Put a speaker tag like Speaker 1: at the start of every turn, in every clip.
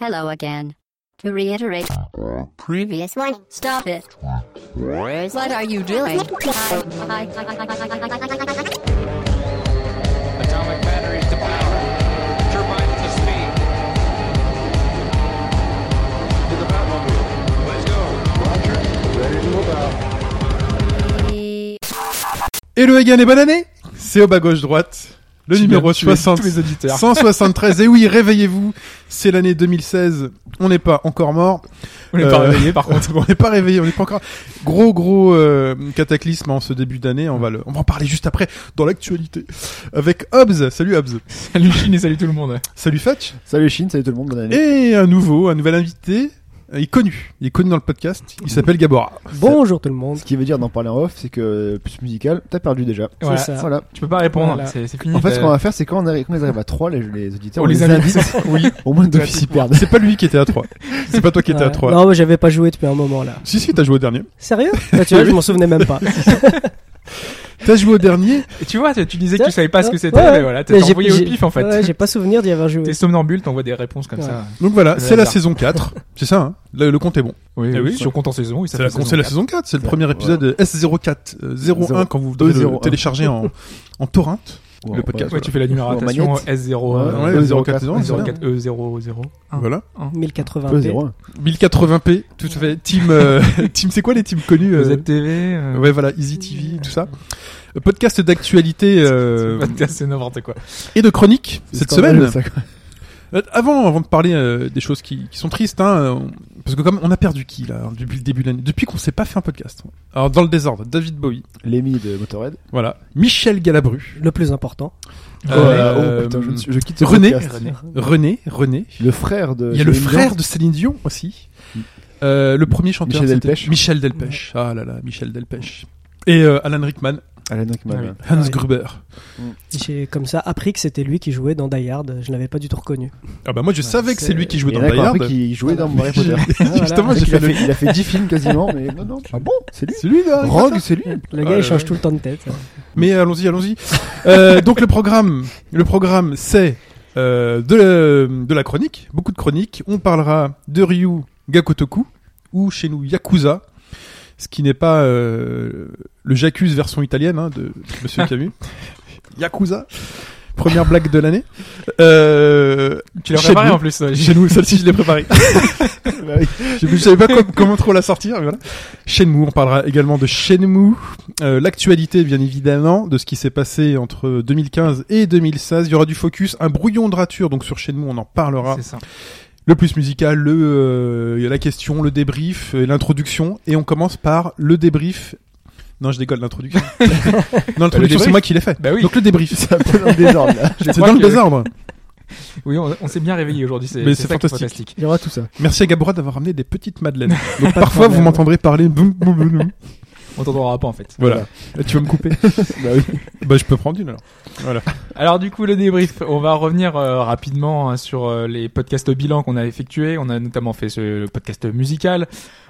Speaker 1: Hello again. To reiterate, previous one, stop it. Uh. What are you doing?
Speaker 2: Atomic batteries to power. Turbines to speed. To the Batmobile. Let's go.
Speaker 3: Hello again et bonne année C'est au bas gauche droite, le
Speaker 4: Tu
Speaker 3: numéro
Speaker 4: mets- tu mets
Speaker 3: 60
Speaker 4: tous les auditeurs.
Speaker 3: 173. et oui, réveillez-vous, c'est l'année 2016, on n'est pas encore mort.
Speaker 4: On n'est pas
Speaker 3: Euh,
Speaker 4: réveillé par contre.
Speaker 3: on n'est pas réveillé, on n'est pas encore... Gros, gros euh, cataclysme en ce début d'année, on, va le... on va en parler juste après, dans l'actualité. Avec Hobbs, salut Hobbs,
Speaker 4: Salut Chine et salut tout le monde.
Speaker 3: salut Fetch
Speaker 5: Salut Chine, salut tout le monde, bonne année.
Speaker 3: Et un nouveau, un nouvel invité, euh, il est connu, il est connu dans le podcast, il s'appelle Gabora.
Speaker 6: Bonjour tout le monde.
Speaker 5: Ce qui veut dire d'en parler en off, c'est que plus musical, t'as perdu déjà.
Speaker 4: Et voilà.
Speaker 6: ça.
Speaker 5: Voilà.
Speaker 4: Tu peux pas répondre,
Speaker 6: Voilà.
Speaker 4: c'est c'est fini. Euh,
Speaker 5: En fait,
Speaker 4: t'as-
Speaker 5: ce qu'on va faire, c'est quand on arrive, quand ils arrivent à 3, les, les auditeurs,
Speaker 4: On les invite.
Speaker 5: oui, au moins d'office ils perdent.
Speaker 3: C'est pas lui qui était à 3, c'est pas toi qui étais à
Speaker 6: Ouais.
Speaker 3: 3.
Speaker 6: Non, mais j'avais pas joué depuis un moment là.
Speaker 3: Si, si, t'as joué au dernier.
Speaker 6: Sérieux Bah, Tu vois, je m'en souvenais même pas.
Speaker 3: T'as joué au dernier,
Speaker 4: Et tu vois, tu tu disais que tu savais pas ce que c'était,
Speaker 6: Ouais, ouais.
Speaker 4: mais voilà, t'es
Speaker 6: Mais j'ai-
Speaker 4: envoyé au
Speaker 6: j'ai-
Speaker 4: pif en fait.
Speaker 6: Ouais, j'ai pas souvenir d'y avoir joué.
Speaker 4: T'es somnambule, t'envoies des réponses comme
Speaker 6: Ouais.
Speaker 4: ça.
Speaker 3: donc voilà,
Speaker 4: Le
Speaker 3: c'est la
Speaker 4: hasard.
Speaker 3: saison 4, c'est ça, hein le, le compte est bon.
Speaker 4: Oui,
Speaker 3: Eh oui,
Speaker 4: oui, sur compte en saison, oui, ça
Speaker 3: C'est la,
Speaker 4: fait
Speaker 3: c'est la saison 4, c'est le premier épisode de S04, euh, 01
Speaker 5: Zéro-
Speaker 3: quand vous devez le
Speaker 5: 201.
Speaker 3: télécharger en, en torrent.
Speaker 5: Bon,
Speaker 3: Le podcast.
Speaker 4: Ouais, tu fais la numérotation euh,
Speaker 5: Ou en magnète.
Speaker 4: S0,
Speaker 3: Ouais,
Speaker 5: ouais,
Speaker 3: 04,
Speaker 5: 04,
Speaker 4: 04, E001.
Speaker 3: Voilà.
Speaker 5: voilà. Peu
Speaker 6: 1080p.
Speaker 5: zéro, hein.
Speaker 3: 1080p, tout à fait. Team, euh, team c'est quoi les teams connus euh,
Speaker 4: ZTV, euh,
Speaker 3: Ouais, voilà, Easy TV, tout ça. Euh, Podcast d'actualité euh,
Speaker 4: podcast, c'est n'importe quoi.
Speaker 3: et de chronique
Speaker 5: C'est
Speaker 3: cette
Speaker 5: scandaleux,
Speaker 3: semaine.
Speaker 5: ça, quoi.
Speaker 3: Euh, Avant, avant de parler euh, des choses qui, qui sont tristes, hein, euh, on- parce que comme on a perdu qui là hein, depuis le début de l'année, depuis qu'on s'est pas fait un podcast. Alors dans le désordre, David Bowie,
Speaker 5: Lémi de Motorhead.
Speaker 3: voilà, Michel Galabru,
Speaker 6: Le plus important.
Speaker 3: Euh,
Speaker 5: oh putain, je, je quitte ce
Speaker 3: René.
Speaker 5: podcast.
Speaker 4: René.
Speaker 3: René, René,
Speaker 5: Le frère de.
Speaker 3: Il y a le
Speaker 5: Euh, Céline
Speaker 3: frère
Speaker 5: Dion. Mm.
Speaker 3: de Céline Dion aussi. Euh, le premier chanteur,
Speaker 5: Michel
Speaker 3: c'était
Speaker 5: Delpech.
Speaker 3: Michel Delpech. Ah là là, Michel Delpech. Et euh, Alan Rickman,
Speaker 5: Alan Rickman,
Speaker 4: Ah oui.
Speaker 5: hein.
Speaker 3: Hans
Speaker 6: Ah oui.
Speaker 3: Gruber.
Speaker 6: J'ai comme ça appris que c'était lui qui jouait dans Die Hard. Je l'avais pas du tout reconnu.
Speaker 3: Ah bah moi je savais que c'est
Speaker 6: c'est-
Speaker 3: lui qui jouait
Speaker 5: Il y en a
Speaker 3: dans Die
Speaker 5: qui ont
Speaker 3: Hard.
Speaker 5: appris qu'il jouait dans Harry Potter.
Speaker 6: Ah, voilà.
Speaker 3: Justement,
Speaker 5: Le mec,
Speaker 3: j'ai
Speaker 5: il, a
Speaker 3: fait le-
Speaker 5: fait, il a fait 10 films quasiment, mais non, non. Ah bon C'est lui
Speaker 3: C'est lui là.
Speaker 5: Rogue, c'est lui
Speaker 6: Le gars,
Speaker 3: Ah,
Speaker 6: il change
Speaker 3: ouais.
Speaker 6: tout le temps de tête.
Speaker 3: Mais allons-y, allons-y. Euh, donc le programme, le programme, c'est euh, de, la, de la chronique, beaucoup de chroniques. On parlera de Ryu Gakotoku ou chez nous Yakuza, ce qui n'est pas euh, le j'accuse version italienne hein, de Monsieur Camus. Yakuza, première blague de l'année. Euh,
Speaker 4: Tu l'as
Speaker 3: chez
Speaker 4: préparé
Speaker 3: nous-
Speaker 4: en plus. euh, ouais.
Speaker 3: Chez nous, celle-ci, je l'ai préparée. je, je savais pas com- comment trop la sortir, mais voilà. Shenmue, on parlera également de Shenmue. Euh, L'actualité, bien évidemment, de ce qui s'est passé entre 2015 et 2016. Il y aura du focus, un brouillon de rature, donc sur Shenmue, on en parlera.
Speaker 4: C'est ça.
Speaker 3: Le plus musical, le, euh, il y a la question, le débrief, euh, l'introduction. Et on commence par le débrief. Non, je décolle l'introduction. non, l'introduction, c'est
Speaker 4: débrief.
Speaker 3: moi qui l'ai fait.
Speaker 4: Bah oui.
Speaker 3: Donc le débrief.
Speaker 5: C'est un peu dans le désordre là.
Speaker 4: Je
Speaker 3: C'est
Speaker 4: crois
Speaker 3: dans le
Speaker 4: que-
Speaker 3: désordre.
Speaker 4: Oui, on, on s'est bien réveillé aujourd'hui. C'est
Speaker 3: Mais
Speaker 4: c'est
Speaker 3: c'est
Speaker 4: ça qui est
Speaker 3: fantastique.
Speaker 5: Il y aura tout ça.
Speaker 3: Merci à Gabora d'avoir ramené des petites madeleines. Donc
Speaker 6: de
Speaker 3: parfois vous
Speaker 6: problème.
Speaker 3: m'entendrez parler boum boum boum. boum.
Speaker 4: On t'entendra pas en fait.
Speaker 3: Voilà. Tu veux me couper
Speaker 5: Bah oui.
Speaker 3: Bah je peux prendre une alors. Voilà.
Speaker 4: Alors du coup le débrief, on va revenir euh, rapidement hein, sur euh, les podcasts bilan qu'on a effectués. On a notamment fait ce le podcast musical.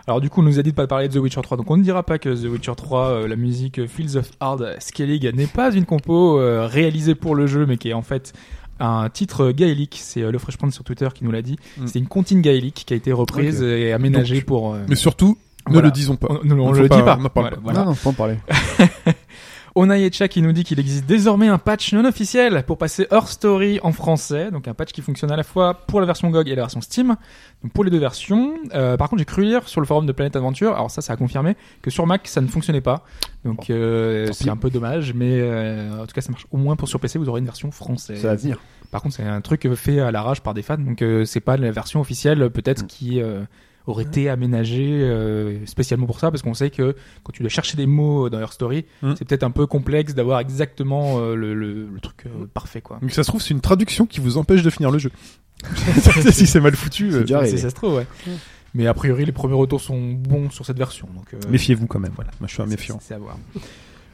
Speaker 4: Alors du coup on nous a dit de pas parler de The Witcher 3, donc on ne dira pas que The Witcher 3, euh, la musique euh, Fields of Hard Skellig n'est pas une compo euh, réalisée pour le jeu, mais qui est en fait un titre gaélique. C'est euh, le Freshman sur Twitter qui nous l'a dit.
Speaker 3: Mm.
Speaker 4: C'est une comptine gaélique qui a été reprise et aménagée pour. euh,
Speaker 3: Mais surtout, ne
Speaker 4: Voilà.
Speaker 3: le disons pas.
Speaker 4: on, on- on
Speaker 3: Faut
Speaker 4: le
Speaker 3: pas-
Speaker 4: dit pas.
Speaker 3: on n'en parle
Speaker 4: Voilà,
Speaker 3: pas.
Speaker 4: voilà.
Speaker 5: Non, non, faut en parler.
Speaker 4: Onayecha qui nous dit qu'il existe désormais un patch non officiel pour passer hors story en français, donc un patch qui fonctionne à la fois pour la version GOG et la version Steam, donc pour les deux versions. Euh, par contre, j'ai cru lire sur le forum de Planète Adventure, alors ça, ça a confirmé que sur Mac ça ne fonctionnait pas, donc euh, c'est
Speaker 5: pis.
Speaker 4: un peu dommage, mais euh, en tout cas ça marche au moins pour sur PC, vous aurez une version française.
Speaker 5: Ça va venir.
Speaker 4: Par contre, c'est un truc euh, fait à l'arrache par des fans, donc euh, c'est pas la version officielle
Speaker 5: Mm.
Speaker 4: peut-être qui euh, aurait été aménagée euh, spécialement pour ça, parce qu'on sait que quand tu dois chercher des mots euh, dans leur story,
Speaker 3: Mm.
Speaker 4: c'est peut-être un peu complexe d'avoir exactement euh, le, le- le truc euh, parfait, quoi.
Speaker 3: Donc ça se trouve c'est une traduction qui vous empêche de finir le jeu. si c'est mal foutu.
Speaker 5: C'est
Speaker 3: euh,
Speaker 5: déjà
Speaker 4: Si
Speaker 5: arrivé.
Speaker 4: ça se trouve, ouais. Mais a priori, les premiers retours sont bons sur cette version, donc. euh,
Speaker 3: Méfiez-vous quand même.
Speaker 4: Voilà.
Speaker 3: Moi, je suis un
Speaker 4: c'est-
Speaker 3: méfiant.
Speaker 4: C'est à voir.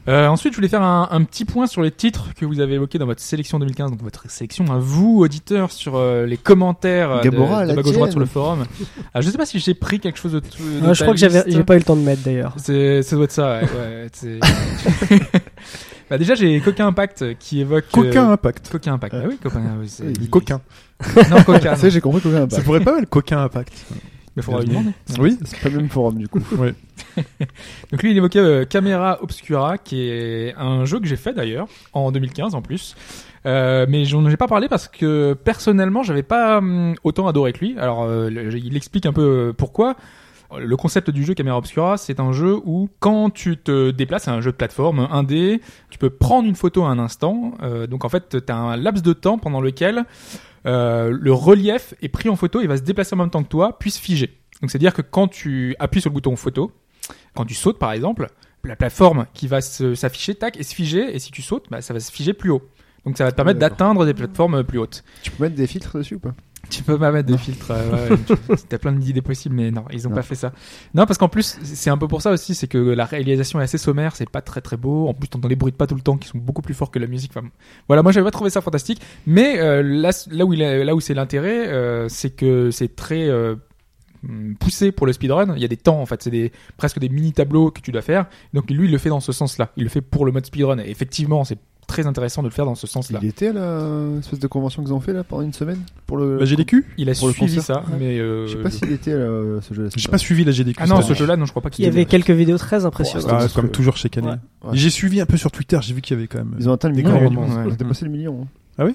Speaker 4: Euh, ensuite, je voulais faire un, un petit point sur les titres que vous avez évoqués dans votre sélection 2015, donc votre sélection à vous, auditeurs, sur euh, les commentaires euh, de,
Speaker 5: Gabora,
Speaker 4: de
Speaker 5: la
Speaker 4: bas gauche droite
Speaker 5: tienne.
Speaker 4: sur le forum. Ah, je sais pas si j'ai pris quelque chose de. tout- de
Speaker 6: Ouais, je
Speaker 4: ta
Speaker 6: crois que j'avais,
Speaker 4: liste.
Speaker 6: j'ai pas eu le temps de mettre d'ailleurs.
Speaker 4: C'est- Ça doit être ça, ouais. ouais, c'est- Bah déjà j'ai Coquin Impact qui évoque. euh,
Speaker 3: Coquin impact.
Speaker 4: Coquin Impact. Ah oui, Coquin. oui, c'est-
Speaker 5: Oui,
Speaker 3: Coquin.
Speaker 4: Non, Coquin.
Speaker 5: Tu sais, j'ai compris combien
Speaker 3: Ça
Speaker 5: d'impact.
Speaker 3: pourrait pas mal, coquin impact.
Speaker 4: Mais faudra lui demander.
Speaker 3: Oui.
Speaker 5: C'est pas le même forum du coup.
Speaker 3: Ouais.
Speaker 4: Donc lui, il évoquait euh, Camera Obscura, qui est un jeu que j'ai fait d'ailleurs en 2015 en plus. Euh, mais j'en ai pas parlé parce que personnellement, j'avais pas hum, autant adoré que lui. Alors, euh, le- il explique un peu euh, pourquoi. Le concept du jeu Camera Obscura, c'est un jeu où quand tu te déplaces, c'est un jeu de plateforme 1D, tu peux prendre une photo à un instant. Euh, donc en fait, t'as un laps de temps pendant lequel euh, le relief est pris en photo et va se déplacer en même temps que toi, puis se figer. Donc c'est-à-dire que quand tu appuies sur le bouton photo, quand tu sautes par exemple, la plateforme qui va se- s'afficher, tac, et se figer, et si tu sautes, bah, ça va se figer plus haut. Donc ça va te permettre
Speaker 5: D'accord.
Speaker 4: d'atteindre des plateformes euh, plus hautes.
Speaker 5: Tu peux mettre des filtres dessus ou pas
Speaker 4: Tu peux pas mettre de filtres. euh, ouais, tu- T'as plein d'idées possibles, mais non, ils ont
Speaker 5: Non.
Speaker 4: pas fait ça. Non, parce qu'en plus, c'est un peu pour ça aussi, c'est que la réalisation est assez sommaire, c'est pas très très beau. En plus, t'entends des bruits de pas tout le temps qui sont beaucoup plus forts que la musique. Enfin, voilà, moi j'avais pas trouvé ça fantastique, mais euh, là, là où il est- là où c'est l'intérêt, euh, c'est que c'est très euh, hum, poussé pour le speedrun. Il y a des temps en fait, c'est des presque des mini tableaux que tu dois faire. Donc lui, il le fait dans ce sens-là. Il le fait pour le mode speedrun. Et effectivement, c'est très intéressant de le faire dans ce
Speaker 3: Bah.
Speaker 4: sens-là.
Speaker 5: Il était à la espèce de convention qu'ils ont fait là pendant une semaine pour le.
Speaker 3: La GDQ
Speaker 4: Il a
Speaker 5: Pour le
Speaker 4: suivi
Speaker 5: concert,
Speaker 4: ça,
Speaker 5: ouais.
Speaker 4: mais euh,
Speaker 5: Je sais pas s'il était à la- ce jeu là.
Speaker 3: J'ai pas suivi la GDQ.
Speaker 4: Ah non,
Speaker 3: cette
Speaker 4: ce
Speaker 3: année.
Speaker 4: jeu-là, non, je crois pas qu'il
Speaker 6: Il y
Speaker 4: était-
Speaker 6: avait quelques vidéos très impressionnantes.
Speaker 3: Ah, comme toujours chez Canet.
Speaker 6: Ouais.
Speaker 5: Ouais.
Speaker 3: J'ai suivi un peu sur Twitter, j'ai vu qu'il y avait quand même.
Speaker 5: Ils ont atteint le
Speaker 3: Des
Speaker 5: million.
Speaker 3: millions,
Speaker 5: vraiment.
Speaker 4: ouais.
Speaker 5: Ils ont dépassé le million. hein.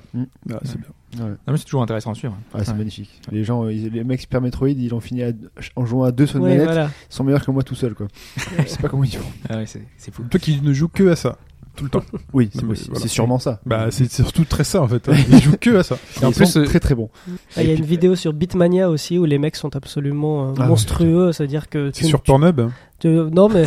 Speaker 3: Ah, c'est bien.
Speaker 4: Non, mais c'est toujours intéressant à suivre.
Speaker 5: Ah, c'est
Speaker 4: Ouais.
Speaker 5: magnifique. Les gens, euh, ils- les mecs Super Metroid, ils ont fini à- en jouant à deux sur une
Speaker 6: Ouais,
Speaker 5: manette,
Speaker 6: voilà.
Speaker 5: ils sont meilleurs que moi tout seul quoi. Je sais pas comment ils font.
Speaker 4: Ah ouais, c'est c'est fou.
Speaker 3: Toi qui ne joues que à ça tout le temps.
Speaker 5: Oui,
Speaker 3: c'est
Speaker 5: c'est
Speaker 3: possible. Voilà.
Speaker 5: sûrement ça.
Speaker 3: Bah c'est c'est surtout très ça en fait. hein. Ils jouent que à ça.
Speaker 5: Et en
Speaker 4: Ils
Speaker 5: plus,
Speaker 4: sont
Speaker 5: très très bon.
Speaker 6: Ah, Il
Speaker 5: Et
Speaker 6: y a une
Speaker 4: euh,
Speaker 5: puis-
Speaker 6: vidéo sur Beatmania aussi où les mecs sont absolument euh,
Speaker 3: Ah,
Speaker 6: monstrueux, c'est-à-dire que
Speaker 3: C'est
Speaker 6: tu-
Speaker 3: sur Pornhub. hein.
Speaker 6: tu- non mais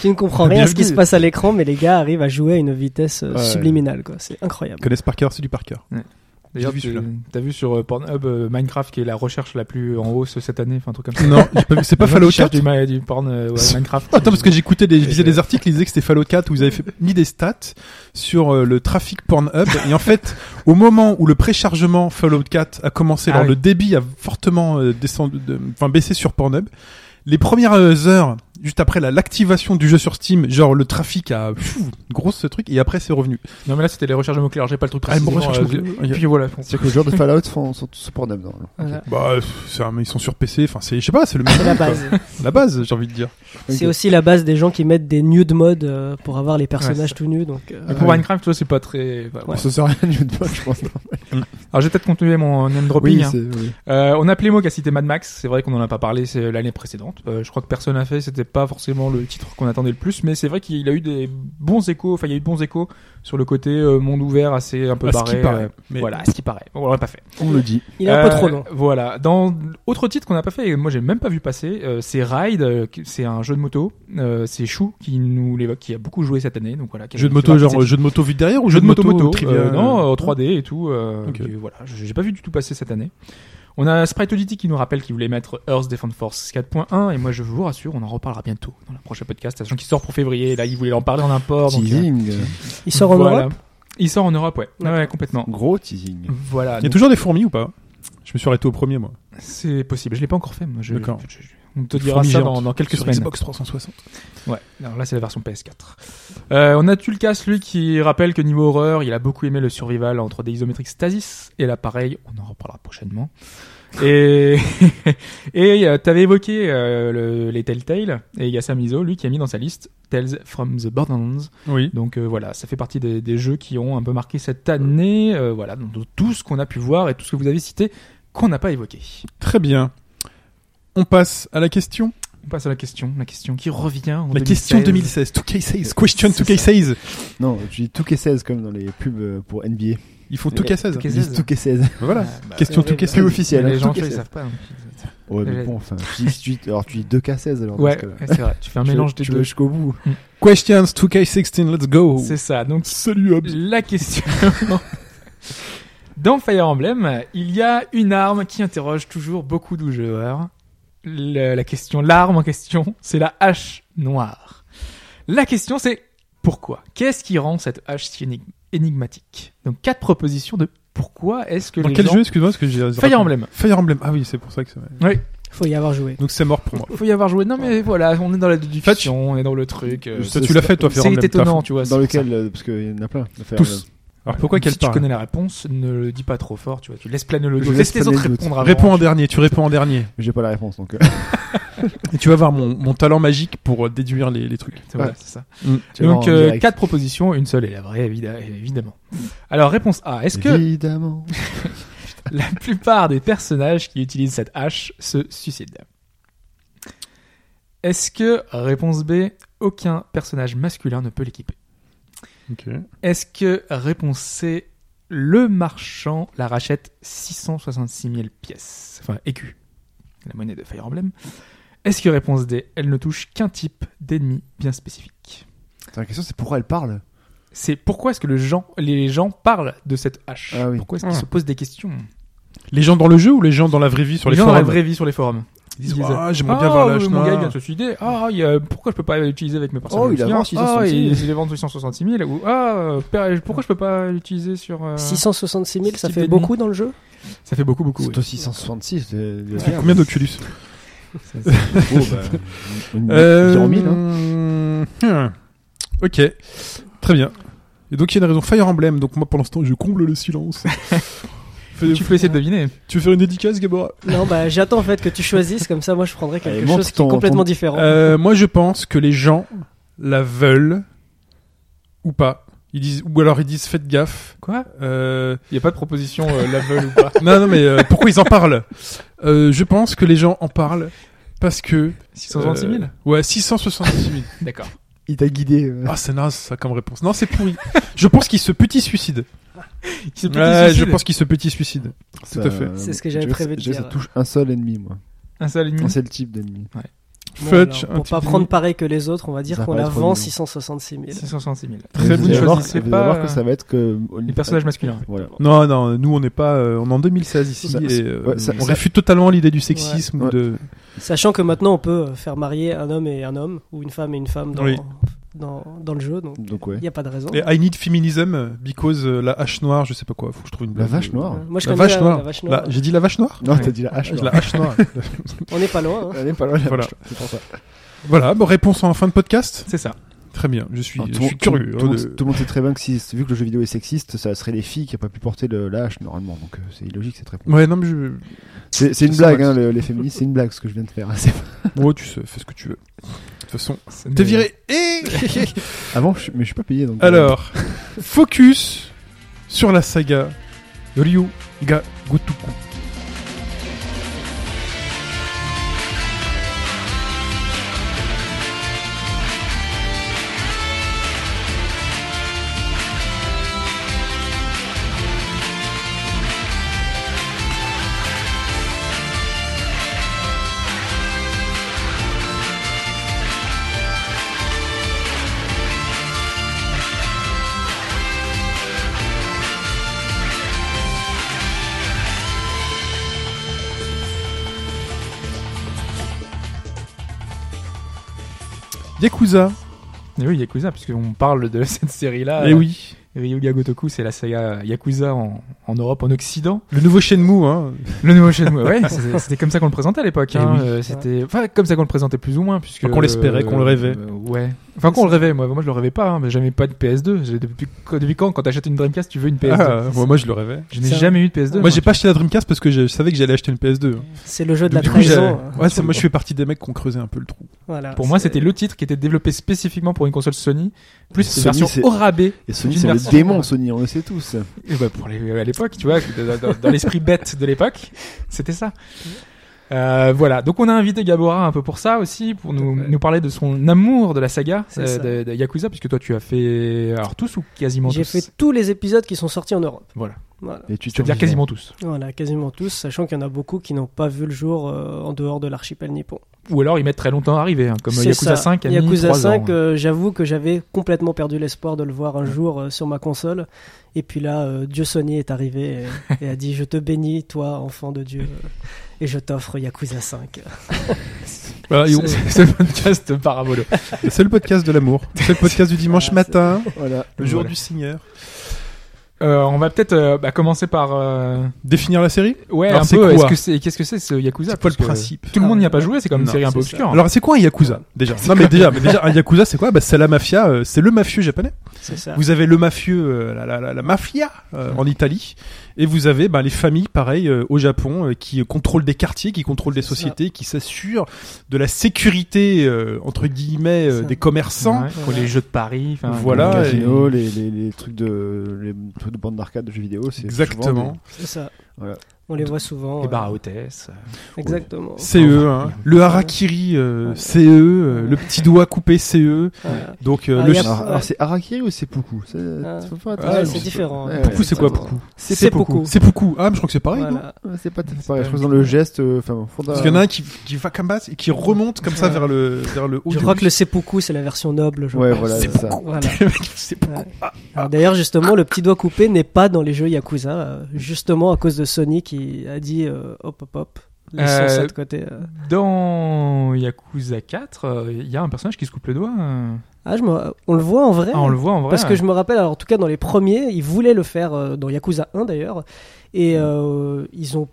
Speaker 6: tu ne comprends rien à ce qui
Speaker 5: Bienvenue.
Speaker 6: se passe à l'écran, mais les gars arrivent à jouer à une vitesse euh,
Speaker 5: Ouais.
Speaker 6: subliminale, quoi. C'est
Speaker 3: Ils
Speaker 6: incroyable.
Speaker 3: connaissent par cœur, c'est du par cœur.
Speaker 4: D'ailleurs,
Speaker 3: J'ai vu
Speaker 4: tu-
Speaker 3: celui-là.
Speaker 4: t'as vu sur euh, Pornhub euh, Minecraft qui est la recherche la plus en hausse cette année, enfin un truc comme ça.
Speaker 3: Non, j'ai pas vu. C'est pas
Speaker 4: Les gens qui
Speaker 3: Fallout
Speaker 4: cherchent
Speaker 3: 4
Speaker 4: du, ma- du porn euh, ouais, Minecraft.
Speaker 3: Attends, parce que j'écoutais des, je lisais
Speaker 4: Et,
Speaker 3: des articles, ils disaient que c'était Fallout 4 où ils avaient fait- mis des stats sur euh, le trafic Pornhub. et en fait, au moment où le préchargement Fallout 4 a commencé,
Speaker 4: Ah
Speaker 3: alors
Speaker 4: oui.
Speaker 3: le débit a fortement euh, descendu, de- enfin baissé sur Pornhub. Les premières euh, heures, juste après la- l'activation du jeu sur Steam, genre le trafic a pfiou, grosse ce truc et après c'est revenu.
Speaker 4: Non, mais là, c'était les recherches de mots-clés. Alors, j'ai pas le truc
Speaker 3: Ah, bon,
Speaker 4: précisément.
Speaker 3: recherche
Speaker 4: euh,
Speaker 3: mots-clés.
Speaker 4: et puis voilà.
Speaker 5: C'est que les joueurs de Fallout font, sont tous pornables. normalement.
Speaker 4: Voilà.
Speaker 3: Bah, pff, c'est un- ils sont sur PC. Enfin, c'est, je sais pas, c'est le même
Speaker 6: C'est la base.
Speaker 3: la base, j'ai envie de dire.
Speaker 6: C'est aussi la base des gens qui mettent des nude modes euh, pour avoir les
Speaker 4: Ouais,
Speaker 6: personnages
Speaker 4: c'est
Speaker 6: tout nus. Donc, euh,
Speaker 4: Mais pour Minecraft, tu vois, c'est pas très. bah,
Speaker 6: Ouais.
Speaker 5: Ça sert à rien de jouer de je pense.
Speaker 4: Alors, j'ai peut-être continué mon name dropping.
Speaker 5: Oui,
Speaker 4: hein.
Speaker 5: c'est. oui.
Speaker 4: Euh, on a Plémo qui a cité Mad Max. C'est vrai qu'on en a pas parlé c'est l'année précédente. Euh, je crois que personne n'a fait. C'était pas forcément le titre qu'on attendait le plus, mais c'est vrai qu'il a eu des bons échos. Enfin, il y a eu de bons échos sur le côté euh, monde ouvert, assez un peu
Speaker 3: À ce
Speaker 4: barré.
Speaker 3: qui paraît.
Speaker 4: euh,
Speaker 3: Mais
Speaker 4: Voilà, à ce qui paraît. On l'aurait pas fait.
Speaker 5: On le dit.
Speaker 6: il est un peu
Speaker 4: Euh,
Speaker 6: trop long.
Speaker 4: Voilà. Dans autre titre qu'on n'a pas fait, et moi j'ai même pas vu passer, euh, c'est Ride. euh, qui- c'est un jeu de moto. Euh, c'est Chou qui nous l'évoque, qui a beaucoup joué cette année. Donc voilà. qui-
Speaker 3: jeu de
Speaker 4: qui
Speaker 3: moto,
Speaker 4: fait
Speaker 3: genre
Speaker 4: partie de
Speaker 3: jeu de moto vu derrière ou
Speaker 4: ces- jeu de moto, moto,
Speaker 3: trivia,
Speaker 4: euh, non, en
Speaker 3: euh,
Speaker 4: 3D et tout. euh,
Speaker 3: Ok.
Speaker 4: qui- voilà, j'ai j'ai pas vu du tout passer cette année. On a Sprite Oddity qui nous rappelle qu'il voulait mettre Earth Defense Force 4.1 et moi je vous rassure, on en reparlera bientôt dans le prochain podcast, sachant qu'il sort pour février. Là, il voulait en parler en import. Donc, euh,
Speaker 5: Teasing.
Speaker 6: Il sort en
Speaker 4: voilà.
Speaker 6: Europe.
Speaker 4: Il sort en Europe, ouais. Ouais,
Speaker 6: D'accord.
Speaker 4: ouais, complètement.
Speaker 5: Gros teasing.
Speaker 4: Voilà.
Speaker 3: Il y a toujours des fourmis ou pas Je me suis arrêté au premier moi.
Speaker 4: C'est possible. Je l'ai pas encore fait. Moi. Je,
Speaker 3: D'accord.
Speaker 4: je- je- on te dira ça dans, dans quelques
Speaker 3: Sur
Speaker 4: semaines.
Speaker 3: Xbox 360.
Speaker 4: Ouais. Alors là, c'est la version PS4. Euh, on a Tulkas, lui, qui rappelle que niveau horreur, il a beaucoup aimé le survival entre des isométriques Stasis et l'appareil. On en reparlera prochainement. Et et euh, t'avais évoqué euh, le- les Telltale et il y a Sam Iso, lui, qui a mis dans sa liste Tales from the Borderlands.
Speaker 3: Oui.
Speaker 4: Donc euh, voilà, ça fait partie des, des jeux qui ont un peu marqué cette année. euh, voilà, donc, de tout ce qu'on a pu voir et tout ce que vous avez cité qu'on n'a pas évoqué.
Speaker 3: Très bien. On passe à la question.
Speaker 4: On passe à la question, la question qui revient en
Speaker 3: la question
Speaker 4: 2016.
Speaker 3: 2016. 2K16. Question
Speaker 4: C'est
Speaker 3: 2K16.
Speaker 5: Non, tu dis 2K16 comme dans les pubs euh, pour NBA.
Speaker 3: Ils font 2K16.
Speaker 4: 2K16.
Speaker 5: Ils disent 2K16.
Speaker 3: Voilà.
Speaker 4: Ah, bah,
Speaker 3: question
Speaker 6: c'est
Speaker 3: 2K16.
Speaker 5: C'est officiel.
Speaker 4: les
Speaker 5: hein,
Speaker 4: gens
Speaker 5: 2K16.
Speaker 4: ils savent pas. hein.
Speaker 5: Ouais, mais
Speaker 4: Ouais.
Speaker 5: bon, enfin, tu dis, tu dis- alors tu dis 2K16 alors. dans
Speaker 4: Ouais,
Speaker 5: ce cas-là.
Speaker 4: ouais, c'est vrai. Tu fais un
Speaker 5: Tu veux-
Speaker 4: mélange des
Speaker 5: tu veux
Speaker 4: deux.
Speaker 5: jusqu'au bout.
Speaker 3: Questions 2K16. Let's go.
Speaker 4: C'est ça. Donc
Speaker 3: Salut Hobbs.
Speaker 4: la question. Dans Fire Emblem, il y a une arme qui interroge toujours beaucoup de joueurs. Le- la question, l'arme en question, c'est la hache noire. La question, c'est pourquoi Qu'est-ce qui rend cette hache si énig- énigmatique Donc quatre propositions de pourquoi est-ce que
Speaker 3: Dans
Speaker 4: les
Speaker 3: quel
Speaker 4: gens
Speaker 3: jeu, excuse-moi, parce que j'ai.
Speaker 4: Fire Emblem.
Speaker 3: Fire Emblem. Ah oui, c'est pour ça que c'est.
Speaker 4: Oui.
Speaker 6: Faut y avoir joué.
Speaker 3: Donc c'est mort pour moi.
Speaker 4: Faut y avoir joué. Non, mais voilà, on est dans la déduction,
Speaker 3: Fetch.
Speaker 4: on est dans le truc. euh,
Speaker 3: Ça,
Speaker 5: c'est-
Speaker 3: tu l'as fait, toi, Ferrand.
Speaker 4: C'est
Speaker 3: le même taf.
Speaker 4: étonnant, tu vois.
Speaker 5: Dans
Speaker 4: c'est-
Speaker 5: lequel, euh, parce qu'il y en a plein. d'affaires,
Speaker 3: Tous.
Speaker 5: euh,
Speaker 3: Alors pourquoi
Speaker 4: si
Speaker 3: qu'elle
Speaker 4: tu
Speaker 3: parle
Speaker 4: connais la réponse, ne le dis pas trop fort, tu vois. Tu laisses planer le
Speaker 5: Je
Speaker 4: doute.
Speaker 5: laisse
Speaker 4: Laisse les
Speaker 5: planer
Speaker 4: autres
Speaker 5: le doute.
Speaker 4: répondre avant.
Speaker 3: Réponds en dernier, tu réponds en dernier.
Speaker 5: J'ai pas la réponse donc. euh,
Speaker 3: Et tu vas voir mon, mon talent magique pour euh, déduire les, les trucs.
Speaker 4: C'est vrai,
Speaker 5: Ouais.
Speaker 4: c'est ça.
Speaker 5: tu vas en
Speaker 4: Donc, euh,
Speaker 5: direct.
Speaker 4: quatre propositions, une seule est la vraie, évida- évidemment. Alors, réponse A. Est-ce que
Speaker 5: Évidemment.
Speaker 4: la plupart des personnages qui utilisent cette hache se suicident Est-ce que, réponse B, aucun personnage masculin ne peut l'équiper Est-ce que, réponse C, le marchand la rachète 666 000 pièces Enfin, écus. La monnaie de Fire Emblem. Est-ce que, réponse D, elle ne touche qu'un type d'ennemi bien spécifique
Speaker 5: Attends, La question c'est pourquoi elle parle.
Speaker 4: c'est pourquoi est-ce que le gens, les gens parlent de cette hache
Speaker 5: Ah oui.
Speaker 4: Pourquoi est-ce qu'ils
Speaker 3: Ah.
Speaker 4: se posent des questions
Speaker 3: Les gens dans le jeu ou les gens dans la vraie vie sur les,
Speaker 4: gens dans
Speaker 3: forums
Speaker 4: la vraie vie sur les forums. Ils
Speaker 3: Ils
Speaker 4: disent,
Speaker 3: disent, Ah, j'aimerais bien voir la hache
Speaker 4: oui, Mon
Speaker 3: noire.
Speaker 4: gars il vient de se suicider. Ah, il y a- pourquoi je peux pas l'utiliser avec mes personnages
Speaker 5: Oh, il a
Speaker 4: masculins
Speaker 5: vendu 666
Speaker 4: Ah,
Speaker 5: 000.
Speaker 4: il- je l'ai vendu 666 000. Ou ah, euh, per- pourquoi je peux pas l'utiliser sur. euh,
Speaker 6: 666 000, ça
Speaker 4: Six
Speaker 6: fait
Speaker 4: d'ennemis.
Speaker 6: beaucoup dans le jeu
Speaker 4: Ça fait beaucoup, beaucoup.
Speaker 5: C'est
Speaker 4: oui.
Speaker 5: toi 666. c'est-
Speaker 3: Ça fait combien d'Oculus
Speaker 5: Oh, bah, une-
Speaker 3: Euh,
Speaker 5: environ 1000, hein.
Speaker 3: hmm, Ok, très bien. Et donc il y a une raison Fire Emblem, donc moi pour l'instant je comble le silence. Fais-
Speaker 4: Tu peux essayer de deviner.
Speaker 3: tu veux faire une dédicace Gabora
Speaker 6: Non, bah j'attends en fait que tu choisisses, comme ça moi je prendrais quelque
Speaker 5: Allez, montre
Speaker 6: chose qui
Speaker 5: ton-
Speaker 6: est complètement
Speaker 5: ton-
Speaker 6: différent.
Speaker 3: Euh, Moi je pense que les gens la veulent ou pas. Ils disent, ou alors ils disent faites gaffe.
Speaker 4: Quoi
Speaker 3: Euh,
Speaker 4: Il y a pas de proposition euh, la veulent ou pas.
Speaker 3: non, non, mais euh, pourquoi ils en parlent Euh, Je pense que les gens en parlent parce que...
Speaker 4: 666 000
Speaker 3: euh, Ouais, 666 000.
Speaker 4: D'accord.
Speaker 5: Il t'a guidé. euh.
Speaker 3: Ah, c'est naze ça comme réponse. Non, c'est pourri. je pense qu'ils se petit suicident.
Speaker 4: Qui se peut
Speaker 3: Ouais,
Speaker 4: suicide.
Speaker 3: je pense qu'ils se petit suicident.
Speaker 5: Ça- euh,
Speaker 3: tout à fait.
Speaker 6: C'est ce que j'avais
Speaker 5: je veux
Speaker 6: prévu de
Speaker 5: je veux que Ça
Speaker 6: dire.
Speaker 5: touche un seul ennemi, moi.
Speaker 4: Un seul
Speaker 3: Mmh.
Speaker 4: ennemi.
Speaker 5: Un seul type d'ennemi.
Speaker 6: Bon,
Speaker 3: Fudge,
Speaker 6: alors,
Speaker 3: un
Speaker 6: pour pas
Speaker 3: type
Speaker 6: prendre pareil que les autres, on va
Speaker 5: Ça
Speaker 6: dire qu'on
Speaker 5: paraît
Speaker 6: la
Speaker 5: trop
Speaker 6: vend
Speaker 5: mignon.
Speaker 6: 666 000.
Speaker 4: 666 000.
Speaker 3: Très
Speaker 5: Et
Speaker 3: bonne
Speaker 5: vous allez
Speaker 3: chose,
Speaker 5: voir-
Speaker 3: il
Speaker 4: sait
Speaker 5: et vous
Speaker 4: pas,
Speaker 5: allez voir
Speaker 4: euh,
Speaker 5: que ça va être que
Speaker 4: Les personnages masculins.
Speaker 5: Voilà.
Speaker 3: Non, non, nous on n'est pas euh, on est en 2016 ici
Speaker 5: Ça-
Speaker 3: et euh,
Speaker 5: ouais, ça-
Speaker 3: on
Speaker 5: ça-
Speaker 3: réfute totalement l'idée du sexisme
Speaker 5: Ouais.
Speaker 3: ou de
Speaker 6: Sachant que maintenant on peut euh, faire marier un homme et un homme, ou une femme et une femme dans,
Speaker 3: Oui.
Speaker 6: dans, dans le jeu, donc
Speaker 5: Donc ouais.
Speaker 6: il n'y a pas de raison.
Speaker 3: et euh, I need feminism because euh, la hache noire, je sais pas quoi, faut que je trouve une
Speaker 5: La
Speaker 3: blague.
Speaker 5: vache
Speaker 6: Euh,
Speaker 5: noire.
Speaker 6: Moi je
Speaker 3: La
Speaker 6: connais
Speaker 3: vache
Speaker 6: la,
Speaker 3: noire. Bah,
Speaker 6: la vache
Speaker 3: La-
Speaker 6: noire.
Speaker 3: j'ai dit la vache noire
Speaker 5: Non,
Speaker 4: Ouais.
Speaker 5: t'as dit la hache.
Speaker 3: La
Speaker 5: noire.
Speaker 3: hache noire.
Speaker 6: On n'est pas loin.
Speaker 3: Euh,
Speaker 6: hein.
Speaker 5: Elle est pas loin, la
Speaker 3: Voilà.
Speaker 5: hache. C'est pour ça.
Speaker 3: voilà, bon, réponse en fin de podcast.
Speaker 4: C'est ça.
Speaker 3: Très bien, je suis,
Speaker 5: Enfin,
Speaker 3: je
Speaker 5: le
Speaker 3: suis
Speaker 5: monde-
Speaker 3: curieux.
Speaker 5: Ah, Tout, le
Speaker 3: hein,
Speaker 5: monde-
Speaker 3: de-
Speaker 5: tout le monde sait très bien que si, vu que le jeu vidéo est sexiste, ça serait les filles qui n'ont pas pu porter le, la hache normalement. Donc euh, c'est illogique cette réponse.
Speaker 3: Ouais, non mais je...
Speaker 5: C'est c'est une
Speaker 3: Ça
Speaker 5: blague,
Speaker 3: va.
Speaker 5: hein, le- les féministes, c'est une blague ce que je viens de faire. C'est-
Speaker 3: Bon, tu sais, fais ce que tu veux. De toute façon, t'es viré. Et
Speaker 5: Avant, je, mais je suis pas payé donc. euh,
Speaker 3: alors, focus sur la saga Ryu ga Gotoku. Yakuza.
Speaker 4: Et oui, Yakuza, puisqu'on parle de cette série-là.
Speaker 3: Eh oui,
Speaker 4: Ryuga Gotoku, c'est la saga Yakuza en, en Europe, en Occident.
Speaker 3: le nouveau Shenmue hein.
Speaker 4: Le nouveau Shenmue, ouais, c'était c'était comme ça qu'on le présentait à l'époque.
Speaker 3: Eh
Speaker 4: Hein.
Speaker 3: oui.
Speaker 4: euh, C'était, enfin, comme ça qu'on le présentait plus ou moins, puisque
Speaker 3: Qu'on l'espérait, qu'on le rêvait.
Speaker 4: euh, ouais. Enfin, qu'on le rêvait. Moi, moi, je le rêvais pas. Hein, mais j'avais pas de PS2. J'ai- Depuis, depuis quand, quand t'achètes une Dreamcast, tu veux une PS2
Speaker 3: Ah, moi, moi je le rêvais.
Speaker 4: Je n'ai
Speaker 6: C'est un-
Speaker 4: jamais eu de PS2.
Speaker 3: Moi j'ai pas acheté la Dreamcast parce que je, je savais que j'allais acheter une PS2. hein.
Speaker 6: C'est le jeu de la
Speaker 3: Du coup, j'avais-
Speaker 6: trahison. hein.
Speaker 3: ouais, c'est- moi je fais partie des mecs qui ont creusé un peu le trou.
Speaker 6: Voilà.
Speaker 4: Pour moi,
Speaker 6: Ah, C'est-
Speaker 4: c'était le titre qui était développé spécifiquement pour une console Sony, plus
Speaker 5: Sony,
Speaker 4: une version
Speaker 5: c'est-
Speaker 4: au rabais.
Speaker 5: Et Sony,
Speaker 4: Une
Speaker 5: c'est le
Speaker 4: version-
Speaker 5: démon, Sony, on le sait tous.
Speaker 4: Et bah, pour les- à l'époque, tu vois, dans, dans- dans l'esprit bête de l'époque, c'était ça. Euh, voilà, donc on a invité Gabora un peu pour ça aussi, pour nous, nous parler de son amour de la saga
Speaker 6: C'est
Speaker 4: euh,
Speaker 6: ça.
Speaker 4: de, de Yakuza, puisque toi tu as fait alors tous ou quasiment
Speaker 6: J'ai
Speaker 4: tous.
Speaker 6: fait tous les épisodes qui sont sortis en Europe.
Speaker 4: Voilà,
Speaker 6: Voilà,
Speaker 5: Et tu te
Speaker 4: c'est-à-dire quasiment tous.
Speaker 6: Voilà, quasiment tous, sachant qu'il y en a beaucoup qui n'ont pas vu le jour euh, en dehors de l'archipel nippon.
Speaker 4: Ou alors ils mettent très longtemps à arriver, hein, comme
Speaker 6: C'est
Speaker 4: Yakuza
Speaker 6: ça.
Speaker 4: 5 a mis
Speaker 6: Yakuza
Speaker 4: trois
Speaker 6: 5,
Speaker 4: ans. hein.
Speaker 6: euh, j'avoue que j'avais complètement perdu l'espoir de le voir un jour euh, sur ma console. Et puis là, euh, Dieu Sony est arrivé et, et a dit Je te bénis, toi, enfant de Dieu, euh, et je t'offre Yakuza 5.
Speaker 3: Voilà, et on-
Speaker 4: C'est c'est le hein. podcast parabolo.
Speaker 3: c'est le podcast de l'amour. C'est le podcast du dimanche
Speaker 6: Voilà,
Speaker 3: matin,
Speaker 5: Voilà.
Speaker 3: le jour
Speaker 4: Voilà.
Speaker 3: du Seigneur.
Speaker 4: Euh, on va peut-être euh, bah, commencer par euh,
Speaker 3: Définir la série
Speaker 4: ouais
Speaker 3: Alors,
Speaker 4: un
Speaker 3: c'est
Speaker 4: peu.
Speaker 3: quoi
Speaker 4: Est-ce que c'est qu'est-ce que c'est ce Yakuza
Speaker 3: C'est quoi le
Speaker 4: Parce que
Speaker 3: principe
Speaker 4: Tout le monde n'y a pas
Speaker 6: Ah,
Speaker 4: joué. C'est quand même une
Speaker 3: non,
Speaker 4: série un peu
Speaker 6: c'est ça.
Speaker 4: obscure.
Speaker 3: Alors c'est quoi un Yakuza déjà Non mais déjà, mais déjà un Yakuza c'est quoi bah, C'est la mafia, euh, c'est le mafieux japonais.
Speaker 6: C'est ça.
Speaker 3: Vous avez le mafieux, euh, la, la- la- la mafia euh, en Italie, et vous avez bah, les familles pareil euh, au Japon euh, qui euh, contrôlent des quartiers, qui contrôlent des
Speaker 6: C'est ça.
Speaker 3: sociétés, qui s'assurent de la sécurité euh, entre guillemets euh,
Speaker 6: C'est ça.
Speaker 3: des commerçants.
Speaker 4: Ouais, pour les jeux de Paris. enfin,
Speaker 3: Voilà,
Speaker 4: pour
Speaker 5: les
Speaker 4: les
Speaker 3: et-
Speaker 4: casinos.
Speaker 5: casinos, les, les, les trucs de les trucs de bande d'arcade de jeux vidéo, c'est
Speaker 3: Exactement.
Speaker 6: C'est ça.
Speaker 5: Voilà.
Speaker 6: On les voit souvent.
Speaker 4: les
Speaker 6: ouais.
Speaker 4: bars à hôtesse.
Speaker 6: Exactement.
Speaker 3: CE, hein. le harakiri, euh, CE, euh, le petit doigt coupé, CE.
Speaker 6: Voilà.
Speaker 3: Donc euh,
Speaker 6: Ah,
Speaker 3: le
Speaker 6: y a-
Speaker 5: souvent des- Alors, alors, c'est Harakiri ou c'est Seppuku C'est-
Speaker 6: Ah.
Speaker 5: faut faire
Speaker 3: Ah,
Speaker 5: attention.
Speaker 3: c'est
Speaker 6: différent.
Speaker 5: Ouais,
Speaker 3: Seppuku,
Speaker 5: ouais,
Speaker 3: c'est quoi
Speaker 5: attends.
Speaker 3: Seppuku
Speaker 6: C'est
Speaker 4: C'est
Speaker 6: beaucoup.
Speaker 4: beaucoup.
Speaker 3: Seppuku. Ah, mais je crois que c'est pareil. non
Speaker 6: Voilà.
Speaker 5: Ouais, C'est pas tout
Speaker 4: C'est
Speaker 5: pareil.
Speaker 4: pas
Speaker 5: Je pense dans le geste, euh, enfin, bon, faut
Speaker 3: Parce qu'il y en a un qui, qui va comme bas et qui remonte comme ça vers le, vers le haut.
Speaker 6: Je
Speaker 3: du
Speaker 6: crois que
Speaker 3: bus.
Speaker 6: le seppuku, c'est la version noble. je
Speaker 5: Ouais,
Speaker 6: pense.
Speaker 5: voilà, c'est ça.
Speaker 6: Voilà.
Speaker 3: Le mec, c'est pas-
Speaker 6: Ouais. Alors, D'ailleurs, justement, le petit doigt coupé n'est pas dans les jeux Yakuza, euh, justement à cause de Sony qui a dit euh, hop hop hop, laissons
Speaker 4: Euh,
Speaker 6: ça de côté. euh.
Speaker 4: Dans Yakuza 4, euh, il y a un personnage qui se coupe le doigt. euh.
Speaker 6: Ah, je me- on le voit en vrai.
Speaker 4: Ah, on le voit en vrai.
Speaker 6: Parce que je me rappelle, alors, en tout cas dans les premiers, ils voulaient le faire euh, dans Yakuza 1 d'ailleurs, et
Speaker 4: Mm.
Speaker 6: euh, ils ont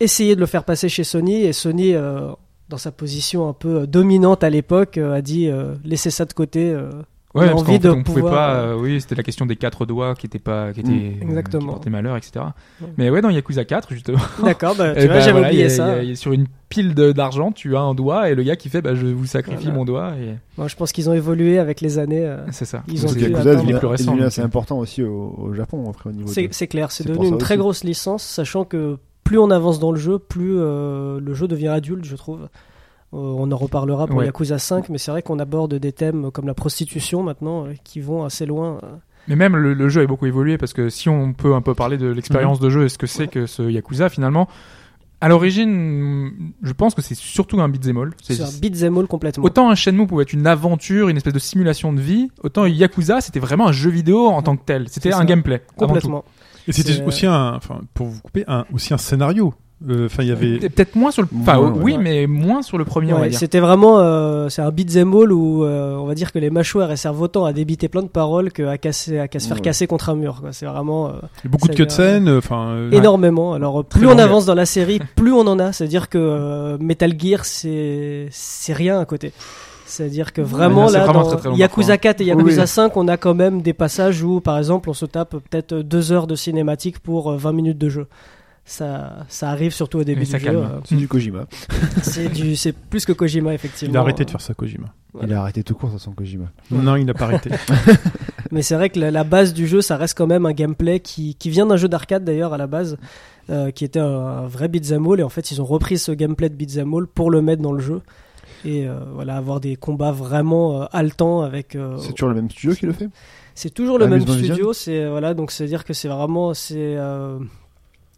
Speaker 6: essayé de le faire passer chez Sony, et Sony, euh, dans sa position un peu euh, dominante à l'époque, euh, a dit euh, laissez ça de côté. euh.
Speaker 4: Ouais,
Speaker 6: on a
Speaker 4: parce
Speaker 6: envie
Speaker 4: qu'en fait,
Speaker 6: de
Speaker 4: on pouvait
Speaker 6: pouvoir,
Speaker 4: pas.
Speaker 6: euh,
Speaker 4: euh, oui, c'était la question des quatre doigts qui étaient pas, qui étaient,
Speaker 5: Mm,
Speaker 4: euh, qui
Speaker 6: exactement.
Speaker 4: portaient malheur, etc.
Speaker 6: Ouais.
Speaker 4: Mais ouais, dans Yakuza 4, justement.
Speaker 6: D'accord, bah, tu
Speaker 4: eh
Speaker 6: vois,
Speaker 4: ben,
Speaker 6: j'avais
Speaker 4: voilà,
Speaker 6: oublié
Speaker 4: il y a- il
Speaker 6: ça.
Speaker 4: y a- il y a- sur une pile de- d'argent, tu as un doigt et le gars qui fait, bah, je vous sacrifie
Speaker 6: Voilà.
Speaker 4: mon doigt. Et...
Speaker 6: Bon, je pense qu'ils ont évolué avec les années. euh.
Speaker 4: C'est ça.
Speaker 6: Ils ont
Speaker 4: Donc,
Speaker 6: dû
Speaker 4: Yakuza
Speaker 6: attendre.
Speaker 4: devient plus
Speaker 5: C'est
Speaker 4: récent.
Speaker 5: devenu
Speaker 4: donc,
Speaker 5: assez important aussi au, au Japon, après, au niveau
Speaker 6: C'est
Speaker 5: de-
Speaker 6: c'est clair, c'est
Speaker 5: C'est pour
Speaker 6: devenu
Speaker 5: ça
Speaker 6: une très
Speaker 5: aussi.
Speaker 6: grosse licence, sachant que plus on avance dans le jeu, plus euh, le jeu devient adulte, je trouve. Euh, on en reparlera pour
Speaker 4: Ouais.
Speaker 6: Yakuza 5, mais c'est vrai qu'on aborde des thèmes comme la prostitution maintenant, euh, qui vont assez loin. euh.
Speaker 4: Mais même le, le jeu a beaucoup évolué parce que si on peut un peu parler de
Speaker 6: Mhm.
Speaker 4: l'expérience de jeu et ce que c'est que ce Yakuza finalement, à l'origine, je pense que c'est surtout un beat'em all. C'est-
Speaker 6: C'est un beat'em all complètement.
Speaker 4: Autant un Shenmue pouvait être une aventure, une espèce de simulation de vie, autant Yakuza c'était vraiment un jeu vidéo en tant que tel. C'était
Speaker 6: C'est
Speaker 4: un
Speaker 6: ça.
Speaker 4: gameplay. avant tout.
Speaker 6: complètement.
Speaker 3: Et c'était
Speaker 6: C'est-
Speaker 3: aussi un, enfin, pour vous couper, un, aussi un scénario. Euh, Enfin, il y avait.
Speaker 4: Et Peut-être moins sur le. Enfin,
Speaker 5: Ouais, ouais,
Speaker 4: oui,
Speaker 6: ouais.
Speaker 4: mais moins sur le premier, on va
Speaker 6: Ouais,
Speaker 4: dire.
Speaker 6: C'était vraiment euh, c'est un beat'em all où euh, on va dire que les mâchoires elles servent autant à débiter plein de paroles qu'à casser, à, qu'à se faire
Speaker 5: Ouais.
Speaker 6: casser contre un mur. quoi. C'est vraiment euh,
Speaker 3: Beaucoup de
Speaker 6: c'est-
Speaker 3: cutscenes, euh, enfin. euh,
Speaker 6: énormément. Alors euh, plus on
Speaker 4: longue.
Speaker 6: avance dans la série, plus on en a. C'est-à-dire que euh, Metal Gear, c'est c'est rien à côté. C'est-à-dire que vraiment
Speaker 4: là, c'est
Speaker 6: là,
Speaker 4: vraiment
Speaker 6: dans
Speaker 4: très, très long parfois,
Speaker 6: Yakuza
Speaker 4: hein.
Speaker 6: 4 et Yakuza
Speaker 5: Oui.
Speaker 6: 5, on a quand même des passages où, par exemple, on se tape peut-être deux heures de cinématique pour euh, 20 minutes de jeu. Ça, ça arrive surtout au début
Speaker 4: Mais
Speaker 6: du
Speaker 4: ça
Speaker 6: jeu.
Speaker 4: calme.
Speaker 6: euh,
Speaker 5: C'est du Kojima.
Speaker 6: C'est du- c'est plus que Kojima effectivement.
Speaker 3: Il a arrêté de faire ça, Kojima.
Speaker 5: Il a arrêté tout court, ça sent Kojima.
Speaker 6: Ouais.
Speaker 3: Non, il n'a pas arrêté.
Speaker 6: Mais c'est vrai que la, la base du jeu, ça reste quand même un gameplay qui, qui vient d'un jeu d'arcade d'ailleurs à la base, euh, qui était un, un vrai beat'em all. Et en fait, ils ont repris ce gameplay de beat'em all pour le mettre dans le jeu. Et euh, voilà, avoir des combats vraiment euh, haletants avec. euh,
Speaker 5: C'est toujours le même studio qui le fait
Speaker 6: c'est toujours le
Speaker 5: Ah,
Speaker 6: même
Speaker 5: Amusement Vision.
Speaker 6: studio. C'est euh, voilà, donc c'est à dire que c'est vraiment c'est euh,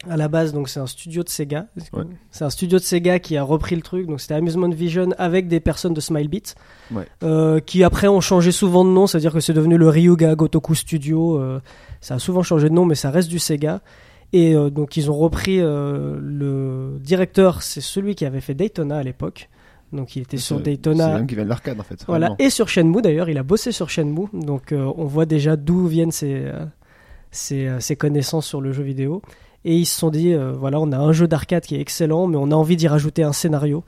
Speaker 6: à la base donc c'est un studio de Sega.
Speaker 5: Ouais.
Speaker 6: C'est un studio de Sega qui a repris le truc. Donc c'était Amusement Vision avec des personnes de Smilebit
Speaker 5: Ouais.
Speaker 6: euh, qui après ont changé souvent de nom. C'est à dire que c'est devenu le Ryuga Gotoku Studio. euh, ça a souvent changé de nom, mais ça reste du Sega. Et euh, donc ils ont repris euh, le directeur, c'est celui qui avait fait Daytona à l'époque. Donc il était sur
Speaker 5: Ah, C'est- Euh, C'est
Speaker 6: Daytona
Speaker 5: le même qui vient de l'arcade, en fait.
Speaker 6: voilà,
Speaker 5: vraiment.
Speaker 6: et sur Shenmue d'ailleurs, il a bossé sur Shenmue, donc euh, on voit déjà d'où viennent ses, euh, ses, euh, ses connaissances sur le jeu vidéo. Et ils se sont dit, euh, voilà, on a un jeu d'arcade qui est excellent, mais on a envie d'y rajouter un scénario.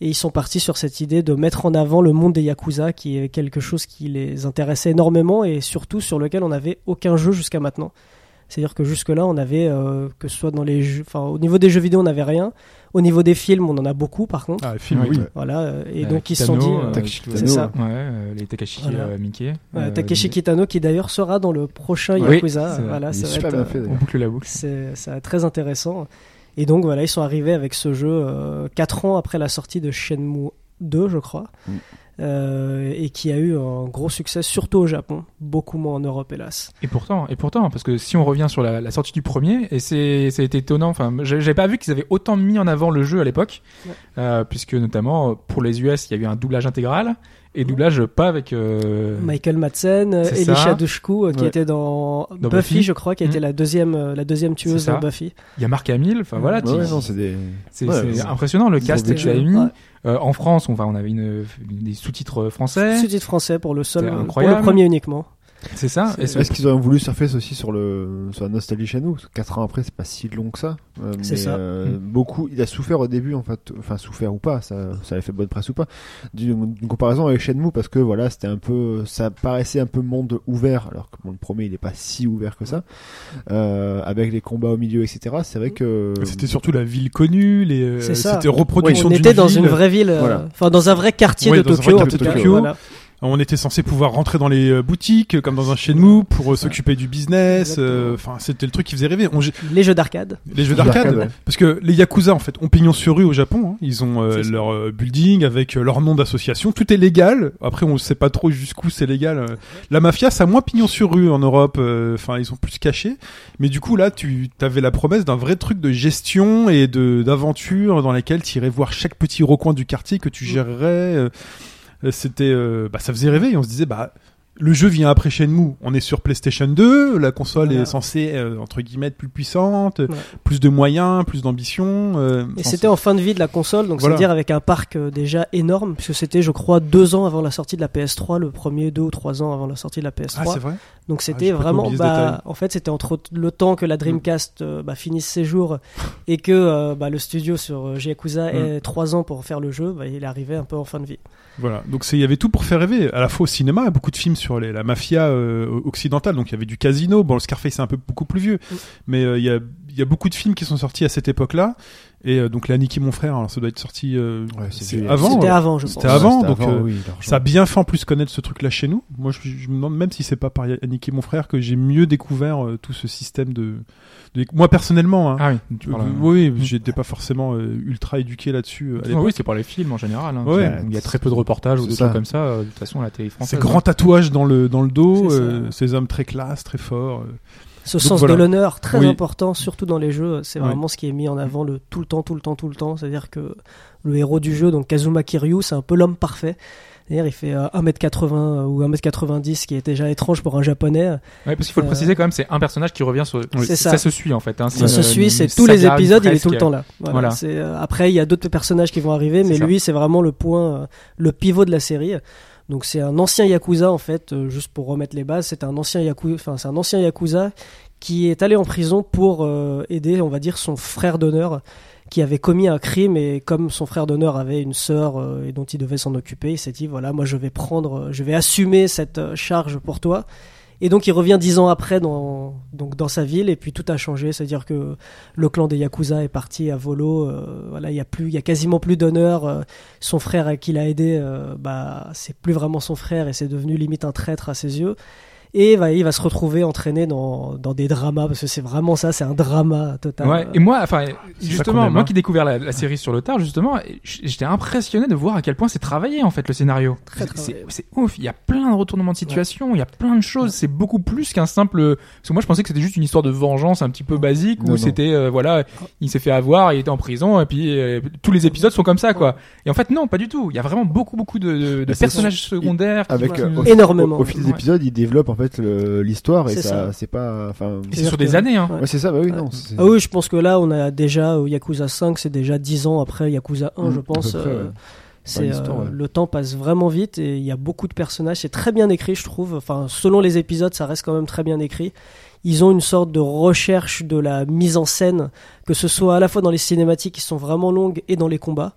Speaker 6: Et ils sont partis sur cette idée de mettre en avant le monde des Yakuza, qui est quelque chose qui les intéressait énormément et surtout sur lequel on n'avait aucun jeu jusqu'à maintenant. C'est-à-dire que jusque-là, on avait, euh, que ce soit dans les jeux, enfin, au niveau des jeux vidéo, on n'avait rien. Au niveau des films, on en a beaucoup par contre.
Speaker 3: Ah, le film, oui.
Speaker 5: Ouais.
Speaker 6: Voilà, euh, et
Speaker 4: Euh,
Speaker 6: donc ils se sont dit.
Speaker 4: Kitano,
Speaker 6: euh,
Speaker 4: euh,
Speaker 5: Takeshi
Speaker 6: c'est
Speaker 5: Kitano,
Speaker 6: ça.
Speaker 5: ouais.
Speaker 4: Ouais, euh, les Takashi
Speaker 6: Voilà.
Speaker 4: euh, Miike.
Speaker 6: Euh,
Speaker 4: euh,
Speaker 6: Takeshi Kitano qui d'ailleurs sera dans le prochain
Speaker 4: Oui,
Speaker 6: Yakuza.
Speaker 4: c'est vrai.
Speaker 6: voilà,
Speaker 5: Il
Speaker 6: ça
Speaker 5: est
Speaker 6: va
Speaker 5: super
Speaker 6: être,
Speaker 5: bien
Speaker 6: euh,
Speaker 5: fait,
Speaker 4: On
Speaker 5: d'ailleurs.
Speaker 4: boucle la boucle.
Speaker 6: c'est ça va être très intéressant. Et donc voilà, ils sont arrivés avec ce jeu 4 ans après la sortie de Shenmue 2, je crois,
Speaker 5: Mm.
Speaker 6: Euh, et qui a eu un gros succès, surtout au Japon, beaucoup moins en Europe, hélas.
Speaker 4: Et pourtant, et pourtant, parce que si on revient sur la, la sortie du premier, et c'est, c'est étonnant. Enfin, j'ai- j'avais pas vu qu'ils avaient autant mis en avant le jeu à l'époque,
Speaker 6: Ouais.
Speaker 4: euh, puisque notamment euh, pour les US, il y a eu un doublage intégral et doublage pas avec. euh,
Speaker 6: Michael Madsen, euh,
Speaker 4: C'est
Speaker 6: Elisha
Speaker 4: ça.
Speaker 6: Dushku, euh, qui
Speaker 5: Ouais.
Speaker 6: était dans,
Speaker 4: Dans
Speaker 6: Buffy,
Speaker 4: Buffy.
Speaker 6: je crois, qui était
Speaker 4: Mm.
Speaker 6: la deuxième, euh, la deuxième tueuse
Speaker 4: C'est ça.
Speaker 6: dans Buffy.
Speaker 4: Il y a Marc Hamill. Enfin voilà,
Speaker 5: Ouais,
Speaker 4: tu-
Speaker 5: ouais, non, c'est des.
Speaker 4: c'est,
Speaker 5: ouais,
Speaker 4: c'est
Speaker 5: ouais.
Speaker 4: impressionnant le
Speaker 5: Ils ont
Speaker 4: cast que
Speaker 5: vécu,
Speaker 4: tu as mis.
Speaker 6: Ouais.
Speaker 4: Euh, en France, on va, on avait une, des sous-titres français.
Speaker 6: Sous-titre français pour le seul,
Speaker 4: C'était
Speaker 6: pour le
Speaker 4: incroyable.
Speaker 6: premier uniquement.
Speaker 4: C'est ça. Et ce-
Speaker 5: Est-ce qu'ils auraient voulu surfer aussi sur le sur la nostalgie chez nous Parce que 4 ans après, c'est pas si long que ça. Euh,
Speaker 6: C'est
Speaker 5: mais,
Speaker 6: ça. Mm.
Speaker 5: euh, Beaucoup, il a souffert au début en fait, enfin souffert ou pas, ça, ça avait fait bonne presse ou pas. D'une d'une comparaison avec Shenmue parce que voilà, c'était un peu, ça paraissait un peu monde ouvert, alors que bon, le premier il est pas si ouvert que ça. Euh, avec les combats au milieu, etc. C'est vrai que
Speaker 3: C'était surtout la ville connue, les. euh,
Speaker 6: C'est ça.
Speaker 3: C'était reproduction
Speaker 6: on
Speaker 3: d'une
Speaker 6: était dans
Speaker 3: ville.
Speaker 6: une vraie ville, euh,
Speaker 5: Voilà.
Speaker 6: enfin dans un vrai quartier
Speaker 3: Ouais,
Speaker 6: de
Speaker 3: dans un vrai
Speaker 6: Tokyo. en
Speaker 5: quartier
Speaker 6: tout
Speaker 5: de
Speaker 6: cas,
Speaker 5: Tokyo.
Speaker 6: voilà.
Speaker 3: On était censé pouvoir rentrer dans les euh, boutiques, comme dans un chez nous, pour euh, s'occuper du business. euh, Enfin, c'était le truc qui faisait rêver. On,
Speaker 6: Les jeux d'arcade.
Speaker 3: Les jeux
Speaker 5: Les arcades,
Speaker 3: d'arcade,
Speaker 5: ouais.
Speaker 3: parce que les yakuza en fait ont pignon sur rue au Japon. hein. Ils ont euh,
Speaker 6: C'est ça.
Speaker 3: leur euh, building avec euh, leur nom d'association. Tout est légal. Après, on sait pas trop jusqu'où c'est légal. euh. La mafia, ça a moins pignon sur rue en Europe. euh, Enfin, ils sont plus cachés. Mais du coup, là, tu avais la promesse d'un vrai truc de gestion et de d'aventure dans laquelle tu irais voir chaque petit recoin du quartier que
Speaker 6: Mm.
Speaker 3: tu gérerais. euh. Euh, C'était, euh, bah, ça faisait rêver. Et on se disait, bah. Le jeu vient après Shenmue. On est sur PlayStation 2. La console
Speaker 6: Voilà.
Speaker 3: est censée, euh, entre guillemets, être plus puissante
Speaker 6: Ouais.
Speaker 3: plus de moyens, plus d'ambition. euh,
Speaker 6: Et
Speaker 3: sans-
Speaker 6: c'était en fin de vie de la console, donc
Speaker 3: Voilà.
Speaker 6: c'est-à-dire avec un parc euh, déjà énorme, puisque c'était, je crois, deux ans avant la sortie de la PS3, le premier deux ou trois ans avant la sortie de la PS3.
Speaker 3: Ah, c'est vrai.
Speaker 6: Donc
Speaker 3: j'ai
Speaker 6: c'était
Speaker 3: pas
Speaker 6: vraiment,
Speaker 3: oublié ce détail.
Speaker 6: bah, en fait, c'était entre le temps que la Dreamcast euh, bah, finisse ses jours et que euh, bah, le studio sur euh, Yakuza
Speaker 3: Mm.
Speaker 6: ait trois ans pour faire le jeu, bah, il arrivait un peu en fin de vie.
Speaker 3: Voilà. Donc c'est- il y avait tout pour faire rêver. À la fois au cinéma, beaucoup de films sur les- la mafia euh, occidentale. Donc il y avait du Casino. Bon, le Scarface c'est un peu beaucoup plus vieux,
Speaker 6: Mm.
Speaker 3: mais euh, il y a il y a beaucoup de films qui sont sortis à cette époque-là. Et euh, donc la Niki mon frère, alors ça doit être sorti euh,
Speaker 5: Ouais, c'est
Speaker 3: c'est
Speaker 5: vieux.
Speaker 3: avant.
Speaker 6: c'était
Speaker 3: euh,
Speaker 6: avant, je pense.
Speaker 3: c'était avant, donc, euh,
Speaker 5: oui, largement.
Speaker 3: Ça a bien fait en plus connaître ce truc-là chez nous. Moi, je, je me demande même si c'est pas par Niki mon frère que j'ai mieux découvert euh, tout ce système de, de- moi personnellement. hein.
Speaker 4: Ah oui, tu
Speaker 3: Euh,
Speaker 4: parles, euh,
Speaker 3: oui,
Speaker 4: Mm.
Speaker 3: j'étais pas forcément euh, ultra éduqué là-dessus euh, à
Speaker 4: Ah
Speaker 3: l'époque.
Speaker 4: oui, c'est pour les films en général. hein.
Speaker 3: Ouais.
Speaker 4: Il y a très peu de reportages ou
Speaker 5: C'est
Speaker 4: de
Speaker 5: ça.
Speaker 4: trucs comme ça. euh, De toute façon, la télé
Speaker 3: Ces
Speaker 4: française. hein.
Speaker 3: grands tatouages dans le, dans le dos,
Speaker 6: C'est ça.
Speaker 3: euh, ces hommes très classe, très forts. euh.
Speaker 6: Ce
Speaker 3: Donc
Speaker 6: sens
Speaker 3: voilà.
Speaker 6: de l'honneur, très
Speaker 3: Oui.
Speaker 6: important, surtout dans les jeux, c'est
Speaker 3: Oui.
Speaker 6: vraiment ce qui est mis en avant le tout le temps, tout le temps, tout le temps. C'est-à-dire que le héros du jeu, donc Kazuma Kiryu, c'est un peu l'homme parfait. C'est-à-dire il fait euh, 1m80 ou 1m90, ce qui est déjà étrange pour un japonais.
Speaker 4: Ouais, parce qu'il faut le
Speaker 6: Euh,
Speaker 4: préciser quand même, c'est un personnage qui revient sur.
Speaker 3: Oui.
Speaker 6: C'est ça.
Speaker 4: se suit en fait. hein.
Speaker 6: Ça se
Speaker 4: une-
Speaker 6: suit,
Speaker 4: une
Speaker 6: c'est tous les
Speaker 4: saga, une
Speaker 6: épisodes, il est tout le
Speaker 4: fresque.
Speaker 6: temps là. Voilà,
Speaker 4: Voilà.
Speaker 6: c'est, euh, après, il y a d'autres personnages qui vont arriver, mais
Speaker 4: C'est ça.
Speaker 6: lui, c'est vraiment le point, euh, le pivot de la série. Donc c'est un ancien yakuza en fait, euh, juste pour remettre les bases, c'est un ancien yakuza, enfin c'est un ancien yakuza qui est allé en prison pour euh, aider, on va dire, son frère d'honneur qui avait commis un crime et comme son frère d'honneur avait une sœur euh, et dont il devait s'en occuper, il s'est dit voilà, moi je vais prendre, euh, je vais assumer cette euh, charge pour toi. Et donc il revient dix ans après dans donc dans sa ville et puis tout a changé, c'est-à-dire que le clan des yakuza est parti à volo, euh, voilà, il y a plus, il y a quasiment plus d'honneur. euh, son frère à qui l'a aidé, euh, bah c'est plus vraiment son frère et c'est devenu limite un traître à ses yeux. Et bah, il va se retrouver entraîné dans, dans des dramas parce que c'est vraiment ça, c'est un drama total.
Speaker 4: Ouais, et moi, enfin,
Speaker 3: ça
Speaker 4: justement,
Speaker 3: qu'on aime,
Speaker 4: moi
Speaker 3: hein.
Speaker 4: qui ai découvert la, la série sur le tard, justement, j- j'étais impressionné de voir à quel point c'est travaillé en fait le scénario.
Speaker 6: Très
Speaker 4: C'est-
Speaker 6: travaillé.
Speaker 4: C'est c'est ouf, il y a plein de retournements de situation, il y a plein de choses, c'est beaucoup plus qu'un simple. Parce que moi je pensais que c'était juste une histoire de vengeance un petit peu basique
Speaker 5: Non,
Speaker 4: où
Speaker 5: non.
Speaker 4: c'était, euh, voilà, il s'est fait avoir, il était en prison, et puis euh, tous les épisodes sont comme ça quoi. Et en fait, non, pas du tout. Il y a vraiment beaucoup, beaucoup de, de
Speaker 5: Bah, c'est
Speaker 4: personnages secondaires. qui
Speaker 5: avec
Speaker 4: vont-
Speaker 5: euh, au-
Speaker 6: Énormément.
Speaker 5: Au, au fil des
Speaker 4: Ouais.
Speaker 5: épisodes, il développe en fait le- l'histoire et
Speaker 6: C'est
Speaker 5: ça,
Speaker 6: ça.
Speaker 5: c'est pas. Enfin,
Speaker 4: Et c'est sur des années, hein.
Speaker 6: Ouais.
Speaker 5: ouais, c'est ça. Bah oui,
Speaker 6: Ouais.
Speaker 5: non. c'est-
Speaker 6: Ah oui, je pense que là, on a déjà euh, Yakuza 5, c'est déjà 10 ans après Yakuza 1,
Speaker 5: Mm,
Speaker 6: je
Speaker 5: à peu
Speaker 6: pense.
Speaker 5: près,
Speaker 6: euh,
Speaker 5: ouais.
Speaker 6: c'est,
Speaker 5: l'histoire,
Speaker 6: euh,
Speaker 5: ouais.
Speaker 6: Le temps passe vraiment vite et il y a beaucoup de personnages. C'est très bien écrit, je trouve. Enfin, selon les épisodes, ça reste quand même très bien écrit. Ils ont une sorte de recherche de la mise en scène, que ce soit à la fois dans les cinématiques qui sont vraiment longues et dans les combats.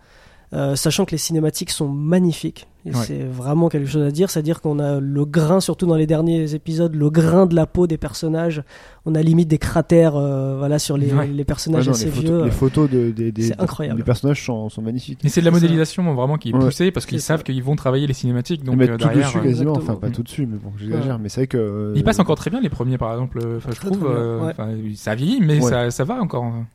Speaker 6: Euh, sachant que les cinématiques sont magnifiques. Et
Speaker 4: Ouais.
Speaker 6: C'est vraiment quelque chose à dire. C'est-à-dire qu'on a le grain, surtout dans les derniers épisodes, le grain de la peau des personnages. On a limite des cratères euh, voilà, sur les,
Speaker 4: Ouais.
Speaker 6: les
Speaker 5: Ouais,
Speaker 6: personnages
Speaker 5: non,
Speaker 6: assez
Speaker 5: les,
Speaker 6: vieux. euh.
Speaker 5: photos, les photos de, des, des,
Speaker 6: C'est incroyable.
Speaker 5: des personnages sont, sont magnifiques.
Speaker 4: Et c'est de la
Speaker 6: C'est ça.
Speaker 4: modélisation bon, vraiment qui est
Speaker 5: Ouais.
Speaker 4: poussée parce qu'ils
Speaker 6: C'est ça.
Speaker 4: savent qu'ils vont travailler les cinématiques.
Speaker 5: Ils
Speaker 4: Donc
Speaker 5: mettent
Speaker 4: euh,
Speaker 5: tout
Speaker 4: derrière,
Speaker 5: dessus
Speaker 4: euh,
Speaker 5: quasiment,
Speaker 6: exactement.
Speaker 5: enfin pas
Speaker 4: Mm.
Speaker 5: tout dessus, mais bon, j'exagère, mais c'est vrai que. euh,
Speaker 4: Il passe encore très bien les premiers par exemple, euh, enfin, je
Speaker 6: Très,
Speaker 4: trouve.
Speaker 6: très bien,
Speaker 4: euh,
Speaker 6: ouais.
Speaker 4: enfin, ça vieillit, mais
Speaker 5: Ouais.
Speaker 4: ça, ça va encore. hein.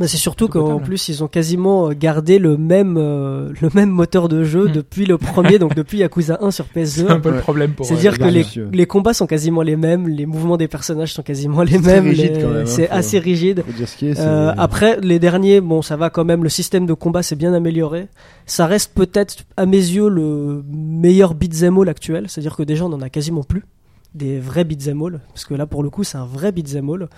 Speaker 6: Mais c'est surtout
Speaker 4: Tout
Speaker 6: qu'en
Speaker 4: potable.
Speaker 6: plus, ils ont quasiment euh, gardé le même, euh, le même moteur de jeu
Speaker 4: Mm.
Speaker 6: depuis le premier, donc depuis Yakuza 1 sur
Speaker 4: C'est un
Speaker 6: PS2.
Speaker 4: peu le
Speaker 5: Ouais.
Speaker 4: problème pour. euh,
Speaker 6: C'est-à-dire que
Speaker 5: garder
Speaker 6: les,
Speaker 5: aussi, ouais.
Speaker 6: les combats sont quasiment les mêmes, les mouvements des personnages sont quasiment les
Speaker 5: C'est très
Speaker 6: mêmes.
Speaker 5: rigide
Speaker 6: les-
Speaker 5: quand même, hein,
Speaker 6: C'est
Speaker 5: faut-
Speaker 6: assez rigide.
Speaker 5: Faut dire ce qui est. c'est-
Speaker 6: Euh, après, les derniers, bon, ça va quand même. Le système de combat s'est bien amélioré. Ça reste peut-être, à mes yeux, le meilleur beat'em all actuel. C'est-à-dire que déjà, on en a quasiment plus des vrais beat'em all, parce que là, pour le coup, c'est un vrai beat'em all.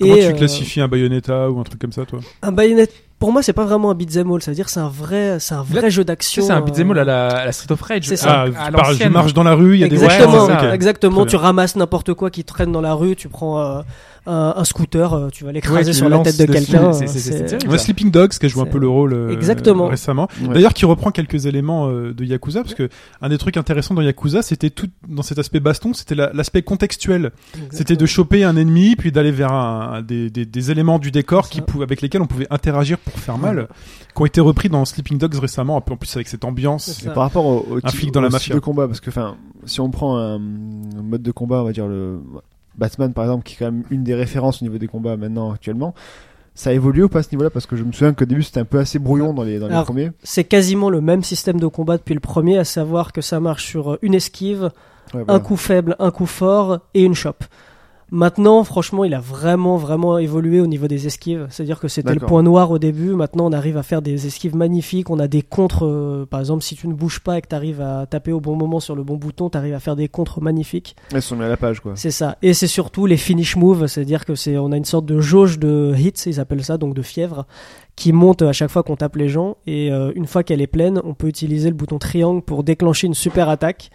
Speaker 3: Comment tu
Speaker 6: euh,
Speaker 3: classifies un Bayonetta ou un truc comme ça, toi
Speaker 6: un Bayonetta, pour moi, c'est pas vraiment un beat'em all, c'est-à-dire c'est un vrai, c'est un vrai
Speaker 4: Là,
Speaker 6: jeu
Speaker 4: Tu
Speaker 6: d'action.
Speaker 4: sais, c'est un beat'em all
Speaker 6: euh,
Speaker 4: à la, à la Street of Rage.
Speaker 6: C'est
Speaker 4: à-
Speaker 3: Ah,
Speaker 6: ça.
Speaker 4: à
Speaker 3: tu parles, je
Speaker 4: l'ancienne.
Speaker 3: marche dans la rue, il y a des
Speaker 6: Exactement,
Speaker 4: ouais, c'est
Speaker 3: ok.
Speaker 6: exactement.
Speaker 3: Très
Speaker 6: Tu ramasses n'importe quoi qui traîne dans la rue, tu prends euh, un, un scooter, euh, tu vas
Speaker 4: Ouais,
Speaker 6: l'écraser
Speaker 4: tu
Speaker 6: sur la
Speaker 4: lances
Speaker 6: tête de
Speaker 4: dessus,
Speaker 6: quelqu'un.
Speaker 4: c'est-
Speaker 6: euh,
Speaker 4: c'est- c'est
Speaker 6: c'est-
Speaker 4: terrible.
Speaker 3: Ouais, Sleeping Dogs qui a joué un
Speaker 6: C'est-
Speaker 3: peu le rôle euh,
Speaker 6: Exactement.
Speaker 3: récemment.
Speaker 5: Ouais.
Speaker 3: D'ailleurs, qui reprend quelques éléments euh, de Yakuza, parce que un des trucs intéressants dans Yakuza, c'était tout dans cet aspect baston, c'était la- l'aspect contextuel. C'était de choper un ennemi, puis d'aller vers un- un- des, des- des éléments du décor
Speaker 6: C'est
Speaker 3: qui
Speaker 6: ça.
Speaker 3: pouvaient- avec lesquels on pouvait interagir pour faire mal, qui ont été repris dans Sleeping Dogs récemment, un peu en plus avec cette ambiance.
Speaker 6: C'est ça.
Speaker 5: Par rapport au, au
Speaker 3: Un
Speaker 5: type-
Speaker 3: flic dans la
Speaker 5: au type
Speaker 3: mafia.
Speaker 5: de combat, parce que enfin, si on prend un, un mode de combat, on va dire le Batman par exemple, qui est quand même une des références au niveau des combats maintenant actuellement, ça a évolué ou pas à ce niveau-là Parce que je me souviens qu'au début c'était un peu assez brouillon dans les, dans les
Speaker 6: Alors,
Speaker 5: premiers.
Speaker 6: C'est quasiment le même système de combat depuis le premier, à savoir que ça marche sur euh, une esquive,
Speaker 5: Ouais,
Speaker 6: un
Speaker 5: voilà.
Speaker 6: coup faible, un coup fort et une chope. Maintenant, franchement, il a vraiment, vraiment évolué au niveau des esquives. C'est-à-dire que c'était le
Speaker 5: D'accord.
Speaker 6: point noir au début. Maintenant, on arrive à faire des esquives magnifiques. On a des contres. euh, par exemple, si tu ne bouges pas et que tu arrives à taper au bon moment sur le bon bouton, tu arrives à faire des contres magnifiques.
Speaker 5: Elles sont mis à la page quoi.
Speaker 6: C'est ça. Et c'est surtout les finish moves. C'est-à-dire que c'est, on a une sorte de jauge de hits, ils appellent ça, donc de fièvre, qui monte à chaque fois qu'on tape les gens. Et euh, une fois qu'elle est pleine, on peut utiliser le bouton triangle pour déclencher une super attaque.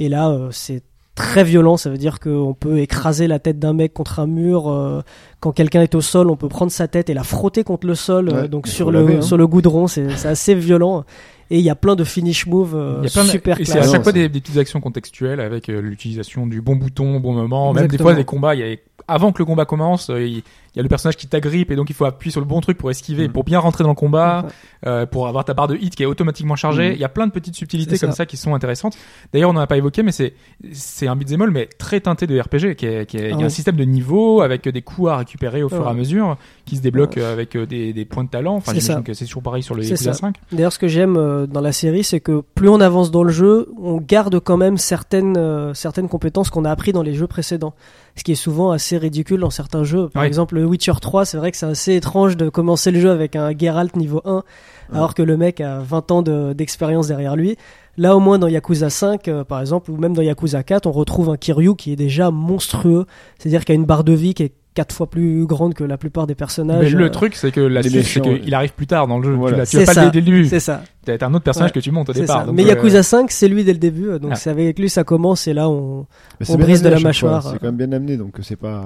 Speaker 6: Et là, euh, c'est très violent. Ça veut dire qu'on peut écraser la tête d'un mec contre un mur. euh, quand quelqu'un est au sol, on peut prendre sa tête et la frotter contre le sol. euh,
Speaker 5: Ouais,
Speaker 6: donc
Speaker 5: il
Speaker 6: sur
Speaker 5: faut
Speaker 6: le,
Speaker 5: laver, hein.
Speaker 6: sur le goudron, c'est, c'est assez violent. Et il y a plein de finish moves euh,
Speaker 4: Il y a plein de-
Speaker 6: super
Speaker 4: et c'est à
Speaker 6: classe.
Speaker 5: Ah
Speaker 4: chaque
Speaker 5: non,
Speaker 4: fois
Speaker 5: c'est-
Speaker 4: des, des petites actions contextuelles avec euh, l'utilisation du bon bouton au bon moment. Même des
Speaker 6: Exactement.
Speaker 4: fois, les combats, il y a, avant que le combat commence, euh, il il y a le personnage qui t'agrippe et donc il faut appuyer sur le bon truc pour esquiver,
Speaker 5: Mm.
Speaker 4: pour bien rentrer dans le combat, euh, pour avoir ta barre de hit qui est automatiquement chargée.
Speaker 5: Mm.
Speaker 4: Il y a plein de petites subtilités
Speaker 6: C'est
Speaker 4: comme ça.
Speaker 6: ça.
Speaker 4: qui sont intéressantes. D'ailleurs, on n'en a pas évoqué, mais c'est c'est un beat'em all mais très teinté de RPG, qui est, qui est- il y a
Speaker 6: Ah oui.
Speaker 4: un système de niveau avec des coups à récupérer au fur et à
Speaker 6: Ouais.
Speaker 4: mesure, qui se débloquent euh, avec euh, des, des points de talent. Enfin,
Speaker 6: C'est
Speaker 4: j'imagine
Speaker 6: ça.
Speaker 4: que c'est toujours pareil sur le
Speaker 6: C'est
Speaker 4: Yakuza
Speaker 6: ça.
Speaker 4: 5.
Speaker 6: D'ailleurs, ce que j'aime euh, dans la série, c'est que plus on avance dans le jeu, on garde quand même certaines, euh, certaines compétences qu'on a apprises dans les jeux précédents. Ce qui est souvent assez ridicule dans certains jeux. Par
Speaker 4: Oui.
Speaker 6: exemple, le Witcher 3, c'est vrai que c'est assez étrange de commencer le jeu avec un Geralt niveau 1, alors que le mec a 20 ans de- d'expérience derrière lui. Là, au moins, dans Yakuza 5, euh, par exemple, ou même dans Yakuza 4, on retrouve un Kiryu qui est déjà monstrueux. C'est-à-dire qu'il a une barre de vie qui est quatre fois plus grande que la plupart des personnages.
Speaker 4: Mais
Speaker 6: Euh,
Speaker 4: le truc, c'est que la
Speaker 5: les
Speaker 4: suite, c'est
Speaker 5: méchants,
Speaker 4: qu'il arrive plus tard dans le jeu.
Speaker 5: Voilà.
Speaker 4: Tu l'as- Tu l'as
Speaker 6: C'est
Speaker 4: pas
Speaker 6: ça.
Speaker 4: le dès le début.
Speaker 6: c'est ça.
Speaker 4: T'as un autre personnage que tu montes au
Speaker 6: C'est
Speaker 4: départ.
Speaker 6: ça.
Speaker 4: donc,
Speaker 6: Mais
Speaker 4: euh,
Speaker 6: Yakuza 5, c'est lui dès le début, euh, donc
Speaker 4: Ah.
Speaker 6: c'est avec lui ça commence et là on.
Speaker 5: Mais
Speaker 6: On
Speaker 5: bien
Speaker 6: brise
Speaker 5: amené
Speaker 6: de
Speaker 5: à
Speaker 6: la
Speaker 5: chaque fois,
Speaker 6: mâchoire.
Speaker 5: C'est quand même bien amené donc c'est pas.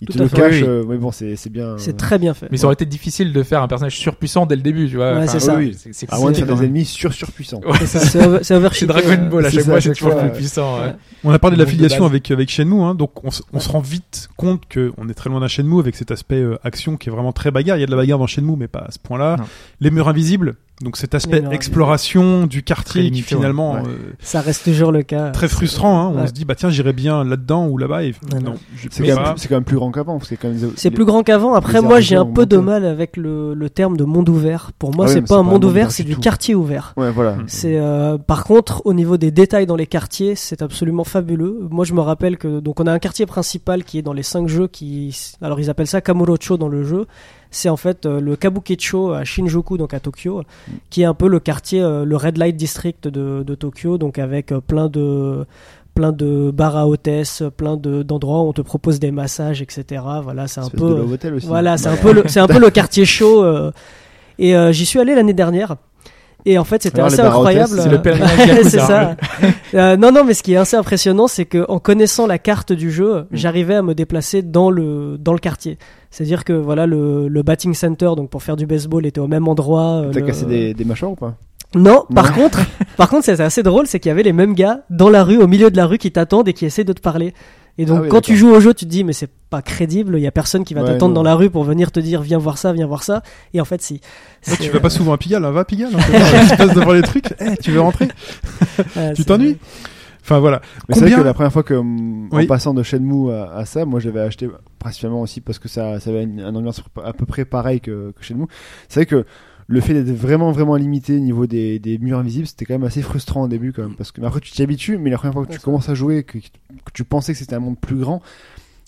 Speaker 5: Il
Speaker 6: Tout
Speaker 5: te
Speaker 6: à
Speaker 5: le
Speaker 6: fait.
Speaker 5: cache,
Speaker 4: Oui, oui.
Speaker 5: euh, mais bon c'est c'est bien.
Speaker 6: C'est très bien fait.
Speaker 4: Mais ça aurait été difficile de faire un personnage surpuissant dès le début, tu vois.
Speaker 6: Ouais, c'est ça.
Speaker 5: Oui, oui.
Speaker 4: C'est- c'est-
Speaker 5: À moins de
Speaker 4: c'est-
Speaker 5: faire des ennemis sur surpuissants.
Speaker 4: Ouais,
Speaker 6: C'est- C'est over- c'est
Speaker 4: C'est
Speaker 6: overshippé,
Speaker 4: Dragon
Speaker 6: euh,
Speaker 4: Ball à
Speaker 5: c'est
Speaker 4: chaque
Speaker 5: ça,
Speaker 4: fois,
Speaker 5: à
Speaker 4: c'est
Speaker 5: chaque
Speaker 4: toujours
Speaker 5: fois,
Speaker 4: plus
Speaker 5: ouais.
Speaker 4: puissant. ouais.
Speaker 6: Ouais.
Speaker 3: On a parlé de
Speaker 4: Le
Speaker 3: la
Speaker 4: monde de
Speaker 3: filiation
Speaker 4: base.
Speaker 3: avec, avec Shenmue, hein, donc on, s- on se rend vite compte que on est très loin d'un Shenmue avec cet aspect euh, action qui est vraiment très bagarre. Il y a de la bagarre dans Shenmue, mais pas à ce point-là.
Speaker 4: Non.
Speaker 3: Les murs invisibles, donc cet aspect
Speaker 6: murs
Speaker 3: exploration du quartier
Speaker 4: Très
Speaker 3: qui
Speaker 4: limité,
Speaker 3: finalement
Speaker 5: ouais.
Speaker 3: euh,
Speaker 6: Ça reste toujours le cas.
Speaker 3: très frustrant. hein. On
Speaker 6: Ouais.
Speaker 3: se dit bah tiens j'irais bien là-dedans ou là-bas. Et...
Speaker 6: Ouais,
Speaker 3: non,
Speaker 6: non.
Speaker 3: je
Speaker 5: C'est
Speaker 3: peux
Speaker 5: quand,
Speaker 3: pas.
Speaker 5: même- c'est quand même plus grand qu'avant parce que quand même-
Speaker 6: C'est
Speaker 5: les-
Speaker 6: plus grand qu'avant. Après,
Speaker 5: les
Speaker 6: moi, j'ai un
Speaker 5: arguments
Speaker 6: peu de
Speaker 5: augmentent.
Speaker 6: mal avec le, le terme de monde ouvert. Pour moi,
Speaker 5: Ah oui,
Speaker 6: c'est
Speaker 5: mais
Speaker 6: pas un monde ouvert, c'est
Speaker 5: du
Speaker 6: du
Speaker 5: tout.
Speaker 6: quartier ouvert.
Speaker 5: Ouais voilà.
Speaker 3: Mm.
Speaker 6: C'est euh, par contre au niveau des détails dans les quartiers, c'est absolument fabuleux. Moi, je me rappelle que donc on a un quartier principal qui est dans les cinq jeux qui alors ils appellent ça Kamurocho dans le jeu. C'est en fait euh, le Kabukicho à Shinjuku donc à Tokyo, qui est un peu le quartier euh, le Red Light District de, de Tokyo donc avec euh, plein de plein de bars à hôtesses, plein de d'endroits où on te propose des massages etc. Voilà, c'est un
Speaker 5: Espèce
Speaker 6: peu
Speaker 5: de Love Hotel aussi.
Speaker 6: voilà, c'est un peu le, c'est un peu le quartier chaud. euh, et euh, j'y suis allé l'année dernière. Et en fait, c'était
Speaker 5: Alors,
Speaker 6: assez
Speaker 5: les bars hôtesses,
Speaker 6: incroyable.
Speaker 5: c'est
Speaker 6: euh,
Speaker 4: le pèlerinage Yakuza,
Speaker 6: c'est ça. Euh, non, non, mais ce qui est assez impressionnant, c'est que en connaissant la carte du
Speaker 5: Mm.
Speaker 6: jeu, j'arrivais à me déplacer dans le dans le quartier. C'est-à-dire que voilà, le, le batting center, donc pour faire du baseball, était au même endroit. euh,
Speaker 5: T'as
Speaker 6: le-
Speaker 5: cassé des, des mâchoires ou pas
Speaker 6: Non, par
Speaker 5: Non.
Speaker 6: contre, par contre, c'est assez drôle, c'est qu'il y avait les mêmes gars dans la rue, au milieu de la rue, qui t'attendent et qui essaient de te parler. Et donc,
Speaker 5: Ah oui,
Speaker 6: quand tu
Speaker 5: d'accord.
Speaker 6: joues au jeu, tu te dis, mais c'est pas crédible, il y a personne qui va
Speaker 5: Ouais,
Speaker 6: t'attendre
Speaker 5: non.
Speaker 6: dans la rue pour venir te dire, viens voir ça, viens voir ça. Et en fait, si.
Speaker 3: Ouais,
Speaker 6: C'est-
Speaker 3: tu vas pas souvent à Pigalle, hein, va à Pigalle. hein, tu passes devant les trucs, Eh, tu veux rentrer,
Speaker 6: ouais,
Speaker 3: tu
Speaker 6: euh, c'est-
Speaker 3: t'ennuies. Enfin voilà.
Speaker 5: Mais c'est vrai
Speaker 3: Combien
Speaker 5: que la première fois que, hum,
Speaker 3: Oui.
Speaker 5: en passant de Shenmue à, à ça, moi j'avais acheté principalement aussi parce que ça, ça avait une, une ambiance à peu près pareille que, que Shenmue. C'est vrai que le fait d'être vraiment vraiment limité au niveau des, des murs invisibles, c'était quand même assez frustrant au début quand même. Parce que mais après tu t'y habitues, mais la première fois que tu commences à jouer, que, que tu pensais que c'était un monde plus grand,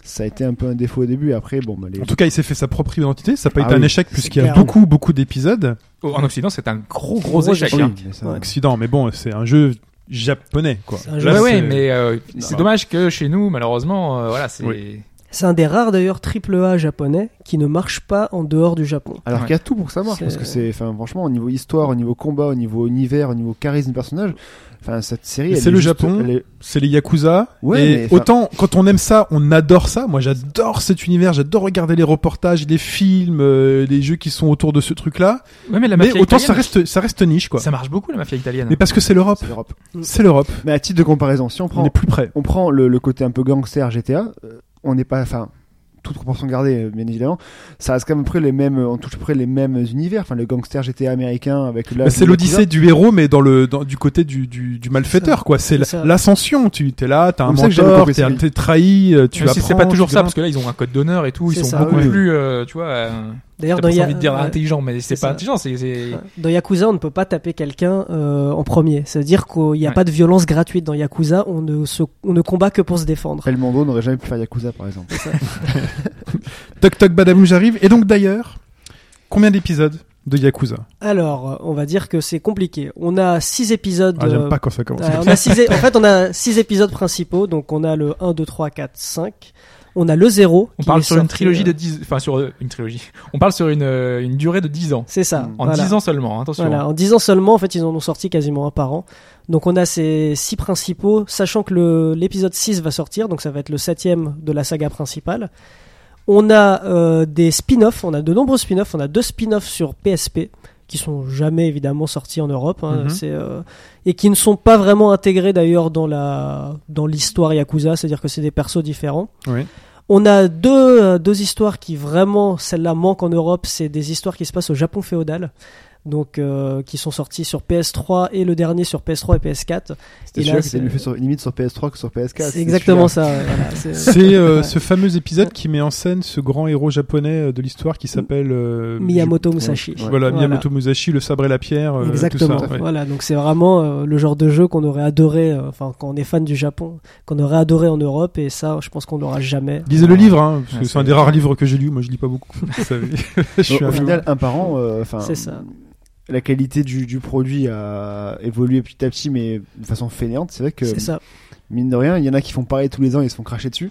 Speaker 5: ça a été un peu un défaut au début. Après, bon, bah, les...
Speaker 3: En tout cas, il s'est fait sa propre identité. Ça n'a pas
Speaker 5: Ah
Speaker 3: été un
Speaker 5: oui,
Speaker 3: échec
Speaker 5: c'est
Speaker 3: puisqu'il y a
Speaker 6: clair.
Speaker 3: beaucoup beaucoup d'épisodes.
Speaker 4: Au- Oh, En Occident, c'est un gros gros,
Speaker 6: Gros
Speaker 4: échec.
Speaker 6: échec.
Speaker 4: hein.
Speaker 5: Oui, mais ça-
Speaker 6: Ouais.
Speaker 3: Occident, mais bon, c'est un jeu japonais quoi.
Speaker 6: C'est un jeu
Speaker 3: Là,
Speaker 4: Ouais, ouais,
Speaker 3: c'est-
Speaker 4: mais euh, c'est
Speaker 3: Non.
Speaker 4: dommage que chez nous, malheureusement, euh, voilà, c'est.
Speaker 3: Oui.
Speaker 6: C'est un des rares d'ailleurs triple A japonais qui ne marche pas en dehors du Japon.
Speaker 5: Alors
Speaker 4: Ouais.
Speaker 5: qu'il y a tout pour que ça marche,
Speaker 6: C'est-
Speaker 5: parce que c'est, enfin, franchement, au niveau histoire, au niveau combat, au niveau univers, au niveau charisme du personnage, enfin, cette série.
Speaker 3: Mais
Speaker 5: elle
Speaker 3: c'est
Speaker 5: est
Speaker 3: le
Speaker 5: juste-
Speaker 3: Japon.
Speaker 5: elle est-
Speaker 3: C'est les Yakuza.
Speaker 5: Ouais,
Speaker 3: et
Speaker 5: mais, enfin-
Speaker 3: autant, quand on aime ça, on adore ça. Moi, j'adore cet univers, j'adore regarder les reportages, les films, euh, les jeux qui sont autour de ce truc-là.
Speaker 4: Ouais, Ah, mais la
Speaker 3: Mais
Speaker 4: mafia
Speaker 3: autant,
Speaker 4: italienne,
Speaker 3: ça reste, ça reste niche, quoi.
Speaker 4: ça marche beaucoup la mafia italienne.
Speaker 3: Mais parce que c'est l'Europe.
Speaker 5: C'est l'Europe.
Speaker 3: C'est l'Europe.
Speaker 5: Mais à titre de comparaison, si on prend,
Speaker 3: On est plus près.
Speaker 5: on prend le, le côté un peu gangster GTA, euh, on n'est pas, enfin, toute proportion gardée, euh, bien évidemment, ça reste quand même près les mêmes, on touche à peu près les mêmes univers, enfin, le gangster GTA américain avec la.
Speaker 3: Bah, c'est l'odyssée du héros, mais dans le, dans- du côté du, du, du malfaiteur, quoi. C'est
Speaker 6: C'est
Speaker 3: la-
Speaker 6: ça.
Speaker 3: l'ascension. Tu es là, t'as un
Speaker 5: Comme ça que j'avais
Speaker 3: mentor,
Speaker 5: compris,
Speaker 3: t'es
Speaker 5: oui.
Speaker 3: t'es trahi, euh, tu
Speaker 4: tu vois, si c'est
Speaker 3: apprends,
Speaker 4: pas toujours
Speaker 3: tu
Speaker 4: ça,
Speaker 3: gagnes.
Speaker 4: parce que là, ils ont un code d'honneur et tout, ils
Speaker 6: C'est
Speaker 4: sont
Speaker 6: ça,
Speaker 4: beaucoup
Speaker 5: oui.
Speaker 4: plus, euh, tu vois, euh,
Speaker 6: D'ailleurs,
Speaker 4: t'as pas
Speaker 6: dans, Ya-
Speaker 4: envie de dire
Speaker 6: euh,
Speaker 4: intelligent, mais c'est
Speaker 6: c'est
Speaker 4: pas
Speaker 6: ça.
Speaker 4: intelligent, c'est, c'est...
Speaker 6: dans Yakuza, on ne peut pas taper quelqu'un euh, en premier. C'est-à-dire qu'il n'y a
Speaker 4: Ouais.
Speaker 6: pas de violence gratuite dans Yakuza, on ne, se- on ne combat que pour se défendre.
Speaker 5: Après, le Mondo n'aurait jamais pu faire Yakuza, par exemple.
Speaker 3: Toc toc, badam, j'arrive. Et donc, d'ailleurs, combien d'épisodes de Yakuza
Speaker 6: Alors, euh, on va dire que c'est compliqué. On a six épisodes.
Speaker 3: ah, J'aime
Speaker 6: euh,
Speaker 3: pas quand ça commence.
Speaker 6: euh, on a six é- en fait, on a six épisodes principaux. Donc, on a le 1, 2, 3, 4, 5. On a le 0.
Speaker 4: On parle sur une
Speaker 6: euh,
Speaker 4: trilogie de 10, enfin, sur euh, une trilogie. On parle sur une, euh, une durée de 10 ans.
Speaker 6: C'est ça.
Speaker 4: En
Speaker 6: voilà.
Speaker 4: 10 ans seulement, hein, attention.
Speaker 6: Voilà, en 10 ans seulement, en fait, ils en ont sorti quasiment un par an. Donc on a ces six principaux, sachant que le- l'épisode 6 va sortir, donc ça va être le septième de la saga principale. On a euh, des spin-offs, on a de nombreux spin-offs, on a deux spin-offs sur PSP qui sont jamais évidemment sortis en Europe hein,
Speaker 4: Mm-hmm.
Speaker 3: Mhm.
Speaker 6: c'est, euh, et qui ne sont pas vraiment intégrés d'ailleurs dans la dans l'histoire yakuza, c'est-à-dire que c'est des persos différents.
Speaker 3: Oui.
Speaker 6: On a deux, euh, deux histoires qui vraiment, celle-là manque en Europe, c'est des histoires qui se passent au Japon féodal, donc euh, qui sont sorties sur PS3 et le dernier sur PS3 et PS4.
Speaker 5: C'était
Speaker 6: Et là,
Speaker 5: sûr que
Speaker 6: c'est-
Speaker 5: c'était mieux fait sur, limite sur PS3 que sur PS4.
Speaker 6: C'est exactement
Speaker 5: celui-là.
Speaker 6: ça. ouais, voilà, c'est-
Speaker 3: C'est euh,
Speaker 6: Ouais.
Speaker 3: ce fameux épisode qui met en scène ce grand héros japonais euh, de l'histoire qui s'appelle euh,
Speaker 6: Miyamoto Musashi.
Speaker 5: Ouais.
Speaker 3: Voilà,
Speaker 6: Voilà.
Speaker 3: Miyamoto Musashi, le sabre et la pierre, euh,
Speaker 6: Exactement.
Speaker 3: tout ça. ouais.
Speaker 6: Voilà, donc c'est vraiment euh, le genre de jeu qu'on aurait adoré, euh, enfin quand on est fan du Japon, qu'on aurait adoré en Europe, et ça, je pense qu'on l'aura jamais.
Speaker 3: Lisez le livre, hein, parce
Speaker 4: Ouais,
Speaker 3: que
Speaker 4: c'est-
Speaker 3: c'est un des rares livres que j'ai lu. Moi, je lis pas beaucoup. vous savez. Je
Speaker 5: Au,
Speaker 3: suis un-
Speaker 5: au final, un par an, euh, enfin.
Speaker 6: C'est ça.
Speaker 5: La qualité du, du produit a évolué petit à petit, mais de façon fainéante. C'est vrai
Speaker 3: euh,
Speaker 5: que,
Speaker 6: C'est ça.
Speaker 5: mine de rien, il y en a qui font pareil tous les ans, ils se font cracher dessus.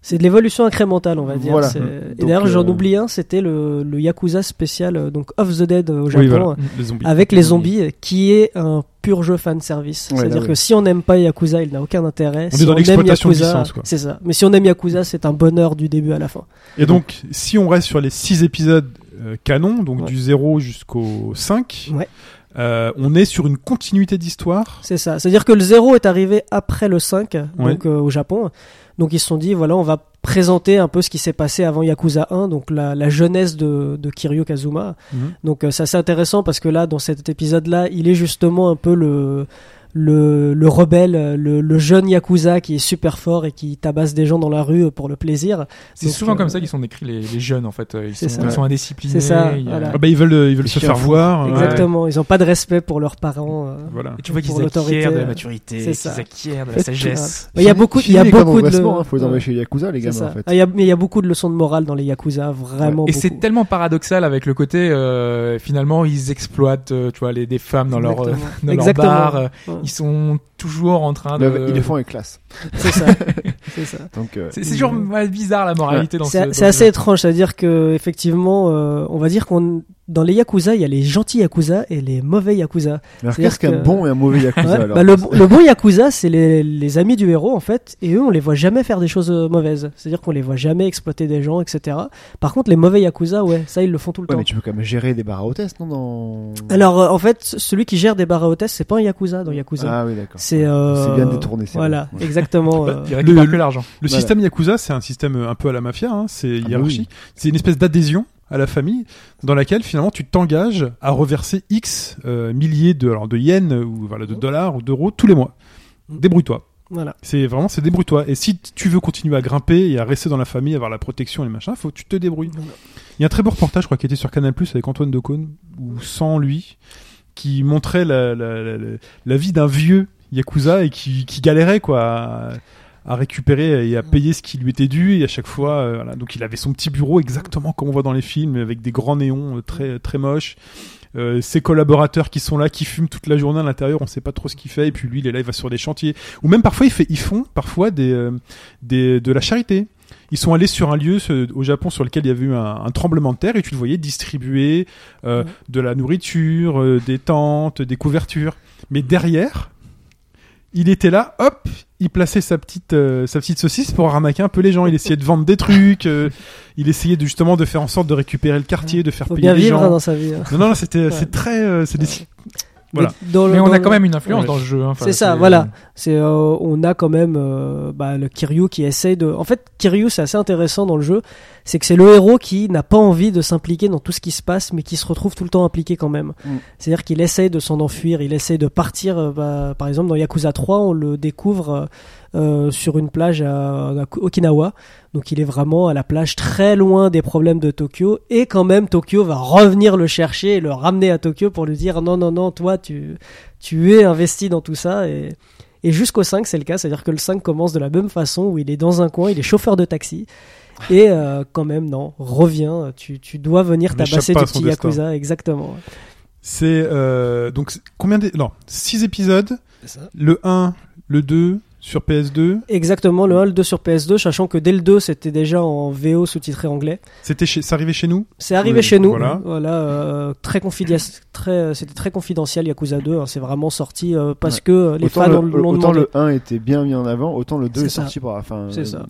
Speaker 6: C'est de l'évolution incrémentale, on va dire.
Speaker 5: Voilà.
Speaker 6: C'est- Et
Speaker 5: Donc,
Speaker 6: d'ailleurs, j'en
Speaker 5: euh,
Speaker 6: oublie un, c'était le, le Yakuza spécial, euh, donc Of the Dead euh, au Japon,
Speaker 3: Oui, voilà,
Speaker 6: euh,
Speaker 3: les zombies.
Speaker 6: avec les zombies, euh, qui est un pur jeu fan service.
Speaker 5: Ouais,
Speaker 6: C'est-à-dire
Speaker 5: là,
Speaker 6: que
Speaker 5: oui.
Speaker 6: si on n'aime pas Yakuza, il n'a aucun intérêt.
Speaker 3: On
Speaker 6: si
Speaker 3: est dans
Speaker 6: on aime
Speaker 3: l'exploitation de
Speaker 6: Yakuza,
Speaker 3: licence, quoi.
Speaker 6: c'est ça. Mais si on aime Yakuza, c'est un bonheur du début à la fin.
Speaker 3: Et donc, si on reste sur les 6 épisodes euh, canon, donc
Speaker 6: Ouais.
Speaker 3: du 0 jusqu'au 5,
Speaker 6: Ouais.
Speaker 3: euh, on est sur une continuité d'histoire.
Speaker 6: C'est ça. C'est-à-dire que le 0 est arrivé après le 5,
Speaker 3: Ouais.
Speaker 6: donc euh, au Japon. Donc ils se sont dit, voilà, on va présenter un peu ce qui s'est passé avant Yakuza 1, donc la, la jeunesse de, de Kiryu Kazuma.
Speaker 3: Mhm.
Speaker 6: Donc euh, c'est assez intéressant parce que là, dans cet épisode-là, il est justement un peu le... Le, le rebelle, le, le jeune Yakuza qui est super fort et qui tabasse des gens dans la rue pour le plaisir.
Speaker 4: C'est
Speaker 6: Donc,
Speaker 4: souvent
Speaker 6: euh,
Speaker 4: comme ça qu'ils sont décrits les, les jeunes en fait. Ils sont,
Speaker 6: C'est ça.
Speaker 4: ils sont indisciplinés.
Speaker 6: C'est ça,
Speaker 4: il y a-
Speaker 6: voilà.
Speaker 3: Ah bah, ils veulent, euh, ils veulent
Speaker 5: Les
Speaker 3: se
Speaker 5: chiens
Speaker 3: faire
Speaker 5: fous.
Speaker 3: voir. euh,
Speaker 6: Exactement, ils n'ont pas de respect pour leurs parents. euh.
Speaker 3: Voilà.
Speaker 4: Et tu vois
Speaker 6: Pour
Speaker 4: qu'ils
Speaker 6: l'autorité,
Speaker 4: acquièrent de la
Speaker 6: euh,
Speaker 4: maturité,
Speaker 6: c'est
Speaker 4: qu'ils
Speaker 6: ça.
Speaker 4: acquièrent de la sagesse.
Speaker 6: Il y a beaucoup, il y a
Speaker 5: Filez comme
Speaker 6: beaucoup de.
Speaker 5: redressement, hein, faut les
Speaker 6: Ouais.
Speaker 5: envoyer chez Yakuza, les
Speaker 6: C'est
Speaker 5: gars,
Speaker 6: ça.
Speaker 5: en fait.
Speaker 6: Ah, il y a- mais il y a beaucoup de leçons de morale dans les Yakuza, vraiment.
Speaker 4: Et
Speaker 6: beaucoup.
Speaker 4: c'est tellement paradoxal avec le côté euh, finalement ils exploitent euh, tu vois les des femmes dans leur euh,
Speaker 6: Exactement.
Speaker 4: dans leur
Speaker 6: Exactement.
Speaker 4: bar, euh,
Speaker 6: Ouais.
Speaker 4: ils sont toujours en train de
Speaker 5: Le- Ils le font avec classe.
Speaker 6: C'est ça. c'est ça.
Speaker 5: Donc, euh,
Speaker 4: C'est c'est toujours ouais, bizarre la moralité dans ce
Speaker 6: C'est
Speaker 4: dans
Speaker 6: c'est
Speaker 4: ce
Speaker 6: assez
Speaker 4: jeu.
Speaker 6: étrange, c'est-à-dire que effectivement, euh, on va dire qu'on dans les yakuza, il y a les gentils yakuza et les mauvais yakuza.
Speaker 5: alors
Speaker 6: c'est-à-dire
Speaker 5: qu'est-ce qu'un
Speaker 6: que-
Speaker 5: bon et un mauvais Yakuza,
Speaker 6: Ouais.
Speaker 5: Ah, alors
Speaker 6: Bah, le, le bon yakuza, c'est les, les amis du héros en fait, et eux, on les voit jamais faire des choses euh, mauvaises. C'est-à-dire qu'on les voit jamais exploiter des gens, etc. Par contre, les mauvais yakuza, ouais, ça ils le font tout le
Speaker 5: Ouais,
Speaker 6: temps.
Speaker 5: mais tu peux quand même gérer des barres à hôtesse, non dans...
Speaker 6: Alors euh, en fait, celui qui gère des bars à hôtesses, c'est pas un yakuza dans yakuza.
Speaker 5: Ah oui, d'accord.
Speaker 6: C'est euh,
Speaker 5: C'est bien détourné, c'est
Speaker 6: Voilà,
Speaker 5: bon. Ouais.
Speaker 6: exactement. euh,
Speaker 4: Ils récupèrent
Speaker 3: Le-
Speaker 4: que l'argent.
Speaker 3: Le
Speaker 5: Voilà.
Speaker 3: système Yakuza, c'est un système euh, un peu à la mafia, hein, c'est
Speaker 5: bah
Speaker 3: hiérarchique. C'est une espèce d'adhésion à la famille dans laquelle finalement tu t'engages à reverser X euh, milliers de, alors, de yens euh, ou voilà, de dollars ou d'euros tous les mois.
Speaker 6: Mm.
Speaker 3: Débrouille-toi.
Speaker 6: voilà.
Speaker 3: C'est vraiment, c'est débrouille-toi. Et si t- tu veux continuer à grimper et à rester dans la famille, avoir la protection et les machins, faut que tu te débrouilles. Il y a un très beau reportage, je crois, qui était sur Canal Plus avec Antoine Decaune, ou sans lui, qui montrait la, la, la, la- la vie d'un vieux yakuza et qui, qui galérait, quoi, à, à récupérer et à payer ce qui lui était dû. Et à chaque fois, euh, voilà. Donc il avait son petit bureau exactement comme on voit dans les films, avec des grands néons euh, très, très moches. Euh, ses collaborateurs qui sont là, qui fument toute la journée à l'intérieur, on sait pas trop ce qu'il fait, et puis lui, il est là, il va sur des chantiers. Ou même parfois, il fait, ils font parfois des, euh, des, de la charité. Ils sont allés sur un lieu ce- au Japon sur lequel il y avait eu un, un tremblement de terre et tu le voyais distribuer euh,
Speaker 6: Ouais.
Speaker 3: de la nourriture, euh, des tentes, des couvertures. Mais derrière, il était là, hop, il plaçait sa petite, euh, sa petite saucisse pour ramaquer un peu les gens. Il essayait de vendre des trucs, euh, il essayait de, justement de faire en sorte de récupérer le quartier, de faire
Speaker 6: Faut
Speaker 3: payer
Speaker 6: bien
Speaker 3: les
Speaker 6: vivre
Speaker 3: gens.
Speaker 6: hein, dans sa vie. hein.
Speaker 3: Non, non, non, c'était,
Speaker 6: Ouais.
Speaker 3: c'est très, euh, c'est des- Voilà.
Speaker 6: Mais dans le-
Speaker 4: Mais on
Speaker 6: dans
Speaker 4: a
Speaker 6: le-
Speaker 4: quand même une influence
Speaker 3: Ouais.
Speaker 4: dans le jeu. hein. Enfin,
Speaker 6: C'est ça, voilà. C'est euh, on a quand même euh, bah, le Kiryu qui essaye de. En fait, Kiryu c'est assez intéressant dans le jeu, c'est que c'est le héros qui n'a pas envie de s'impliquer dans tout ce qui se passe, mais qui se retrouve tout le temps impliqué quand même.
Speaker 5: Mm.
Speaker 6: C'est-à-dire qu'il essaye de s'en enfuir, il essaye de partir. euh, bah, par exemple, dans Yakuza 3, on le découvre euh, euh, sur une plage à, à Okinawa, donc il est vraiment à la plage très loin des problèmes de Tokyo, et quand même Tokyo va revenir le chercher et le ramener à Tokyo pour lui dire non non non toi tu tu es investi dans tout ça et, et jusqu'au 5 c'est le cas, c'est-à-dire que le 5 commence de la même façon où il est dans un coin, il est chauffeur de taxi et euh, quand même non, reviens, tu, tu dois venir
Speaker 3: On n'échappe
Speaker 6: tabasser
Speaker 3: pas
Speaker 6: du
Speaker 3: à son
Speaker 6: petit
Speaker 3: destin.
Speaker 6: yakuza exactement.
Speaker 3: c'est euh, donc c'est- combien de, non, 6 épisodes, le 1, le 2 sur PS2,
Speaker 6: Exactement le 1 le 2 sur PS2 sachant que dès le 2 c'était déjà en VO sous-titré anglais.
Speaker 3: c'était chez, ça arrivait chez nous.
Speaker 6: C'est arrivé
Speaker 3: Oui,
Speaker 6: chez nous.
Speaker 3: voilà.
Speaker 6: Voilà, euh, très confidia- très euh, c'était très confidentiel Yakuza 2, hein, c'est vraiment sorti euh, parce que euh, les
Speaker 5: autant
Speaker 6: fans
Speaker 5: le,
Speaker 6: l'ont- l'ont
Speaker 5: autant
Speaker 6: demandé.
Speaker 5: le euh, 1 était bien mis en avant, autant le 2 est,
Speaker 6: C'est ça.
Speaker 5: sorti par. Enfin,
Speaker 6: C'est ça.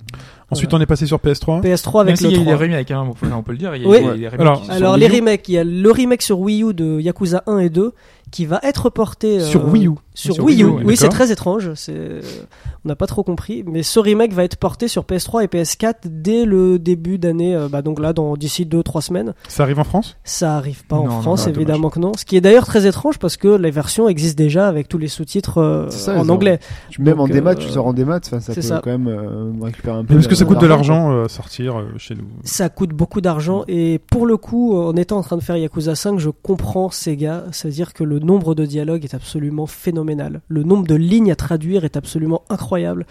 Speaker 3: Ensuite, on est passé sur PS3.
Speaker 6: PS3
Speaker 4: Même
Speaker 6: avec
Speaker 4: s'il
Speaker 6: le
Speaker 4: y a eu
Speaker 6: 3.
Speaker 4: des remakes, hein, on peut- on peut le dire. il y a eu
Speaker 6: Oui.
Speaker 4: des-
Speaker 5: Ouais.
Speaker 4: des remakes
Speaker 3: Alors,
Speaker 4: qui sont
Speaker 6: Alors
Speaker 4: sur
Speaker 6: les
Speaker 4: Wii U.
Speaker 6: remakes, il y a le remake sur Wii U de Yakuza 1 et 2 qui va être porté euh,
Speaker 3: Sur Wii U.
Speaker 6: Sur,
Speaker 4: Sur
Speaker 6: Wii U,
Speaker 4: Wii U, ouais,
Speaker 6: oui, c'est
Speaker 3: d'accord.
Speaker 6: très étrange. C'est, on n'a pas trop compris, mais ce remake va être porté sur PS3 et PS4 dès le début d'année. euh, bah, donc là, dans d'ici 2-3 semaines,
Speaker 3: Ça arrive en France
Speaker 6: ça arrive pas
Speaker 4: Non,
Speaker 6: en
Speaker 4: non,
Speaker 6: France,
Speaker 4: non,
Speaker 6: évidemment que non. Ce qui est d'ailleurs très étrange parce que les versions existent déjà avec tous les sous-titres euh,
Speaker 5: C'est ça,
Speaker 6: en
Speaker 5: ils ont-
Speaker 6: anglais.
Speaker 5: Tu- même
Speaker 6: Donc,
Speaker 5: en démat,
Speaker 6: euh,
Speaker 5: tu sors en démat, enfin, ça
Speaker 6: c'est
Speaker 5: peut
Speaker 6: ça.
Speaker 5: quand même euh, récupérer un peu.
Speaker 3: Mais parce que ça
Speaker 5: de-
Speaker 3: coûte de l'argent euh, à sortir euh, chez nous.
Speaker 6: Ça coûte beaucoup d'argent et pour le coup, euh, en étant en train de faire Yakuza 5, je comprends Sega, c'est-à-dire que le nombre de dialogues est absolument phénoménal. Le nombre de lignes à traduire est absolument incroyable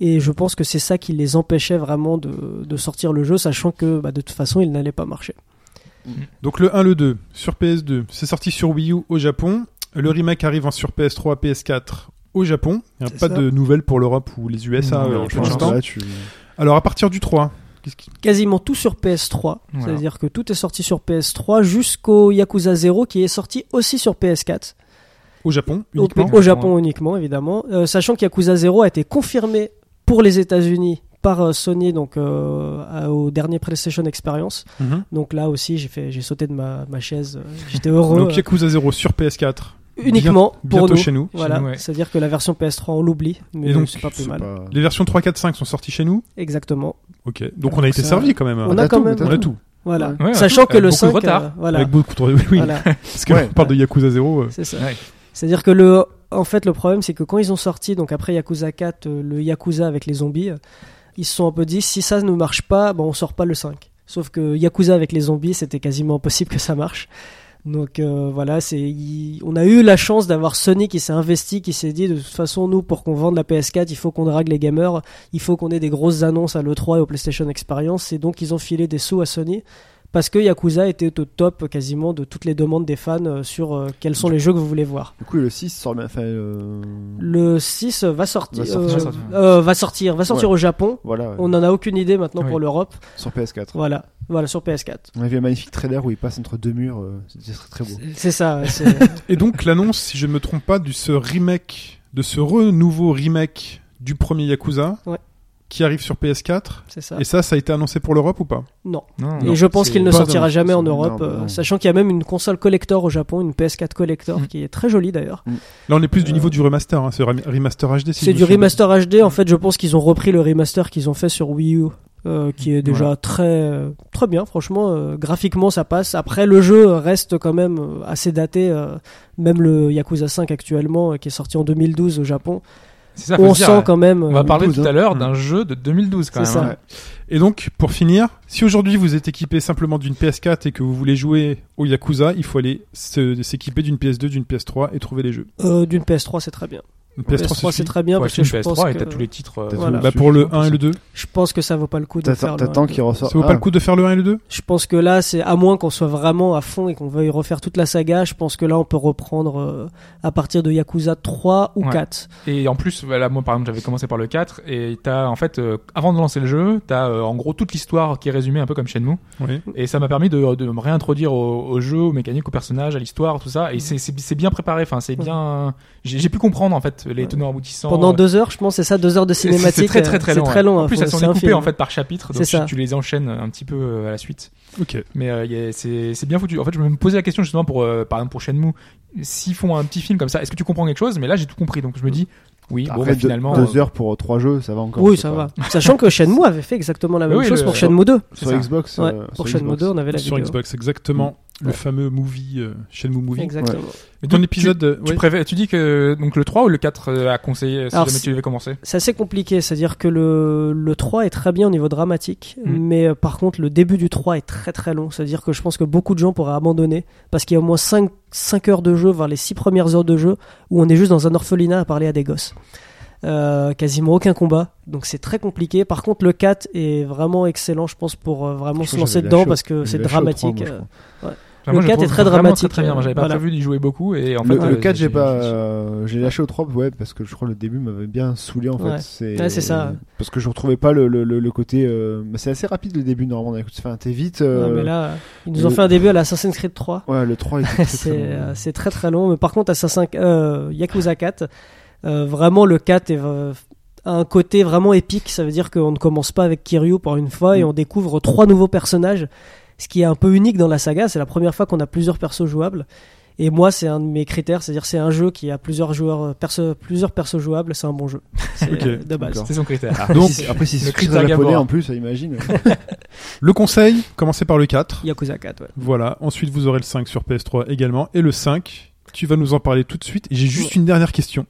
Speaker 6: et je pense que c'est ça qui les empêchait vraiment de, de sortir le jeu, sachant que bah, de toute façon, il n'allait pas marcher.
Speaker 3: Donc le 1, le 2 sur PS2, c'est sorti sur Wii U au Japon. Le remake arrive en sur PS3, PS4 au Japon. Il n'y a
Speaker 6: C'est
Speaker 3: pas
Speaker 6: ça.
Speaker 3: de nouvelles pour l'Europe ou les USA
Speaker 4: Non,
Speaker 3: euh,
Speaker 4: non,
Speaker 3: pour
Speaker 5: Je pense que
Speaker 3: l'instant.
Speaker 5: là, tu-
Speaker 3: Alors à partir du 3, qu'est-ce qui-
Speaker 6: Quasiment tout sur PS3,
Speaker 4: Voilà.
Speaker 6: c'est-à-dire que tout est sorti sur PS3 jusqu'au Yakuza 0 qui est sorti aussi sur PS4.
Speaker 3: au Japon
Speaker 6: Au-
Speaker 3: uniquement
Speaker 6: Au Japon uniquement, évidemment. Euh, sachant qu'Yakuza 0 a été confirmé pour les États-Unis par euh, Sony donc euh, à- au dernier PlayStation Experience.
Speaker 3: Mhm.
Speaker 6: Donc là aussi, j'ai fait j'ai sauté de ma, ma chaise, euh, j'étais heureux
Speaker 3: Donc
Speaker 6: euh,
Speaker 3: Yakuza 0 sur PS4
Speaker 6: uniquement pour
Speaker 3: bientôt
Speaker 6: nous.
Speaker 3: chez nous.
Speaker 6: Voilà,
Speaker 4: nous, ouais.
Speaker 6: c'est-à-dire que la version PS3 on l'oublie, mais
Speaker 3: Et donc,
Speaker 6: c'est pas plus
Speaker 5: c'est
Speaker 6: mal.
Speaker 5: pas-
Speaker 3: Les versions 3, 4, 5 sont sorties chez nous.
Speaker 6: Exactement.
Speaker 3: Ok. Donc on a été
Speaker 5: ça-
Speaker 3: servi quand même. hein.
Speaker 6: on a
Speaker 5: t'as
Speaker 6: quand
Speaker 5: tout,
Speaker 6: même
Speaker 5: t'as
Speaker 3: On a tout.
Speaker 6: voilà.
Speaker 5: Ouais.
Speaker 4: Ouais,
Speaker 6: sachant que le
Speaker 4: avec beaucoup
Speaker 6: 5
Speaker 4: de retard.
Speaker 6: euh, voilà,
Speaker 3: Avec beaucoup de... Oui,
Speaker 6: voilà,
Speaker 3: parce que
Speaker 5: Ouais.
Speaker 3: on parle de Yakuza 0. euh,
Speaker 6: c'est ça.
Speaker 4: Ouais.
Speaker 6: C'est-à-dire que le, en fait, le problème, c'est que quand ils ont sorti, donc après Yakuza 4, euh, le Yakuza avec les zombies, euh, ils se sont un peu dit, si ça ne marche pas, bon, on sort pas le 5. Sauf que Yakuza avec les zombies, c'était quasiment impossible que ça marche. Donc euh, voilà, c'est, il- on a eu la chance d'avoir Sony qui s'est investi, qui s'est dit, de toute façon, nous, pour qu'on vende la PS4, il faut qu'on drague les gamers, il faut qu'on ait des grosses annonces à l'E3 et au PlayStation Experience, et donc ils ont filé des sous à Sony. Parce que Yakuza était au top euh, quasiment de toutes les demandes des fans euh, sur euh, quels sont les jeux que vous voulez voir.
Speaker 5: Du coup, le 6 sort bien. Enfin, euh,
Speaker 6: Le 6 va sortir,
Speaker 5: Va sortir.
Speaker 6: euh,
Speaker 4: Va sortir.
Speaker 6: euh, va sortir, va sortir
Speaker 5: Ouais.
Speaker 6: au Japon.
Speaker 5: Voilà, ouais.
Speaker 6: On n'en a aucune idée maintenant
Speaker 4: Oui.
Speaker 6: pour l'Europe.
Speaker 5: sur PS4.
Speaker 6: Voilà, voilà sur PS4.
Speaker 5: On a vu un magnifique trailer où il passe entre deux murs. euh, C'était très, très beau.
Speaker 6: C'est ça. c'est-
Speaker 3: Et donc l'annonce, si je ne me trompe pas, de ce remake, de ce renouveau remake du premier Yakuza,
Speaker 6: Ouais.
Speaker 3: qui arrive sur PS4.
Speaker 6: C'est ça.
Speaker 3: Et ça, ça a été annoncé pour l'Europe ou pas
Speaker 6: Non.
Speaker 4: Non,
Speaker 6: Et
Speaker 4: non,
Speaker 6: je pense
Speaker 4: c'est-
Speaker 6: qu'il ne
Speaker 3: pas
Speaker 6: sortira
Speaker 3: dans-
Speaker 6: jamais en
Speaker 5: non,
Speaker 6: Europe,
Speaker 5: non.
Speaker 6: euh, sachant qu'il y a même une console collector au Japon, une PS4 collector,
Speaker 4: Mm.
Speaker 6: qui est très jolie d'ailleurs.
Speaker 3: Là, on est plus du
Speaker 6: Euh,
Speaker 3: niveau du remaster, hein, ce rem- remaster HD. si
Speaker 6: C'est
Speaker 3: je
Speaker 6: du
Speaker 3: me souviens.
Speaker 6: remaster HD. En fait, je pense qu'ils ont repris le remaster qu'ils ont fait sur Wii U. euh, qui est déjà
Speaker 4: Voilà.
Speaker 6: très très bien franchement euh, graphiquement ça passe après le jeu reste quand même euh, assez daté euh, même le Yakuza 5 actuellement euh, qui est sorti en 2012 au Japon
Speaker 4: c'est ça, Ah, faut
Speaker 6: on
Speaker 4: se dire,
Speaker 6: sent quand même.
Speaker 4: On va
Speaker 6: euh,
Speaker 4: parler
Speaker 5: 2012,
Speaker 4: tout à
Speaker 5: hein.
Speaker 4: l'heure d'un jeu de 2012 quand
Speaker 6: C'est
Speaker 4: même.
Speaker 6: ça.
Speaker 4: hein.
Speaker 3: Et donc, pour finir, si aujourd'hui vous êtes équipé simplement d'une PS4 et que vous voulez jouer au Yakuza, il faut aller se- s'équiper d'une PS2, d'une PS3 et trouver les jeux.
Speaker 6: euh, d'une PS3, c'est très bien.
Speaker 3: Une
Speaker 6: PS3, c'est très bien
Speaker 4: Faut
Speaker 6: parce
Speaker 4: acheter
Speaker 6: que
Speaker 4: une
Speaker 6: je pense,
Speaker 4: PS3 et
Speaker 6: que,
Speaker 4: t'as tous les titres. euh,
Speaker 5: T'as
Speaker 6: Voilà.
Speaker 3: Bah pour le 1 et le 2,
Speaker 6: je pense que ça vaut pas le coup de faire
Speaker 5: T'attends
Speaker 6: le-
Speaker 5: t'attends qu'il ressort.
Speaker 3: ça vaut pas
Speaker 5: Ah,
Speaker 3: le coup de faire le 1 et le 2
Speaker 6: Je pense que là, c'est à moins qu'on soit vraiment à fond et qu'on veuille refaire toute la saga, je pense que là, on peut reprendre euh, à partir de Yakuza 3 ou
Speaker 4: Ouais.
Speaker 6: 4.
Speaker 4: Et en plus, voilà, moi par exemple, j'avais commencé par le 4 et t'as en fait, euh, avant de lancer le jeu, t'as euh, en gros toute l'histoire qui est résumée un peu comme Shenmue.
Speaker 3: Oui.
Speaker 4: Et ça m'a permis de, de me réintroduire au, au jeu, aux mécaniques, aux personnages, à l'histoire, tout ça. Et c'est- c'est c'est bien préparé. Enfin, c'est
Speaker 6: Ouais.
Speaker 4: bien. J'ai j'ai pu comprendre en fait les tenants aboutissants.
Speaker 6: Pendant deux heures, je pense, c'est ça, deux heures de
Speaker 4: C'est-
Speaker 6: cinématique.
Speaker 4: C'est très très très
Speaker 6: euh,
Speaker 4: long.
Speaker 6: C'est
Speaker 4: ouais.
Speaker 6: très long. hein,
Speaker 4: En plus,
Speaker 6: faut-
Speaker 4: elles sont
Speaker 6: c'est un
Speaker 4: découpées
Speaker 6: film.
Speaker 4: en fait par chapitre, donc
Speaker 6: C'est
Speaker 4: tu-
Speaker 6: ça.
Speaker 4: tu les enchaînes un petit peu euh, à la suite.
Speaker 3: Ok.
Speaker 4: Mais euh, y a- c'est c'est bien foutu. En fait, je me posais la question justement pour, euh, par exemple, pour Shenmue. S'ils font un petit film comme ça, est-ce que tu comprends quelque chose Mais là, j'ai tout compris, donc je me dis, oui, bon,
Speaker 5: Après,
Speaker 4: bah, finalement.
Speaker 5: deux, deux
Speaker 4: euh,
Speaker 5: heures pour euh, trois jeux, ça va encore.
Speaker 6: Oui,
Speaker 5: c'est
Speaker 6: ça
Speaker 5: pas-
Speaker 6: va. Sachant que Shenmue avait fait exactement la
Speaker 4: Mais
Speaker 6: même
Speaker 4: oui,
Speaker 6: chose
Speaker 4: le-
Speaker 6: pour Shenmue 2.
Speaker 5: Sur
Speaker 4: C'est ça.
Speaker 5: Xbox.
Speaker 6: Ouais,
Speaker 5: euh,
Speaker 6: pour
Speaker 5: sur
Speaker 6: Shenmue
Speaker 5: Xbox.
Speaker 6: 2, on avait la
Speaker 3: Sur
Speaker 6: vidéo.
Speaker 3: Xbox, exactement. Le
Speaker 6: Ouais.
Speaker 3: fameux movie, euh, Shenmue Movie.
Speaker 6: Exactement.
Speaker 4: mais
Speaker 3: Ton
Speaker 4: donc,
Speaker 3: épisode, euh,
Speaker 4: Tu,
Speaker 3: ouais.
Speaker 4: tu, préfères- tu dis que donc le 3 ou le 4 euh, à conseiller si
Speaker 6: Alors,
Speaker 4: jamais
Speaker 6: c'est-
Speaker 4: tu devais commencer
Speaker 6: C'est assez compliqué, c'est-à-dire que le, le 3 est très bien au niveau dramatique,
Speaker 4: Mm.
Speaker 6: mais euh, par contre le début du 3 est très très long, c'est-à-dire que je pense que beaucoup de gens pourraient abandonner, parce qu'il y a au moins 5, heures de jeu, voire les 6 premières heures de jeu, où on est juste dans un orphelinat à parler à des gosses. Euh, quasiment aucun combat, donc c'est très compliqué. Par contre le 4 est vraiment excellent, je pense, pour euh, vraiment
Speaker 5: Je crois
Speaker 6: se
Speaker 5: que
Speaker 6: lancer
Speaker 5: j'avais
Speaker 6: dedans,
Speaker 5: lâché au-
Speaker 6: parce que
Speaker 5: j'avais
Speaker 6: c'est
Speaker 5: lâché au
Speaker 6: dramatique.
Speaker 5: trois, moi, je
Speaker 6: euh,
Speaker 5: crois.
Speaker 4: Enfin, moi,
Speaker 6: le
Speaker 4: je
Speaker 6: 4 est
Speaker 4: trouve
Speaker 6: très
Speaker 4: vraiment
Speaker 6: dramatique,
Speaker 4: Très, très bien.
Speaker 6: euh,
Speaker 4: J'avais
Speaker 6: voilà.
Speaker 4: pas vu d'y jouer beaucoup et en fait
Speaker 5: Le, le
Speaker 4: euh,
Speaker 5: 4, j'ai pas.
Speaker 4: j'ai-
Speaker 5: euh, J'ai lâché au 3, ouais, parce que je crois que le début m'avait bien saoulé en
Speaker 6: Ouais.
Speaker 5: fait. C'est
Speaker 6: Ouais, c'est ça.
Speaker 5: Parce que je retrouvais pas le, le, le, le côté. euh, mais C'est assez rapide le début normalement. écoute, Enfin, t'es vite. euh,
Speaker 6: ouais, mais là, euh, ils nous ont
Speaker 5: le-
Speaker 6: fait un début à l'Assassin's Creed 3.
Speaker 5: Ouais, le 3 était très,
Speaker 6: c'est
Speaker 5: très long.
Speaker 6: euh, c'est très très long. Mais par contre, Assassin, euh, Yakuza 4, euh, vraiment le 4 est, euh, a un côté vraiment épique. Ça veut dire qu'on ne commence pas avec Kiryu pour une fois et
Speaker 5: Mm.
Speaker 6: on découvre trois nouveaux personnages. Ce qui est un peu unique dans la saga, c'est la première fois qu'on a plusieurs persos jouables. Et moi, c'est un de mes critères, c'est-à-dire c'est un jeu qui a plusieurs joueurs, euh, perso- plusieurs persos jouables, c'est un bon jeu. C'est
Speaker 3: Ok,
Speaker 6: euh, de base.
Speaker 5: d'accord.
Speaker 4: C'était son critère.
Speaker 5: Donc, après, si
Speaker 4: le
Speaker 5: c'est
Speaker 4: Christ
Speaker 5: japonais
Speaker 4: Agabor.
Speaker 5: en plus, ça imagine.
Speaker 3: Le conseil, commencez par le 4.
Speaker 6: Yakuza 4, ouais.
Speaker 3: Voilà. Ensuite, vous aurez le 5 sur PS3 également. Et le 5, tu vas nous en parler tout de suite. Et J'ai juste une dernière question.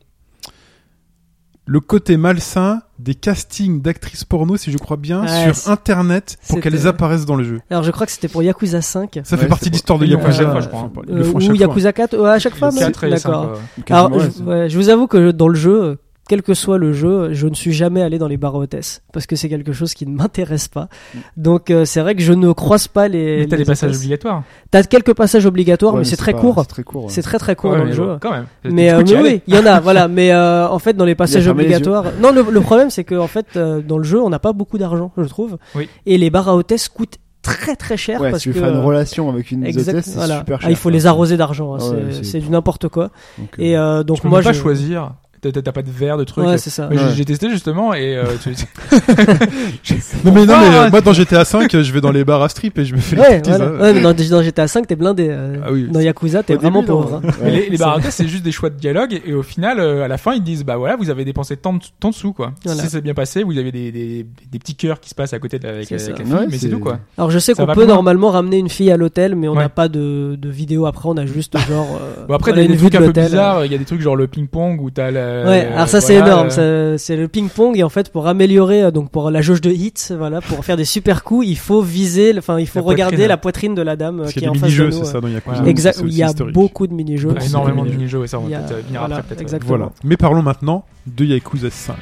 Speaker 3: Le côté malsain des castings d'actrices porno, si je crois bien,
Speaker 6: Ouais, c'est-
Speaker 3: sur Internet pour
Speaker 6: c'était-
Speaker 3: qu'elles apparaissent dans le jeu.
Speaker 6: Alors je crois que c'était pour Yakuza 5.
Speaker 3: Ça
Speaker 5: Ouais,
Speaker 3: fait partie
Speaker 5: c'est
Speaker 3: de l'histoire de
Speaker 4: Ils le font à
Speaker 3: Yakuza.
Speaker 4: chaque fois, je crois, hein.
Speaker 3: Ils le
Speaker 6: euh,
Speaker 3: font à
Speaker 6: ou
Speaker 3: chaque fois.
Speaker 6: Yakuza 4, ouais, à chaque fois,
Speaker 4: Le
Speaker 6: même
Speaker 4: 4 et le 5.
Speaker 6: D'accord.
Speaker 4: euh,
Speaker 5: Quasiment,
Speaker 6: Alors,
Speaker 5: ouais,
Speaker 6: je,
Speaker 5: c'est-
Speaker 6: ouais, je vous avoue que je- dans le jeu, euh, quel que soit le jeu, je ne suis jamais allé dans les bars hôtesses parce que c'est quelque chose qui ne m'intéresse pas. Donc euh, c'est vrai que je ne croise pas les.
Speaker 4: Mais t'as des
Speaker 6: les
Speaker 4: passages
Speaker 6: hôtesses.
Speaker 4: obligatoires.
Speaker 6: T'as quelques passages obligatoires,
Speaker 5: Ouais,
Speaker 6: mais c'est très
Speaker 5: pas-
Speaker 6: court.
Speaker 5: C'est très court. ouais.
Speaker 6: C'est très très court
Speaker 4: Ouais,
Speaker 6: dans
Speaker 4: mais
Speaker 6: le
Speaker 4: bon,
Speaker 6: jeu.
Speaker 4: Quand même.
Speaker 6: Mais,
Speaker 4: Du
Speaker 6: euh,
Speaker 4: coup, tu y
Speaker 6: mais
Speaker 4: allais.
Speaker 6: oui, il y en a, voilà. Mais euh, en fait, dans les passages
Speaker 5: fermé les yeux.
Speaker 6: obligatoires. Non, le, le problème, c'est que en fait, euh, dans le jeu, on n'a pas beaucoup d'argent, je trouve.
Speaker 4: Oui.
Speaker 6: Et les bars à hôtesses coûtent très très cher
Speaker 5: Ouais,
Speaker 6: parce
Speaker 5: si tu
Speaker 6: que.
Speaker 5: veux faire une
Speaker 6: euh,
Speaker 5: relation avec une
Speaker 6: exact-
Speaker 5: hôtesse, c'est
Speaker 6: voilà.
Speaker 5: super
Speaker 6: Ah,
Speaker 5: cher.
Speaker 6: il faut les arroser d'argent, hein,
Speaker 5: Ah ouais,
Speaker 6: c'est-
Speaker 5: c'est-
Speaker 6: c'est du n'importe quoi.
Speaker 5: Donc, euh,
Speaker 6: Et euh, donc
Speaker 4: Tu peux
Speaker 6: moi,
Speaker 4: même pas
Speaker 6: je-
Speaker 4: choisir. T'as t'as- t'as pas de verre, de trucs.
Speaker 6: Ouais, c'est ça.
Speaker 4: Mais j'ai-
Speaker 5: Ouais.
Speaker 4: J'ai testé justement et euh, tu-
Speaker 3: Non mais non mais
Speaker 4: Ah,
Speaker 3: euh, moi dans GTA 5 je vais dans les bars à strip et je me fais les
Speaker 6: Ouais,
Speaker 3: striptease,
Speaker 6: voilà. Euh,
Speaker 3: hein.
Speaker 6: Ouais, mais dans, dans GTA 5, t'es blindé. euh,
Speaker 3: Ah oui.
Speaker 6: Dans Yakuza, t'es
Speaker 5: au début,
Speaker 6: vraiment
Speaker 5: non,
Speaker 6: pauvre. hein.
Speaker 5: ouais.
Speaker 4: Mais les, les baratas, c'est juste des choix de dialogue et au final, euh, à la fin, ils disent bah voilà, vous avez dépensé tant de, tant de sous quoi.
Speaker 6: Voilà.
Speaker 4: Si c'est bien passé, vous avez des, des, des petits cœurs qui se passent à côté de la, avec,
Speaker 6: C'est ça.
Speaker 4: avec la fille,
Speaker 5: Ouais,
Speaker 4: mais c'est
Speaker 5: c'est-
Speaker 4: tout quoi.
Speaker 6: Alors je sais
Speaker 4: Ça
Speaker 6: qu'on
Speaker 4: va
Speaker 6: peut
Speaker 4: plus loin.
Speaker 6: normalement ramener une fille à l'hôtel, mais on n'a
Speaker 4: Ouais.
Speaker 6: pas de, de vidéo après, on a juste genre. euh,
Speaker 4: Bon après,
Speaker 6: voilà,
Speaker 4: t'as des
Speaker 6: une vue
Speaker 4: trucs
Speaker 6: de
Speaker 4: un peu
Speaker 6: l'hôtel. euh.
Speaker 4: bizarres. Il y a des trucs genre le ping pong où t'as la.
Speaker 6: Ouais,
Speaker 4: euh,
Speaker 6: alors ça c'est
Speaker 4: voilà,
Speaker 6: énorme,
Speaker 4: euh,
Speaker 6: ça- c'est le ping-pong et en fait pour améliorer euh, donc pour la jauge de hits, voilà, pour faire des super coups, il faut viser, le- enfin il faut
Speaker 4: La
Speaker 6: regarder
Speaker 4: poitrine.
Speaker 6: la poitrine de la dame euh,
Speaker 3: Parce
Speaker 6: qui
Speaker 3: qu'il
Speaker 6: est
Speaker 3: y a
Speaker 6: en
Speaker 3: des
Speaker 6: face de
Speaker 3: mini-jeux
Speaker 6: nous.
Speaker 3: c'est
Speaker 6: euh.
Speaker 3: ça dans Yakuza.
Speaker 4: Voilà.
Speaker 6: Exact,
Speaker 3: C'est
Speaker 6: où
Speaker 3: aussi
Speaker 6: il y a
Speaker 3: historique.
Speaker 6: beaucoup de mini-jeux.
Speaker 4: t'as euh, Bah, énormément de
Speaker 3: c'est-
Speaker 4: mini-jeux et ça on
Speaker 6: il y
Speaker 4: va
Speaker 6: a-
Speaker 4: peut-être euh, venir
Speaker 6: voilà,
Speaker 4: après peut-être.
Speaker 6: exactement.
Speaker 3: Voilà. Mais parlons maintenant de Yakuza 5.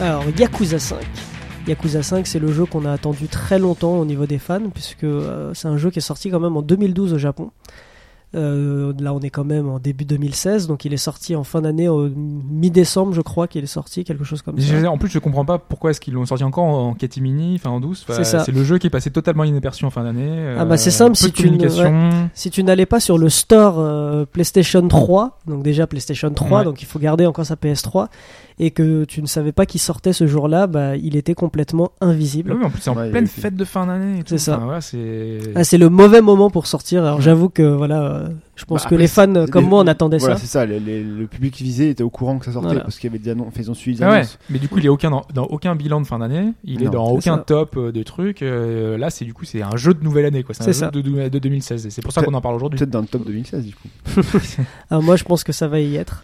Speaker 6: Alors, Yakuza 5. Yakuza 5, c'est le jeu qu'on a attendu très longtemps au niveau des fans, puisque euh, c'est un jeu qui est sorti quand même en 2012 au Japon. Euh, là, on est quand même en début 2016, donc il est sorti en fin d'année, au mi-décembre, je crois qu'il est sorti, quelque chose comme
Speaker 4: Mais
Speaker 6: ça.
Speaker 4: je- En plus, je comprends pas pourquoi est-ce qu'ils l'ont sorti encore en catimini, enfin en douce. Enfin,
Speaker 6: C'est ça.
Speaker 4: le jeu qui est passé totalement inaperçu en fin d'année.
Speaker 6: Ah
Speaker 4: euh,
Speaker 6: bah, c'est simple,
Speaker 4: peu
Speaker 6: si
Speaker 4: de
Speaker 6: tu ne-
Speaker 4: communication.
Speaker 6: Si tu n'allais pas sur le store euh, PlayStation 3, donc déjà PlayStation 3,
Speaker 4: Ouais.
Speaker 6: donc il faut garder encore sa PS3, et que tu ne savais pas qu'il sortait ce jour-là, bah, il était complètement invisible.
Speaker 4: Ah Oui, mais en plus, c'est en
Speaker 5: Ouais,
Speaker 4: pleine
Speaker 5: il y a eu-
Speaker 4: fête de fin d'année. et tout.
Speaker 6: C'est ça.
Speaker 4: Enfin, voilà, c'est.
Speaker 6: Ah, c'est le mauvais moment pour sortir. Alors j'avoue que voilà, euh, je pense
Speaker 5: Bah,
Speaker 6: que
Speaker 5: après,
Speaker 6: les fans euh,
Speaker 5: c'est
Speaker 6: comme
Speaker 5: des-
Speaker 6: moi on attendait
Speaker 5: Voilà,
Speaker 6: ça.
Speaker 5: c'est ça. les- les- le public visé était au courant que ça sortait
Speaker 6: Voilà.
Speaker 5: parce qu'il y avait des annonces. enfin, Ils ont suivi les
Speaker 4: Ah ouais,
Speaker 5: annonces.
Speaker 4: mais du coup il est aucun dans, dans aucun bilan de fin d'année, il est
Speaker 5: Non,
Speaker 4: dans
Speaker 6: c'est
Speaker 4: aucun
Speaker 6: ça.
Speaker 4: top euh, de trucs. euh, là c'est du coup c'est un jeu de nouvelle année quoi, c'est un
Speaker 6: C'est
Speaker 4: jeu
Speaker 6: ça.
Speaker 4: de, de- de 2016 et c'est pour ça
Speaker 5: Peut-
Speaker 4: qu'on en parle aujourd'hui.
Speaker 5: Peut-être dans le top 2016 du coup.
Speaker 6: Ah, moi je pense que ça va y être.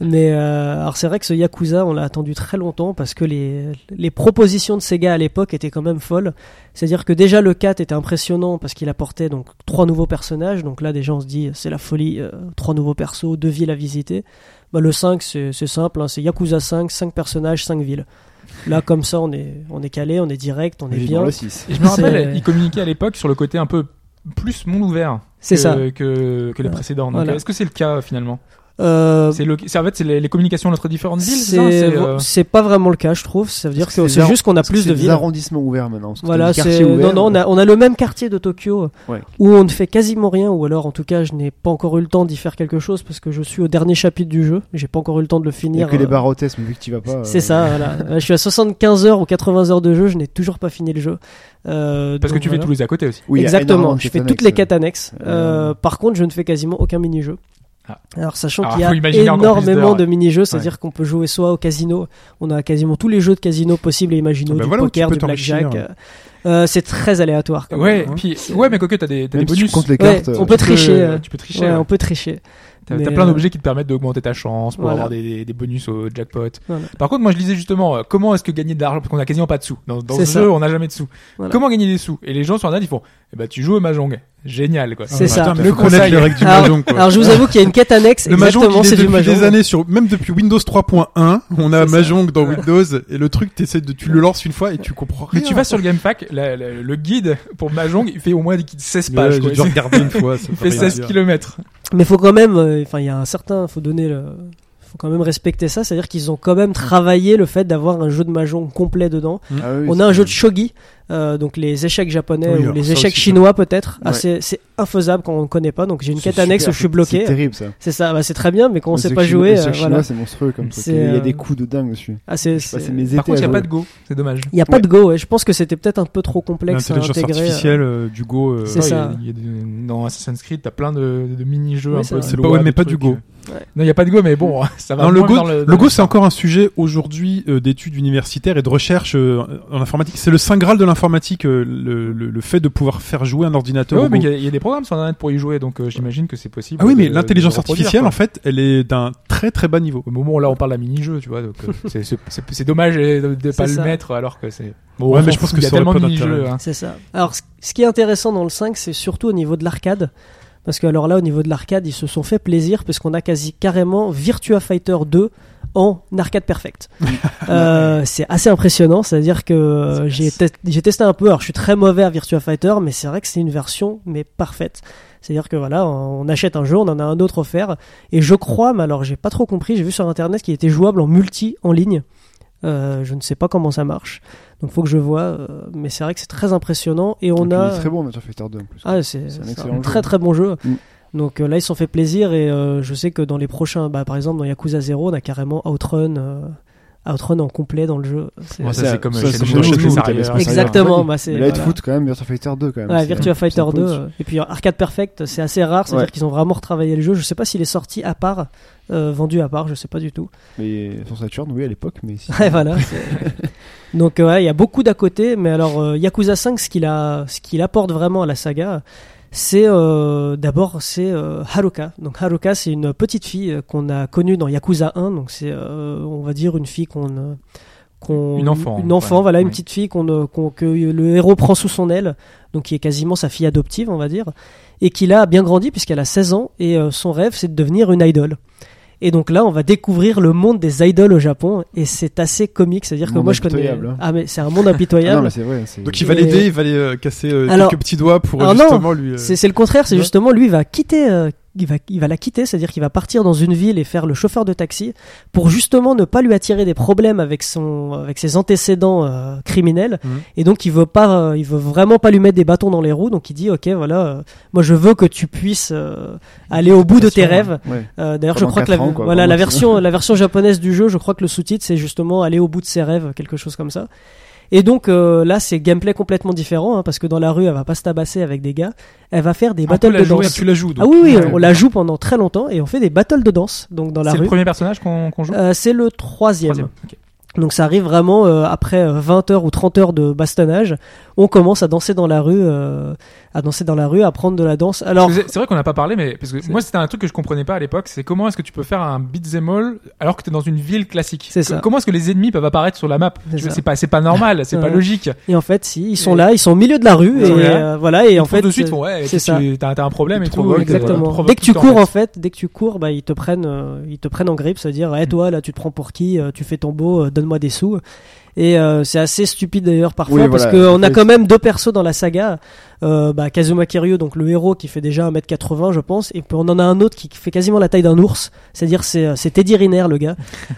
Speaker 6: Mais euh, alors c'est vrai que ce Yakuza on l'a attendu très longtemps parce que les, les propositions de Sega à l'époque étaient quand même folles. C'est-à-dire que déjà le 4 était impressionnant parce qu'il apportait donc trois nouveaux personnages. Donc là déjà on se dit c'est la folie, euh, trois nouveaux persos, deux villes à visiter. Bah, le 5 c'est c'est simple, hein, c'est Yakuza 5, 5 personnages, 5 villes. Là comme ça on est, on est calé, on est direct, on est
Speaker 5: Vivement
Speaker 6: bien.
Speaker 5: le 6.
Speaker 4: Et je me rappelle,
Speaker 6: C'est-
Speaker 4: il communiquait à l'époque sur le côté un peu plus monde ouvert
Speaker 6: C'est
Speaker 5: euh,
Speaker 4: que-
Speaker 6: ça. Euh,
Speaker 4: que, que les
Speaker 6: Voilà.
Speaker 4: précédents. Donc,
Speaker 6: Voilà.
Speaker 4: Est-ce que c'est le cas finalement
Speaker 6: Euh,
Speaker 4: C'est le, c'est- en fait c'est les, les communications entre différentes villes. C'est
Speaker 6: C'est
Speaker 4: ça C'est, euh,
Speaker 6: c'est pas vraiment le cas, je trouve. Ça veut dire
Speaker 5: Parce
Speaker 6: que
Speaker 5: que
Speaker 6: c'est
Speaker 5: les
Speaker 6: juste qu'on a plus de
Speaker 5: villes.
Speaker 6: villes.
Speaker 5: arrondissements ouverts maintenant. parce que
Speaker 6: Voilà,
Speaker 5: c'était des
Speaker 6: c'est
Speaker 5: quartiers ouverts.
Speaker 6: non non, on a on a le même quartier de Tokyo
Speaker 5: Ouais.
Speaker 6: où on ne fait quasiment rien ou alors en tout cas, je n'ai pas encore eu le temps d'y faire quelque chose parce que je suis au dernier chapitre du jeu, j'ai pas encore eu le temps de le
Speaker 5: Il n'y a
Speaker 6: finir.
Speaker 5: que les
Speaker 6: euh,
Speaker 5: barres hôtesses, mais vu que tu vas pas.
Speaker 6: C'est
Speaker 5: euh,
Speaker 6: ça, voilà. Euh, Je suis à 75 heures ou 80 heures de jeu, je n'ai toujours pas fini le jeu. Euh,
Speaker 4: parce que
Speaker 6: donc
Speaker 4: tu
Speaker 6: voilà.
Speaker 4: fais tous les à côté aussi.
Speaker 5: oui, il y a énormément
Speaker 6: Exactement,
Speaker 5: de
Speaker 6: je fais
Speaker 5: quêtes
Speaker 6: toutes les
Speaker 5: annexes,
Speaker 6: quêtes annexes.
Speaker 5: Euh,
Speaker 6: Euh, par contre, je ne fais quasiment aucun mini-jeu.
Speaker 4: Ah.
Speaker 6: Alors, sachant
Speaker 4: Ah,
Speaker 6: qu'il y
Speaker 4: faut
Speaker 6: a
Speaker 4: imaginer encore plus
Speaker 6: énormément
Speaker 4: d'heures,
Speaker 6: de
Speaker 4: ouais.
Speaker 6: mini-jeux, c'est-à-dire qu'on peut jouer soit au casino, on a quasiment tous les jeux de casino possibles et
Speaker 3: Ah
Speaker 6: imaginaux,
Speaker 3: bah
Speaker 6: du
Speaker 3: voilà, où tu
Speaker 6: poker,
Speaker 3: peux
Speaker 6: du blackjack.
Speaker 3: t'enrichir.
Speaker 6: euh, euh, c'est très aléatoire. quand
Speaker 4: hein. Ouais,
Speaker 6: même, hein.
Speaker 4: puis ouais mais quoique t'as des, t'as des
Speaker 5: Même si tu
Speaker 4: bonus.
Speaker 5: comptes les
Speaker 6: Ouais,
Speaker 5: cartes. euh,
Speaker 6: on peut
Speaker 4: Tu peux-
Speaker 6: tricher. euh,
Speaker 4: Tu peux tricher.
Speaker 6: ouais,
Speaker 4: ouais.
Speaker 6: on peut tricher.
Speaker 4: T'as
Speaker 6: Mais,
Speaker 4: t'as plein
Speaker 6: euh,
Speaker 4: d'objets qui te permettent d'augmenter ta chance pour
Speaker 6: Voilà.
Speaker 4: avoir des, des- des bonus au jackpot.
Speaker 6: Voilà.
Speaker 4: Par contre, moi je lisais justement euh, comment est-ce que gagner de l'argent parce qu'on a quasiment pas de sous. Dans, dans ce
Speaker 6: C'est ça.
Speaker 4: jeu, on n'a jamais de sous.
Speaker 6: Voilà.
Speaker 4: Comment gagner des sous Et les gens sur internet ils font eh ben tu joues au mahjong. Génial quoi. Bah,
Speaker 6: C'est ça.
Speaker 3: Putain,
Speaker 4: mais
Speaker 3: mieux
Speaker 4: faut
Speaker 3: qu'on
Speaker 4: ça,
Speaker 3: ait
Speaker 4: il-
Speaker 3: les règles du
Speaker 6: Alors-
Speaker 3: Mahjong, quoi.
Speaker 6: Alors, je vous avoue qu'il y a une quête annexe.
Speaker 3: Le Mahjong,
Speaker 6: exactement,
Speaker 3: il est
Speaker 6: c'est du
Speaker 3: depuis
Speaker 6: Mahjong.
Speaker 3: des années sur, même depuis Windows 3.1, on a
Speaker 6: C'est ça.
Speaker 3: Mahjong dans
Speaker 4: Ouais.
Speaker 3: Windows, et le truc, t'essaies de, tu le lances une fois et tu comprends rien.
Speaker 4: Mais tu vas sur le GameFAQ, la- la- le guide pour mahjong, il fait au moins 16
Speaker 3: Ouais,
Speaker 4: pages.
Speaker 3: j'ai
Speaker 4: quoi.
Speaker 3: dû regarder une fois, ça
Speaker 4: Il fait
Speaker 3: rien
Speaker 4: 16
Speaker 3: dire.
Speaker 4: kilomètres.
Speaker 6: Mais faut quand même, euh, enfin, il y a un certain, faut donner le, faut quand même respecter ça. C'est-à-dire qu'ils ont quand même travaillé le fait d'avoir un jeu de mahjong complet dedans.
Speaker 5: ah oui,
Speaker 6: On
Speaker 5: c'est-
Speaker 6: a un jeu de shogi, euh, donc les échecs japonais
Speaker 3: Oui,
Speaker 6: ou
Speaker 3: alors
Speaker 6: les
Speaker 3: ça
Speaker 6: échecs
Speaker 3: aussi,
Speaker 6: chinois peut-être. Ah,
Speaker 5: Ouais.
Speaker 6: c'est c'est infaisable quand on ne connaît pas. Donc j'ai une
Speaker 5: c'est
Speaker 6: quête annexe
Speaker 5: super,
Speaker 6: où je suis
Speaker 5: C'est
Speaker 6: bloqué.
Speaker 5: terrible ça.
Speaker 6: C'est ça, bah, c'est très bien, mais quand on
Speaker 5: Le
Speaker 6: sait
Speaker 5: truc
Speaker 6: pas
Speaker 5: chinois-
Speaker 6: jouer,
Speaker 5: le
Speaker 6: euh,
Speaker 5: truc chinois,
Speaker 6: voilà.
Speaker 5: c'est monstrueux comme truc.
Speaker 6: C'est,
Speaker 5: Il y a
Speaker 6: euh,
Speaker 5: des coups de dingue dessus.
Speaker 6: Ah, c'est-
Speaker 5: Je sais pas,
Speaker 6: c'est-
Speaker 5: c'est mes
Speaker 4: Par contre, il
Speaker 5: étés
Speaker 4: n'y a
Speaker 5: à jouer.
Speaker 4: pas de go. C'est dommage.
Speaker 6: Il n'y a pas de go. Ouais. Je pense que c'était peut-être un peu trop complexe à
Speaker 3: L'intelligence
Speaker 6: intégrer. euh.
Speaker 3: artificielle euh, du Go. euh,
Speaker 6: C'est
Speaker 4: Ouais,
Speaker 6: ça.
Speaker 4: il y a- il y a des- dans Assassin's Creed, t'as plein de, de mini-jeux
Speaker 6: Oui,
Speaker 4: un
Speaker 6: c'est
Speaker 4: peu.
Speaker 6: vrai.
Speaker 3: C'est
Speaker 4: de loi,
Speaker 3: pas- mais
Speaker 4: de
Speaker 3: pas du
Speaker 4: trucs.
Speaker 3: Go.
Speaker 6: euh,
Speaker 4: Non, il n'y a pas de go, mais bon, ça va.
Speaker 3: Non, le
Speaker 4: moins
Speaker 3: Go,
Speaker 4: euh, dans le,
Speaker 3: le Go, c'est encore un sujet aujourd'hui euh, d'études universitaires et de recherche euh, en informatique. C'est le saint graal de l'informatique, euh, le, le- le fait de pouvoir faire jouer un ordinateur.
Speaker 4: Ouais,
Speaker 3: au
Speaker 4: mais il
Speaker 3: Go.
Speaker 4: y, a- il y a des programmes sur internet pour y jouer, donc euh, j'imagine que c'est possible.
Speaker 3: Ah oui,
Speaker 4: de-
Speaker 3: mais
Speaker 4: de
Speaker 3: l'intelligence
Speaker 4: le reproduire,
Speaker 3: artificielle,
Speaker 4: quoi.
Speaker 3: en fait, elle est d'un très très bas niveau.
Speaker 4: Au moment où là on parle d'un mini-jeu, tu vois, donc euh, c'est- c'est c'est- c'est dommage euh, de, de
Speaker 6: C'est
Speaker 4: pas
Speaker 6: ça.
Speaker 4: le mettre alors que c'est.
Speaker 3: Bon,
Speaker 4: on
Speaker 3: ouais, mais
Speaker 4: s'en
Speaker 3: je pense
Speaker 4: fout,
Speaker 3: que
Speaker 4: il y a
Speaker 3: ça aurait
Speaker 4: tellement
Speaker 3: pas
Speaker 4: de
Speaker 3: d'intérêt.
Speaker 4: mini-jeux. hein.
Speaker 6: C'est ça. Alors, ce- ce qui est intéressant dans le 5, c'est surtout au niveau de l'arcade. Parce que, alors là, au niveau de l'arcade, ils se sont fait plaisir, parce qu'on a quasi carrément Virtua Fighter 2 en arcade perfect. Euh, c'est assez impressionnant, c'est-à-dire que euh, j'ai te- j'ai testé un peu. Alors, je suis très mauvais à Virtua Fighter, mais c'est vrai que c'est une version, mais parfaite. C'est-à-dire que voilà, on on achète un jeu, on en a un autre offert. Et je crois, mais alors j'ai pas trop compris, j'ai vu sur internet qu'il était jouable en multi en ligne. Euh, je ne sais pas comment ça marche, donc faut que je vois. euh, mais c'est vrai que c'est très impressionnant et on
Speaker 5: Et puis,
Speaker 6: a.
Speaker 5: Il est très bon, Mature Fighter 2 en plus.
Speaker 6: Ah, c'est
Speaker 5: C'est un
Speaker 6: c'est
Speaker 5: excellent
Speaker 6: un
Speaker 5: jeu.
Speaker 6: très très bon jeu.
Speaker 5: Mm.
Speaker 6: Donc euh, là, ils se sont fait plaisir et euh, je sais que dans les prochains, bah, par exemple dans Yakuza 0, on a carrément Outrun, euh, Outrun en complet dans le jeu. C'est-
Speaker 4: Ouais, ça, c'est comme, euh, chez
Speaker 5: c'est
Speaker 4: nous,
Speaker 5: comme
Speaker 4: chez
Speaker 5: chez
Speaker 4: nous,
Speaker 5: nous,
Speaker 4: ça
Speaker 5: t'avais
Speaker 4: arrive.
Speaker 5: Smash Bros.
Speaker 6: Exactement, bah, c'est-
Speaker 5: Mais là, il te
Speaker 6: voilà.
Speaker 5: foot quand même Virtua Fighter 2 quand même.
Speaker 6: Ouais,
Speaker 5: c'est-
Speaker 6: Virtua
Speaker 5: c'est
Speaker 6: Fighter
Speaker 5: un peu
Speaker 6: 2
Speaker 5: au-dessus.
Speaker 6: euh, et puis euh, Arcade Perfect, c'est assez rare, c'est-à-dire
Speaker 5: Ouais.
Speaker 6: qu'ils ont vraiment retravaillé le jeu. Je sais pas s'il est sorti à part, euh, vendu à part, je sais pas du tout.
Speaker 5: Mais sur Saturn, oui, à l'époque, mais Ah si-
Speaker 6: Ouais, voilà. c'est- Donc euh, ouais, il y a beaucoup d'à côté, mais alors euh, Yakuza 5, ce qu'il a, ce qu'il apporte vraiment à la saga, c'est euh, d'abord c'est euh, Haruka. Donc Haruka, c'est une petite fille euh, qu'on a connue dans Yakuza 1, donc c'est, euh, on va dire une fille qu'on euh, qu'on-
Speaker 4: Une enfant,
Speaker 6: une enfant,
Speaker 4: ouais.
Speaker 6: voilà, une
Speaker 4: Ouais.
Speaker 6: petite fille qu'on, euh, qu'on- que le héros prend sous son aile, donc qui est quasiment sa fille adoptive, on va dire, et qui là a bien grandi puisqu'elle a 16 ans et euh, son rêve c'est de devenir une idole. Et donc là, on va découvrir le monde des idoles au Japon et c'est assez comique, c'est-à-dire que
Speaker 5: Monde
Speaker 6: moi je connais.
Speaker 5: impitoyable, hein.
Speaker 6: Ah mais c'est un monde
Speaker 5: Ah non,
Speaker 6: impitoyable.
Speaker 5: mais c'est vrai. c'est-
Speaker 3: Donc il va
Speaker 6: Et-
Speaker 3: l'aider, il va aller euh, casser euh,
Speaker 6: Alors-
Speaker 3: quelques petits doigts pour euh,
Speaker 6: Alors non,
Speaker 3: justement lui. euh,
Speaker 6: c'est c'est le contraire, c'est
Speaker 3: Ouais.
Speaker 6: justement lui il va quitter euh, il va, il va la quitter, c'est-à-dire qu'il va partir dans une ville et faire le chauffeur de taxi pour justement ne pas lui attirer des problèmes avec son, avec ses antécédents euh, criminels.
Speaker 3: Mhm.
Speaker 6: Et donc il veut pas, euh, il veut vraiment pas lui mettre des bâtons dans les roues. Donc il dit, ok, voilà, euh, moi je veux que tu puisses euh, aller au bout de
Speaker 5: Attention,
Speaker 6: tes
Speaker 3: hein.
Speaker 6: rêves.
Speaker 5: Ouais.
Speaker 6: Euh, D'ailleurs, je
Speaker 5: Pendant
Speaker 6: crois que
Speaker 5: quatre
Speaker 6: la,
Speaker 5: ans, quoi,
Speaker 6: voilà,
Speaker 5: pendant
Speaker 6: la,
Speaker 5: que-
Speaker 6: version, la version japonaise du jeu, je crois que le sous-titre, c'est justement aller au bout de ses rêves, quelque chose comme ça. Et donc euh, là, c'est gameplay complètement différent, hein, parce que dans la rue, elle va pas se tabasser avec des gars, elle va faire des
Speaker 4: Ah,
Speaker 6: battles de danse.
Speaker 3: tu la joues.
Speaker 6: Ah oui, oui,
Speaker 4: Ouais.
Speaker 6: on la joue pendant très longtemps et on fait des battles de danse, donc dans la
Speaker 4: C'est le
Speaker 6: rue.
Speaker 4: premier personnage qu'on qu'on joue
Speaker 6: Euh, c'est le troisième.
Speaker 4: Troisième. Ok.
Speaker 6: Donc ça arrive vraiment euh, après euh, 20 heures ou 30 heures de bastonnage, on commence à danser dans la rue, euh, à danser dans la rue, à prendre de la danse. Alors
Speaker 4: Parce que C'est c'est vrai qu'on n'a pas parlé, mais parce que moi c'était un truc que je comprenais pas à l'époque, c'est comment est-ce que tu peux faire un beat'em all alors que t'es dans une ville classique
Speaker 6: C'est
Speaker 4: Co-
Speaker 6: ça.
Speaker 4: Comment est-ce que les ennemis peuvent apparaître sur la map
Speaker 6: C'est
Speaker 4: Tu vois,
Speaker 6: ça.
Speaker 4: C'est pas, c'est pas normal, c'est pas
Speaker 6: Ouais.
Speaker 4: logique.
Speaker 6: Et en fait, si, ils sont
Speaker 4: Et-
Speaker 6: là, ils sont au milieu de la rue,
Speaker 4: Ils
Speaker 6: et
Speaker 4: sont là.
Speaker 6: euh, voilà, et en fait,
Speaker 4: de suite,
Speaker 6: euh,
Speaker 4: bon, ouais,
Speaker 6: c'est
Speaker 4: tu-
Speaker 6: ça.
Speaker 4: t'as t'as un problème
Speaker 5: Ils
Speaker 4: et
Speaker 5: te
Speaker 4: tout.
Speaker 5: provoquent,
Speaker 4: et voilà,
Speaker 6: exactement.
Speaker 4: ils te provoquent
Speaker 6: dès que
Speaker 4: tout
Speaker 6: tu
Speaker 4: le temps,
Speaker 6: cours,
Speaker 4: en
Speaker 6: en
Speaker 4: fait.
Speaker 6: fait, dès que tu cours, bah ils te prennent, euh, ils te prennent en grippe, se dire, eh toi, là, tu te prends pour qui Euh, Tu fais ton beau, euh, donne-moi des sous. Et euh, c'est assez stupide d'ailleurs parfois
Speaker 5: Oui,
Speaker 6: parce
Speaker 5: voilà,
Speaker 6: qu'on a
Speaker 5: oui.
Speaker 6: quand même deux persos dans la saga. Euh, bah, Kazuma Kiryu, donc le héros qui fait déjà 1m80 je pense, et puis on en a un autre qui fait quasiment la taille d'un ours, c'est-à-dire c'est euh, c'est Teddy Riner le gars.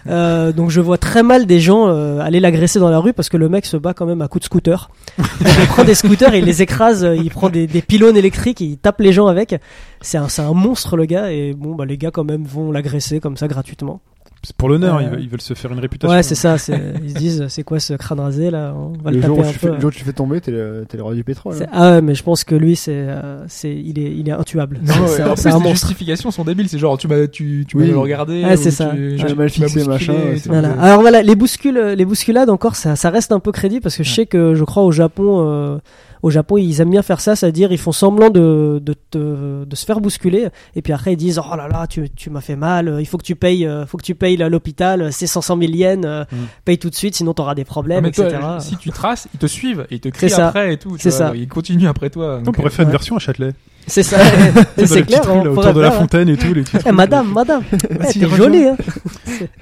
Speaker 6: Euh, donc je vois très mal des gens euh, aller l'agresser dans la rue parce que le mec se bat quand même à coups de scooter. il prend des scooters, et il les écrase, euh, il prend des, des pylônes électriques, et il tape les gens avec. C'est un, c'est un monstre le gars et bon bah les gars quand même vont l'agresser comme ça gratuitement.
Speaker 3: C'est pour l'honneur,
Speaker 6: Euh,
Speaker 3: ils veulent- ils veulent se faire une réputation.
Speaker 6: Ouais c'est ça, c'est- euh, ils se disent c'est quoi ce crâne rasé là, hein on va le,
Speaker 5: Le
Speaker 6: taper
Speaker 5: jour, où
Speaker 6: un
Speaker 5: tu fais,
Speaker 6: peu.
Speaker 5: le jour où tu fais tomber, t'es le, t'es le roi du pétrole.
Speaker 6: C'est-
Speaker 5: hein.
Speaker 6: Ah ouais, mais je pense que lui c'est euh, c'est il est il est intuable.
Speaker 4: Non,
Speaker 6: C'est-
Speaker 4: ouais,
Speaker 6: c'est
Speaker 4: en
Speaker 6: un-
Speaker 4: plus,
Speaker 6: c'est un
Speaker 4: les
Speaker 6: monstre.
Speaker 4: justifications sont débiles. C'est genre, tu m'as, tu, tu
Speaker 5: Oui.
Speaker 4: m'as regardé.
Speaker 6: Ah,
Speaker 4: ou
Speaker 6: c'est
Speaker 4: tu-
Speaker 6: ça.
Speaker 4: tu-
Speaker 5: J'ai
Speaker 4: tu
Speaker 5: mal
Speaker 4: m'as
Speaker 5: fixé,
Speaker 4: bousculé,
Speaker 5: machin,
Speaker 4: et
Speaker 5: c'est-
Speaker 4: tout.
Speaker 6: Voilà. Ah, Alors voilà, les bouscules, euh, les bousculades encore, ça, ça reste un peu crédible parce que je sais que je crois au Japon, euh, au Japon, ils aiment bien faire ça, c'est-à-dire ils font semblant de, de, te- de se faire bousculer et puis après ils disent oh là là, tu, tu m'as fait mal, euh, il faut que tu payes, euh, faut que tu payes là, l'hôpital, euh, c'est 500 000 yens, euh,
Speaker 3: Mm.
Speaker 6: paye tout de suite, sinon t'auras des
Speaker 4: Non,
Speaker 6: problèmes,
Speaker 4: Ah, mais toi,
Speaker 6: etc.
Speaker 4: si tu traces, ils te suivent et ils te crient
Speaker 6: C'est ça.
Speaker 4: après et tout. tu
Speaker 6: C'est
Speaker 4: vois,
Speaker 6: ça.
Speaker 4: alors Ils continuent après toi.
Speaker 3: On
Speaker 4: donc, euh,
Speaker 3: pourrait faire une
Speaker 6: ouais.
Speaker 3: version à Châtelet.
Speaker 6: C'est ça,
Speaker 3: Dans les
Speaker 6: c'est
Speaker 3: petites
Speaker 6: clair.
Speaker 3: rues,
Speaker 6: on
Speaker 3: là,
Speaker 6: pourrait
Speaker 3: autour de la
Speaker 6: faire, hein.
Speaker 3: fontaine et tout. les petites
Speaker 6: Eh,
Speaker 3: rues.
Speaker 6: madame, madame, eh,
Speaker 4: si,
Speaker 6: t'es
Speaker 4: rejoins.
Speaker 6: jolie. Hein C'est-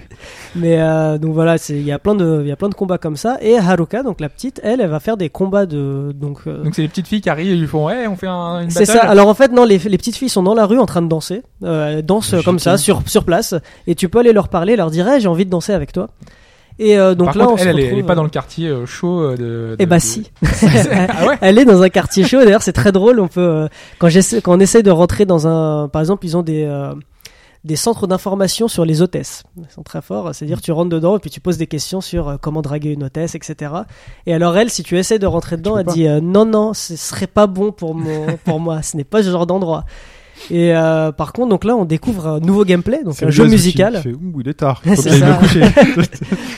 Speaker 6: Mais euh, donc voilà, c'est- il y a plein de, il y a plein de combats comme ça. Et Haruka, donc la petite, elle, elle va faire des combats de, donc. euh,
Speaker 4: Donc, c'est les petites filles qui arrivent et ils font, ouais, on fait un, une
Speaker 6: c'est ça.
Speaker 4: battle.
Speaker 6: Alors en fait, non, les, les petites filles sont dans la rue en train de danser. Euh, elles dansent euh, comme ça sur sur place. Et tu peux aller leur parler, leur dire, Eh, j'ai envie de danser avec toi. Et euh, donc
Speaker 4: Par
Speaker 6: là,
Speaker 4: contre,
Speaker 6: on
Speaker 4: elle,
Speaker 6: se
Speaker 4: elle est-
Speaker 6: retrouve.
Speaker 4: elle est pas dans le quartier euh, chaud euh, de.
Speaker 6: Eh
Speaker 4: de-
Speaker 6: bah
Speaker 4: de-
Speaker 6: si.
Speaker 4: ah ouais.
Speaker 6: Elle est dans un quartier chaud. D'ailleurs, c'est très drôle. On peut euh, quand j'essaie quand on essaie de rentrer dans un, par exemple, ils ont des euh, des centres d'information sur les hôtesses. Ils sont très forts. C'est-à-dire, tu rentres dedans et puis tu poses des questions sur euh, comment draguer une hôtesse, etc. Et alors elle, si tu essaies de rentrer dedans,
Speaker 5: peux
Speaker 6: elle
Speaker 5: pas.
Speaker 6: dit euh, non, non, ce serait pas bon pour mon, pour moi. Ce n'est pas ce genre d'endroit. Et euh, par contre, donc là, on découvre un nouveau gameplay, donc
Speaker 3: C'est
Speaker 6: un
Speaker 3: le
Speaker 6: jeu
Speaker 3: jazz aussi
Speaker 6: musical.
Speaker 3: qui fait, Ouh, il est tard.
Speaker 6: Ouais,
Speaker 3: faut que
Speaker 6: c'est
Speaker 3: j'aille me coucher.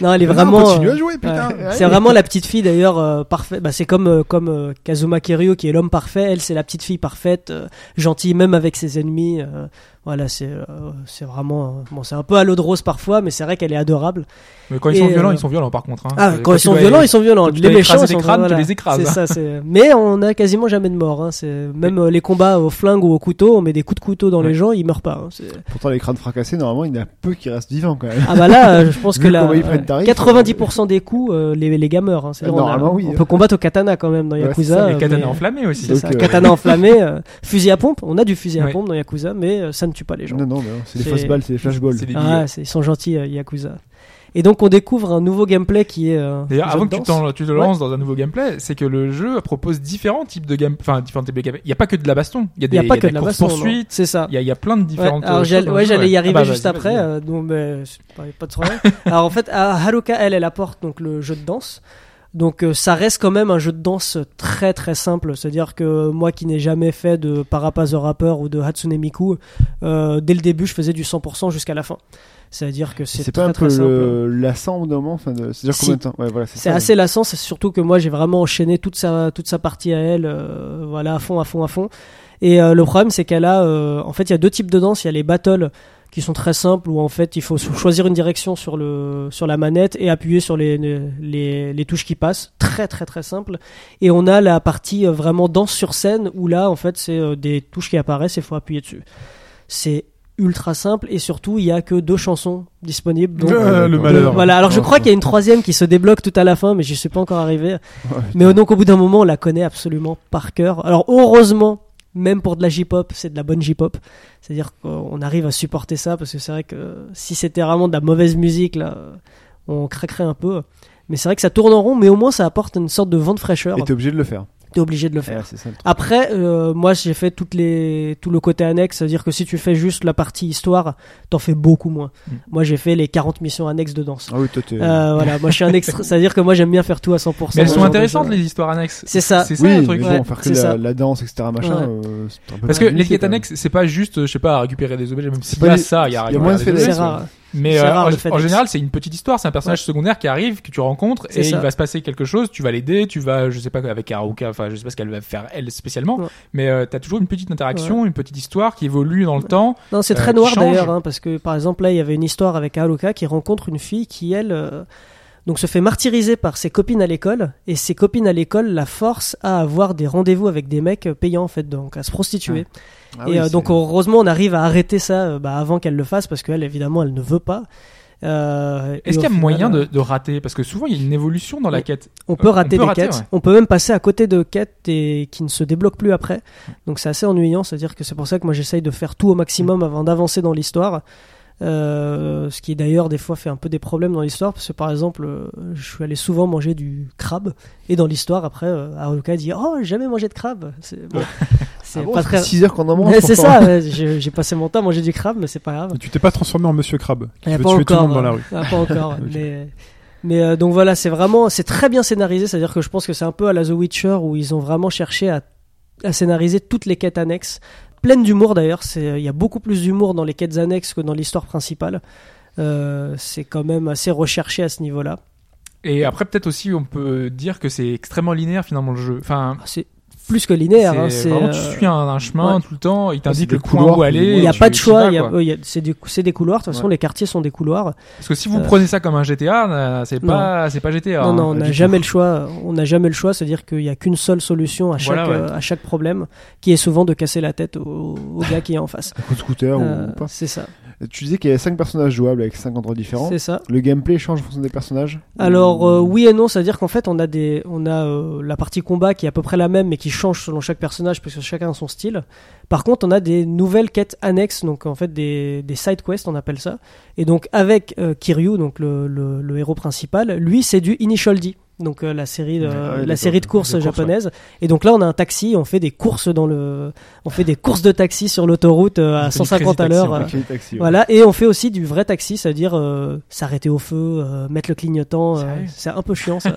Speaker 6: Non, elle est
Speaker 5: Ah,
Speaker 6: vraiment.
Speaker 5: Continue
Speaker 6: euh,
Speaker 5: à jouer, putain.
Speaker 6: Ouais.
Speaker 5: Allez.
Speaker 6: C'est vraiment la petite fille d'ailleurs euh, parfait. Bah, c'est comme euh, comme euh, Kazuma Kiryu qui est l'homme parfait. Elle c'est la petite fille parfaite, euh, gentille même avec ses ennemis. euh, voilà, c'est euh, c'est vraiment euh, bon. C'est un peu à l'eau de rose parfois, mais c'est vrai qu'elle est adorable.
Speaker 4: Mais quand ils sont
Speaker 6: Et,
Speaker 4: violents,
Speaker 6: euh,
Speaker 4: ils sont violents par contre. hein.
Speaker 6: Ah,
Speaker 4: C'est-
Speaker 6: quand ils
Speaker 4: tu
Speaker 6: sont
Speaker 4: vas-
Speaker 6: violents, ils sont violents.
Speaker 4: quand tu
Speaker 6: Les
Speaker 4: vas écraser
Speaker 6: méchants
Speaker 4: des
Speaker 6: sont
Speaker 4: crânes, tu
Speaker 6: voilà.
Speaker 4: les écrases.
Speaker 6: C'est ça. c'est- Mais on a quasiment jamais de mort. Hein. C'est même euh, les combats au flingue ou au couteau. On met des coups de couteau dans
Speaker 4: Ouais.
Speaker 6: les gens, ils meurent pas. hein. C'est-
Speaker 5: Pourtant, les crânes fracassés, normalement, il y en a peu qui restent vivants quand même.
Speaker 6: Ah bah là, euh, je pense
Speaker 5: Vu
Speaker 6: que là,
Speaker 5: comment ils prennent tarif,
Speaker 6: 90% des coups, euh, les, les gars meurent. hein. C'est-à-dire, on a-
Speaker 5: Normalement, oui.
Speaker 6: On peut combattre au katana quand même dans
Speaker 5: Ouais,
Speaker 6: Yakuza.
Speaker 5: c'est ça,
Speaker 4: Et
Speaker 6: euh,
Speaker 4: katana
Speaker 6: mais-
Speaker 4: enflammé aussi.
Speaker 6: C'est ça,
Speaker 5: Donc, euh,
Speaker 6: katana enflammé, euh, fusil à pompe. On a du fusil à
Speaker 4: Ouais.
Speaker 6: pompe dans Yakuza, mais euh, ça ne tue pas les gens.
Speaker 5: Non, non, mais non, c'est des
Speaker 6: C'est-
Speaker 5: fausses balles, c'est des flashballs.
Speaker 4: C'est des billets.
Speaker 6: Ah, c'est- ils sont gentils, euh, Yakuza. Et donc, on découvre un nouveau gameplay qui est. euh,
Speaker 4: D'ailleurs,
Speaker 6: jeu
Speaker 4: avant
Speaker 6: de
Speaker 4: que tu,
Speaker 6: danse.
Speaker 4: t'en- tu te lances dans un nouveau gameplay, c'est que le jeu propose différents types de game, enfin différents types de gameplay. Il n'y a pas que de la baston. Il y a
Speaker 6: Il
Speaker 4: des
Speaker 6: n'y a pas que de
Speaker 4: la
Speaker 6: la baston. non.
Speaker 4: poursuite.
Speaker 6: C'est ça.
Speaker 4: Il y a, il y a plein de
Speaker 6: Ouais,
Speaker 4: différentes.
Speaker 6: alors
Speaker 4: euh,
Speaker 6: j'allais
Speaker 4: choses dans
Speaker 6: ouais,
Speaker 4: le jeu,
Speaker 6: j'allais y
Speaker 4: ouais.
Speaker 6: arriver
Speaker 4: Ah bah,
Speaker 6: juste
Speaker 4: vas-y,
Speaker 6: après.
Speaker 4: vas-y.
Speaker 6: euh, non, mais c'est pas, pas de problème. alors en fait, à Haruka, elle, elle apporte donc le jeu de danse. Donc euh, ça reste quand même un jeu de danse très très simple. C'est-à-dire que moi qui n'ai jamais fait de Parappa the Rapper ou de Hatsune Miku, euh, dès le début je faisais du 100% jusqu'à la fin. C'est-à-dire que c'est
Speaker 5: C'est
Speaker 6: très
Speaker 5: pas un
Speaker 6: très
Speaker 5: peu
Speaker 6: simple.
Speaker 5: le- lassant au bout d'un moment enfin, de... C'est-à-dire
Speaker 6: Si.
Speaker 5: combien de temps Ouais, voilà,
Speaker 6: C'est
Speaker 5: ça.
Speaker 6: assez lassant, c'est surtout que moi j'ai vraiment enchaîné toute sa, toute sa partie à elle, euh, voilà, à fond, à fond, à fond. Et euh, le problème c'est qu'elle a, euh, en fait il y a deux types de danse, il y a les battles qui sont très simples où en fait il faut so- choisir une direction sur, le, sur la manette et appuyer sur les, les, les- les touches qui passent, très très très simple. Et on a la partie euh, vraiment danse sur scène où là en fait c'est euh, des touches qui apparaissent et il faut appuyer dessus. C'est ultra simple et surtout il y a que deux chansons disponibles. donc,
Speaker 3: Ah, Le
Speaker 5: Euh,
Speaker 3: malheur.
Speaker 6: voilà, alors je
Speaker 5: Ouais,
Speaker 6: crois
Speaker 5: ouais.
Speaker 6: qu'il y a une troisième qui se débloque tout à la fin, mais je suis pas encore arrivé.
Speaker 5: Ouais, putain.
Speaker 6: Mais donc au bout d'un moment, on la connaît absolument par cœur. Alors heureusement même pour de la J-pop, c'est de la bonne J-pop. C'est-à-dire qu'on arrive à supporter ça parce que c'est vrai que si c'était vraiment de la mauvaise musique, là, on craquerait un peu. Mais c'est vrai que ça tourne en rond, mais au moins ça apporte une sorte de vent de fraîcheur.
Speaker 5: Et t'es obligé de le faire.
Speaker 6: T'es obligé de le faire.
Speaker 5: Ouais, c'est ça le truc.
Speaker 6: Après, euh, moi, j'ai fait toutes les, tout le côté annexe, c'est-à-dire que si tu fais juste la partie histoire, t'en fais beaucoup moins.
Speaker 4: Mm.
Speaker 6: Moi, j'ai fait les 40 missions annexes de danse.
Speaker 5: Ah oui, toi, t'es-
Speaker 6: Euh, voilà, moi, je suis un extra, c'est-à-dire que moi, j'aime bien faire tout à 100%.
Speaker 4: Mais elles
Speaker 6: ce
Speaker 4: sont
Speaker 6: genre de
Speaker 4: intéressantes
Speaker 6: jeu.
Speaker 4: les histoires annexes.
Speaker 6: C'est ça.
Speaker 4: C'est ça
Speaker 5: oui,
Speaker 4: le truc.
Speaker 5: mais
Speaker 6: ouais.
Speaker 5: bon, faire que
Speaker 6: C'est
Speaker 5: la,
Speaker 6: ça.
Speaker 5: la danse, etc., machin.
Speaker 6: Ouais.
Speaker 5: euh, c'est un peu
Speaker 4: Parce que les
Speaker 5: limité,
Speaker 4: quêtes
Speaker 5: quand même.
Speaker 4: annexes, c'est pas juste, euh, je sais pas, à récupérer des objets, même s'il
Speaker 5: pas
Speaker 4: y a
Speaker 5: des-
Speaker 4: ça, il y a,
Speaker 5: il y a moins de
Speaker 4: des
Speaker 5: fait
Speaker 4: objets.
Speaker 6: C'est
Speaker 5: d'annexe,
Speaker 6: rare.
Speaker 4: Mais
Speaker 6: C'est
Speaker 4: euh,
Speaker 6: rare,
Speaker 4: en,
Speaker 6: le fait
Speaker 4: en
Speaker 6: d'annexe.
Speaker 4: général, c'est une petite histoire, c'est un personnage secondaire qui arrive, que tu rencontres,
Speaker 6: C'est
Speaker 4: et
Speaker 6: ça.
Speaker 4: il va se passer quelque chose. Tu vas l'aider, tu vas, je sais pas, avec Haruka, enfin, je sais pas ce qu'elle va faire elle spécialement,
Speaker 6: Ouais.
Speaker 4: mais euh, t'as toujours une petite interaction, une petite histoire qui évolue dans le temps.
Speaker 6: Non, c'est
Speaker 4: Euh,
Speaker 6: très
Speaker 4: qui
Speaker 6: noir
Speaker 4: change.
Speaker 6: d'ailleurs, hein, parce que par exemple là, il y avait une histoire avec Haruka qui rencontre une fille qui elle euh, donc se fait martyriser par ses copines à l'école et ses copines à l'école la forcent à avoir des rendez-vous avec des mecs euh, payants en fait, donc à se prostituer.
Speaker 5: Ah
Speaker 6: et
Speaker 5: oui,
Speaker 6: euh,
Speaker 5: c'est-
Speaker 6: donc heureusement, on arrive à arrêter ça euh, bah, avant qu'elle le fasse parce qu'elle évidemment, elle ne veut pas. Euh, et
Speaker 4: Est-ce
Speaker 6: au
Speaker 4: qu'il y a
Speaker 6: final,
Speaker 4: moyen
Speaker 6: euh,
Speaker 4: de, de rater Parce que souvent, il y a une évolution dans la
Speaker 6: Oui.
Speaker 4: quête.
Speaker 6: On peut
Speaker 4: Euh,
Speaker 6: rater
Speaker 4: on peut
Speaker 6: des
Speaker 4: rater,
Speaker 6: quêtes,
Speaker 4: ouais.
Speaker 6: on peut même passer à côté de quêtes et qui ne se débloquent plus après. Donc c'est assez ennuyant, c'est-à-dire que c'est pour ça que moi j'essaye de faire tout au maximum avant d'avancer dans l'histoire. Euh, ce qui d'ailleurs des fois fait un peu des problèmes dans l'histoire, parce que par exemple, euh, je suis allé souvent manger du crabe, et dans l'histoire après, euh, Haruka dit Oh, j'ai jamais mangé de crabe C'est bon, c'est
Speaker 5: Ah bon,
Speaker 6: pas
Speaker 5: ça fait
Speaker 6: très.
Speaker 5: six heures qu'on en mange.
Speaker 6: Mais c'est
Speaker 5: pourtant.
Speaker 6: ça, ouais, j'ai j'ai passé mon temps à manger du crabe, mais c'est pas grave.
Speaker 3: Et tu t'es pas transformé en Monsieur Crabe. Tu veux
Speaker 6: Eh,
Speaker 3: tuer
Speaker 6: pas
Speaker 3: tout le
Speaker 6: encore,
Speaker 3: monde dans la rue.
Speaker 6: Ah, pas encore. mais mais euh, donc voilà, c'est vraiment, c'est très bien scénarisé. C'est-à-dire que je pense que c'est un peu à la The Witcher où ils ont vraiment cherché à, à scénariser toutes les quêtes annexes, pleines d'humour d'ailleurs. C'est euh, il y a beaucoup plus d'humour dans les quêtes annexes que dans l'histoire principale. Euh, c'est quand même assez recherché à ce niveau-là.
Speaker 4: Et après, peut-être aussi, on peut dire que c'est extrêmement linéaire finalement le jeu. Enfin,
Speaker 6: Ah, C'est plus que linéaire. hein,
Speaker 4: c'est vraiment, tu
Speaker 6: euh,
Speaker 4: suis un, un chemin
Speaker 6: ouais.
Speaker 4: tout le temps, il t'indique
Speaker 5: des
Speaker 4: le coin
Speaker 5: couloirs,
Speaker 4: où aller.
Speaker 5: des-
Speaker 6: il n'y a
Speaker 4: tu-
Speaker 6: pas de
Speaker 4: tu
Speaker 6: choix,
Speaker 4: vas,
Speaker 6: il y a-
Speaker 4: quoi.
Speaker 6: euh, il y a- c'est des, c'est des couloirs, de toute façon les quartiers sont des couloirs.
Speaker 4: Parce que si vous
Speaker 6: Euh,
Speaker 4: prenez ça comme un GTA, euh, c'est pas, c'est pas GTA.
Speaker 6: Non,
Speaker 4: hein.
Speaker 6: non, on
Speaker 5: pas
Speaker 6: n'a
Speaker 5: du
Speaker 6: jamais le choix. On n'a jamais le choix, c'est-à-dire qu'il n'y a qu'une seule solution à chaque,
Speaker 4: Voilà, ouais.
Speaker 6: euh, à chaque problème, qui est souvent de casser la tête au, au gars qui est en face.
Speaker 5: Un coup de scooter ou-
Speaker 6: Euh,
Speaker 5: ou pas.
Speaker 6: c'est ça,
Speaker 5: Tu disais qu'il y avait 5 personnages jouables avec 5 endroits différents.
Speaker 6: c'est ça.
Speaker 5: Le gameplay change en fonction des personnages
Speaker 6: Alors euh, oui et non, c'est-à-dire qu'en fait on a des, on a euh, la partie combat qui est à peu près la même, mais qui change selon chaque personnage parce que chacun a son style. Par contre, on a des nouvelles quêtes annexes, donc en fait des, des side quests, on appelle ça. Et donc avec euh, Kiryu, donc le, le, le héros principal, lui c'est du Initial D, donc euh, la série de,
Speaker 5: Ouais, ouais,
Speaker 6: la
Speaker 5: d'accord.
Speaker 6: série de courses
Speaker 5: Des courses,
Speaker 6: japonaise. Et donc là on a un taxi, on fait des courses dans le, on fait des courses de taxi sur l'autoroute euh,
Speaker 4: On
Speaker 6: à
Speaker 4: fait du
Speaker 6: 150
Speaker 4: crazy
Speaker 6: à
Speaker 4: taxi,
Speaker 6: l'heure.
Speaker 4: en
Speaker 6: euh,
Speaker 4: fait.
Speaker 5: Avec les taxis, ouais.
Speaker 6: voilà, et on fait aussi du vrai taxi, c'est-à-dire euh, s'arrêter au feu, euh, mettre le clignotant. euh,
Speaker 4: Sérieux
Speaker 6: c'est un peu chiant ça.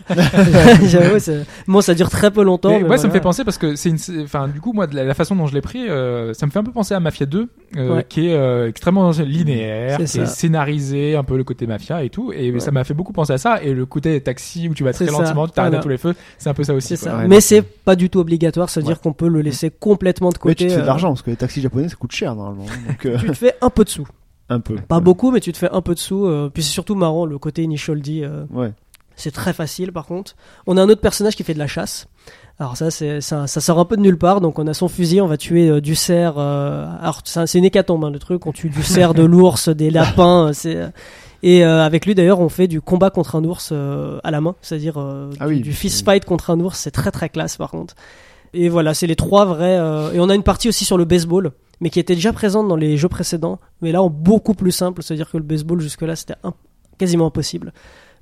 Speaker 6: J'avoue, c'est- moi ça dure très peu longtemps.
Speaker 4: Mais
Speaker 6: mais
Speaker 4: ouais, ça me
Speaker 6: voilà.
Speaker 4: fait penser parce que c'est une, c'est- enfin, du coup, moi, de la, la façon dont je l'ai pris, euh, ça me fait un peu penser à Mafia 2, euh,
Speaker 6: Ouais.
Speaker 4: qui est euh, extrêmement linéaire,
Speaker 6: C'est
Speaker 4: qui est
Speaker 6: ça.
Speaker 4: scénarisé, un peu le côté mafia et tout, et ça m'a fait beaucoup penser à ça. Et le côté taxi où tu vas très
Speaker 6: C'est ça,
Speaker 4: lentement, tu t'arrêtes
Speaker 6: voilà.
Speaker 4: à tous les feux, c'est un peu ça aussi.
Speaker 6: C'est
Speaker 4: quoi.
Speaker 6: ça.
Speaker 5: Ouais,
Speaker 6: mais
Speaker 5: non, Mm.
Speaker 6: c'est pas du tout obligatoire, c'est-à-dire qu'on peut le laisser complètement de
Speaker 5: Mais
Speaker 6: côté.
Speaker 5: tu te fais de
Speaker 6: euh,
Speaker 5: l'argent parce que les taxis japonais ça coûte cher normalement. Donc, euh,
Speaker 6: tu te fais un peu de sous.
Speaker 5: un peu.
Speaker 6: Pas
Speaker 5: Ouais.
Speaker 6: beaucoup, mais tu te fais un peu de sous. euh, puis c'est surtout marrant le côté initial D. euh,
Speaker 5: Ouais.
Speaker 6: C'est très facile par contre. On a un autre personnage qui fait de la chasse. Alors ça, c'est, ça, ça sort un peu de nulle part. Donc on a son fusil, on va tuer euh, du cerf. euh, alors c'est, un- c'est une hécatombe hein, le truc. On tue du cerf, de l'ours, des lapins. euh, C'est euh, et euh, avec lui d'ailleurs, on fait du combat contre un ours euh, à la main, c'est-à-dire euh,
Speaker 5: Ah
Speaker 6: du,
Speaker 5: oui.
Speaker 6: du fist fight contre un ours. C'est très très classe par contre. Et voilà, c'est les trois vrais. euh, et on a une partie aussi sur le baseball, mais qui était déjà présente dans les jeux précédents, mais là en beaucoup plus simple. C'est-à-dire que le baseball jusque-là c'était un- quasiment impossible.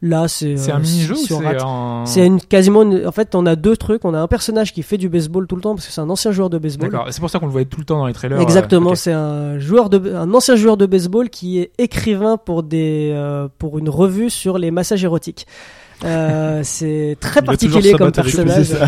Speaker 6: Là, c'est
Speaker 4: C'est
Speaker 6: euh,
Speaker 4: un mini-jeu
Speaker 6: si
Speaker 4: ou
Speaker 6: on
Speaker 4: c'est
Speaker 6: rate-
Speaker 4: un.
Speaker 6: c'est une, quasiment une- En fait, on a deux trucs. On a un personnage qui fait du baseball tout le temps parce que c'est un ancien joueur de baseball.
Speaker 4: D'accord, c'est pour ça qu'on le voyait tout le temps dans les trailers.
Speaker 6: Exactement,
Speaker 4: euh, ok.
Speaker 6: c'est un joueur de, un ancien joueur de baseball qui est écrivain pour des, euh, pour une revue sur les massages érotiques. Euh, c'est très
Speaker 3: Il a
Speaker 6: particulier
Speaker 3: toujours
Speaker 6: comme
Speaker 3: Sabat à récupérer
Speaker 5: ça.
Speaker 6: personnage.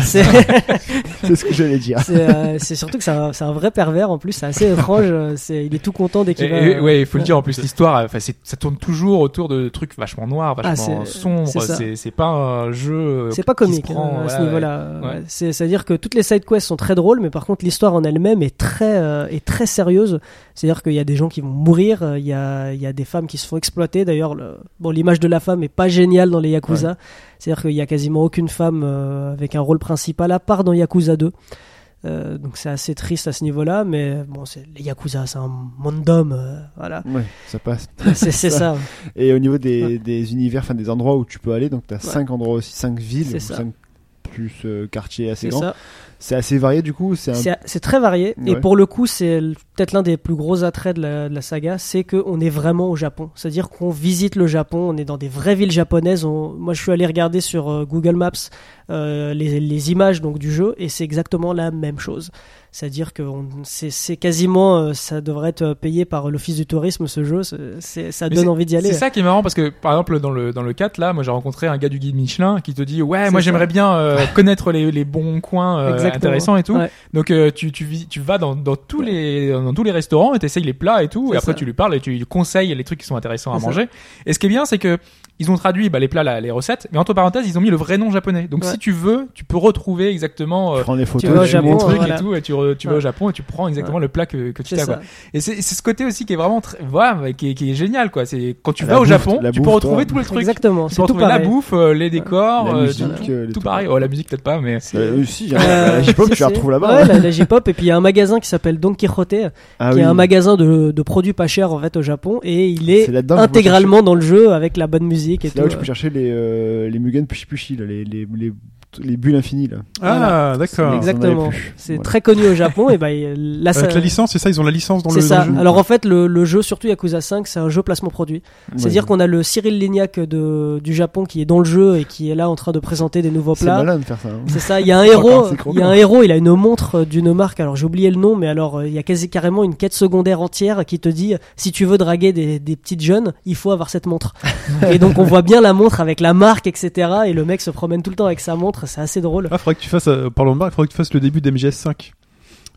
Speaker 6: C'est-
Speaker 5: C'est ce que j'allais dire.
Speaker 6: c'est, euh, c'est surtout que c'est un, c'est un vrai pervers en plus. C'est assez étrange. euh, C'est, il est tout content dès
Speaker 4: Et-
Speaker 6: qu'il va.
Speaker 4: et- ouais, il faut le dire en plus l'histoire, euh, enfin, c'est- ça tourne toujours autour de trucs vachement noirs,
Speaker 6: Ah,
Speaker 4: vachement
Speaker 6: c'est-
Speaker 4: sombres.
Speaker 6: c'est ça.
Speaker 4: C'est c'est pas un jeu. euh,
Speaker 6: C'est pas
Speaker 4: qui se
Speaker 6: comique
Speaker 4: prend,
Speaker 6: hein, à ce
Speaker 4: ouais,
Speaker 6: niveau-là.
Speaker 4: ouais.
Speaker 6: Ouais, c'est- C'est-à-dire que toutes les side quests sont très drôles, mais par contre l'histoire en elle-même est très euh, est très sérieuse. C'est-à-dire qu'il y a des gens qui vont mourir, euh, il y a il y a des femmes qui se font exploiter. D'ailleurs, le- bon l'image de la femme est pas géniale dans les yakuza. C'est-à-dire qu'il y a quasiment aucune femme euh, avec un rôle principal à part dans Yakuza 2. Euh, donc c'est assez triste à ce niveau-là, mais bon, c'est les yakuza, c'est un monde d'hommes, euh, voilà.
Speaker 5: Ouais, ça passe.
Speaker 6: C'est c'est ça.
Speaker 5: Et au niveau des,
Speaker 6: Ouais.
Speaker 5: des univers, enfin des endroits où tu peux aller, donc t'as 5 endroits aussi, 5 villes,
Speaker 6: C'est ça.
Speaker 5: 5 plus euh, quartier assez
Speaker 6: C'est
Speaker 5: grand.
Speaker 6: ça.
Speaker 5: C'est assez varié du coup. C'est un...
Speaker 6: C'est c'est très varié. Et
Speaker 5: Ouais.
Speaker 6: pour le coup, c'est l- peut-être l'un des plus gros attraits de la, de la saga, c'est qu'on est vraiment au Japon. C'est-à-dire qu'on visite le Japon, on est dans des vraies villes japonaises. On- Moi, je suis allé regarder sur euh, Google Maps euh, les, les images donc, du jeu, et c'est exactement la même chose. C'est-à-dire que on- c'est c'est quasiment, euh, ça devrait être euh, payé par l'Office du tourisme, ce jeu. C'est- c'est- ça
Speaker 4: Mais
Speaker 6: donne envie d'y aller.
Speaker 4: C'est ça qui est marrant parce que par exemple dans le dans le 4 là, moi j'ai rencontré un gars du guide Michelin qui te dit ouais
Speaker 6: C'est
Speaker 4: moi
Speaker 6: ça.
Speaker 4: j'aimerais bien euh, connaître les, les bons coins euh,
Speaker 6: Exactement.
Speaker 4: intéressants et tout.
Speaker 6: Ouais.
Speaker 4: Donc euh, tu tu vis- tu vas dans, dans tous les dans tous les restaurants et t'essayes les plats et tout
Speaker 6: C'est
Speaker 4: et après
Speaker 6: ça.
Speaker 4: tu lui parles et tu lui conseilles les trucs qui sont intéressants à
Speaker 6: C'est ça.
Speaker 4: manger. Et ce qui est bien c'est que ils ont traduit bah, les plats là, les recettes mais entre parenthèses ils ont mis le vrai nom japonais. Donc
Speaker 6: Ouais.
Speaker 4: si tu veux tu peux retrouver exactement euh,
Speaker 5: Tu prends les
Speaker 6: vas au
Speaker 5: photos, tu
Speaker 6: Japon,
Speaker 4: les
Speaker 5: montres.
Speaker 4: trucs
Speaker 6: voilà.
Speaker 4: et tout et tu re- tu vas
Speaker 6: Ouais.
Speaker 4: au Japon et tu prends exactement le plat que que tu
Speaker 6: C'est
Speaker 4: as
Speaker 6: ça.
Speaker 4: quoi. Et c'est c'est ce côté aussi qui est vraiment très, voilà, mais qui, est, qui est génial quoi. C'est quand tu
Speaker 5: La
Speaker 4: vas au
Speaker 5: bouffe,
Speaker 4: Japon,
Speaker 5: la
Speaker 4: tu peux
Speaker 5: bouffe,
Speaker 4: retrouver
Speaker 5: toi.
Speaker 4: tous les trucs.
Speaker 6: Exactement.
Speaker 4: Tu
Speaker 6: C'est
Speaker 4: peux
Speaker 6: tout
Speaker 4: retrouver la
Speaker 6: pareil.
Speaker 4: bouffe, euh, les décors,
Speaker 5: La
Speaker 4: euh,
Speaker 5: musique,
Speaker 4: tout,
Speaker 5: euh, les
Speaker 4: tout
Speaker 5: trucs.
Speaker 4: pareil. Oh la musique peut-être pas, mais
Speaker 5: Euh, si, j'ai-
Speaker 6: Euh,
Speaker 5: la J-pop,
Speaker 6: si,
Speaker 5: tu la
Speaker 6: si.
Speaker 5: retrouves là-bas. hein.
Speaker 6: Ouais, la, la J-pop. Et puis il y a un magasin qui s'appelle Don Quixote,
Speaker 5: Ah
Speaker 6: qui
Speaker 5: oui.
Speaker 6: est un magasin de, de produits pas chers en fait au Japon et il est,
Speaker 5: C'est là-dedans que je peux
Speaker 6: intégralement dans le jeu avec la bonne musique et
Speaker 5: C'est
Speaker 6: tout.
Speaker 5: là où tu peux chercher les, euh, les Mugen Pushi Pushi, là, les, les, les, les bulles infinies. Là.
Speaker 3: Ah, d'accord.
Speaker 5: Exact.
Speaker 6: Exactement.
Speaker 5: On en avait plus.
Speaker 6: C'est
Speaker 5: Voilà.
Speaker 6: très connu au Japon et bah, il- là ça-
Speaker 3: Avec la licence, c'est ça, ils ont la licence dans le
Speaker 6: C'est
Speaker 3: dans
Speaker 6: ça.
Speaker 3: le jeu.
Speaker 6: Alors en fait, le, le jeu, surtout Yakuza 5, c'est un jeu placement produit. C'est-à-dire
Speaker 5: Ouais.
Speaker 6: qu'on a le Cyril Lignac de, du Japon qui est dans le jeu et qui est là en train de présenter des nouveaux
Speaker 5: c'est
Speaker 6: plats.
Speaker 5: malin de faire ça. hein.
Speaker 6: C'est ça, il y a un
Speaker 5: Encore,
Speaker 6: héros,
Speaker 5: c'est croquant.
Speaker 6: il y a un héros, il a une montre euh, d'une marque, alors j'ai oublié le nom, mais alors euh, il y a quasi carrément une quête secondaire entière qui te dit euh, si tu veux draguer des, des petites jeunes, il faut avoir cette montre. et donc on voit bien la montre avec la marque, etc. Et le mec se promène tout le temps avec sa montre, c'est assez drôle.
Speaker 3: Ah, faudrait que tu fasses, euh, parlant de marque, faudrait que tu fasses le début d'MGS5.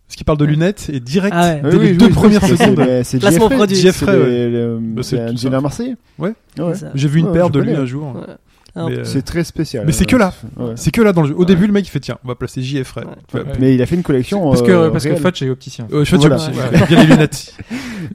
Speaker 3: Parce qu'il parle de lunettes et direct.
Speaker 6: Ah ouais.
Speaker 3: Dès les deux premières
Speaker 5: c'est-
Speaker 3: secondes.
Speaker 5: c'est- C'est
Speaker 6: Placement
Speaker 5: Jeffrey,
Speaker 6: produit.
Speaker 3: Jeffrey,
Speaker 5: c'est
Speaker 3: ouais.
Speaker 5: les- le-
Speaker 3: Bah, c'est
Speaker 5: c'est un
Speaker 3: tout ça.
Speaker 5: dealer marseillais.
Speaker 3: Ouais.
Speaker 5: Ouais.
Speaker 6: C'est ça.
Speaker 3: J'ai vu une
Speaker 5: Ouais,
Speaker 3: paire
Speaker 5: je
Speaker 3: de lui
Speaker 5: connais.
Speaker 3: un jour.
Speaker 6: Ouais.
Speaker 3: Mais, euh,
Speaker 5: C'est très spécial.
Speaker 3: mais c'est que là.
Speaker 5: Ouais.
Speaker 3: c'est que là dans le jeu. Au
Speaker 5: Ouais.
Speaker 3: début, le mec il fait tiens, on va placer JFR.
Speaker 6: Ouais.
Speaker 3: E. Tu vois,
Speaker 4: Ouais.
Speaker 5: Mais il a fait une collection.
Speaker 4: parce que
Speaker 5: euh,
Speaker 4: parce que
Speaker 5: réelle.
Speaker 4: Fudge est opticien.
Speaker 3: Euh, je fais
Speaker 5: Voilà.
Speaker 3: aussi.
Speaker 4: Ouais.
Speaker 3: Il y a les lunettes.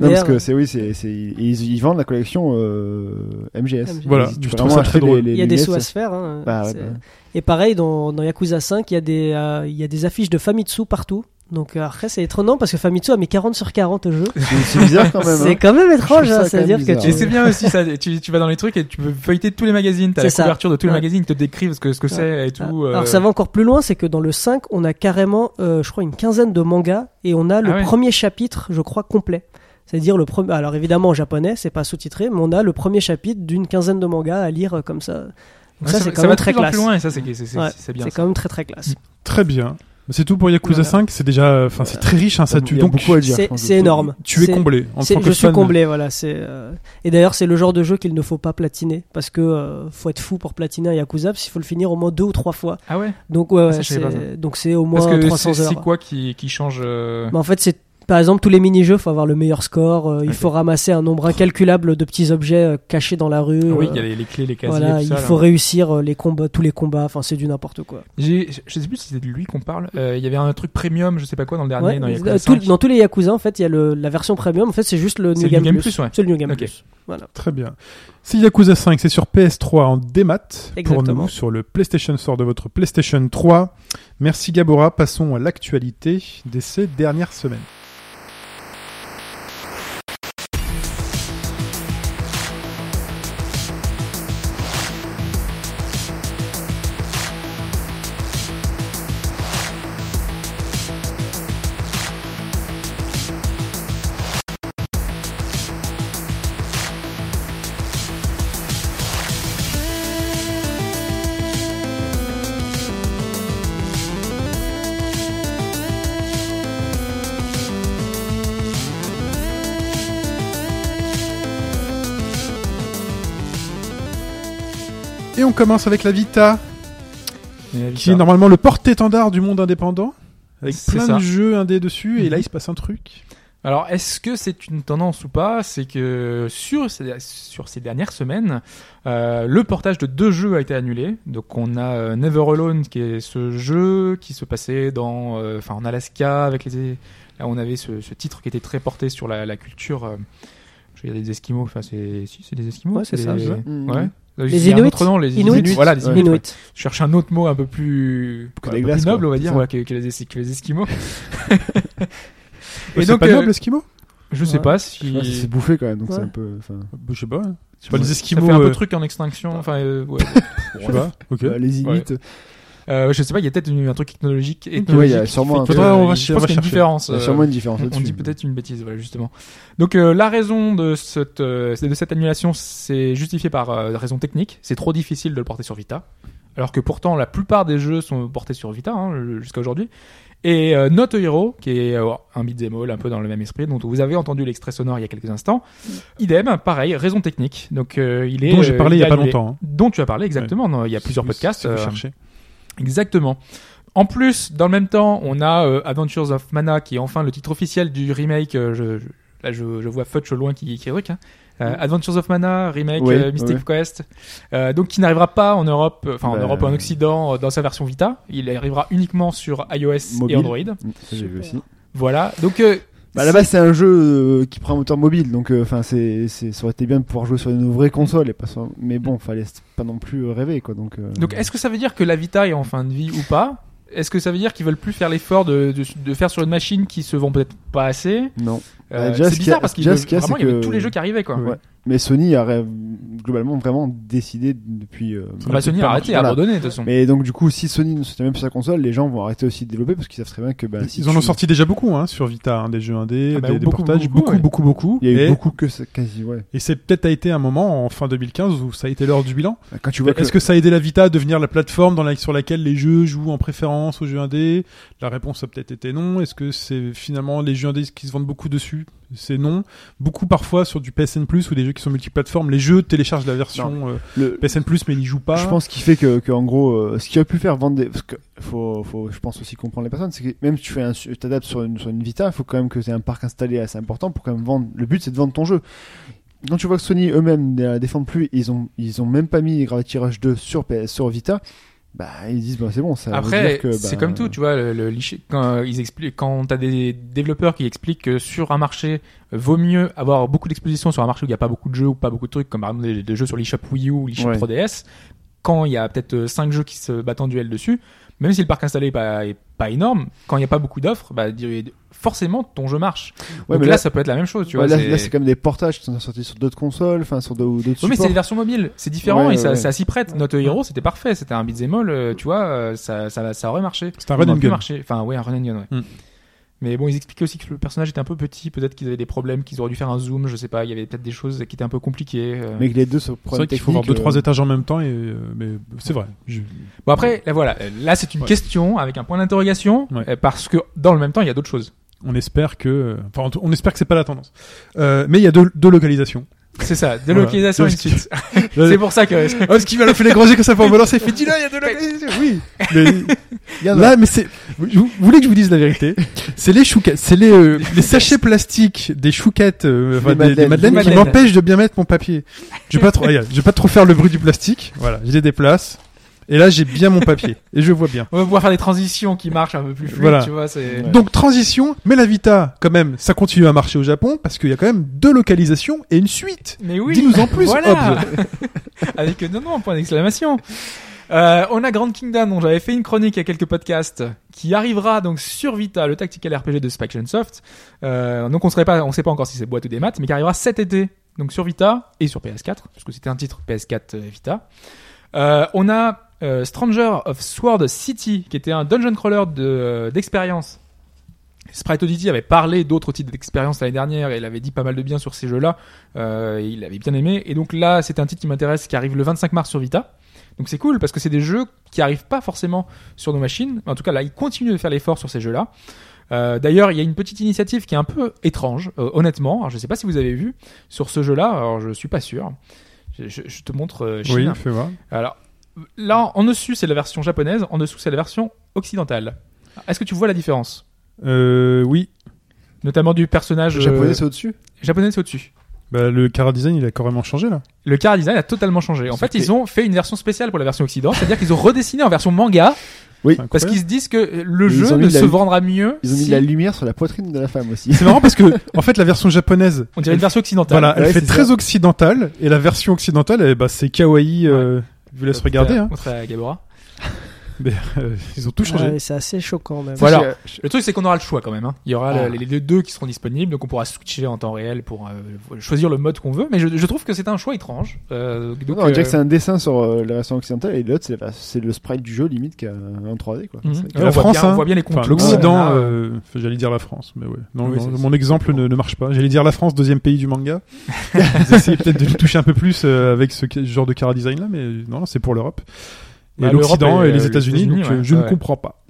Speaker 5: Non, parce que
Speaker 6: D'ailleurs-
Speaker 5: c'est oui, c'est c'est- ils, ils vendent la collection euh, MGS.
Speaker 6: MGS.
Speaker 3: Voilà,
Speaker 5: Ils-
Speaker 3: je
Speaker 5: tu peux
Speaker 3: trouve
Speaker 5: vraiment
Speaker 3: ça très
Speaker 5: acheter
Speaker 3: drôle.
Speaker 5: les- les
Speaker 6: Il y a des
Speaker 5: lunettes,
Speaker 6: sauts à
Speaker 5: ça-
Speaker 6: se faire. hein.
Speaker 5: Bah ouais,
Speaker 6: C'est-
Speaker 5: bah ouais.
Speaker 6: Et pareil, dans, dans Yakuza 5, il y, a des, euh, il y a des affiches de Famitsu partout. Donc euh, après, c'est étonnant parce que Famitsu a mis 40 sur 40 au jeu.
Speaker 5: C'est c'est bizarre quand même. hein.
Speaker 6: C'est quand même étrange,
Speaker 5: ça
Speaker 6: hein,
Speaker 5: quand
Speaker 6: c'est-à-dire
Speaker 5: même
Speaker 6: que
Speaker 5: bizarre.
Speaker 6: tu...
Speaker 4: Et c'est bien aussi ça. Tu, tu vas dans les trucs et tu peux feuilleter tous les magazines. T'as
Speaker 6: C'est
Speaker 4: la
Speaker 6: ça.
Speaker 4: couverture de tous les
Speaker 6: Ouais.
Speaker 4: magazines. Ils te décrivent ce que ce que
Speaker 6: Ouais.
Speaker 4: c'est et tout. euh.
Speaker 6: Ah, Alors ça va encore plus loin, c'est que dans le 5, on a carrément, euh, je crois, une quinzaine de mangas et on a le
Speaker 4: Ah ouais.
Speaker 6: premier chapitre, je crois, complet. C'est-à-dire le premier. Alors évidemment en japonais, c'est pas sous-titré, mais on a le premier chapitre d'une quinzaine de mangas à lire euh, comme ça. Donc
Speaker 4: Ouais,
Speaker 6: ça,
Speaker 4: va-
Speaker 6: c'est quand même
Speaker 4: va
Speaker 6: très
Speaker 4: de plus en
Speaker 6: classe.
Speaker 4: plus loin et ça c'est c'est- c'est-
Speaker 6: Ouais,
Speaker 4: c'est bien.
Speaker 6: C'est
Speaker 4: ça.
Speaker 6: quand même très très classe.
Speaker 3: Très bien. C'est tout pour Yakuza
Speaker 6: Voilà. Euh,
Speaker 3: 5. C'est déjà, enfin, c'est très riche. Hein, ça,
Speaker 5: Il y a
Speaker 3: tu,
Speaker 5: beaucoup
Speaker 3: donc,
Speaker 5: à dire, je
Speaker 6: C'est
Speaker 5: pense, de
Speaker 6: c'est
Speaker 5: tout.
Speaker 6: énorme.
Speaker 3: tu es
Speaker 6: C'est-
Speaker 3: comblé. En
Speaker 6: c'est-
Speaker 3: tant que
Speaker 6: Je suis
Speaker 3: fan.
Speaker 6: comblé, voilà. C'est euh, et d'ailleurs c'est le genre de jeu qu'il ne faut pas platiner parce que euh, faut être fou pour platiner un Yakuza, parce qu'il faut le finir au moins deux ou trois fois.
Speaker 4: Ah ouais.
Speaker 6: Donc ouais, ouais,
Speaker 4: ça, je savais pas
Speaker 6: c'est-
Speaker 4: ça.
Speaker 6: donc c'est au moins
Speaker 4: Parce que c'est
Speaker 6: 300 heures.
Speaker 4: c'est quoi qui qui change euh,
Speaker 6: Mais Bah, en fait, c'est par exemple tous les mini-jeux, faut avoir le meilleur score, euh, il
Speaker 4: Ok.
Speaker 6: faut ramasser un nombre incalculable de petits objets euh, cachés dans la rue.
Speaker 4: ah Oui,
Speaker 6: euh,
Speaker 4: il y a les, les clés, les casiers.
Speaker 6: voilà,
Speaker 4: tout
Speaker 6: il
Speaker 4: ça, là.
Speaker 6: faut réussir euh, les combats, tous les combats. Enfin, c'est du n'importe quoi.
Speaker 4: J'ai- Je je sais plus si c'est de lui qu'on parle. Euh, Il y avait un truc premium, je sais pas quoi, dans le dernier.
Speaker 6: Ouais,
Speaker 4: dans Yakuza
Speaker 6: euh, tout-
Speaker 4: 5.
Speaker 6: dans tous les Yakuza, en fait, il y a le- la version premium. En fait, c'est juste le
Speaker 4: C'est
Speaker 6: New Game, Plus.
Speaker 4: ouais.
Speaker 6: C'est le New Game
Speaker 4: Ok.
Speaker 6: Plus. Voilà.
Speaker 3: Très bien. C'est Yakuza 5. C'est sur PS3 en démat pour
Speaker 6: Exactement.
Speaker 3: nous sur le PlayStation Store de votre PlayStation 3. Merci Gabora. Passons à l'actualité des ces dernières semaines. Et on commence avec la Vita,
Speaker 4: Mais la
Speaker 3: qui
Speaker 4: Vita.
Speaker 3: est normalement le porte-étendard du monde indépendant. Avec
Speaker 4: C'est
Speaker 3: plein
Speaker 4: ça.
Speaker 3: de jeux indés dessus. Et
Speaker 4: Mhm.
Speaker 3: là, il se passe un truc.
Speaker 4: Alors, est-ce que c'est une tendance ou pas C'est que sur ces, sur ces dernières semaines, euh, le portage de deux jeux a été annulé. Donc, on a euh, Never Alone, qui est ce jeu qui se passait dans, euh, enfin, en Alaska, avec les. Là, on avait ce, ce titre qui était très porté sur la, la culture. euh, je vais dire des Esquimaux. Enfin, c'est si, c'est des Esquimaux.
Speaker 6: Ouais, c'est
Speaker 4: des-
Speaker 6: ça, ouais.
Speaker 5: Mm.
Speaker 4: Ouais.
Speaker 6: Les
Speaker 4: Il y a un
Speaker 6: Inuits
Speaker 4: autre nom, les
Speaker 6: Inuits.
Speaker 4: Inuits. Voilà, les Inuits. ouais.
Speaker 6: Inuit.
Speaker 4: Je cherche un autre mot un peu plus,
Speaker 5: Que
Speaker 4: un
Speaker 5: des
Speaker 4: peu
Speaker 5: glaces,
Speaker 4: plus noble,
Speaker 5: quoi,
Speaker 4: on va
Speaker 5: c'est
Speaker 4: dire,
Speaker 5: ça.
Speaker 4: voilà, que, que les, es- que les Esquimaux.
Speaker 3: Et
Speaker 4: Et
Speaker 3: donc,
Speaker 4: donc,
Speaker 3: pas
Speaker 4: euh,
Speaker 3: noble, Eskimo
Speaker 4: Je sais
Speaker 6: Ouais.
Speaker 4: pas
Speaker 5: Tu vois, c'est c'est
Speaker 4: si.
Speaker 5: bouffé quand même, donc
Speaker 6: Ouais.
Speaker 5: c'est un peu. enfin,
Speaker 4: bah,
Speaker 3: Je sais pas. hein. C'est
Speaker 5: Ouais.
Speaker 3: pas les
Speaker 4: Ça
Speaker 3: Esquimaux.
Speaker 4: fait un peu
Speaker 3: euh,
Speaker 4: truc en extinction. Enfin, euh, ouais.
Speaker 3: Je sais pas. Ok.
Speaker 5: euh, les Inuits.
Speaker 4: Ouais. Euh, je sais pas, il y a peut-être une- un truc technologique. ethnologique
Speaker 5: Ouais, il y a
Speaker 4: qui
Speaker 5: sûrement
Speaker 4: fait
Speaker 5: un
Speaker 4: que-
Speaker 5: truc.
Speaker 3: Faudra- on va
Speaker 4: je
Speaker 3: ch- on
Speaker 4: pense
Speaker 3: va
Speaker 4: qu'il y a une
Speaker 3: chercher.
Speaker 4: différence.
Speaker 5: Il y a
Speaker 4: euh,
Speaker 5: sûrement une différence
Speaker 4: on- on
Speaker 5: là-dessus.
Speaker 4: dit peut-être une bêtise, voilà, justement. Donc euh, la raison de cette, euh, de cette annulation, c'est justifié par euh, raison technique. C'est trop difficile de le porter sur Vita. Alors que pourtant, la plupart des jeux sont portés sur Vita hein, jusqu'à aujourd'hui. Et euh, Not a Hero, qui est euh, un beat'em all un peu dans le même esprit, dont vous avez entendu l'extrait sonore il y a quelques instants. Idem, pareil, raison technique. Donc euh, il est.
Speaker 3: dont j'ai
Speaker 4: euh,
Speaker 3: parlé il y a pas
Speaker 4: annulé.
Speaker 3: longtemps. hein.
Speaker 4: Dont tu as parlé exactement. Non, Il y a plusieurs
Speaker 3: Si-
Speaker 4: podcasts.
Speaker 3: si vous
Speaker 4: euh,
Speaker 3: cherchez.
Speaker 4: Exactement. En plus, dans le même temps, on a euh, Adventures of Mana qui est enfin le titre officiel du remake. euh, je, je- là, je, je vois Fudge au loin qui, qui truc. hein. Euh, Adventures of Mana, remake
Speaker 5: Oui,
Speaker 4: euh, Mystic
Speaker 5: oui.
Speaker 4: Quest. Euh, donc, qui n'arrivera pas en Europe, euh, enfin en
Speaker 5: Bah,
Speaker 4: Europe, en Occident, euh, dans sa version Vita. Il arrivera uniquement sur iOS
Speaker 5: Mobile.
Speaker 4: et Android.
Speaker 5: Ça, j'ai vu aussi.
Speaker 4: Voilà. Donc, euh,
Speaker 5: Bah, à la base, c'est un jeu euh, qui prend un moteur mobile, donc euh, enfin, c'est, c'est, ça aurait été bien de pouvoir jouer sur une vraie console, et pas sur- mais bon, fallait pas non plus euh, rêver, quoi. Donc, euh,
Speaker 4: donc est-ce que ça veut dire que la Vita est en fin de vie ou pas Est-ce que ça veut dire qu'ils veulent plus faire l'effort de, de- de faire sur une machine qui se vend peut-être pas assez
Speaker 5: non.
Speaker 4: Euh,
Speaker 5: Bah, déjà, ce
Speaker 4: C'est
Speaker 5: qu'il y
Speaker 4: bizarre
Speaker 5: a-
Speaker 4: parce qu'il
Speaker 5: déjà, ce qu'il y a,
Speaker 4: vraiment
Speaker 5: c'est
Speaker 4: il y avait
Speaker 5: que-
Speaker 4: tous les jeux qui arrivaient quoi.
Speaker 5: Ouais. Mais Sony a ré- globalement vraiment décidé depuis. euh,
Speaker 4: Bah, Sony a arrêté, a
Speaker 5: Voilà.
Speaker 4: abandonné de toute façon.
Speaker 5: Mais donc du coup, si Sony ne se tient même sur sa console, les gens vont arrêter aussi de développer parce qu'ils savent très bien que bah, si
Speaker 3: Ils en
Speaker 5: tu-
Speaker 3: ont sorti déjà beaucoup hein, sur Vita, hein, des jeux indés,
Speaker 4: Ah bah,
Speaker 3: des, des
Speaker 4: beaucoup,
Speaker 3: portages,
Speaker 4: beaucoup,
Speaker 3: beaucoup,
Speaker 4: ouais.
Speaker 3: beaucoup, beaucoup.
Speaker 5: Il y a eu
Speaker 3: Et-
Speaker 5: beaucoup que ça, quasi ouais.
Speaker 3: Et c'est peut-être a été un moment en fin 2015 où ça a été l'heure du bilan.
Speaker 5: Quand tu vois que,
Speaker 3: Est-ce que ça a aidé la Vita à devenir la plateforme dans la- sur laquelle les jeux jouent en préférence aux jeux indés La réponse a peut-être été non. Est-ce que c'est finalement les jeux indés qui se vendent beaucoup dessus C'est non. Beaucoup parfois sur du PSN Plus ou des jeux qui sont multiplateformes, les jeux téléchargent la version euh,
Speaker 5: le,
Speaker 3: PSN Plus mais n'y jouent pas.
Speaker 5: Je pense qu'il fait que, que, en gros, euh, ce qui a pu faire vendre des. Parce que faut, faut, je pense aussi comprendre les personnes, c'est que même si tu fais un, tu t'adaptes sur une, sur une Vita, il faut quand même que tu aies un parc installé assez important pour quand même vendre. Le but, c'est de vendre ton jeu. Quand tu vois que Sony eux-mêmes ne la défendent plus, ils ont, ils ont même pas mis Gravity Rush 2 sur, PS, sur Vita, bah ils disent, bah, c'est bon, ça veut
Speaker 4: Après,
Speaker 5: dire que,
Speaker 4: c'est
Speaker 5: bah,
Speaker 4: comme tout, tu vois, le, le liché- quand euh, ils expliquent, quand t'as des développeurs qui expliquent que sur un marché, euh, vaut mieux avoir beaucoup d'exposition sur un marché où il n'y a pas beaucoup de jeux ou pas beaucoup de trucs, comme par exemple des, des jeux sur l'eShop Wii U ou l'eShop
Speaker 5: Ouais.
Speaker 4: 3DS, quand il y a peut-être euh, cinq jeux qui se battent en duel dessus, même si le parc installé est pas, est pas énorme, quand il n'y a pas beaucoup d'offres, bah, di- forcément ton jeu marche.
Speaker 5: Ouais,
Speaker 4: Donc
Speaker 5: mais
Speaker 4: là,
Speaker 5: là,
Speaker 4: ça peut être la même chose, tu
Speaker 5: ouais,
Speaker 4: vois.
Speaker 5: là,
Speaker 4: c'est-
Speaker 5: là, c'est comme des portages qui sont sortis sur d'autres consoles, enfin sur d'autres d'autres
Speaker 4: Oui, mais c'est
Speaker 5: supports.
Speaker 4: les versions mobiles, c'est différent
Speaker 5: Ouais,
Speaker 4: et ça,
Speaker 5: ouais, ouais.
Speaker 4: ça s'y prête. Notre héros, c'était parfait, c'était un beat'em all, euh, tu vois, euh, ça, ça, ça aurait marché.
Speaker 3: C'est un run
Speaker 4: Ça
Speaker 3: and
Speaker 4: aurait pu
Speaker 3: gun.
Speaker 4: marcher. Enfin, ouais, un run and gun, ouais.
Speaker 3: Mm.
Speaker 4: Mais bon, ils expliquaient aussi que le personnage était un peu petit, peut-être qu'ils avaient des problèmes, qu'ils auraient dû faire un zoom, je sais pas, il y avait peut-être des choses qui étaient un peu compliquées. euh.
Speaker 5: Mais que les deux se
Speaker 3: C'est vrai qu'il faut voir deux trois étages en même temps et euh, mais c'est vrai. Je-
Speaker 4: Bon après, là voilà, Euh, là c'est une
Speaker 3: Ouais.
Speaker 4: question avec un point d'interrogation,
Speaker 3: Ouais.
Speaker 4: euh, parce que dans le même temps, il y a d'autres choses.
Speaker 3: on espère que euh, enfin en tout- on espère que c'est pas la tendance. Euh, mais il y a deux, deux localisations.
Speaker 4: C'est ça, délocalisation et
Speaker 3: Voilà.
Speaker 4: suite. c'est pour ça que...
Speaker 3: Oh, parce qu'il m'a fait les gros yeux comme ça pour me lancer. Il fait, dis-le, il y a deux localisations. Oui. Mais- Là, mais c'est. Vous, vous voulez que je vous dise la vérité C'est les chouquettes, c'est les, euh, les sachets plastiques des chouquettes, euh, enfin, des, des
Speaker 5: madeleines.
Speaker 3: madeleines,
Speaker 4: Des
Speaker 3: qui
Speaker 4: madeleines.
Speaker 3: m'empêchent de bien mettre mon papier. Je vais pas trop, regarde, je vais pas trop faire le bruit du plastique. Voilà, je les déplace. Et là, j'ai bien mon papier et je vois bien.
Speaker 4: On va pouvoir faire des transitions qui marchent un peu plus fluides,
Speaker 3: Voilà.
Speaker 4: tu vois, c'est...
Speaker 5: Ouais.
Speaker 3: Donc transition, mais la Vita, quand même, ça continue à marcher au Japon parce qu'il y a quand même deux localisations et une suite.
Speaker 4: Mais oui.
Speaker 3: Dis-nous en plus,
Speaker 4: Voilà.
Speaker 3: Hobbs.
Speaker 4: Avec euh, non, non, point d'exclamation. Euh, on a Grand Kingdom, dont j'avais fait une chronique il y a quelques podcasts, qui arrivera donc sur Vita, le tactical RPG de Spaction Soft. Euh, donc on ne pas, on sait pas encore si c'est boîte ou des maths, mais qui arrivera cet été, donc sur Vita et sur PS4, puisque c'était un titre PS4 euh, Vita. Euh, on a euh, Stranger of Sword City, qui était un dungeon crawler de- euh, d'expérience. Sprite Oddity avait parlé d'autres titres d'expérience l'année dernière et il avait dit pas mal de bien sur ces jeux-là. Euh, il avait bien aimé. Et donc là, c'est un titre qui m'intéresse qui arrive le 25 mars sur Vita. Donc c'est cool parce que c'est des jeux qui arrivent pas forcément sur nos machines. En tout cas, là, ils continuent de faire l'effort sur ces jeux-là. Euh, D'ailleurs, il y a une petite initiative qui est un peu étrange, euh, honnêtement. Alors, je sais pas si vous avez vu sur ce jeu-là. Alors, je suis pas sûr. Je, je- je te montre euh, Chine.
Speaker 3: Oui, fais voir.
Speaker 4: Alors là, en dessus, c'est la version japonaise. En dessous, c'est la version occidentale. Est-ce que tu vois la différence
Speaker 3: Euh, oui.
Speaker 4: Notamment du personnage
Speaker 5: Le japonais,
Speaker 4: euh,
Speaker 5: c'est au-dessus
Speaker 4: japonais, c'est au-dessus.
Speaker 3: Bah, le car design, il a carrément changé là.
Speaker 4: Le car design a totalement changé. En fait,
Speaker 5: C'était-
Speaker 4: ils ont fait une version spéciale pour la version Occident, c'est-à-dire qu'ils ont redessiné en version manga
Speaker 5: Oui.
Speaker 3: Incroyable.
Speaker 4: parce qu'ils se disent que le
Speaker 5: Ils
Speaker 4: jeu
Speaker 5: ont mis
Speaker 4: ne
Speaker 5: de la
Speaker 4: se
Speaker 5: lu-
Speaker 4: vendra mieux.
Speaker 5: Ils ont mis
Speaker 4: si-
Speaker 5: de la lumière sur la poitrine de la femme aussi.
Speaker 3: C'est marrant parce que, en fait, la version japonaise,
Speaker 4: On dirait une version occidentale.
Speaker 3: voilà, elle
Speaker 5: Ouais,
Speaker 3: fait
Speaker 5: c'est
Speaker 3: très
Speaker 5: ça.
Speaker 3: occidentale, et la version occidentale, eh bah, c'est kawaii. euh, je vous laisse regarder. Hein.
Speaker 4: Montrez à Gabora.
Speaker 3: Mais, euh, ils ont tout changé.
Speaker 6: Ouais, c'est assez choquant même.
Speaker 4: Ouais. Voilà.
Speaker 5: Sachez-
Speaker 4: Le truc, c'est qu'on aura le choix quand même. hein. Il y aura
Speaker 5: Ah.
Speaker 4: le- les, les deux qui seront disponibles, donc on pourra switcher en temps réel pour euh, choisir le mode qu'on veut. Mais je, je trouve que c'est un choix étrange. Euh, donc,
Speaker 5: non, on dirait
Speaker 4: euh,
Speaker 5: que c'est un dessin sur euh, la version occidentale et l'autre c'est la- c'est le sprite du jeu limite qui a en 3D quoi.
Speaker 4: mhm.
Speaker 5: C'est-
Speaker 4: Ouais,
Speaker 3: la
Speaker 4: on voit
Speaker 3: France,
Speaker 4: bien-
Speaker 3: hein.
Speaker 4: on voit bien les
Speaker 3: Enfin,
Speaker 4: contours.
Speaker 3: l'Occident,
Speaker 4: Ouais.
Speaker 3: euh, enfin, j'allais dire la France, mais ouais. Non,
Speaker 5: Oui,
Speaker 3: non,
Speaker 5: c'est-
Speaker 3: mon exemple ne, ne marche pas. J'allais dire la France, deuxième pays du manga. Ils essayaient peut-être de lui toucher un peu plus euh, avec ce, ca- genre de cara design là, mais non, non, c'est pour l'Europe. Et
Speaker 4: Bah,
Speaker 3: l'Occident
Speaker 4: l'Europe
Speaker 3: et,
Speaker 4: et,
Speaker 3: les
Speaker 4: euh,
Speaker 3: États-Unis,
Speaker 4: les
Speaker 3: donc
Speaker 4: États-Unis,
Speaker 3: euh,
Speaker 4: ouais.
Speaker 3: je ne
Speaker 4: Ouais.
Speaker 3: comprends pas.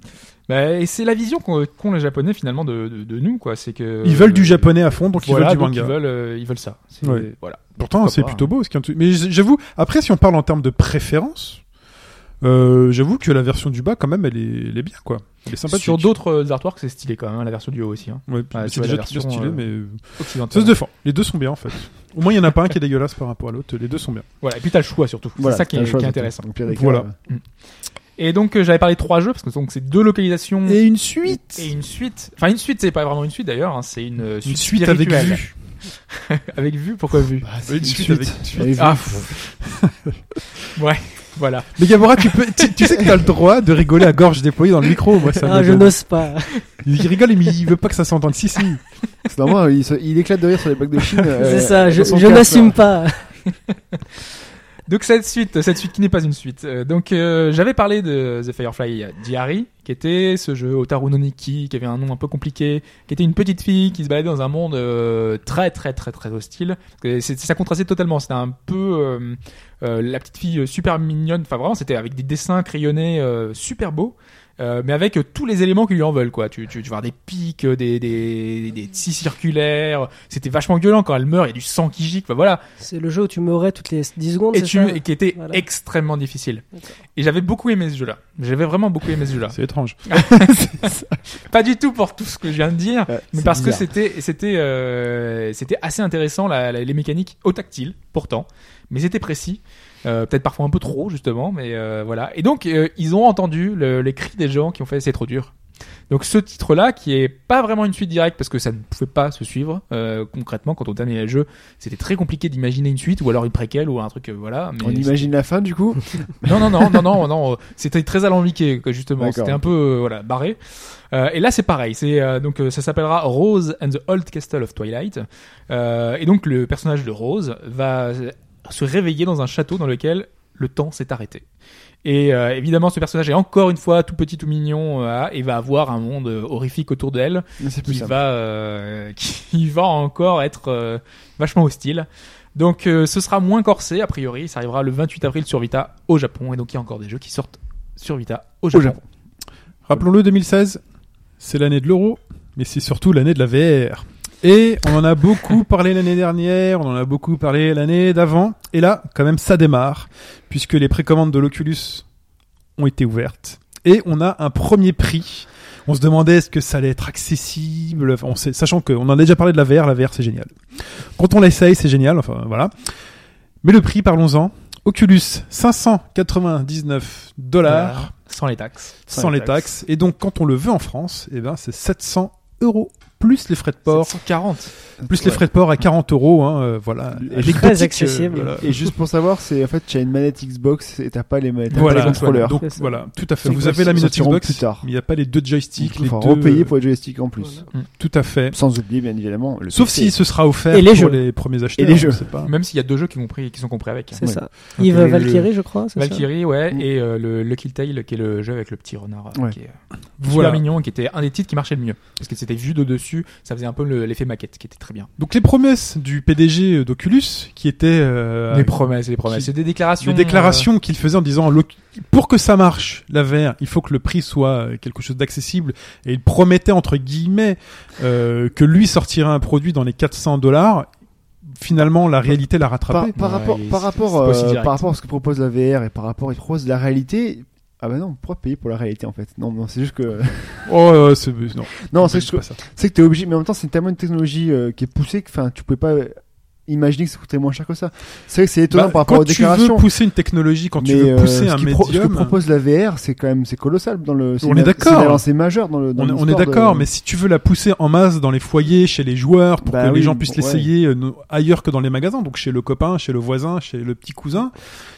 Speaker 4: Bah, et c'est la vision qu'ont qu'ont les Japonais finalement de, de, de nous, quoi. C'est que
Speaker 3: Ils veulent du japonais à fond, donc
Speaker 4: Euh, Voilà,
Speaker 3: ils veulent
Speaker 4: donc
Speaker 3: du manga.
Speaker 4: Ils veulent, euh, ils veulent ça. C'est-
Speaker 3: Ouais.
Speaker 4: Voilà.
Speaker 3: Pourtant,
Speaker 4: Pourquoi
Speaker 3: c'est
Speaker 4: pas, hein.
Speaker 3: plutôt beau. Ce qui est en dessous. Mais j- j'avoue, après, si on parle en termes de préférence, euh, j'avoue que la version du bas, quand même, elle est, elle est bien, quoi. Elle est sympathique.
Speaker 4: Sur d'autres euh, artworks, c'est stylé quand même. hein, La version du haut aussi. Hein.
Speaker 3: Ouais,
Speaker 4: Ah, tu
Speaker 3: c'est
Speaker 4: vois,
Speaker 3: déjà
Speaker 4: la
Speaker 3: très bien
Speaker 4: version,
Speaker 3: stylé,
Speaker 4: euh,
Speaker 3: mais ça
Speaker 4: Occidentale.
Speaker 3: se défend. Les deux sont bien, en fait. Au moins, il y en a pas un qui est dégueulasse par rapport à l'autre. Les deux sont bien.
Speaker 4: Voilà. Et puis t'as le choix surtout.
Speaker 5: Voilà,
Speaker 4: c'est ça qui
Speaker 5: t'as
Speaker 4: est,
Speaker 5: le choix,
Speaker 4: qui est
Speaker 5: donc,
Speaker 4: intéressant.
Speaker 5: donc, pire euh. des cas,
Speaker 3: Voilà.
Speaker 5: ouais.
Speaker 4: Et donc euh, j'avais parlé de trois jeux parce que donc c'est deux localisations.
Speaker 3: une suite.
Speaker 4: Et une suite. Enfin, une suite, c'est pas vraiment une suite d'ailleurs, hein, c'est une, euh,
Speaker 3: Une suite avec
Speaker 4: spirituelle.
Speaker 3: vue.
Speaker 4: Avec vue, pourquoi vue
Speaker 3: Une, suite, avec suite.
Speaker 5: Allez,
Speaker 4: Ah,
Speaker 5: vous-
Speaker 4: pff. Ouais, voilà.
Speaker 3: Mais Gabora, tu, peux, tu, tu sais que t'as le droit de rigoler à gorge déployée dans le micro. Moi, ça
Speaker 6: Ah,
Speaker 3: me-
Speaker 6: je n'ose pas.
Speaker 3: Il rigole, mais il veut pas que ça s'entende. Si, si.
Speaker 5: C'est normal, il, se- il éclate de rire sur les blagues de Chine. euh,
Speaker 6: c'est ça, je,
Speaker 5: son
Speaker 6: je
Speaker 5: casque,
Speaker 6: n'assume pas.
Speaker 4: Donc cette suite, cette suite qui n'est pas une suite. Euh, Donc euh, j'avais parlé de The Firefly Diary, qui était ce jeu Otaru no Niki, qui avait un nom un peu compliqué, qui était une petite fille qui se baladait dans un monde euh, très très très très hostile. Parce que c'est- Ça contrastait totalement. C'était un peu euh, euh, la petite fille super mignonne. Enfin vraiment, c'était avec des dessins crayonnés euh, super beaux. euh, mais avec euh, tous les éléments qui lui en veulent quoi tu tu, tu vois des pics euh, des des des scies circulaires c'était vachement violent quand elle meurt il y a du sang qui gicle Enfin, voilà
Speaker 6: C'est le jeu où tu meurais toutes les 10 secondes.
Speaker 4: et,
Speaker 6: c'est
Speaker 4: tu-
Speaker 6: ça
Speaker 4: et qui était
Speaker 6: Voilà.
Speaker 4: extrêmement difficile.
Speaker 6: D'accord.
Speaker 4: Et j'avais beaucoup aimé ce jeu-là. J'avais vraiment beaucoup aimé ce jeu-là.
Speaker 3: C'est étrange.
Speaker 4: Pas du tout pour tout ce que je viens de dire,
Speaker 5: Ouais,
Speaker 4: mais
Speaker 5: c'est
Speaker 4: parce que
Speaker 5: bizarre.
Speaker 4: c'était c'était euh, c'était assez intéressant la- la- les mécaniques au tactile pourtant, mais c'était précis. Euh, peut-être parfois un peu trop justement, mais euh, voilà. Et donc euh, ils ont entendu le- les cris des gens qui ont fait c'est trop dur. Donc ce titre-là, qui est pas vraiment une suite directe parce que ça ne pouvait pas se suivre euh, concrètement quand on terminait le jeu, c'était très compliqué d'imaginer une suite ou alors une préquelle ou un truc euh, voilà. Mais
Speaker 5: On imagine la fin du coup.
Speaker 4: non, non, non, non, non, non. euh, C'était très alambiqué, quoi, justement.
Speaker 5: D'accord.
Speaker 4: C'était un peu, euh, voilà, barré. Euh, et là, c'est pareil. C'est euh, donc euh, ça s'appellera Rose and the Old Castle of Twilight. Euh, et donc le personnage de Rose va euh, se réveiller dans un château dans lequel le temps s'est arrêté. Et euh, évidemment, ce personnage est encore une fois tout petit, tout mignon, euh, et va avoir un monde euh, horrifique autour d'elle
Speaker 5: Mais c'est plus
Speaker 4: qui
Speaker 5: ça.
Speaker 4: va euh, qui va encore être euh, vachement hostile. Donc euh, ce sera moins corsé a priori, ça arrivera le 28 avril sur Vita au Japon et donc il y a encore des jeux qui sortent sur Vita au Japon.
Speaker 5: Japon.
Speaker 3: Rappelons-le, 2016, c'est l'année de l'euro, mais c'est surtout l'année de la VR. Et on en a beaucoup parlé l'année dernière, on en a beaucoup parlé l'année d'avant, et là, quand même, ça démarre, puisque les précommandes de l'Oculus ont été ouvertes, et on a un premier prix. On se demandait est-ce que ça allait être accessible, Enfin, on sait, sachant qu'on en a déjà parlé de la VR, la VR c'est génial. Quand on l'essaye, c'est génial, enfin voilà. Mais le prix, parlons-en. Oculus, 599 dollars
Speaker 4: sans les taxes.
Speaker 3: sans les taxes. Et donc, quand on le veut en France, eh ben, c'est 700 euros plus les frais de port,
Speaker 4: 740.
Speaker 3: plus les frais de port à 40 euros, hein, euh, voilà.
Speaker 5: Et
Speaker 3: Avec
Speaker 6: très
Speaker 3: boutique, euh,
Speaker 6: accessible.
Speaker 3: voilà.
Speaker 5: Et juste pour savoir, c'est en fait, tu as une manette Xbox et t'as pas les manettes, t'as
Speaker 3: Voilà,
Speaker 5: pas les contrôleurs.
Speaker 3: Donc
Speaker 6: C'est ça.
Speaker 3: voilà, tout à fait.
Speaker 5: Ils
Speaker 3: Vous avez
Speaker 5: sortiront
Speaker 3: la manette Xbox,
Speaker 5: plus tard.
Speaker 3: mais il n'y a pas les deux joysticks,
Speaker 5: il
Speaker 3: les
Speaker 5: faut
Speaker 3: deux.
Speaker 5: repayer
Speaker 4: euh,
Speaker 5: pour les joysticks en plus.
Speaker 6: Voilà.
Speaker 3: Tout à fait.
Speaker 5: Sans oublier, bien évidemment, le
Speaker 3: Sauf
Speaker 5: PC.
Speaker 3: si ce sera offert
Speaker 6: Et les
Speaker 3: pour
Speaker 6: jeux.
Speaker 3: les premiers acheteurs.
Speaker 5: les
Speaker 3: je
Speaker 5: jeux.
Speaker 3: sais pas.
Speaker 4: Même s'il y a deux jeux qui, ont pris, qui sont compris avec.
Speaker 6: C'est
Speaker 5: Ouais.
Speaker 6: ça. Yves
Speaker 5: le-
Speaker 6: Valkyrie, je crois. c'est ça
Speaker 4: Valkyrie, ouais,
Speaker 5: Mm.
Speaker 4: et euh, le Lucky Tail, qui est le jeu avec le petit renard, euh,
Speaker 5: Ouais.
Speaker 4: qui est euh,
Speaker 3: Voilà.
Speaker 4: super mignon, qui était un des titres qui marchait le mieux, parce que c'était vu de dessus, ça faisait un peu le- l'effet maquette, qui était très bien.
Speaker 3: Donc les promesses du PDG d'Oculus, qui étaient euh,
Speaker 4: les promesses, les promesses,
Speaker 3: qui-
Speaker 4: c'est des déclarations.
Speaker 3: Les déclarations qu'il faisait en disant l'oc- pour que ça marche, la VR, il faut que le prix soit euh, quelque chose d'accessible. Et il promettait entre guillemets euh, que lui sortirait un produit dans les 400 dollars. Finalement, la réalité l'a
Speaker 5: par,
Speaker 3: rattrapé.
Speaker 5: par
Speaker 4: Ouais,
Speaker 5: rapport,
Speaker 4: c'est-
Speaker 5: par
Speaker 4: c'est
Speaker 5: rapport,
Speaker 4: pas aussi
Speaker 5: euh,
Speaker 4: direct.
Speaker 5: par rapport à ce que propose la VR et par rapport à ce que propose la réalité. Ah bah non, pourquoi payer pour la réalité en fait Non, non, c'est juste que
Speaker 3: Oh, euh, c'est non,
Speaker 5: non, c'est
Speaker 3: c'est
Speaker 5: juste que
Speaker 3: pas ça.
Speaker 5: c'est que t'es obligé. Mais en même temps, c'est tellement une technologie euh, qui est poussée que, enfin, tu pouvais pas euh, imaginer que ça coûterait moins cher que ça. C'est vrai que c'est étonnant
Speaker 3: Bah,
Speaker 5: par rapport
Speaker 3: quand
Speaker 5: aux
Speaker 3: tu veux
Speaker 5: déclarations.
Speaker 3: pousser une technologie, quand tu
Speaker 5: mais,
Speaker 3: veux
Speaker 5: euh,
Speaker 3: pousser
Speaker 5: ce
Speaker 3: un
Speaker 5: qui pro- ce que
Speaker 3: médium,
Speaker 5: propose la VR, c'est quand même c'est colossal dans le. c'est
Speaker 3: On
Speaker 5: une
Speaker 3: est
Speaker 5: av-
Speaker 3: d'accord.
Speaker 5: C'est une avancée majeure dans le. Dans
Speaker 3: on, on est
Speaker 5: l'histoire de-
Speaker 3: d'accord. Mais si tu veux la pousser en masse dans les foyers, chez les joueurs, pour
Speaker 5: Bah
Speaker 3: que les
Speaker 5: oui,
Speaker 3: gens puissent
Speaker 5: ouais.
Speaker 3: l'essayer euh, no- ailleurs que dans les magasins, donc chez le copain, chez le voisin, chez le petit cousin,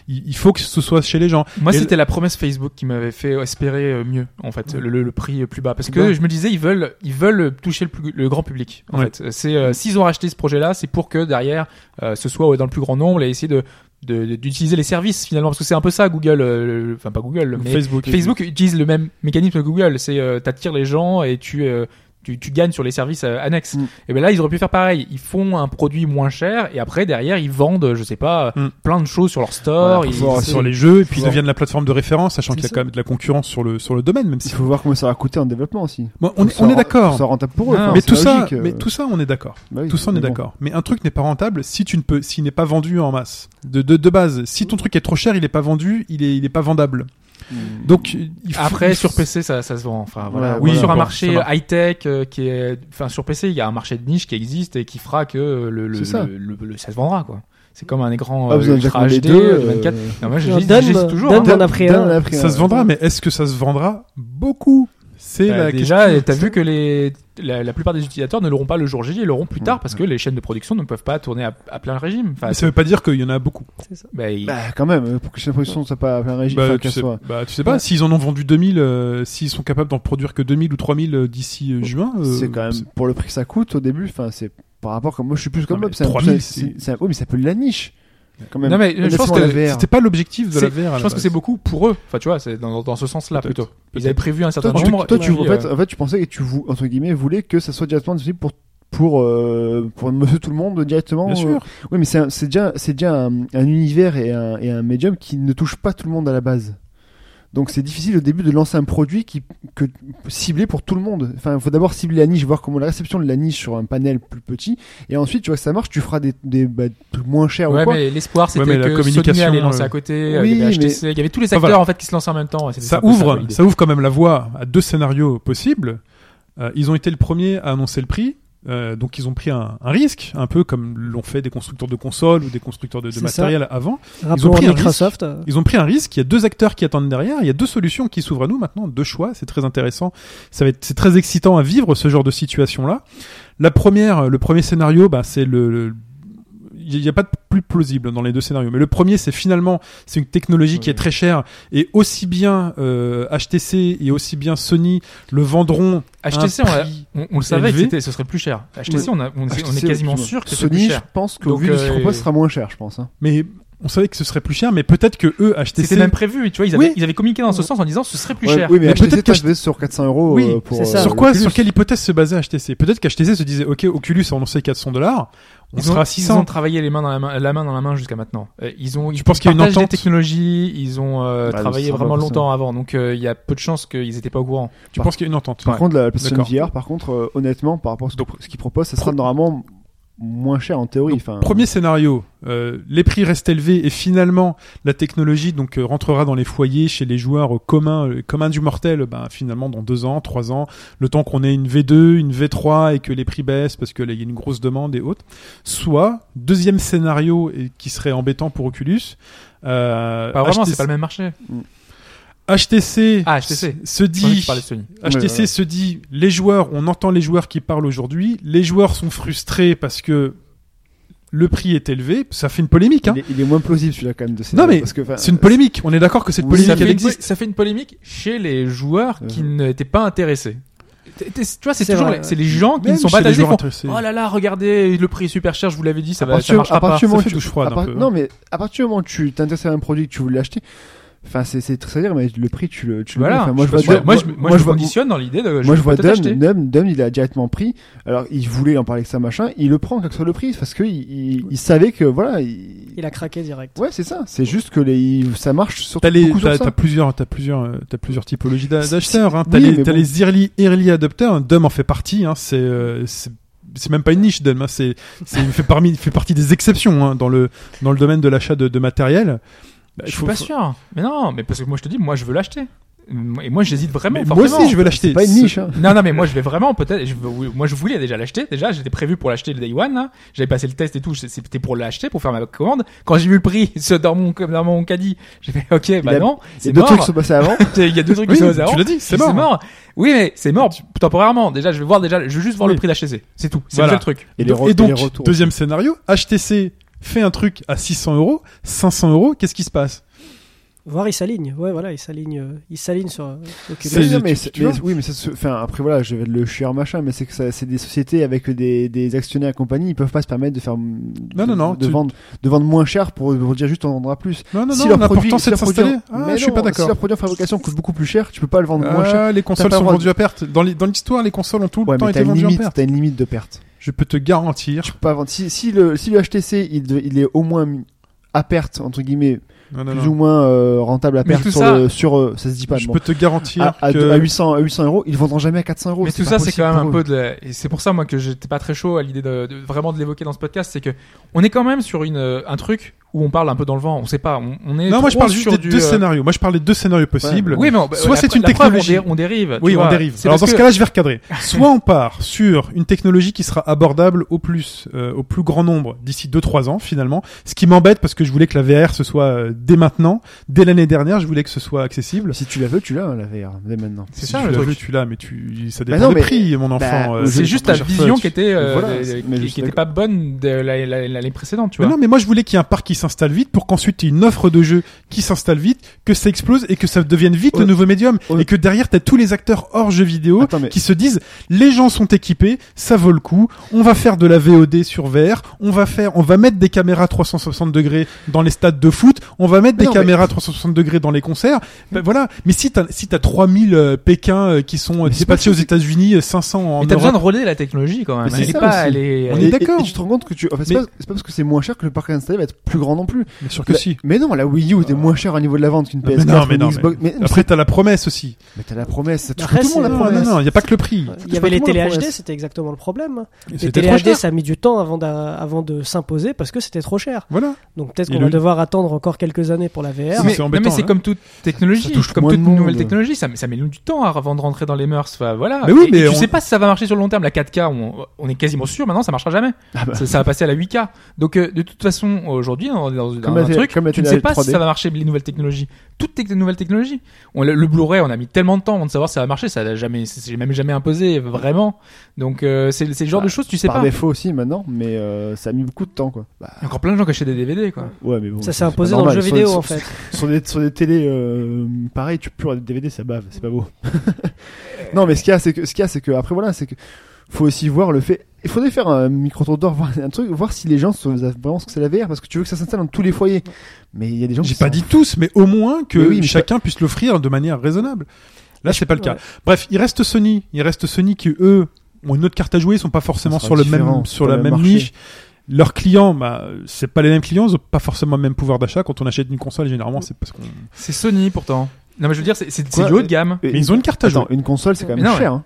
Speaker 3: il, il faut que ce soit chez les gens.
Speaker 4: Moi,
Speaker 3: Et
Speaker 4: c'était la promesse Facebook qui m'avait fait espérer euh, mieux, en fait, le, le- le prix euh, plus bas. Parce que
Speaker 3: Ouais.
Speaker 4: je me disais, ils veulent, ils veulent toucher le, plus- le grand public. En
Speaker 3: ben- Ouais.
Speaker 4: fait, c'est euh, s'ils ont racheté ce projet-là, c'est pour que derrière, euh, ce soit dans le plus grand nombre et essayer de de- de- d'utiliser les services finalement parce que c'est un peu ça Google euh, enfin pas Google mais
Speaker 3: Facebook.
Speaker 4: Facebook utilise le même mécanisme que Google, c'est euh, t'attires les gens et tu, euh, tu tu gagnes sur les services euh, annexes.
Speaker 5: Mm.
Speaker 4: Et ben là ils auraient pu faire pareil, ils font un produit moins cher et après derrière ils vendent je sais pas euh,
Speaker 3: Mm.
Speaker 4: plein de choses sur leur store,
Speaker 5: Voilà,
Speaker 4: ils-
Speaker 5: faut voir
Speaker 4: c'est-
Speaker 3: sur les jeux et puis ils
Speaker 5: Bon.
Speaker 3: deviennent la plateforme de référence sachant
Speaker 4: C'est
Speaker 3: qu'il y a
Speaker 4: ça.
Speaker 3: quand même de la concurrence sur le sur le domaine même
Speaker 5: Il
Speaker 3: si
Speaker 5: faut voir comment ça va coûter en développement aussi.
Speaker 3: Bon, on,
Speaker 5: Faut
Speaker 3: est-
Speaker 5: que
Speaker 3: on
Speaker 5: ça
Speaker 3: est
Speaker 5: ren-
Speaker 3: d'accord
Speaker 5: faut que Ça rentable pour eux.
Speaker 4: Non,
Speaker 5: enfin,
Speaker 3: mais
Speaker 5: c'est
Speaker 3: tout ça
Speaker 5: logique, euh.
Speaker 3: mais tout ça on est d'accord
Speaker 5: Bah oui,
Speaker 3: tout ça on est
Speaker 5: mais bon.
Speaker 3: d'accord mais un truc n'est pas rentable si tu ne peux s'il n'est pas vendu en masse de, de de base si ton truc est trop cher il n'est pas vendu il est il est pas vendable
Speaker 5: Mm.
Speaker 3: donc il faut-
Speaker 4: Après
Speaker 3: il-
Speaker 4: sur PC ça, ça se vend enfin
Speaker 5: Ouais,
Speaker 4: voilà, oui
Speaker 5: voilà,
Speaker 4: sur un
Speaker 3: bon,
Speaker 4: marché
Speaker 3: ça va.
Speaker 4: high tech qui est enfin sur PC il y a un marché de niche qui existe et qui fera que euh, le le,
Speaker 5: C'est ça.
Speaker 4: le- le- le- ça se vendra quoi. C'est comme un écran
Speaker 5: Ah, vous
Speaker 4: euh,
Speaker 5: avez déjà
Speaker 4: ultra
Speaker 5: commandé
Speaker 4: HD
Speaker 5: deux.
Speaker 4: de 24.
Speaker 5: euh,
Speaker 4: Non, moi
Speaker 6: Alors,
Speaker 4: j'hésite
Speaker 6: Dan,
Speaker 4: j'hésite toujours.
Speaker 6: Dan,
Speaker 4: hein.
Speaker 6: on a pris
Speaker 5: Dan,
Speaker 6: un.
Speaker 5: on a pris
Speaker 3: ça
Speaker 5: un.
Speaker 3: se vendra mais est-ce que ça se vendra beaucoup c'est
Speaker 4: Bah,
Speaker 3: la
Speaker 4: déjà,
Speaker 3: question.
Speaker 4: t'as vu que les, la, la plupart des utilisateurs ne l'auront pas le jour J, ils l'auront plus tard parce que les chaînes de production ne peuvent pas tourner à, à plein régime. Enfin,
Speaker 3: Mais ça veut pas dire qu'il y en a beaucoup
Speaker 6: C'est ça.
Speaker 4: bah, il-
Speaker 5: Bah, quand même, pour que chaque production ne soit pas à plein régime,
Speaker 3: bah,
Speaker 5: enfin,
Speaker 3: tu
Speaker 5: qu'elle
Speaker 3: sais,
Speaker 5: soit.
Speaker 3: bah, tu sais pas s'ils en ont vendu 2000 euh, s'ils sont capables d'en produire que 2000 ou 3000 euh, d'ici euh, juin euh,
Speaker 5: C'est quand même, pour le prix que ça coûte au début, enfin, c'est par rapport, comme moi je suis plus comme
Speaker 3: Non,
Speaker 5: Bob,
Speaker 3: mais
Speaker 5: c'est un-
Speaker 3: 3000,
Speaker 5: c'est-
Speaker 3: c'est-
Speaker 5: c'est un- oui, mais ça peut de la niche. Quand même.
Speaker 4: Non, mais je pense
Speaker 5: Honnêtement,
Speaker 4: que
Speaker 5: la VR.
Speaker 3: c'était pas l'objectif de la
Speaker 4: C'est-
Speaker 3: VR
Speaker 4: je
Speaker 3: à la
Speaker 4: pense que c'est
Speaker 3: base.
Speaker 4: beaucoup pour eux. Enfin, tu vois, c'est dans, dans ce sens-là
Speaker 3: bah, Peut-être.
Speaker 4: plutôt. Ils
Speaker 3: Peut-être.
Speaker 4: avaient prévu un certain
Speaker 5: Toi, tu,
Speaker 4: nombre.
Speaker 5: toi,
Speaker 4: et
Speaker 5: tu-
Speaker 4: puis,
Speaker 5: en, fait,
Speaker 4: euh,
Speaker 5: en fait, tu pensais que tu vou- entre guillemets voulais que ça soit directement disponible pour pour euh, pour Monsieur Tout le Monde directement.
Speaker 3: Bien
Speaker 5: euh,
Speaker 3: sûr.
Speaker 5: Oui, mais c'est un- c'est déjà c'est déjà un, un univers et un et un médium qui ne touche pas tout le monde à la base. Donc c'est difficile au début de lancer un produit qui que ciblé pour tout le monde. Enfin, il faut d'abord cibler la niche, voir comment la réception de la niche sur un panel plus petit, et ensuite tu vois que ça marche, tu feras des des bah, tout moins cher
Speaker 4: ouais,
Speaker 5: ou quoi.
Speaker 4: mais l'espoir c'était
Speaker 3: Ouais, mais la
Speaker 4: que Sony
Speaker 3: communication,
Speaker 4: allait lancer
Speaker 3: euh,
Speaker 4: à côté,
Speaker 5: oui,
Speaker 4: il y avait
Speaker 5: mais-
Speaker 4: HTC, il y avait tous les
Speaker 3: Enfin,
Speaker 4: acteurs
Speaker 3: voilà.
Speaker 4: en fait qui se lançaient en même temps. et c'était
Speaker 3: ça
Speaker 4: un peu
Speaker 3: ouvre,
Speaker 4: l'idée.
Speaker 3: ça ouvre quand même la voie à deux scénarios possibles. Euh, ils ont été le premier à annoncer le prix. euh, donc ils ont pris un, un risque, un peu comme l'ont fait des constructeurs de consoles ou des constructeurs de, de
Speaker 6: C'est ça.
Speaker 3: matériel avant.
Speaker 6: Rappelons
Speaker 3: pris un
Speaker 6: Microsoft. euh,
Speaker 3: Ils ont pris un risque, il y a deux acteurs qui attendent derrière, il y a deux solutions qui s'ouvrent à nous maintenant, deux choix, c'est très intéressant, ça va être, c'est très excitant à vivre ce genre de situation-là. La première, le premier scénario, bah, c'est le... le- il n'y a pas de plus plausible dans les deux scénarios. Mais le premier, c'est finalement, c'est une technologie qui est très chère et aussi bien euh, HTC et aussi bien Sony le vendront. à un
Speaker 4: HTC, on, a-
Speaker 3: prix-
Speaker 4: on- on le savait que
Speaker 3: élevé.
Speaker 4: c'était, ce serait plus cher. HTC, on, a- on- on est
Speaker 5: HTC,
Speaker 4: quasiment
Speaker 5: excuse-moi.
Speaker 4: sûr que c'est plus
Speaker 5: Sony, je
Speaker 4: cher.
Speaker 5: pense qu'au
Speaker 4: Donc,
Speaker 5: vu de ce
Speaker 4: euh,
Speaker 5: qu'ils proposent, ce sera moins cher, je pense. hein.
Speaker 3: Mais on savait que ce serait plus cher, mais peut-être que eux, HTC,
Speaker 4: C'était même prévu, tu vois. Ils avaient,
Speaker 3: Oui.
Speaker 4: ils avaient communiqué dans ce sens en disant ce serait plus
Speaker 5: Ouais,
Speaker 4: cher.
Speaker 5: Oui, mais,
Speaker 3: Mais
Speaker 5: HTC
Speaker 3: peut-être que-
Speaker 5: tape sur 400 euros
Speaker 3: Oui,
Speaker 5: euh, pour.
Speaker 6: c'est ça.
Speaker 5: euh,
Speaker 3: sur quoi,
Speaker 5: l'Oculus.
Speaker 3: sur quelle hypothèse se basait HTC Peut-être qu'HTC se disait, ok, Oculus a annoncé 400 dollars, on
Speaker 4: Ils
Speaker 3: sera
Speaker 4: ont,
Speaker 3: à
Speaker 4: Ils
Speaker 3: 600.
Speaker 4: ont travaillé les mains dans la main, la main dans la main jusqu'à maintenant. Euh, ils ont.
Speaker 3: Tu
Speaker 4: ils
Speaker 3: penses qu'il y a une
Speaker 4: partagent des
Speaker 3: entente
Speaker 4: technologies. Ils ont euh,
Speaker 5: Bah,
Speaker 4: travaillé
Speaker 5: c'est
Speaker 4: vraiment
Speaker 5: 100%.
Speaker 4: longtemps avant. Donc euh, il y a peu de chances qu'ils étaient pas au courant.
Speaker 3: Tu penses qu'il y a une entente
Speaker 5: Par contre, la PlayStation
Speaker 3: D'accord.
Speaker 5: VR, par contre, euh, honnêtement, par rapport à ce,
Speaker 3: Donc,
Speaker 5: ce qu'ils proposent, ça sera
Speaker 3: pro-
Speaker 5: normalement moins cher en théorie.
Speaker 3: Donc,
Speaker 5: Enfin,
Speaker 3: Premier scénario, euh, les prix restent élevés et finalement la technologie donc euh, rentrera dans les foyers chez les joueurs euh, communs, euh, communs du mortel. Ben finalement dans deux ans, trois ans, le temps qu'on ait une V2, une V3 et que les prix baissent parce que là, il y a une grosse demande et autres. Soit deuxième scénario et qui serait embêtant pour Oculus. euh,
Speaker 4: Pas vraiment. C'est
Speaker 3: HTC
Speaker 4: pas le même marché.
Speaker 3: HTC,
Speaker 4: Ah, HTC.
Speaker 3: se
Speaker 4: Je pensais que tu
Speaker 3: dit
Speaker 4: parlais de Sony.
Speaker 3: HTC
Speaker 5: Mais, euh,
Speaker 3: se dit, les joueurs, on entend les joueurs qui parlent aujourd'hui, les joueurs sont frustrés parce que le prix est élevé, ça fait une polémique, hein.
Speaker 5: il, est, il est moins plausible celui-là quand même de ces
Speaker 3: Non, mais
Speaker 5: parce que, enfin,
Speaker 3: C'est une polémique, on est d'accord que cette
Speaker 5: Oui,
Speaker 3: polémique
Speaker 4: ça, fait
Speaker 3: elle
Speaker 4: une,
Speaker 3: existe.
Speaker 4: ça fait une polémique chez les joueurs qui
Speaker 5: Euh.
Speaker 4: n'étaient pas intéressés. T'es- t'es- Tu vois, c'est
Speaker 6: C'est
Speaker 4: toujours
Speaker 6: vrai,
Speaker 4: les,
Speaker 6: ouais.
Speaker 4: c'est les gens qui
Speaker 3: Même
Speaker 4: ne sont
Speaker 3: chez
Speaker 4: pas
Speaker 3: les
Speaker 4: intéressés.
Speaker 3: joueurs
Speaker 4: qui font,
Speaker 3: intéressés.
Speaker 4: Oh là là, regardez le prix est super cher. Je vous l'avais dit, ça
Speaker 5: à
Speaker 4: va, Ah bah,
Speaker 5: partir,
Speaker 4: ça
Speaker 5: à
Speaker 4: marchera pas.
Speaker 5: partir du moment
Speaker 3: Ça
Speaker 5: où
Speaker 3: fait
Speaker 5: tu-
Speaker 3: douche froide
Speaker 5: à
Speaker 3: un
Speaker 5: part-
Speaker 3: peu, hein.
Speaker 5: non, mais à partir du moment où tu t'intéresses à un produit, que tu veux l'acheter. Enfin, c'est c'est très dire, mais le prix, tu le, tu le. mets.
Speaker 4: Voilà.
Speaker 5: Enfin, moi, je
Speaker 4: suis
Speaker 5: vois,
Speaker 4: pas sûr.
Speaker 5: Dom-
Speaker 4: moi, je, moi, je me
Speaker 5: vois-
Speaker 4: conditionne dans l'idée de.
Speaker 5: Moi, je vois
Speaker 4: peut-être
Speaker 5: Dom,
Speaker 4: acheter.
Speaker 5: Dom, Dom, il a directement pris. Alors, il voulait en parler que ça, machin. Il le prend, quel que soit le prix, parce que il, il, il savait que, voilà. Il...
Speaker 6: Il a craqué direct.
Speaker 5: Ouais, c'est ça. C'est juste que les, ça marche surtout
Speaker 3: T'as les,
Speaker 5: beaucoup
Speaker 3: t'as,
Speaker 5: sur ça.
Speaker 3: t'as plusieurs, t'as plusieurs, euh, t'as plusieurs typologies d'a-
Speaker 5: Si-
Speaker 3: d'acheteurs. Hein.
Speaker 5: oui,
Speaker 3: T'as les,
Speaker 5: mais
Speaker 3: t'as
Speaker 5: bon.
Speaker 3: les early, early adopteurs. Dom en fait partie. Hein. C'est, euh, c'est, c'est même pas une niche, Dom. Hein. C'est, c'est il fait parmi, il fait partie des exceptions hein, dans le, dans le domaine de l'achat de, de matériel. Bah,
Speaker 4: Je suis
Speaker 3: faut-
Speaker 4: pas
Speaker 3: faut-
Speaker 4: sûr. Mais non, mais parce que moi je te dis, moi je veux l'acheter. Et moi j'hésite vraiment.
Speaker 3: Mais moi
Speaker 4: fortement.
Speaker 3: aussi, je veux l'acheter.
Speaker 5: C'est pas une
Speaker 3: Ce-
Speaker 5: niche, hein.
Speaker 4: Non, non, mais moi je vais vraiment peut-être. je veux- Moi je voulais déjà l'acheter. Déjà, j'étais prévu pour l'acheter le day one. là. J'avais passé le test et tout. C'était pour l'acheter, pour faire ma commande. Quand j'ai vu le prix ce- dans mon dans mon caddie, j'ai fait OK, bah
Speaker 5: a-
Speaker 4: non,
Speaker 5: Les
Speaker 4: c'est
Speaker 5: deux
Speaker 4: mort.
Speaker 5: trucs qui sont passés avant.
Speaker 4: Il y a deux trucs
Speaker 3: Oui,
Speaker 4: qui sont
Speaker 3: tu
Speaker 4: aux avant.
Speaker 3: l'as dit, c'est mort.
Speaker 4: Oui, mais c'est mort temporairement. Déjà, je vais voir déjà. Je veux juste voir
Speaker 3: Oui.
Speaker 4: le prix d'HTC. C'est tout. C'est
Speaker 3: Voilà.
Speaker 4: le seul truc.
Speaker 5: Et, les
Speaker 3: Do-
Speaker 5: re-
Speaker 3: et donc,
Speaker 5: les retours.
Speaker 3: deuxième scénario, HTC fais un truc à 600 euros, 500 euros, qu'est-ce qui se passe
Speaker 6: Voir, il s'aligne. Ouais, voilà, il s'aligne. euh, il s'aligne sur. euh, Oculus.
Speaker 3: C'est-
Speaker 5: Non, mais
Speaker 3: tu-
Speaker 5: c'est-
Speaker 3: tu vois
Speaker 5: mais- oui, mais ça se- enfin, après voilà, je vais le chier machin, mais c'est que ça- c'est des sociétés avec des, des actionnaires et compagnie, ils peuvent pas se permettre de faire de,
Speaker 3: non, non,
Speaker 5: de
Speaker 3: tu-
Speaker 5: vendre de vendre moins cher pour, pour dire juste on vendra plus.
Speaker 3: Non, non,
Speaker 5: si
Speaker 3: non,
Speaker 5: leur produit,
Speaker 3: l'important
Speaker 5: si
Speaker 3: c'est de
Speaker 5: leur produit en-
Speaker 3: s'installer. Ah,
Speaker 5: Mais
Speaker 3: je suis
Speaker 5: non,
Speaker 3: pas
Speaker 5: Si
Speaker 3: d'accord.
Speaker 5: leur produit en fabrication coûte beaucoup plus cher, tu peux pas le vendre moins cher.
Speaker 3: Ah, les consoles
Speaker 5: pas le
Speaker 3: sont
Speaker 5: droit de-
Speaker 3: vendues à perte. Dans les, dans l'histoire, les consoles ont tout le
Speaker 5: Ouais,
Speaker 3: temps
Speaker 5: mais t'as
Speaker 3: été
Speaker 5: une
Speaker 3: vendues en
Speaker 5: limite,
Speaker 3: perte.
Speaker 5: t'as une limite de perte.
Speaker 3: Je peux te garantir.
Speaker 5: Tu peux pas vendre. Si, si le si le HTC il, de- il est au moins mis à perte entre guillemets,
Speaker 3: Non, non,
Speaker 5: plus
Speaker 3: non.
Speaker 5: ou moins euh, rentable à
Speaker 4: Mais
Speaker 5: perte
Speaker 4: tout
Speaker 5: sur
Speaker 4: ça-
Speaker 5: le- sur euh, ça se dit pas.
Speaker 3: Je
Speaker 5: bon.
Speaker 3: peux te garantir
Speaker 5: à, à-
Speaker 3: que
Speaker 5: à 800 à 800 euros, ils vendront jamais à 400
Speaker 3: Oh,
Speaker 5: euros.
Speaker 4: Mais tout
Speaker 5: pas
Speaker 4: ça, c'est
Speaker 5: possible
Speaker 4: quand même
Speaker 5: pour
Speaker 4: un
Speaker 5: eux.
Speaker 4: peu de la- et c'est pour ça, moi, que j'étais pas très chaud à l'idée de, de vraiment de l'évoquer dans ce podcast, c'est que on est quand même sur une, euh, un truc où on parle un peu dans le vent, on sait pas, on, on est.
Speaker 3: Non, moi je
Speaker 4: trop
Speaker 3: parle juste
Speaker 4: sur
Speaker 3: des
Speaker 4: du,
Speaker 3: deux
Speaker 4: euh,
Speaker 3: scénarios. Moi je parle des deux scénarios possibles.
Speaker 4: Oui, mais on- la-
Speaker 3: Soit c'est une
Speaker 4: la preuve, on dé-
Speaker 3: technologie.
Speaker 4: on, dérive. tu
Speaker 3: Oui,
Speaker 4: vois.
Speaker 3: on dérive.
Speaker 4: C'est
Speaker 3: Alors dans
Speaker 4: parce
Speaker 3: ce
Speaker 4: que-
Speaker 3: cas-là, je vais recadrer. Soit on part sur une technologie qui sera abordable au plus, euh, au plus grand nombre d'ici 2-3 ans finalement. Ce qui m'embête parce que je voulais que la VR ce soit euh, dès maintenant, dès l'année dernière, je voulais que ce soit accessible.
Speaker 5: Si tu la veux, tu l'as hein, la VR dès maintenant.
Speaker 4: C'est
Speaker 3: Si
Speaker 4: ça
Speaker 3: tu
Speaker 4: le
Speaker 3: l'as
Speaker 4: truc.
Speaker 3: vu, tu l'as, mais tu, ça
Speaker 5: Bah
Speaker 3: dépend
Speaker 5: non,
Speaker 3: des
Speaker 5: mais-
Speaker 3: prix, mon enfant.
Speaker 5: bah,
Speaker 3: euh,
Speaker 5: je-
Speaker 4: C'est juste la
Speaker 5: je-
Speaker 4: vision
Speaker 5: je-
Speaker 4: qui était, euh,
Speaker 5: Voilà,
Speaker 4: des-
Speaker 5: c'est- mais je
Speaker 4: qui,
Speaker 5: suis
Speaker 4: qui était pas
Speaker 5: d'accord.
Speaker 4: bonne de la- la- l'année précédente, tu
Speaker 3: Mais
Speaker 4: vois.
Speaker 3: non, mais moi je voulais qu'il y ait un parc qui s'installe vite pour qu'ensuite il y ait une offre de jeu qui s'installe vite, que ça explose et que ça devienne vite
Speaker 5: Ouais.
Speaker 3: le nouveau médium
Speaker 5: Ouais.
Speaker 3: et que derrière t'as tous les acteurs hors jeux vidéo
Speaker 5: Attends, mais-
Speaker 3: qui se disent les gens sont équipés, ça vaut le coup, on va faire de la VOD sur VR, on va faire, on va mettre des caméras 360 degrés dans les stades de foot, on va mettre
Speaker 5: Mais
Speaker 3: des
Speaker 5: non, mais-
Speaker 3: caméras 360 degrés dans les concerts, Ben, voilà. Mais si t'as si t'as 3000 euh, Pékin euh, qui sont euh,
Speaker 5: Mais c'est pas
Speaker 3: dispatchés aux États-Unis, euh, 500 en
Speaker 4: Mais t'as besoin
Speaker 3: Europe,
Speaker 4: de relayer la technologie quand même.
Speaker 5: Mais c'est
Speaker 4: Elle est
Speaker 5: ça
Speaker 4: pas,
Speaker 5: aussi.
Speaker 4: elle est-
Speaker 3: On
Speaker 4: elle
Speaker 5: Et-
Speaker 4: est-
Speaker 3: est
Speaker 5: et-
Speaker 3: d'accord.
Speaker 5: et Tu te rends compte que tu. Enfin, c'est
Speaker 3: Mais-
Speaker 5: pas, c'est pas parce que c'est moins cher que le parc installé va être plus grand non plus.
Speaker 3: bien sûr que
Speaker 5: La-
Speaker 3: si. Euh.
Speaker 5: Mais non, la Wii U était moins chère au niveau de la vente qu'une
Speaker 3: Non, mais
Speaker 5: PS4
Speaker 3: non,
Speaker 5: ou
Speaker 3: mais
Speaker 5: une
Speaker 3: non,
Speaker 5: Xbox. Mais, mais
Speaker 3: Après t'as la promesse aussi.
Speaker 5: c'est- mais t'as la promesse, ça touche
Speaker 6: Après,
Speaker 5: tout le monde la
Speaker 6: c'est-
Speaker 3: Non, non,
Speaker 5: promesse.
Speaker 3: non, il y a pas que le prix.
Speaker 5: Ouais.
Speaker 6: Il y avait les
Speaker 5: Tout le
Speaker 6: télé
Speaker 5: monde la
Speaker 6: HD,
Speaker 5: promesse.
Speaker 6: c'était exactement le problème. Les
Speaker 3: C'était
Speaker 6: télé
Speaker 3: trop
Speaker 6: HD,
Speaker 3: cher.
Speaker 6: ça a mis du temps avant, d'a- avant de s'imposer parce que c'était trop cher.
Speaker 3: Voilà.
Speaker 6: Donc peut-être
Speaker 3: Et
Speaker 6: qu'on
Speaker 3: le-
Speaker 6: va devoir attendre encore quelques années pour la VR.
Speaker 3: Mais-
Speaker 4: Mais,
Speaker 3: c'est
Speaker 4: non,
Speaker 3: embêtant,
Speaker 4: mais c'est
Speaker 3: hein.
Speaker 4: comme toute technologie,
Speaker 5: Ça touche
Speaker 4: comme
Speaker 5: moins
Speaker 4: toute
Speaker 5: de monde.
Speaker 4: nouvelle technologie, ça, met- ça met du temps avant de rentrer dans les mœurs. Enfin, voilà.
Speaker 3: Mais oui,
Speaker 4: Et-
Speaker 3: mais
Speaker 4: et tu
Speaker 3: on-
Speaker 4: sais pas si ça va marcher sur le long terme. La 4K, on, on est quasiment sûr maintenant, ça marchera jamais.
Speaker 5: Ah bah.
Speaker 4: ça, ça va passer à la 8K. Donc euh, de toute façon, aujourd'hui, on est dans, dans
Speaker 5: Comme
Speaker 4: un
Speaker 5: la télé-
Speaker 4: truc,
Speaker 5: comme la
Speaker 4: tu ne
Speaker 5: télé
Speaker 4: sais pas
Speaker 5: 3D.
Speaker 4: si ça va marcher les nouvelles technologies. Toutes les nouvelles technologies. On, le le Blu-ray, on a mis tellement de temps avant de savoir si ça va marcher, ça n'a jamais, c'est même jamais imposé vraiment. Donc euh, c'est c'est le genre
Speaker 5: Bah,
Speaker 4: de choses, tu sais
Speaker 5: Par
Speaker 4: pas.
Speaker 5: défaut aussi maintenant, mais euh, ça a mis beaucoup de temps quoi. Bah,
Speaker 4: Il y a encore plein de gens qui achètent des DVD quoi.
Speaker 5: ouais, mais bon.
Speaker 6: Ça
Speaker 5: c'est
Speaker 6: s'est
Speaker 5: pas
Speaker 6: imposé dans le
Speaker 5: normal.
Speaker 6: jeu
Speaker 5: Sur-
Speaker 6: vidéo
Speaker 5: sur-
Speaker 6: en fait.
Speaker 5: Sur des, sur des télés, euh, pareil, tu pleures des DVD, ça bave, c'est pas beau. non, mais ce qu'il y a, c'est que, ce qu'il y a, c'est que, après voilà, c'est que, faut aussi voir le fait, il faudrait faire un micro-tour d'or, voir un truc, voir si les gens savent vraiment ce que c'est la VR, parce que tu veux que ça s'installe dans tous les foyers. Mais il y a des gens qui
Speaker 3: J'ai pas
Speaker 5: s'en
Speaker 3: dit tous, mais au moins que
Speaker 5: Mais oui, mais
Speaker 3: chacun puisse l'offrir de manière raisonnable. Là, c'est pas le cas.
Speaker 6: ouais.
Speaker 3: Bref, il reste Sony. Il reste Sony qui eux ont une autre carte à jouer. Ils sont pas forcément
Speaker 5: Ça
Speaker 3: sur
Speaker 5: sera
Speaker 3: le même
Speaker 5: différent,
Speaker 3: sur
Speaker 5: pas
Speaker 3: la
Speaker 5: le
Speaker 3: même
Speaker 5: même marché.
Speaker 3: niche. Leurs clients, bah, c'est pas les mêmes clients. Ils ont pas forcément le même pouvoir d'achat. Quand on achète une console, généralement, c'est parce qu'on.
Speaker 4: C'est Sony pourtant. Non mais je veux dire, c'est c'est- c'est
Speaker 5: Quoi
Speaker 4: du haut de gamme.
Speaker 5: Et-
Speaker 3: Mais ils ont une carte à jouer.
Speaker 5: Attends, une console, c'est quand
Speaker 4: Mais
Speaker 5: même
Speaker 4: non,
Speaker 5: cher. hein.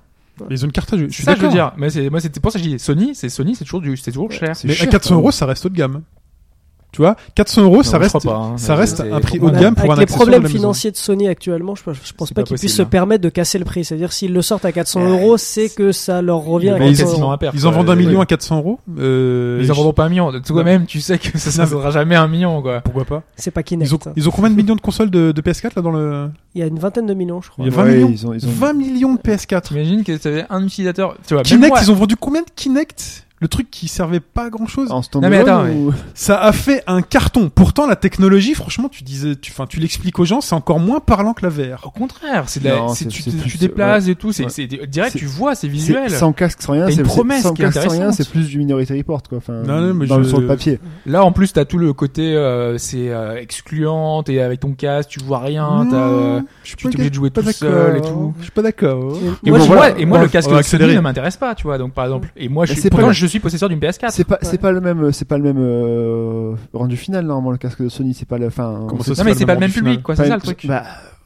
Speaker 3: Mais Ils ont une carte à jouer. Je suis
Speaker 4: C'est ça que je veux
Speaker 3: d'accord.
Speaker 4: dire. Mais c'est moi c'était pour ça que je dis Sony, c'est Sony, c'est toujours du c'est toujours cher.
Speaker 5: C'est
Speaker 3: Mais à
Speaker 5: cher,
Speaker 3: 400
Speaker 5: quand même.
Speaker 3: euros, ça reste haut de gamme. Tu vois, 400 euros,
Speaker 4: Non, je
Speaker 3: ça reste,
Speaker 4: crois pas, hein.
Speaker 3: ça
Speaker 4: Mais
Speaker 3: reste
Speaker 4: c'est-
Speaker 3: un prix
Speaker 4: pour
Speaker 3: haut de
Speaker 4: moi,
Speaker 3: gamme pour un
Speaker 6: Avec les
Speaker 3: accessoire de
Speaker 6: problèmes
Speaker 3: la maison.
Speaker 6: financiers de Sony actuellement, je, je pense
Speaker 4: C'est
Speaker 6: pas,
Speaker 4: pas
Speaker 6: qu'ils
Speaker 4: possible,
Speaker 6: puissent se
Speaker 4: hein.
Speaker 6: permettre de casser le prix. C'est-à-dire s'ils le sortent à 400
Speaker 4: Euh,
Speaker 6: euros, c'est que ça leur revient à
Speaker 3: Mais ils,
Speaker 6: 400
Speaker 4: quasiment
Speaker 6: euros.
Speaker 4: à perte,
Speaker 3: ils en
Speaker 4: quoi.
Speaker 3: vendent un
Speaker 4: Euh, Oui.
Speaker 3: million à 400 euros. Euh,
Speaker 4: Mais Ils en vendront pas un million. Toi-même, tu sais que ça ne
Speaker 3: Non, mais-
Speaker 4: vaudra jamais un million, quoi.
Speaker 3: Pourquoi pas
Speaker 6: C'est pas Kinect.
Speaker 3: ils ont,
Speaker 6: hein.
Speaker 3: ils ont combien de millions de consoles de, de PS4 là dans le
Speaker 6: Il y a une vingtaine de millions, je crois.
Speaker 3: Il y a 20
Speaker 5: Ouais,
Speaker 3: millions.
Speaker 5: ils ont- ils ont-
Speaker 3: 20 millions de PS4.
Speaker 4: T'imagines que t'avais un utilisateur. Tu vois, même
Speaker 3: Kinect,
Speaker 4: Euh, moi-
Speaker 3: ils ont vendu combien de Kinect Le truc qui servait pas à grand chose.
Speaker 5: En
Speaker 4: Non, mais attends,
Speaker 5: standalone ou-
Speaker 3: Ça a fait un carton. Pourtant, la technologie, franchement, tu disais, tu, enfin, tu l'expliques aux gens, c'est encore moins parlant que la VR.
Speaker 4: Au contraire, c'est de la-
Speaker 5: Non,
Speaker 4: c'est-
Speaker 5: c'est-
Speaker 4: tu,
Speaker 5: c'est
Speaker 4: tu
Speaker 5: plus-
Speaker 4: déplaces et tout, c'est
Speaker 5: Ouais.
Speaker 4: c'est direct,
Speaker 5: C'est-
Speaker 4: tu vois, c'est
Speaker 5: C'est-
Speaker 4: visuel.
Speaker 5: Sans casque, sans rien,
Speaker 4: T'as
Speaker 5: c'est
Speaker 4: une promesse
Speaker 5: sans
Speaker 4: qui est
Speaker 5: casque, sans rien,
Speaker 4: intéressante.
Speaker 5: c'est plus du Minority Report quoi. Enfin,
Speaker 3: Non, non, mais
Speaker 5: dans le-
Speaker 3: je-
Speaker 5: sur le papier.
Speaker 4: Là, en plus, t'as tout le côté, euh, c'est euh, excluant, t'es avec ton casque, tu vois rien, t'as, euh,
Speaker 3: je suis
Speaker 4: tu es obligé de jouer tout
Speaker 3: pas
Speaker 4: seul et
Speaker 3: d'accord.
Speaker 4: tout.
Speaker 3: Je suis pas d'accord.
Speaker 4: Et
Speaker 5: Et
Speaker 4: moi,
Speaker 5: bon,
Speaker 4: je
Speaker 5: voilà.
Speaker 4: vois- et moi,
Speaker 3: Bon,
Speaker 4: le casque
Speaker 3: on va
Speaker 4: de Sony
Speaker 3: accélérer.
Speaker 4: ne m'intéresse pas, tu vois. Donc, par exemple, et moi, je
Speaker 5: Mais
Speaker 4: suis,
Speaker 5: c'est pas
Speaker 4: pourtant,
Speaker 5: la-
Speaker 4: je suis possesseur d'une PS4.
Speaker 5: C'est pas, c'est
Speaker 6: Ah, Ouais.
Speaker 5: pas le même, c'est pas le même euh, rendu final normalement le casque de Sony, c'est pas le, enfin.
Speaker 3: Comment
Speaker 5: c'est
Speaker 3: ça
Speaker 4: Non, mais
Speaker 3: pas
Speaker 4: c'est
Speaker 3: le
Speaker 4: pas le même
Speaker 3: même rendu
Speaker 4: public,
Speaker 3: final.
Speaker 4: quoi. C'est
Speaker 5: pas-
Speaker 4: ça le truc.
Speaker 5: Bah,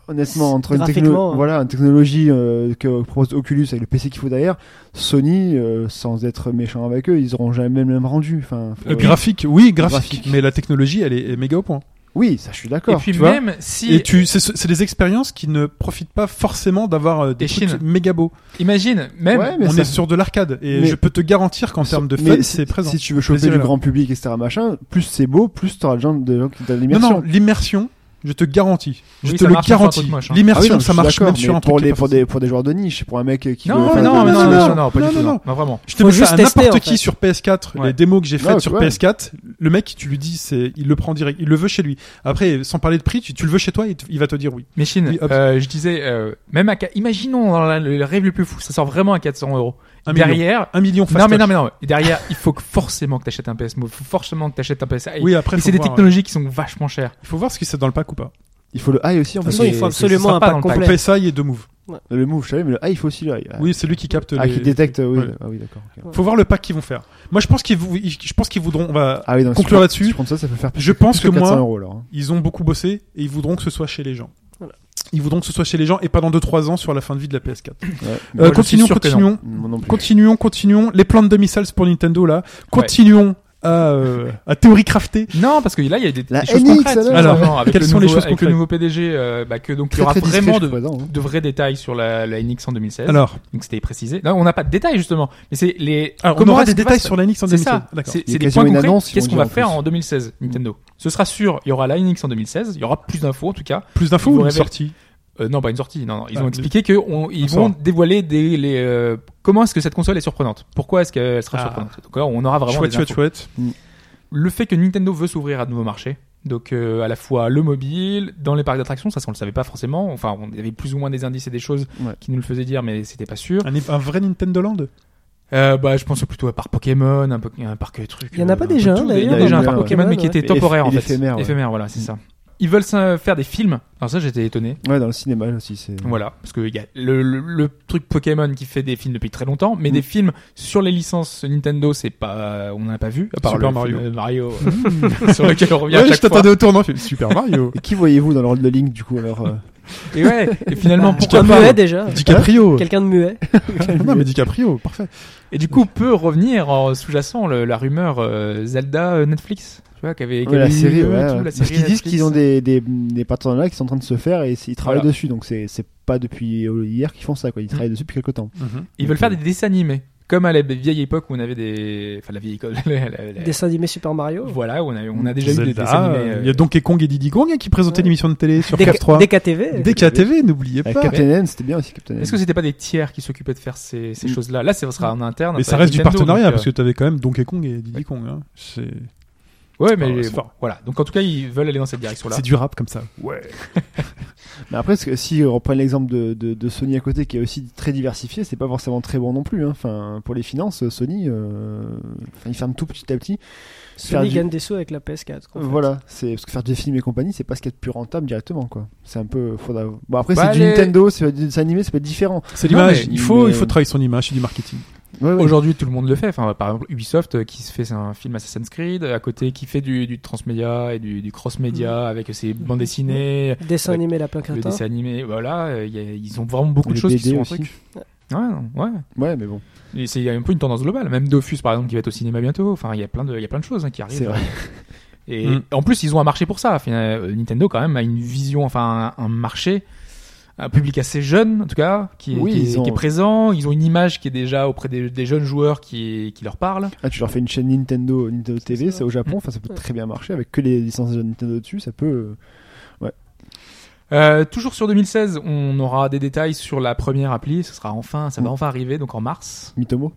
Speaker 5: honnêtement, entre une,
Speaker 6: Graphiquement,
Speaker 5: techno-
Speaker 6: hein.
Speaker 5: voilà, une technologie euh, que propose Oculus avec le PC qu'il faut derrière, Sony, euh, sans être méchant avec eux, ils auront jamais le même rendu. Enfin, faut-
Speaker 3: Euh, graphique, oui, graphique,
Speaker 5: Graphique.
Speaker 3: mais la technologie, elle est, est méga au point.
Speaker 5: oui, ça je suis
Speaker 4: Et
Speaker 5: d'accord.
Speaker 4: puis,
Speaker 3: tu vois.
Speaker 4: même si.
Speaker 3: Et tu, c'est c'est des expériences qui ne profitent pas forcément d'avoir euh, des
Speaker 4: Des Chines.
Speaker 3: trucs méga beaux.
Speaker 4: Imagine, même.
Speaker 5: Ouais, mais
Speaker 3: On
Speaker 5: ça-
Speaker 3: est sur de l'arcade, et
Speaker 5: Mais-
Speaker 3: je peux te garantir qu'en termes de
Speaker 5: Mais
Speaker 3: fun,
Speaker 5: si-
Speaker 3: c'est présent.
Speaker 5: Si tu veux choper
Speaker 3: Plaisir,
Speaker 5: du
Speaker 3: là.
Speaker 5: grand public, etc., machin, plus c'est beau, plus t'auras des gens, des gens qui donnent
Speaker 3: Non, non,
Speaker 5: l'immersion.
Speaker 3: l'immersion, Je te garantis. Je
Speaker 4: Oui,
Speaker 3: te
Speaker 4: ça
Speaker 3: le
Speaker 4: marche sur un
Speaker 3: garantis.
Speaker 4: truc moche, hein.
Speaker 5: Ah oui,
Speaker 3: L'immersion,
Speaker 5: non, je
Speaker 3: ça
Speaker 5: suis
Speaker 3: marche
Speaker 5: d'accord,
Speaker 3: même sur
Speaker 5: mais
Speaker 3: un
Speaker 5: pour
Speaker 3: truc. qui
Speaker 5: les
Speaker 3: est
Speaker 5: pour
Speaker 3: pas-
Speaker 5: des pour des joueurs de niche, pour un mec qui veut
Speaker 4: Non,
Speaker 5: faire
Speaker 4: non,
Speaker 5: des-
Speaker 4: mais non,
Speaker 5: des-
Speaker 4: non, non, pas du
Speaker 3: non,
Speaker 4: tout.
Speaker 3: non.
Speaker 4: Non, Non, vraiment.
Speaker 3: Je te
Speaker 6: Faut
Speaker 3: mets ça,
Speaker 6: juste
Speaker 3: un
Speaker 6: tester,
Speaker 3: n'importe
Speaker 6: en
Speaker 3: qui
Speaker 6: fait.
Speaker 3: sur PS4,
Speaker 4: Ouais.
Speaker 3: les démos que j'ai faites
Speaker 5: Ah,
Speaker 3: sur
Speaker 5: ouais.
Speaker 3: PS4, le mec, tu lui dis, c'est, il le prend direct, il le veut chez lui. Après, sans parler de prix, tu, tu le veux chez toi, il, te- il va te dire oui.
Speaker 4: Mais Chine,
Speaker 3: Oui, hop.
Speaker 4: euh, je disais, euh, même à, qua- imaginons dans la- le rêve le plus fou, ça sort vraiment à 400 euros.
Speaker 3: Un million.
Speaker 4: Derrière,
Speaker 3: Un million
Speaker 4: non
Speaker 3: fast
Speaker 4: mais non mais non, mais derrière, il faut que forcément que t'achètes un PS Move, faut forcément que t'achètes un PS. Et-
Speaker 3: Oui, après,
Speaker 4: et
Speaker 3: faut
Speaker 4: c'est des
Speaker 3: voir,
Speaker 4: technologies qui sont vachement chères.
Speaker 3: ouais. Il faut voir ce qui c'est dans le pack ou pas.
Speaker 5: Il faut le high aussi en
Speaker 6: De toute
Speaker 5: fait.
Speaker 6: façon, il
Speaker 4: c'est-
Speaker 6: faut
Speaker 4: c'est-
Speaker 6: absolument
Speaker 4: ça part
Speaker 6: un pack
Speaker 4: dans le pack.
Speaker 6: complet.
Speaker 3: PSI et deux moves.
Speaker 5: Le move, je savais, mais le high, il faut aussi le high. Ah,
Speaker 3: Oui, c'est lui qui capte
Speaker 5: Ah,
Speaker 3: les...
Speaker 5: qui détecte, oui.
Speaker 3: Ouais.
Speaker 5: Ah oui, d'accord. ok.
Speaker 3: Faut voir le pack qu'ils vont faire. Moi, je pense qu'ils, vou- ils- je pense qu'ils voudront, on va,
Speaker 5: Ah oui, non,
Speaker 3: Conclure
Speaker 5: si-
Speaker 3: là-dessus.
Speaker 5: si je prends ça, ça peut faire plus
Speaker 3: je pense que
Speaker 5: que 400
Speaker 3: moi,
Speaker 5: euros alors. hein.
Speaker 3: ils ont beaucoup bossé et ils voudront que ce soit chez les gens.
Speaker 6: Voilà.
Speaker 3: Ils voudront que ce soit chez les gens et pas dans 2-3 ans sur la fin de vie de la PS4.
Speaker 5: Ouais.
Speaker 3: Euh,
Speaker 4: Moi, je suis
Speaker 3: continuons,
Speaker 4: sûr que non.
Speaker 3: continuons.
Speaker 5: Moi non plus.
Speaker 3: Continuons, continuons. Les plans de demi-salles pour Nintendo, là. Continuons à, euh, à théorie crafter.
Speaker 4: Non, parce que là, il y a des,
Speaker 5: La
Speaker 4: des choses
Speaker 5: NX,
Speaker 4: concrètes.
Speaker 5: alors.
Speaker 3: Alors,
Speaker 4: justement, avec
Speaker 3: quelles
Speaker 4: le
Speaker 3: sont les
Speaker 4: nouveau-
Speaker 3: choses
Speaker 4: avec le
Speaker 3: concrètes
Speaker 4: nouveau PDG euh, bah, que donc il y
Speaker 5: Très,
Speaker 4: aura
Speaker 5: très discret
Speaker 4: vraiment de,
Speaker 5: jusqu'à présent, hein.
Speaker 4: de vrais détails sur la, la NX en 2016.
Speaker 3: Alors,
Speaker 4: donc c'était précisé. Non, on n'a pas de détails justement, mais c'est les.
Speaker 3: alors, on
Speaker 4: comment
Speaker 3: aura
Speaker 4: est-ce
Speaker 3: des
Speaker 4: que va
Speaker 3: détails
Speaker 4: se-
Speaker 3: sur la NX en
Speaker 4: C'est
Speaker 3: 2016.
Speaker 4: ça.
Speaker 3: D'accord.
Speaker 4: C'est
Speaker 5: Il y a
Speaker 4: c'est des
Speaker 5: quasiment
Speaker 4: points
Speaker 5: une
Speaker 4: concrets.
Speaker 5: annonce, ils
Speaker 4: Qu'est-ce
Speaker 5: vont
Speaker 4: qu'on va
Speaker 5: dire en
Speaker 4: faire
Speaker 5: plus.
Speaker 4: en 2016 Nintendo Ce sera sûr. Il y aura la NX en 2016. Il y aura plus d'infos en tout cas.
Speaker 3: Plus d'infos
Speaker 4: Ils
Speaker 3: ou
Speaker 4: vous
Speaker 3: une
Speaker 4: révèlent-
Speaker 3: sortie
Speaker 4: Euh, non, pas une sortie. Non, non. Ils
Speaker 3: Ah,
Speaker 4: ont
Speaker 3: le-
Speaker 4: expliqué que on- ils
Speaker 3: On
Speaker 4: vont
Speaker 3: sort.
Speaker 4: dévoiler des, les, euh, comment est-ce que cette console est surprenante. Pourquoi est-ce qu'elle sera
Speaker 3: Ah.
Speaker 4: surprenante. Donc là, on aura vraiment
Speaker 3: Chouette,
Speaker 4: des
Speaker 3: chouette,
Speaker 4: infos.
Speaker 3: chouette.
Speaker 4: le fait que Nintendo veut s'ouvrir à de nouveaux marchés. Donc euh, à la fois le mobile, dans les parcs d'attractions, ça on le savait pas forcément. Enfin, on avait plus ou moins des indices et des choses
Speaker 5: Ouais.
Speaker 4: qui nous le faisaient dire, mais c'était pas sûr.
Speaker 3: Un, un vrai Nintendo Land
Speaker 4: Euh, bah, je pense plutôt à parc Pokémon, un, po- un parc truc.
Speaker 6: Il y en a
Speaker 4: euh,
Speaker 6: pas
Speaker 4: un peu
Speaker 6: déjà hein,
Speaker 4: tout.
Speaker 6: un,
Speaker 4: Il y
Speaker 5: d'ailleurs,
Speaker 4: a déjà un
Speaker 5: dans
Speaker 4: parc
Speaker 5: le-
Speaker 4: Pokémon, mais qui
Speaker 6: ouais.
Speaker 4: était
Speaker 5: Et
Speaker 4: temporaire en
Speaker 5: eff- et
Speaker 4: fait.
Speaker 5: éphémère, ouais.
Speaker 4: voilà, c'est ça. Ils veulent euh, faire des films. Alors ça, j'étais étonné.
Speaker 5: Ouais, dans le cinéma là, aussi, c'est.
Speaker 4: Voilà, parce qu'il y a le, le- le truc Pokémon qui fait des films depuis très longtemps, mais
Speaker 5: Mm.
Speaker 4: des films sur les licences Nintendo, c'est pas, on n'en a pas vu. À part
Speaker 3: Super
Speaker 4: le
Speaker 3: Mario.
Speaker 4: film, euh, Mario, euh, sur lequel on revient à
Speaker 3: je
Speaker 4: chaque fois.
Speaker 3: t'attendais au tournant. Super Mario.
Speaker 5: Et qui voyez-vous dans l'ordre de Link du coup alors euh,
Speaker 4: Et ouais, et finalement,
Speaker 6: Bah,
Speaker 4: pourquoi
Speaker 6: un
Speaker 4: pas
Speaker 3: hein.
Speaker 6: muet déjà
Speaker 3: DiCaprio.
Speaker 6: Quelqu'un de muet.
Speaker 3: Non, mais DiCaprio, parfait.
Speaker 4: Et du coup, peut revenir en sous-jacent le- la rumeur euh, Zelda euh, Netflix, tu vois, qui avait, qui
Speaker 5: ouais, la
Speaker 4: avait eu
Speaker 5: série,
Speaker 4: lieu et
Speaker 5: ouais,
Speaker 4: euh, tout,
Speaker 5: ouais.
Speaker 4: la
Speaker 5: parce
Speaker 4: série
Speaker 5: qu'ils disent
Speaker 4: Netflix. hein.
Speaker 5: qu'ils ont des, des, des partenariats qui sont en train de se faire et s- ils travaillent
Speaker 4: Voilà.
Speaker 5: dessus, donc c'est c'est pas depuis hier qu'ils font ça, quoi. Ils travaillent dessus depuis quelques temps.
Speaker 3: Mhm.
Speaker 4: Ils veulent faire des dessins animés, comme à la vieille époque où on avait des, enfin la vieille école. la- la- la-
Speaker 6: Dessin animé Super Mario.
Speaker 4: Voilà, on a, on a déjà eu des
Speaker 3: Zelda,
Speaker 4: dessins animés.
Speaker 3: euh,
Speaker 4: euh,
Speaker 3: Il y a Donkey Kong et Diddy Kong hein, qui présentaient
Speaker 6: Ouais.
Speaker 3: l'émission de télé sur
Speaker 6: DK-
Speaker 3: KF3.
Speaker 6: DKTV.
Speaker 3: DKTV, n'oubliez
Speaker 5: Avec
Speaker 3: pas.
Speaker 5: Captain N, c'était bien aussi Captain N.
Speaker 4: Est-ce que c'était pas des tiers qui s'occupaient de faire ces, ces
Speaker 5: Mm.
Speaker 4: choses-là Là, ça sera en interne.
Speaker 3: Mais ça
Speaker 4: avec
Speaker 3: reste du
Speaker 4: Nintendo,
Speaker 3: partenariat
Speaker 4: donc,
Speaker 3: parce que t'avais quand même Donkey Kong et Diddy Kong. hein. C'est
Speaker 4: euh, Ouais,
Speaker 3: Ah ouais,
Speaker 4: mais
Speaker 3: c'est
Speaker 4: bon,
Speaker 3: fort.
Speaker 4: voilà. Donc en tout cas, ils veulent aller dans cette direction-là.
Speaker 3: c'est du rap comme ça.
Speaker 5: Mais après, parce que si on reprend l'exemple de, de, de Sony à côté, qui est aussi très diversifié, c'est pas forcément très bon non plus. hein. Enfin, pour les finances, Sony, euh, enfin, ils ferment tout petit à petit. Faire
Speaker 6: Sony
Speaker 5: du-
Speaker 6: gagne des sous avec la PS4. quoi.
Speaker 5: Voilà, c'est parce que faire des films et compagnie, c'est pas ce qu'il y a de plus rentable directement, quoi. C'est un peu. Faudra... Bon après,
Speaker 4: Bah,
Speaker 5: c'est du
Speaker 4: les-
Speaker 5: Nintendo, c'est du dessin animé, c'est pas différent.
Speaker 3: C'est
Speaker 4: Non,
Speaker 3: l'image.
Speaker 5: mais-
Speaker 3: Il faut, il
Speaker 5: mais-
Speaker 3: faut travailler son image et du marketing.
Speaker 5: Ouais, ouais.
Speaker 4: Aujourd'hui, tout le monde le fait. Enfin, par exemple, Ubisoft euh, qui se fait un film Assassin's Creed à côté, qui fait du, du transmédia et du, du
Speaker 5: Mm.
Speaker 4: cross-média avec ses bandes dessinées,
Speaker 6: Dessin
Speaker 4: Ouais.
Speaker 6: animé la plein
Speaker 4: le
Speaker 6: carton.
Speaker 4: dessin animé. Voilà, euh, il y a- ils ont vraiment beaucoup
Speaker 5: Les
Speaker 4: de choses qui
Speaker 5: BD
Speaker 4: sont en
Speaker 5: aussi.
Speaker 4: truc. Ouais, non, ouais.
Speaker 5: Ouais, mais bon,
Speaker 4: Et C'est un peu une tendance globale. Même Dofus, par exemple, qui va être au cinéma bientôt. Enfin, il y a plein de, il y a plein de choses hein, qui arrivent.
Speaker 5: c'est vrai.
Speaker 4: Et
Speaker 3: Mm.
Speaker 4: en plus, ils ont un marché pour ça. Enfin, euh, Nintendo, quand même, a une vision, enfin, un, un marché, un public assez jeune, en tout cas, qui est,
Speaker 5: Oui,
Speaker 4: qui est-
Speaker 5: ils ont-
Speaker 4: qui est présent. Ils ont une image qui est déjà auprès des, des jeunes joueurs qui, qui leur parlent.
Speaker 5: Ah, tu leur fais une chaîne Nintendo, Nintendo TV,
Speaker 6: ça.
Speaker 5: c'est au Japon, enfin ça peut très bien marcher avec que les licences de Nintendo dessus, ça peut.
Speaker 4: Euh, toujours sur 2016, on aura des détails sur la première appli. Ce sera enfin, ça va
Speaker 5: Mm.
Speaker 4: enfin arriver, donc en mars.
Speaker 5: Mitomo.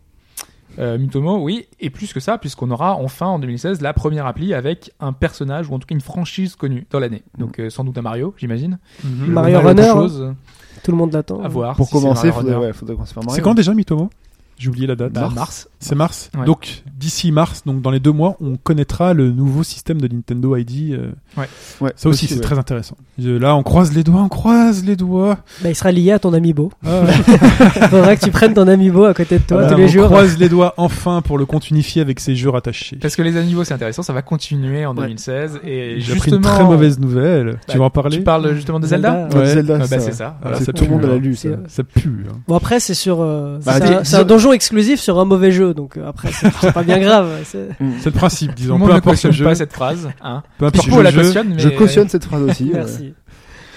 Speaker 4: Euh, Mitomo, oui. Et plus que ça, puisqu'on aura enfin en 2016 la première appli avec un personnage ou en tout cas une franchise connue dans l'année. Donc euh, sans doute un Mario, j'imagine.
Speaker 6: Mario
Speaker 4: quelque
Speaker 6: Runner,
Speaker 4: chose
Speaker 6: Tout le monde l'attend.
Speaker 4: à voir.
Speaker 5: hein. Pour
Speaker 4: si c'est
Speaker 5: commencer,
Speaker 4: Mario
Speaker 5: faudrait,
Speaker 4: Runner.
Speaker 5: ouais, faudrait commencer par Mario.
Speaker 3: C'est quand déjà Mitomo J'ai oublié la date.
Speaker 4: Bah, mars.
Speaker 3: C'est mars.
Speaker 4: Ouais.
Speaker 3: Donc d'ici mars, donc dans les deux mois, on connaîtra le nouveau système de Nintendo ID. euh,
Speaker 5: hein. Ouais,
Speaker 3: Ça aussi, c'est
Speaker 5: ouais.
Speaker 3: très intéressant. Je- Là, on croise les doigts, on croise les doigts.
Speaker 6: Bah, il sera lié à ton amiibo.
Speaker 3: Ah, ouais.
Speaker 6: Faudra que tu prennes ton amiibo à côté de toi
Speaker 3: Ah,
Speaker 6: tous
Speaker 3: on
Speaker 6: les jours.
Speaker 3: croise les doigts enfin pour le compte unifié avec ses jeux rattachés.
Speaker 4: Parce que les animaux, c'est intéressant, ça va continuer en
Speaker 5: Ouais.
Speaker 4: 2016. Et
Speaker 3: J'ai
Speaker 4: justement,
Speaker 3: appris une très mauvaise nouvelle.
Speaker 4: Bah,
Speaker 3: tu vas en
Speaker 4: tu
Speaker 3: parler
Speaker 4: parles justement de Zelda,
Speaker 6: Zelda.
Speaker 5: Ouais,
Speaker 3: Ouais.
Speaker 5: Zelda,
Speaker 4: Ah bah,
Speaker 5: ça,
Speaker 4: C'est
Speaker 5: ouais.
Speaker 4: ça.
Speaker 3: Voilà,
Speaker 5: C'est
Speaker 3: ça
Speaker 5: tout le
Speaker 3: pue,
Speaker 5: monde
Speaker 3: hein.
Speaker 5: l'a lu, ça.
Speaker 6: C'est-
Speaker 3: Ça pue. hein.
Speaker 6: Bon après c'est sur euh,
Speaker 5: Bah,
Speaker 6: c'est
Speaker 5: dis-
Speaker 6: un- c'est un,
Speaker 5: dis-
Speaker 6: donjon exclusif sur un mauvais jeu donc euh, après c'est c'est pas bien grave. c'est-
Speaker 3: C'est le principe,
Speaker 4: Tout
Speaker 3: disons.
Speaker 4: le
Speaker 3: Peu
Speaker 4: monde ne
Speaker 3: importe le
Speaker 4: cautionne
Speaker 3: jeu.
Speaker 4: pas cette phrase. Hein.
Speaker 3: Peu
Speaker 4: Puis
Speaker 3: importe
Speaker 4: je
Speaker 3: le
Speaker 4: la
Speaker 3: jeu.
Speaker 4: cautionne, mais
Speaker 5: Je cautionne cette phrase aussi. ouais.
Speaker 6: Merci.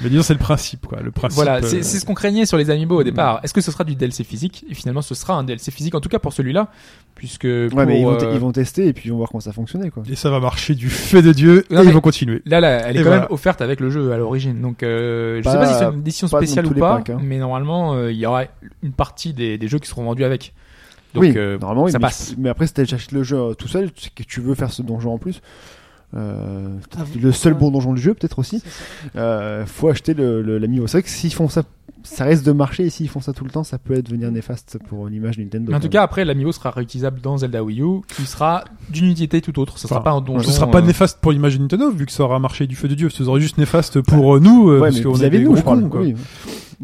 Speaker 3: Mais disons, c'est le principe, quoi. Le principe.
Speaker 4: Voilà,
Speaker 3: euh,
Speaker 4: c'est c'est ce qu'on craignait sur les
Speaker 5: Mm.
Speaker 4: Amiibo au départ. Est-ce que ce sera du DLC physique Et finalement, ce sera un DLC physique, en tout cas pour celui-là, puisque pour,
Speaker 5: Ouais, mais ils vont,
Speaker 4: euh,
Speaker 5: ils vont tester et puis ils vont voir comment ça fonctionnait, quoi.
Speaker 3: Et ça va marcher du fait de Dieu,
Speaker 4: Non,
Speaker 3: et
Speaker 4: mais-
Speaker 3: ils vont continuer.
Speaker 4: Là, là, elle est
Speaker 3: Et
Speaker 4: quand
Speaker 3: voilà.
Speaker 4: même offerte avec le jeu à l'origine. Donc, euh, je
Speaker 5: Pas-
Speaker 4: sais pas si c'est une édition
Speaker 5: pas dans
Speaker 4: spéciale
Speaker 5: tous
Speaker 4: ou
Speaker 5: les
Speaker 4: pas,
Speaker 5: packs, hein.
Speaker 4: mais normalement, euh, il y aura une partie des, des jeux qui seront vendus avec. Donc,
Speaker 5: oui,
Speaker 4: euh,
Speaker 5: normalement, oui,
Speaker 4: ça
Speaker 5: mais,
Speaker 4: passe.
Speaker 5: Mais après, si t'achètes le jeu euh, tout seul, tu sais que tu veux faire ce donjon en plus. euh,
Speaker 6: Ah,
Speaker 5: le seul
Speaker 6: ouais.
Speaker 5: bon donjon du jeu, peut-être aussi. Euh, faut acheter le, le, l'amiibo. C'est vrai que s'ils font ça, ça reste de marcher. Et s'ils font ça tout le temps, ça peut devenir néfaste pour l'image Nintendo.
Speaker 4: Mais en
Speaker 5: quand
Speaker 4: tout
Speaker 5: même.
Speaker 4: cas, après, l'amiibo sera réutilisable dans Zelda Wii U, qui sera d'une utilité tout autre. Ça sera
Speaker 3: Enfin,
Speaker 4: pas un donjon.
Speaker 3: Ce sera pas
Speaker 4: euh,
Speaker 3: néfaste pour l'image de Nintendo, vu que ça aura marché du feu de Dieu. Ce sera juste néfaste pour euh, nous, euh,
Speaker 5: ouais,
Speaker 3: parce
Speaker 5: mais
Speaker 3: qu'on est
Speaker 5: vis-à-vis
Speaker 3: des
Speaker 5: de nous,
Speaker 3: gros
Speaker 5: je parle.
Speaker 3: cons, quoi.
Speaker 5: Oui.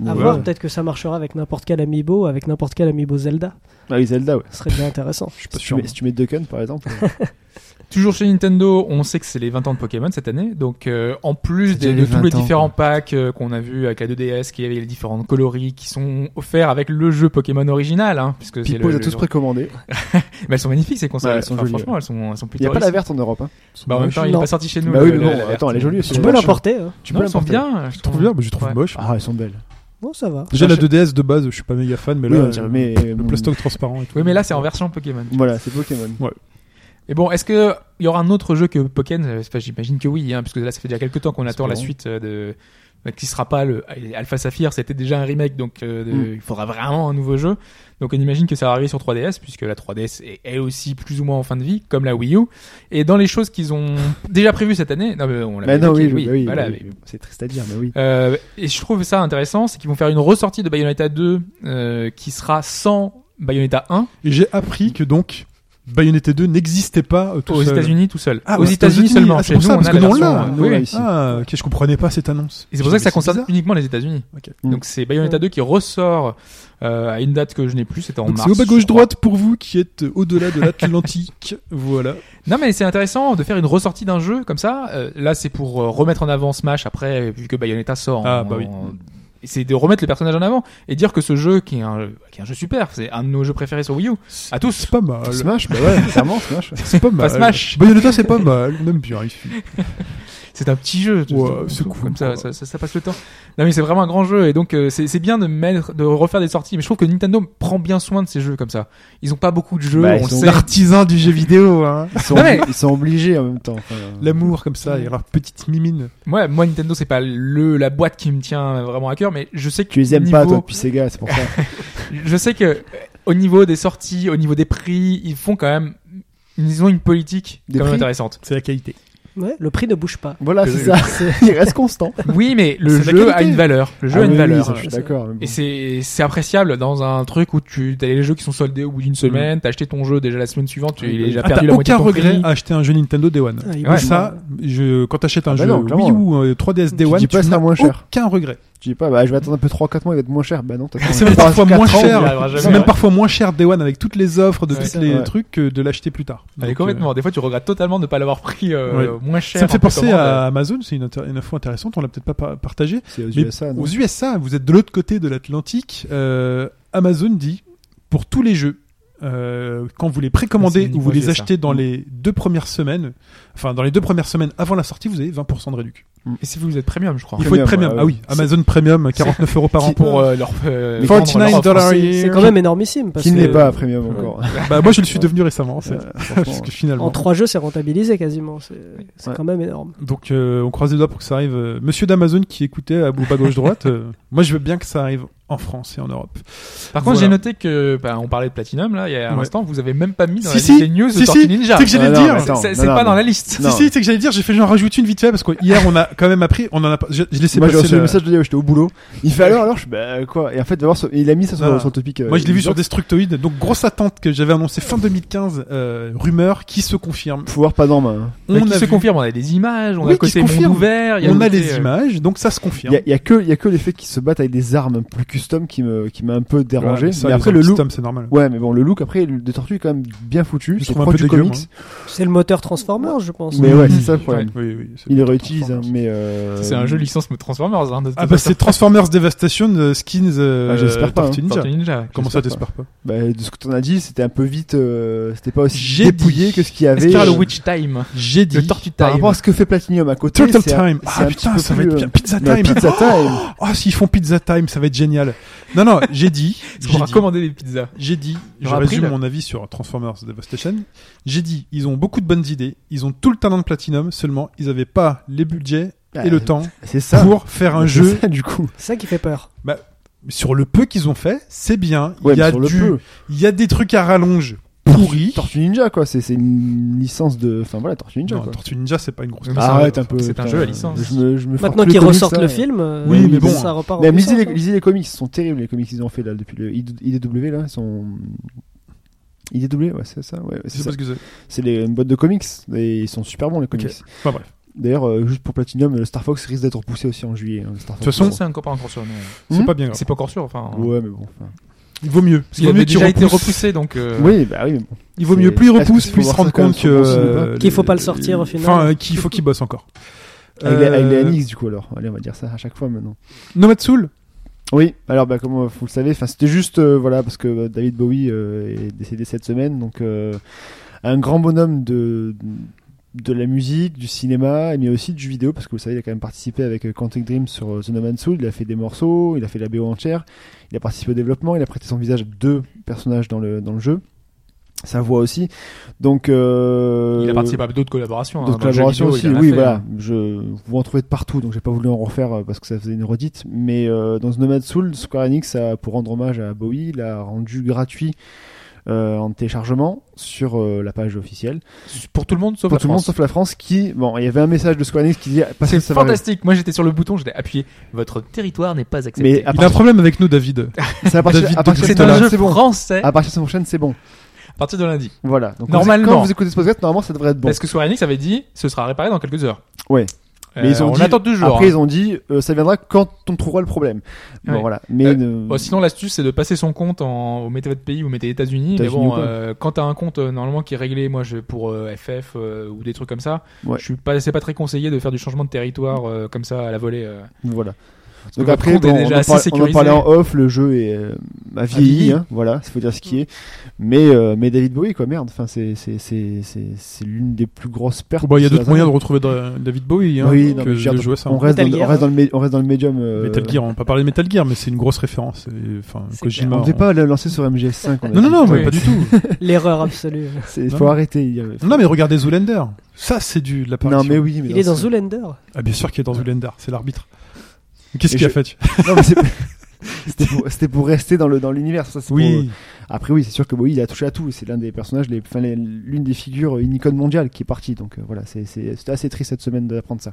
Speaker 6: À
Speaker 3: Ouais.
Speaker 6: voir, peut-être que ça marchera avec n'importe quel amiibo, avec n'importe quel amiibo Zelda.
Speaker 5: Ah oui, Zelda, ouais.
Speaker 6: Ce serait bien intéressant.
Speaker 3: Je suis pas
Speaker 5: Si tu,
Speaker 3: sûr.
Speaker 5: mets, si tu mets Ducken, par exemple, euh,
Speaker 4: Toujours chez Nintendo, on sait que c'est les 20 ans de Pokémon cette année. Donc, euh, en plus
Speaker 5: C'est déjà
Speaker 4: des- de
Speaker 5: les
Speaker 4: tous les
Speaker 5: 20 ans,
Speaker 4: différents packs euh, qu'on a vu avec la 2DS, qui avait les différents coloris qui sont offerts avec le jeu Pokémon original, hein, puisque c'est le,
Speaker 5: Pipo,
Speaker 4: le-
Speaker 5: a tous précommandé.
Speaker 4: Mais elles sont magnifiques ces consoles.
Speaker 5: Ouais, elles sont
Speaker 4: Enfin,
Speaker 5: jolies,
Speaker 4: franchement, elles sont, elles sont
Speaker 5: Il n'y
Speaker 4: plutôt.
Speaker 5: a pas la
Speaker 4: réussies.
Speaker 5: verte en Europe. Hein.
Speaker 4: Bah, en même temps, il est
Speaker 6: Non.
Speaker 4: pas sorti chez nous.
Speaker 5: Bah oui,
Speaker 4: le-
Speaker 5: mais bon,
Speaker 4: la- la-
Speaker 5: attends, elle est jolie aussi.
Speaker 6: Tu peux l'apporter. hein.
Speaker 5: Tu
Speaker 4: Non,
Speaker 5: peux
Speaker 4: elles sont
Speaker 5: l'emporter.
Speaker 4: bien.
Speaker 3: Je trouve bien, mais je trouve
Speaker 4: Ouais.
Speaker 3: moche.
Speaker 5: Ah, elles sont belles.
Speaker 6: Non, ça va.
Speaker 3: Déjà, la
Speaker 5: Cherche-
Speaker 3: 2DS de base, je suis pas méga fan, mais
Speaker 5: Oui,
Speaker 3: là,
Speaker 5: on dirait, mais,
Speaker 3: le
Speaker 5: euh,
Speaker 3: plastoc transparent et tout.
Speaker 4: Oui, mais là, c'est en version Pokémon.
Speaker 5: Voilà, c'est Pokémon.
Speaker 4: Et bon, est-ce que il y aura un autre jeu que Pokémon Euh, enfin, J'imagine que oui, hein, puisque là, ça fait déjà quelques temps qu'on attend la
Speaker 5: Espérons.
Speaker 4: suite euh, de euh, qui sera pas le Alpha Sapphire, c'était déjà un remake, donc euh, de-
Speaker 5: Mm.
Speaker 4: il faudra vraiment un nouveau jeu. Donc on imagine que ça va arriver sur 3DS, puisque la 3DS est elle aussi plus ou moins en fin de vie, comme la Wii U. Et dans les choses qu'ils ont déjà prévues cette année, non mais on l'a
Speaker 5: Mais Bah non, oui,
Speaker 4: évoqué,
Speaker 5: oui, oui,
Speaker 4: voilà,
Speaker 5: oui, c'est triste à dire, mais oui.
Speaker 4: Euh, et je trouve ça intéressant, c'est qu'ils vont faire une ressortie de Bayonetta 2 euh, qui sera sans Bayonetta 1
Speaker 3: Et j'ai appris que donc, Bayonetta 2 n'existait pas euh, tout
Speaker 4: aux
Speaker 3: seul.
Speaker 4: États-Unis tout seul.
Speaker 3: Ah,
Speaker 4: aux
Speaker 3: ouais,
Speaker 4: États-Unis seulement.
Speaker 3: Ah,
Speaker 4: Chez
Speaker 3: c'est pour ça,
Speaker 4: nous, on
Speaker 3: parce
Speaker 4: a
Speaker 3: que
Speaker 4: la
Speaker 3: nous, on
Speaker 4: version,
Speaker 3: l'a.
Speaker 4: euh,
Speaker 5: nous,
Speaker 4: oui,
Speaker 5: on l'a
Speaker 4: oui.
Speaker 5: ici.
Speaker 3: Ah, ok, je comprenais pas cette annonce.
Speaker 4: Et c'est pour ça que ça
Speaker 3: Mais
Speaker 4: concerne
Speaker 3: bizarre.
Speaker 4: uniquement les États-Unis.
Speaker 3: Ok.
Speaker 4: Donc c'est Bayonetta 2 qui ressort euh, à une date que je n'ai plus, c'était en
Speaker 3: Donc
Speaker 4: mars.
Speaker 3: c'est au bas
Speaker 4: je
Speaker 3: gauche
Speaker 4: crois.
Speaker 3: droite pour vous qui êtes euh, au-delà de l'Atlantique. voilà.
Speaker 4: Non mais c'est intéressant de faire une ressortie d'un jeu comme ça. Euh, là c'est pour euh, remettre en avant Smash après vu que Bayonetta sort. en-
Speaker 3: Ah, bah oui.
Speaker 4: en- et C'est de remettre les personnages en avant et dire que ce jeu qui est un, qui est un jeu super, c'est un de nos jeux préférés sur Wii U. À tous.
Speaker 3: C'est pas mal.
Speaker 5: Smash, bah ouais, clairement, Smash.
Speaker 3: C'est pas mal.
Speaker 4: Smash.
Speaker 3: Bayonetta, c'est pas mal. Même bien, hein, il suffit.
Speaker 4: C'est un petit jeu.
Speaker 3: Ouais,
Speaker 4: On
Speaker 3: c'est
Speaker 4: trouve
Speaker 3: cool,
Speaker 4: Comme ça,
Speaker 3: quoi.
Speaker 4: ça, ça- ça passe le temps. Non mais c'est vraiment un grand jeu et donc euh, c'est c'est bien de mettre, de refaire des sorties. Mais je trouve que Nintendo prend bien soin de ces jeux comme ça. Ils ont pas beaucoup de jeux,
Speaker 5: Bah,
Speaker 4: on
Speaker 5: ils
Speaker 4: le
Speaker 5: sont
Speaker 4: sait.
Speaker 3: L'artisan du jeu vidéo, hein.
Speaker 5: Ils sont,
Speaker 4: Non, mais-
Speaker 5: ils sont obligés en même temps. enfin, euh,
Speaker 3: L'amour, comme ça, et leur petite mimine.
Speaker 4: Ouais, moi Nintendo c'est pas le la boîte qui me tient vraiment à cœur, mais je sais que
Speaker 5: Tu les aimes
Speaker 4: niveau-
Speaker 5: pas, toi, depuis Sega, c'est pour ça.
Speaker 4: Je sais que euh, au niveau des sorties, au niveau des prix, ils font quand même ils ont une politique
Speaker 5: Des
Speaker 4: quand même
Speaker 5: prix
Speaker 4: intéressante.
Speaker 3: C'est la qualité.
Speaker 6: Ouais, le prix ne bouge pas.
Speaker 5: Voilà,
Speaker 3: Que-
Speaker 5: c'est ça. Il reste constant.
Speaker 4: Oui, mais le
Speaker 3: C'est la
Speaker 4: jeu a
Speaker 3: qualité.
Speaker 4: une valeur. Le jeu
Speaker 5: Ah
Speaker 4: a une
Speaker 5: oui,
Speaker 4: valeur.
Speaker 5: ça, je suis d'accord. mais bon.
Speaker 4: Et c'est c'est appréciable dans un truc où tu t'as les jeux qui sont soldés au bout d'une semaine, t'as acheté ton jeu déjà la semaine suivante, tu il est déjà
Speaker 3: Mm. Ah, t'as
Speaker 4: perdu la moitié
Speaker 3: aucun
Speaker 4: de ton
Speaker 3: regret
Speaker 4: prix.
Speaker 3: à acheter un jeu Nintendo Day One.
Speaker 6: Ah, il
Speaker 4: Ouais.
Speaker 6: bouge
Speaker 3: ça, je, quand t'achètes un
Speaker 5: Ah bah
Speaker 3: jeu
Speaker 5: non, clairement.
Speaker 3: Wii euh, ou 3DS Day
Speaker 5: Tu
Speaker 3: One,
Speaker 5: dis pas
Speaker 3: tu
Speaker 5: ça
Speaker 3: n'as
Speaker 5: moins cher.
Speaker 3: aucun regret.
Speaker 5: Tu dis pas, bah, je vais attendre un peu 3-4 mois, il va être moins cher. Bah non, t'as
Speaker 3: C'est même parfois moins
Speaker 4: arrivera
Speaker 3: cher.
Speaker 4: jamais,
Speaker 3: C'est même
Speaker 4: ouais.
Speaker 3: parfois moins cher Day One avec toutes les offres de
Speaker 4: Ouais,
Speaker 3: tous
Speaker 4: c'est
Speaker 3: les
Speaker 5: vrai.
Speaker 3: trucs que de l'acheter plus tard.
Speaker 4: Allez,
Speaker 3: Donc,
Speaker 4: complètement. Des fois, tu regrettes totalement de ne pas l'avoir pris euh, moins
Speaker 3: euh,
Speaker 4: cher.
Speaker 3: Ça me fait
Speaker 4: en
Speaker 3: penser
Speaker 4: précommande.
Speaker 3: à Amazon, c'est une, inter- une info intéressante, on l'a peut-être pas par- partagée.
Speaker 5: C'est aux
Speaker 3: Mais
Speaker 5: USA, non
Speaker 3: Aux USA, vous êtes de l'autre côté de l'Atlantique. euh, Amazon dit pour tous les jeux, euh, quand vous les
Speaker 4: C'est
Speaker 5: Ah,
Speaker 3: précommandez
Speaker 4: uniquement
Speaker 3: ou vous les
Speaker 4: USA.
Speaker 3: achetez
Speaker 5: Mm.
Speaker 3: dans les deux premières semaines, enfin dans les deux premières semaines avant la sortie, vous avez 20% de réduction.
Speaker 4: euh, Et si vous êtes premium, je crois.
Speaker 3: Il faut être
Speaker 5: Premium,
Speaker 3: premium.
Speaker 5: ouais,
Speaker 3: Ah oui,
Speaker 5: ouais.
Speaker 3: Amazon Premium, 49 euros par an
Speaker 5: Qui-
Speaker 4: Pour
Speaker 3: pour. euh,
Speaker 4: euh, leur. euh,
Speaker 5: Mais
Speaker 4: vendre leur
Speaker 3: 49
Speaker 4: offre.
Speaker 3: dollars a
Speaker 6: C'est-
Speaker 3: year.
Speaker 6: C'est quand même énormissime. Parce
Speaker 5: Qui ne
Speaker 6: que
Speaker 5: l'est pas à premium encore.
Speaker 3: Bah moi je le suis devenu récemment. c'est-
Speaker 5: Ah,
Speaker 3: parce
Speaker 5: Franchement,
Speaker 3: que finalement.
Speaker 6: En trois jeux, c'est rentabilisé quasiment. C'est c'est
Speaker 5: Ouais.
Speaker 6: quand même énorme.
Speaker 3: Donc euh, on croise les doigts pour que ça arrive. Euh, Monsieur d'Amazon qui écoutait à bout bas gauche droite. euh, moi je veux bien que ça arrive en France et en Europe.
Speaker 4: Par contre,
Speaker 3: Voilà.
Speaker 4: j'ai noté que, bah, on parlait de Platinum, là, il y a un
Speaker 3: Ouais.
Speaker 4: instant, vous avez même pas mis dans
Speaker 3: Si,
Speaker 4: la
Speaker 3: si.
Speaker 4: liste des news
Speaker 3: Si,
Speaker 4: de
Speaker 3: si.
Speaker 4: Tortue Ninja.
Speaker 3: C'est que j'allais
Speaker 5: Ah, non,
Speaker 3: dire.
Speaker 5: mais
Speaker 4: C'est-
Speaker 5: attends,
Speaker 4: C'est
Speaker 5: non,
Speaker 4: c'est
Speaker 5: non,
Speaker 4: pas dans
Speaker 5: mais-
Speaker 4: la liste.
Speaker 5: Non.
Speaker 3: Si si, c'est que j'allais dire. J'ai fait j'en rajoute une vite fait parce que hier on a quand même appris. On en a. pas- Je, je laissais
Speaker 5: Moi j'ai
Speaker 3: passer
Speaker 5: reçu
Speaker 3: la-
Speaker 5: le message de dire, j'étais au boulot. Il fait alors, alors, je bah quoi. Et en fait, d'abord, sur- il a mis ça
Speaker 3: Ah.
Speaker 5: sur, sur le topic. euh,
Speaker 3: Moi, je l'ai vu sur
Speaker 5: Ubisoft.
Speaker 3: Destructoid, donc grosse attente que j'avais annoncée fin 2015, euh, rumeur qui se confirme.
Speaker 5: Pouvoir pas hein. d'en main.
Speaker 4: On
Speaker 3: a
Speaker 4: Bah, se
Speaker 3: vu-
Speaker 4: confirme, on a des images, on
Speaker 3: Oui,
Speaker 4: a le
Speaker 3: qui se
Speaker 4: côté monde
Speaker 3: confirme.
Speaker 4: ouvert, il y
Speaker 3: on a
Speaker 4: le côté,
Speaker 3: les
Speaker 4: euh,
Speaker 3: images, donc ça se confirme.
Speaker 5: Il y a, il y a que, il y a que les faits qui se battent avec des armes plus custom qui me qui m'a un peu dérangé.
Speaker 3: Ouais, ça,
Speaker 5: mais
Speaker 3: les
Speaker 5: après le look,
Speaker 3: custom, c'est normal.
Speaker 5: ouais, mais bon, le look après le- de Tortue est quand même bien foutu.
Speaker 3: Je
Speaker 5: C'est
Speaker 3: trouve un
Speaker 5: proche
Speaker 3: peu
Speaker 5: du
Speaker 3: dégueu,
Speaker 5: comics,
Speaker 6: C'est le moteur Transformers, je pense.
Speaker 5: mais ouais, c'est ça le problème.
Speaker 3: Mmh. Oui, oui, c'est-
Speaker 5: Il le réutilise, hein, mais euh,
Speaker 4: C'est un jeu licence mais Transformers. Hein, de- de-
Speaker 3: Ah bah c'est Transformers Devastation euh, Skins euh,
Speaker 5: Ah, j'espère pas,
Speaker 3: Tortue
Speaker 5: hein.
Speaker 3: Ninja.
Speaker 4: Tortue Ninja. ouais.
Speaker 3: Comment ça
Speaker 5: J'espère
Speaker 3: t'espères pas
Speaker 5: bah, de ce que t'en as dit, c'était un peu vite. euh, c'était pas aussi
Speaker 4: J'ai
Speaker 5: dépouillé
Speaker 4: dit.
Speaker 5: que ce qu'il y avait.
Speaker 4: Est-ce qu'il y aura le
Speaker 5: euh,
Speaker 4: Witch Time
Speaker 3: J'ai dit
Speaker 4: Le Tortue
Speaker 5: Par
Speaker 4: Time
Speaker 5: rapport à ce que fait Platinum à côté.
Speaker 3: Turtle
Speaker 5: c'est un-
Speaker 3: Time.
Speaker 5: c'est
Speaker 3: Ah
Speaker 5: un
Speaker 3: putain,
Speaker 5: petit peu
Speaker 3: ça va
Speaker 5: plus,
Speaker 3: être
Speaker 5: euh,
Speaker 3: bien Pizza
Speaker 5: mais
Speaker 3: Time.
Speaker 5: Pizza Time.
Speaker 3: Ah s'ils font Pizza Time, ça va être génial. Non non, j'ai dit,
Speaker 4: Est-ce qu'on
Speaker 3: j'ai
Speaker 4: va
Speaker 3: dit,
Speaker 4: commander des pizzas
Speaker 3: j'ai dit, je
Speaker 4: Rappel.
Speaker 3: résume mon avis sur Transformers Devastation. J'ai dit, ils ont beaucoup de bonnes idées, ils ont tout le talent de Platinum, seulement ils avaient pas les budgets et le temps
Speaker 5: Bah, C'est ça.
Speaker 3: pour faire un
Speaker 5: C'est
Speaker 3: jeu
Speaker 5: ça, du coup.
Speaker 6: C'est ça qui fait peur.
Speaker 3: sur le peu qu'ils ont fait, c'est bien.
Speaker 5: Ouais,
Speaker 3: il y
Speaker 5: mais
Speaker 3: a
Speaker 5: sur le
Speaker 3: du,
Speaker 5: peu.
Speaker 3: il y a des trucs à rallonge pourris.
Speaker 5: Tortue Ninja, quoi. C'est c'est une licence de. Enfin voilà, Tortue Ninja.
Speaker 3: Non,
Speaker 5: quoi.
Speaker 3: Tortue Ninja, c'est pas une grosse.
Speaker 4: Ah,
Speaker 3: licence.
Speaker 5: Arrête un peu.
Speaker 4: c'est un
Speaker 5: putain,
Speaker 4: jeu à licence.
Speaker 5: Je me, je me
Speaker 6: Maintenant
Speaker 5: frappe les
Speaker 6: qu'ils ressortent
Speaker 5: comics,
Speaker 6: le
Speaker 5: ça.
Speaker 6: film, euh,
Speaker 3: Oui, mais bon.
Speaker 6: ça repart en
Speaker 5: Mais lisez
Speaker 6: puissance,
Speaker 5: les,
Speaker 6: hein.
Speaker 5: lisez les comics, ils sont terribles les comics qu'ils ont fait là depuis le ID- IDW là, ils sont IDW, ouais, c'est ça, ouais, ouais,
Speaker 3: Je
Speaker 5: c'est
Speaker 3: sais
Speaker 5: ça.
Speaker 3: pas ce que c'est.
Speaker 5: C'est les- une boîte de comics et ils sont super bons les comics.
Speaker 3: Enfin, bref.
Speaker 5: D'ailleurs, euh, juste pour Platinum, le Star Fox risque d'être repoussé aussi en juillet. hein, le Star
Speaker 3: De
Speaker 5: Fox.
Speaker 3: toute façon,
Speaker 4: C'est encore pas encore sûr. mais-
Speaker 3: C'est
Speaker 5: Hmm
Speaker 3: pas bien. grave.
Speaker 4: C'est pas encore sûr. Enfin,
Speaker 5: ouais, mais bon. enfin.
Speaker 3: Il vaut mieux.
Speaker 4: parce qu'il
Speaker 3: Vaut mieux
Speaker 4: avait
Speaker 3: qu'ils
Speaker 4: déjà été
Speaker 3: repoussent.
Speaker 4: repoussé donc. euh,
Speaker 5: Oui, bah oui. mais bon.
Speaker 3: Il vaut
Speaker 5: C'est-
Speaker 3: mieux plus il
Speaker 5: est-ce
Speaker 3: repousse,
Speaker 5: qu'il faut
Speaker 3: plus il se
Speaker 5: voir
Speaker 3: rend
Speaker 5: ça comme
Speaker 3: compte que
Speaker 5: convention ou pas
Speaker 3: euh,
Speaker 6: Qu'il faut
Speaker 3: les-
Speaker 6: pas le sortir, au final.
Speaker 3: Enfin, euh, qu'il faut qu'il bosse encore.
Speaker 5: Avec, les, avec les
Speaker 3: Euh,
Speaker 5: Anix, du coup alors, allez, on va dire ça à chaque fois maintenant.
Speaker 3: Nomad Soul.
Speaker 5: Oui, alors bah, comme euh, vous le savez, enfin c'était juste euh, voilà parce que euh, David Bowie euh, est décédé cette semaine, donc euh, un grand bonhomme de de la musique, du cinéma, mais aussi du jeu vidéo, parce que vous le savez, il a quand même participé avec euh, Quantic Dream sur euh, The No Man's Soul, il a fait des morceaux, il a fait la BO entière, il a participé au développement, il a prêté son visage à deux personnages dans le, dans le jeu, sa voix aussi, donc... euh,
Speaker 4: Il a participé à d'autres collaborations. hein,
Speaker 5: D'autres
Speaker 4: dans le jeu
Speaker 5: collaborations
Speaker 4: vidéo,
Speaker 5: aussi,
Speaker 4: il en a
Speaker 5: oui,
Speaker 4: fait,
Speaker 5: voilà.
Speaker 4: hein.
Speaker 5: Je, vous en trouvez de partout, donc j'ai pas voulu en refaire euh, parce que ça faisait une redite. Mais euh, dans The Nomad Soul, Square Enix, a, pour rendre hommage à Bowie, l'a rendu gratuit euh, en téléchargement sur euh, la page officielle.
Speaker 4: Pour tout le monde sauf
Speaker 5: pour
Speaker 4: la
Speaker 5: tout le monde
Speaker 4: France.
Speaker 5: sauf la France, qui. Bon, il y avait un message de Square Enix qui disait. parce
Speaker 4: C'est
Speaker 5: que ça va arriver.
Speaker 4: fantastique. Moi j'étais sur le bouton, je l'ai appuyé. Votre territoire n'est pas accepté.
Speaker 5: Mais à
Speaker 3: Il a un
Speaker 5: partir,
Speaker 3: problème avec nous, David.
Speaker 5: c'est à partir-
Speaker 3: David
Speaker 5: à partir
Speaker 3: de
Speaker 5: de
Speaker 4: c'est
Speaker 3: Cryptola.
Speaker 5: la
Speaker 4: un
Speaker 5: prochaine,
Speaker 4: jeu
Speaker 5: c'est bon.
Speaker 4: français
Speaker 5: À partir de la prochaine, c'est bon.
Speaker 4: à partir de lundi.
Speaker 5: Voilà. Donc,
Speaker 4: Normalement.
Speaker 5: Quand vous écoutez ce podcast, normalement, ça devrait être bon.
Speaker 4: Parce que Square Enix avait dit ce sera réparé dans quelques heures. Euh,
Speaker 5: Ouais. Mais ils ont
Speaker 4: on
Speaker 5: dit-
Speaker 4: attend deux jours.
Speaker 5: Après,
Speaker 4: hein.
Speaker 5: ils ont dit, euh, ça viendra quand on trouvera le problème. Bon,
Speaker 4: Ouais.
Speaker 5: voilà. Mais.
Speaker 4: Euh,
Speaker 5: ne-
Speaker 4: Bon, sinon l'astuce c'est de passer son compte en vous mettez votre pays vous mettez États-Unis mais
Speaker 5: États-Unis ou
Speaker 4: bon
Speaker 5: quoi.
Speaker 4: euh, quand t'as un compte euh, normalement qui est réglé moi je pour euh, FF euh, ou des trucs comme ça
Speaker 5: Ouais.
Speaker 4: je suis pas c'est pas très conseillé de faire du changement de territoire euh, comme ça à la volée euh.
Speaker 5: Voilà.
Speaker 4: que
Speaker 5: Donc
Speaker 4: votre
Speaker 5: après,
Speaker 4: compte est
Speaker 5: bon,
Speaker 4: déjà
Speaker 5: on, en
Speaker 4: assez
Speaker 5: parle- on en
Speaker 4: sécurisé.
Speaker 5: parlait en off, le jeu est euh, a vieilli,
Speaker 4: vieilli.
Speaker 5: hein, voilà, il faut dire ce
Speaker 3: Mm.
Speaker 5: qui est. Mais euh, mais David Bowie quoi, merde, enfin c'est c'est c'est c'est c'est l'une des plus grosses pertes.
Speaker 3: Bon, bah, il y a
Speaker 5: de
Speaker 3: d'autres
Speaker 5: ces
Speaker 3: moyens de
Speaker 5: années.
Speaker 3: retrouver Dra- David Bowie hein,
Speaker 5: Oui, non,
Speaker 3: que
Speaker 5: mais je veux
Speaker 3: de
Speaker 5: dire,
Speaker 3: jouer à ça.
Speaker 5: On reste,
Speaker 6: Metal
Speaker 5: dans, le- on
Speaker 6: Gear.
Speaker 5: reste dans le mé- on reste dans le médium. euh,
Speaker 3: Metal Gear, on va pas parler de Metal Gear, mais c'est une grosse référence. et, Enfin,
Speaker 6: C'est
Speaker 3: Kojima.
Speaker 5: On devait
Speaker 3: on-
Speaker 5: pas le lancer sur MGS5. on a
Speaker 3: hein. Non, non,
Speaker 5: dit.
Speaker 3: non, mais
Speaker 4: Oui.
Speaker 3: pas du tout.
Speaker 6: L'erreur absolue.
Speaker 5: C'est-
Speaker 3: Non,
Speaker 5: faut
Speaker 3: non.
Speaker 5: arrêter. il y a-
Speaker 3: Non, mais regardez Zoolander. Ça, c'est du de
Speaker 5: non,
Speaker 3: l'apparition.
Speaker 5: mais oui, mais
Speaker 6: Il est dans
Speaker 5: c'est-
Speaker 6: Zoolander.
Speaker 3: Ah, bien sûr qu'il est dans Zoolander, c'est l'arbitre. Qu'est-ce
Speaker 5: Et
Speaker 3: qu'il a
Speaker 5: je-
Speaker 3: fait
Speaker 5: non, mais c'est- C'était pour, c'était pour rester dans le dans l'univers. ça, c'est pour- Après oui, c'est sûr que Bowie il a touché à tout. C'est l'un des personnages, les- enfin les- l'une des figures, une icône mondiale qui est partie. Donc euh, voilà, c'est c'est- c'était assez triste cette semaine d'apprendre ça.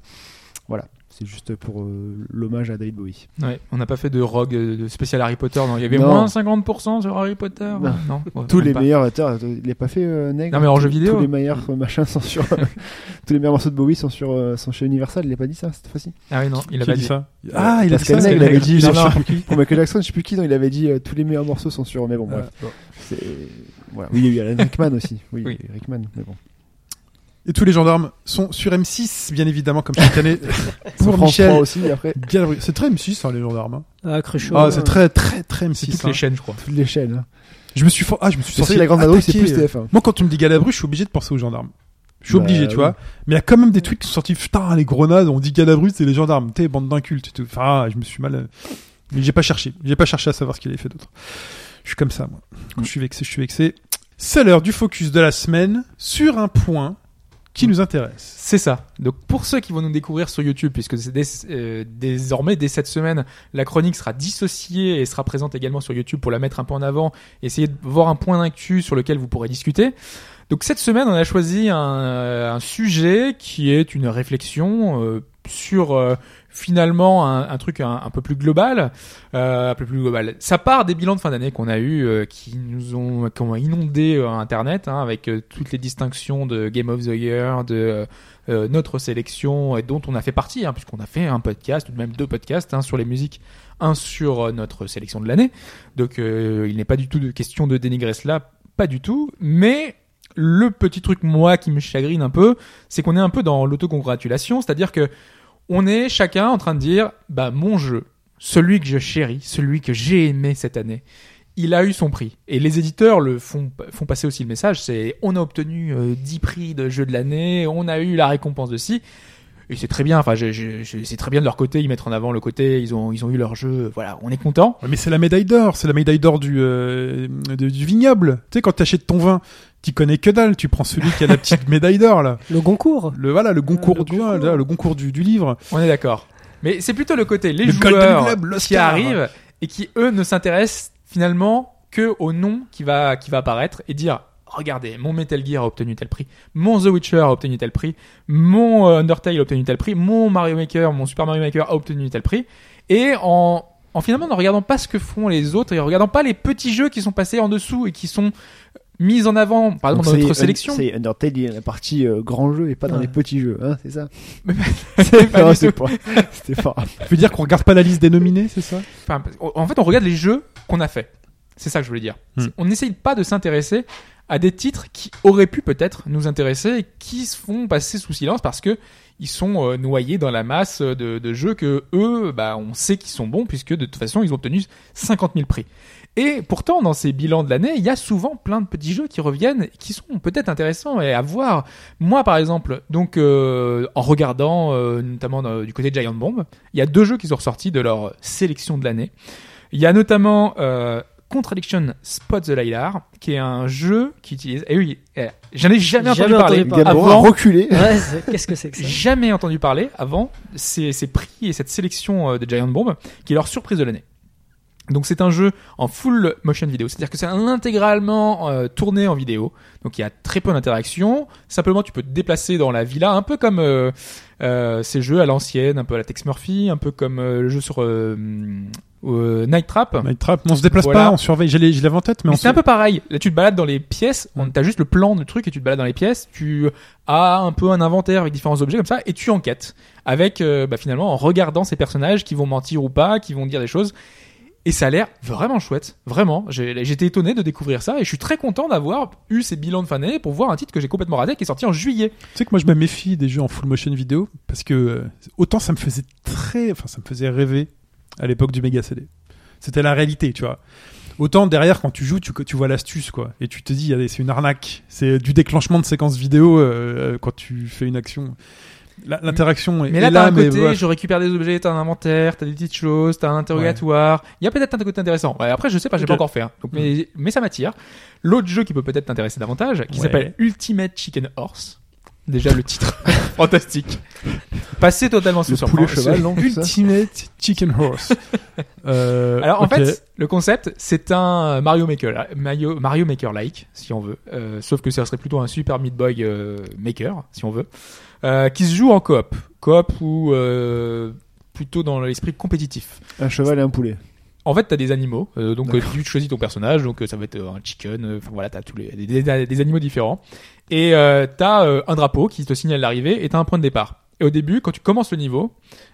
Speaker 5: Voilà, c'est juste pour euh, l'hommage à David Bowie.
Speaker 4: ouais. on n'a pas fait de rogue euh, de spécial Harry Potter non il y avait
Speaker 5: Non.
Speaker 4: moins 50% sur Harry Potter
Speaker 5: Non.
Speaker 4: ouais,
Speaker 5: Tous
Speaker 4: même
Speaker 5: les
Speaker 4: pas.
Speaker 5: meilleurs, attends, attends, il l'a pas fait euh, Neg
Speaker 4: Non, mais en jeu vidéo.
Speaker 5: Tous les meilleurs euh, machins sont sur, tous les meilleurs morceaux de Bowie sont sur, euh, sont chez Universal. Il a pas dit ça cette fois-ci.
Speaker 4: ah oui non il a
Speaker 3: Qui
Speaker 4: pas
Speaker 3: a dit
Speaker 4: dit
Speaker 3: ça Ah, il a dit
Speaker 5: euh, Pascal
Speaker 3: ça.
Speaker 5: Nègre, il avait dit,
Speaker 3: Il a
Speaker 5: non, non.
Speaker 3: fait qui
Speaker 5: Pour Michael Jackson, je sais plus qui, non, il avait dit euh, tous les meilleurs morceaux sont sur. Mais bon,
Speaker 3: Euh,
Speaker 5: bref. C'est voilà. Oui, il y a eu Alan Rickman aussi. Oui,
Speaker 4: Oui.
Speaker 5: Rickman. Mais bon.
Speaker 3: Et tous les gendarmes sont sur M6, bien évidemment, comme chaque année.
Speaker 5: Sur
Speaker 3: pour
Speaker 5: France
Speaker 3: Michel
Speaker 5: 3 aussi après
Speaker 3: Galabru. C'est très M6, hein, les gendarmes. hein.
Speaker 6: Ah, Cruchot.
Speaker 3: Ah, c'est très, très, très
Speaker 4: c'est
Speaker 3: M6.
Speaker 4: toutes
Speaker 3: hein.
Speaker 4: les chaînes je crois
Speaker 5: toute l'échelle. Hein.
Speaker 3: Je me suis, for- ah, je me suis
Speaker 5: C'est
Speaker 3: sorti
Speaker 5: la grande vadrouille, c'est
Speaker 3: attaqué,
Speaker 5: plus
Speaker 3: euh.
Speaker 5: TF1.
Speaker 3: Moi, quand tu me dis Galabru, je suis obligé de penser aux gendarmes. Je suis
Speaker 5: Bah,
Speaker 3: obligé, tu
Speaker 5: oui.
Speaker 3: vois. Mais il y a quand même des tweets qui sont sortis. Putain, les grenades, on dit Galabru, c'est les gendarmes. T'es bande d'incultes. et tout. Enfin, ah, je me suis mal. euh, Mais j'ai pas cherché. J'ai pas cherché à savoir ce qu'il avait fait d'autre. Je suis comme ça, moi. Quand je suis vexé, je suis vexé. C'est l'heure du focus de la semaine sur un point qui nous intéresse.
Speaker 4: C'est ça. Donc pour ceux qui vont nous découvrir sur YouTube, puisque c'est dès- euh, désormais dès cette semaine, la chronique sera dissociée et sera présente également sur YouTube pour la mettre un peu en avant, essayer de voir un point d'actu sur lequel vous pourrez discuter. Donc cette semaine, on a choisi un, un sujet qui est une réflexion euh, sur euh, finalement un, un truc un, un peu plus global, euh, un peu plus global. Ça part des bilans de fin d'année qu'on a eu, euh, qui nous ont, qui ont inondé euh, Internet hein, avec euh, toutes les distinctions de Game of the Year, de euh, euh, notre sélection et dont on a fait partie, hein, puisqu'on a fait un podcast, ou même deux podcasts hein, sur les musiques, un sur euh, notre sélection de l'année. Donc euh, il n'est pas du tout de question de dénigrer cela, pas du tout. Mais le petit truc moi qui me chagrine un peu, c'est qu'on est un peu dans l'autocongratulation, c'est-à-dire que on est chacun en train de dire, bah mon jeu, celui que je chéris, celui que j'ai aimé cette année. Il a eu son prix. Et les éditeurs le font, font passer aussi le message, c'est on a obtenu euh, 10 prix de jeu de l'année, on a eu la récompense de ci. Et c'est très bien, enfin, je- je- je- c'est très bien de leur côté, ils mettent en avant le côté, ils ont, ils ont eu leur jeu, voilà, on est content.
Speaker 3: Ouais, Mais c'est la médaille d'or, c'est la médaille d'or du, euh, de- du vignoble. Tu sais, quand t'achètes ton vin, t'y connais que dalle, tu prends celui qui a la petite médaille d'or, là.
Speaker 6: Le Goncourt.
Speaker 3: Le, voilà, le
Speaker 5: Ah,
Speaker 3: Goncourt,
Speaker 6: le
Speaker 3: du, vin,
Speaker 6: Goncourt.
Speaker 3: là, le Goncourt du, du livre.
Speaker 4: On est d'accord. Mais c'est plutôt le côté les
Speaker 3: Le Golden
Speaker 4: joueurs
Speaker 3: Globe,
Speaker 4: qui
Speaker 3: l'Oscar.
Speaker 4: arrivent et qui eux ne s'intéressent finalement que au nom qui va qui va apparaître et dire regardez mon Metal Gear a obtenu tel prix, mon The Witcher a obtenu tel prix, mon euh, Undertale a obtenu tel prix, mon Mario Maker, mon Super Mario Maker a obtenu tel prix et en en finalement ne regardant pas ce que font les autres et en regardant pas les petits jeux qui sont passés en dessous et qui sont mis en avant par
Speaker 5: Donc,
Speaker 4: exemple Ah dans notre
Speaker 5: c'est-
Speaker 4: sélection.
Speaker 5: C'est Undertale, il y a la partie euh, grand jeu et pas dans
Speaker 6: Ouais.
Speaker 5: les petits jeux, hein, c'est ça
Speaker 4: Pas
Speaker 5: Non,
Speaker 4: du
Speaker 5: c'est
Speaker 4: tout.
Speaker 5: pas- C'était fort.
Speaker 3: Tu veux dire qu'on regarde pas la liste des nominés, c'est ça
Speaker 4: Enfin, en fait, on regarde les jeux qu'on a fait. C'est ça que je voulais dire.
Speaker 3: Hmm.
Speaker 4: On n'essaye pas de s'intéresser à des titres qui auraient pu peut-être nous intéresser et qui se font passer sous silence parce que ils sont euh, noyés dans la masse euh, de, de jeux que eux, bah, on sait qu'ils sont bons puisque de toute façon, ils ont obtenu 50 000 prix. Et pourtant, dans ces bilans de l'année, il y a souvent plein de petits jeux qui reviennent, et qui sont peut-être intéressants et à voir. Moi, par exemple, donc euh, en regardant euh, notamment euh, du côté de Giant Bomb, il y a deux jeux qui sont ressortis de leur sélection de l'année. Il y a notamment euh, Contradiction Spot the Lilar, qui est un jeu qui utilise. Eh oui, eh, j'en ai jamais entendu
Speaker 6: Jamais
Speaker 4: parler.
Speaker 6: entendu parler.
Speaker 4: avant.
Speaker 5: Gamora reculé.
Speaker 6: Ouais, c'est- qu'est-ce que c'est que ça
Speaker 4: Jamais entendu parler avant ces, ces prix et cette sélection euh, de Giant Bomb, qui est leur surprise de l'année. Donc c'est un jeu en full motion vidéo, c'est-à-dire que c'est un intégralement euh, tourné en vidéo, donc il y a très peu d'interaction, simplement tu peux te déplacer dans la villa, un peu comme euh, euh, ces jeux à l'ancienne, un peu à la Tex Murphy, un peu comme euh, le jeu sur euh, hum, euh, Night Trap.
Speaker 3: Night Trap, on se déplace
Speaker 4: Voilà.
Speaker 3: pas, on surveille. Je l'ai- je l'avais en tête, mais,
Speaker 4: Mais
Speaker 3: on
Speaker 4: c'est
Speaker 3: se...
Speaker 4: un peu pareil. Là, tu te balades dans les pièces. On t'as juste le plan du truc et tu te balades dans les pièces. Tu as un peu un inventaire avec différents objets comme ça et tu enquêtes avec euh, bah, finalement en regardant ces personnages qui vont mentir ou pas, qui vont dire des choses. Et ça a l'air vraiment chouette, vraiment. J'ai- J'étais étonné de découvrir ça et je suis très content d'avoir eu ces bilans de fin d'année pour voir un titre que j'ai complètement raté qui est sorti en juillet.
Speaker 3: Tu sais que moi je me méfie des jeux en full motion vidéo parce que euh, autant ça me faisait très, enfin ça me faisait rêver à l'époque du méga CD. C'était la réalité, tu vois. Autant derrière quand tu joues, tu, tu vois l'astuce quoi, et tu te dis allez c'est une arnaque, c'est du déclenchement de séquences vidéo euh, euh, quand tu fais une action. La- L'interaction est
Speaker 4: Mais
Speaker 3: est
Speaker 4: là, t'as un
Speaker 3: mais
Speaker 4: côté,
Speaker 3: voilà.
Speaker 4: je récupère des objets, t'as un inventaire, t'as des petites choses, t'as un interrogatoire. Il y a peut-être un côté intéressant. Ouais, après, je sais pas, j'ai
Speaker 3: Ok.
Speaker 4: pas encore fait. hein. Donc, mais, mais ça m'attire. L'autre jeu qui peut peut-être t'intéresser davantage, qui
Speaker 3: Ouais.
Speaker 4: s'appelle Ultimate Chicken Horse. Déjà le titre, fantastique. Passé totalement sous
Speaker 5: Le
Speaker 4: surprise.
Speaker 5: poulet cheval, non c'est ça
Speaker 3: Ultimate Chicken Horse. Euh,
Speaker 4: Alors en
Speaker 3: ok.
Speaker 4: fait, le concept, c'est un Mario Maker, Mario, Mario Maker like, si on veut. Euh, sauf que ça serait plutôt un Super Meat Boy euh, Maker, si on veut, euh, qui se joue en coop, coop ou euh, plutôt dans l'esprit compétitif.
Speaker 5: Un cheval et un poulet.
Speaker 4: En fait, t'as des animaux, euh, donc euh, tu choisis ton personnage, donc euh, ça va être euh, un chicken, euh, enfin voilà, t'as tous les des, des- des animaux différents, et euh, t'as euh, un drapeau qui te signale l'arrivée et t'as un point de départ. Et au début, quand tu commences le niveau,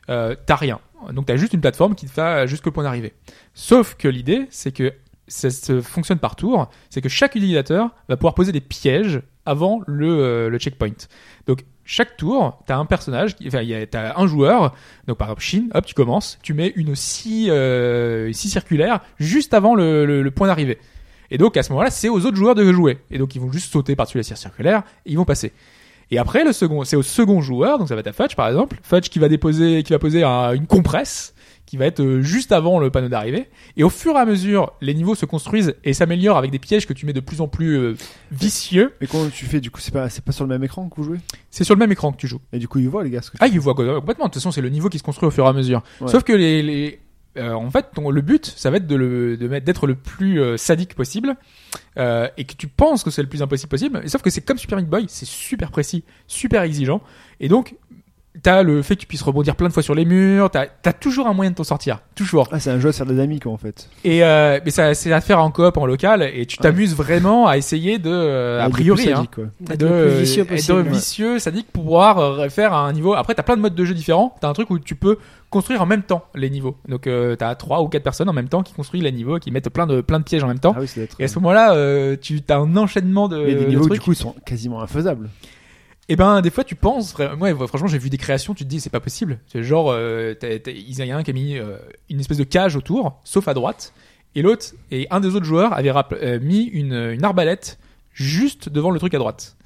Speaker 4: euh, t'as rien, donc t'as juste une plateforme qui te va jusqu'au point d'arrivée. Sauf que l'idée, c'est que ça se fonctionne par tour, c'est que chaque utilisateur va pouvoir poser des pièges avant le, euh, le checkpoint. Donc chaque tour, t'as un personnage, qui- enfin il y a- t'as un joueur donc par exemple Chine, hop, tu commences, tu mets une scie, euh, scie circulaire juste avant le, le- le point d'arrivée. Et donc à ce moment-là, c'est aux autres joueurs de jouer. Et donc ils vont juste sauter par-dessus la scie circulaire et ils vont passer. Et après le second, c'est au second joueur, donc ça va être à Fudge par exemple, Fudge qui va déposer, qui va poser un- une compresse qui va être euh, juste avant le panneau d'arrivée. Et au fur et à mesure, les niveaux se construisent et s'améliorent avec des pièges que tu mets de plus en plus euh, vicieux.
Speaker 5: Mais quand tu fais, du coup, c'est pas, c'est pas sur le même écran que vous jouez
Speaker 4: C'est sur le même écran que tu joues.
Speaker 5: Et du coup, ils voient les gars ce que
Speaker 4: Ah, il voit complètement. De toute façon, c'est le niveau qui se construit au fur et à mesure.
Speaker 5: Ouais.
Speaker 4: Sauf que les, les- euh, en fait, ton- le but, ça va être de le, de mettre- d'être le plus euh, sadique possible, euh, et que tu penses que c'est le plus impossible possible. Et sauf que c'est comme Super Meat Boy, c'est super précis, super exigeant, et donc t'as le fait que tu puisses rebondir plein de fois sur les murs, t'as as toujours un moyen de t'en sortir, toujours.
Speaker 5: Ah, c'est un jeu à se faire des amis, quoi, en fait.
Speaker 4: Et euh, mais ça, c'est à faire en coop, en local, et tu
Speaker 5: Ah
Speaker 4: t'amuses vraiment à essayer de, euh, a
Speaker 5: Avec des
Speaker 4: priori,
Speaker 5: Ah, plus
Speaker 4: hein,
Speaker 5: sadiques, quoi.
Speaker 6: D'être
Speaker 4: de,
Speaker 6: Bah, le plus vicieux
Speaker 4: être
Speaker 6: possible. ouais.
Speaker 4: vicieux, ça dit que pour pouvoir euh, faire un niveau. Après, t'as plein de modes de jeu différents. T'as un truc où tu peux construire en même temps les niveaux. Donc euh, t'as trois ou quatre personnes en même temps qui construisent les niveaux, qui mettent plein de plein de pièges en même temps.
Speaker 5: Ah oui, c'est d'être.
Speaker 4: Et à ce euh, moment-là, euh, tu as un enchaînement de,
Speaker 5: Mais les
Speaker 4: de
Speaker 5: niveaux, du
Speaker 4: trucs.
Speaker 5: coup, ils sont quasiment infaisables.
Speaker 4: Et ben des fois tu penses vra- moi franchement j'ai vu des créations tu te dis c'est pas possible c'est genre euh, t'as- t'as- il y en a un qui a mis euh, une espèce de cage autour sauf à droite et l'autre et un des autres joueurs avait rapp- euh, mis une, une arbalète juste devant le truc à droite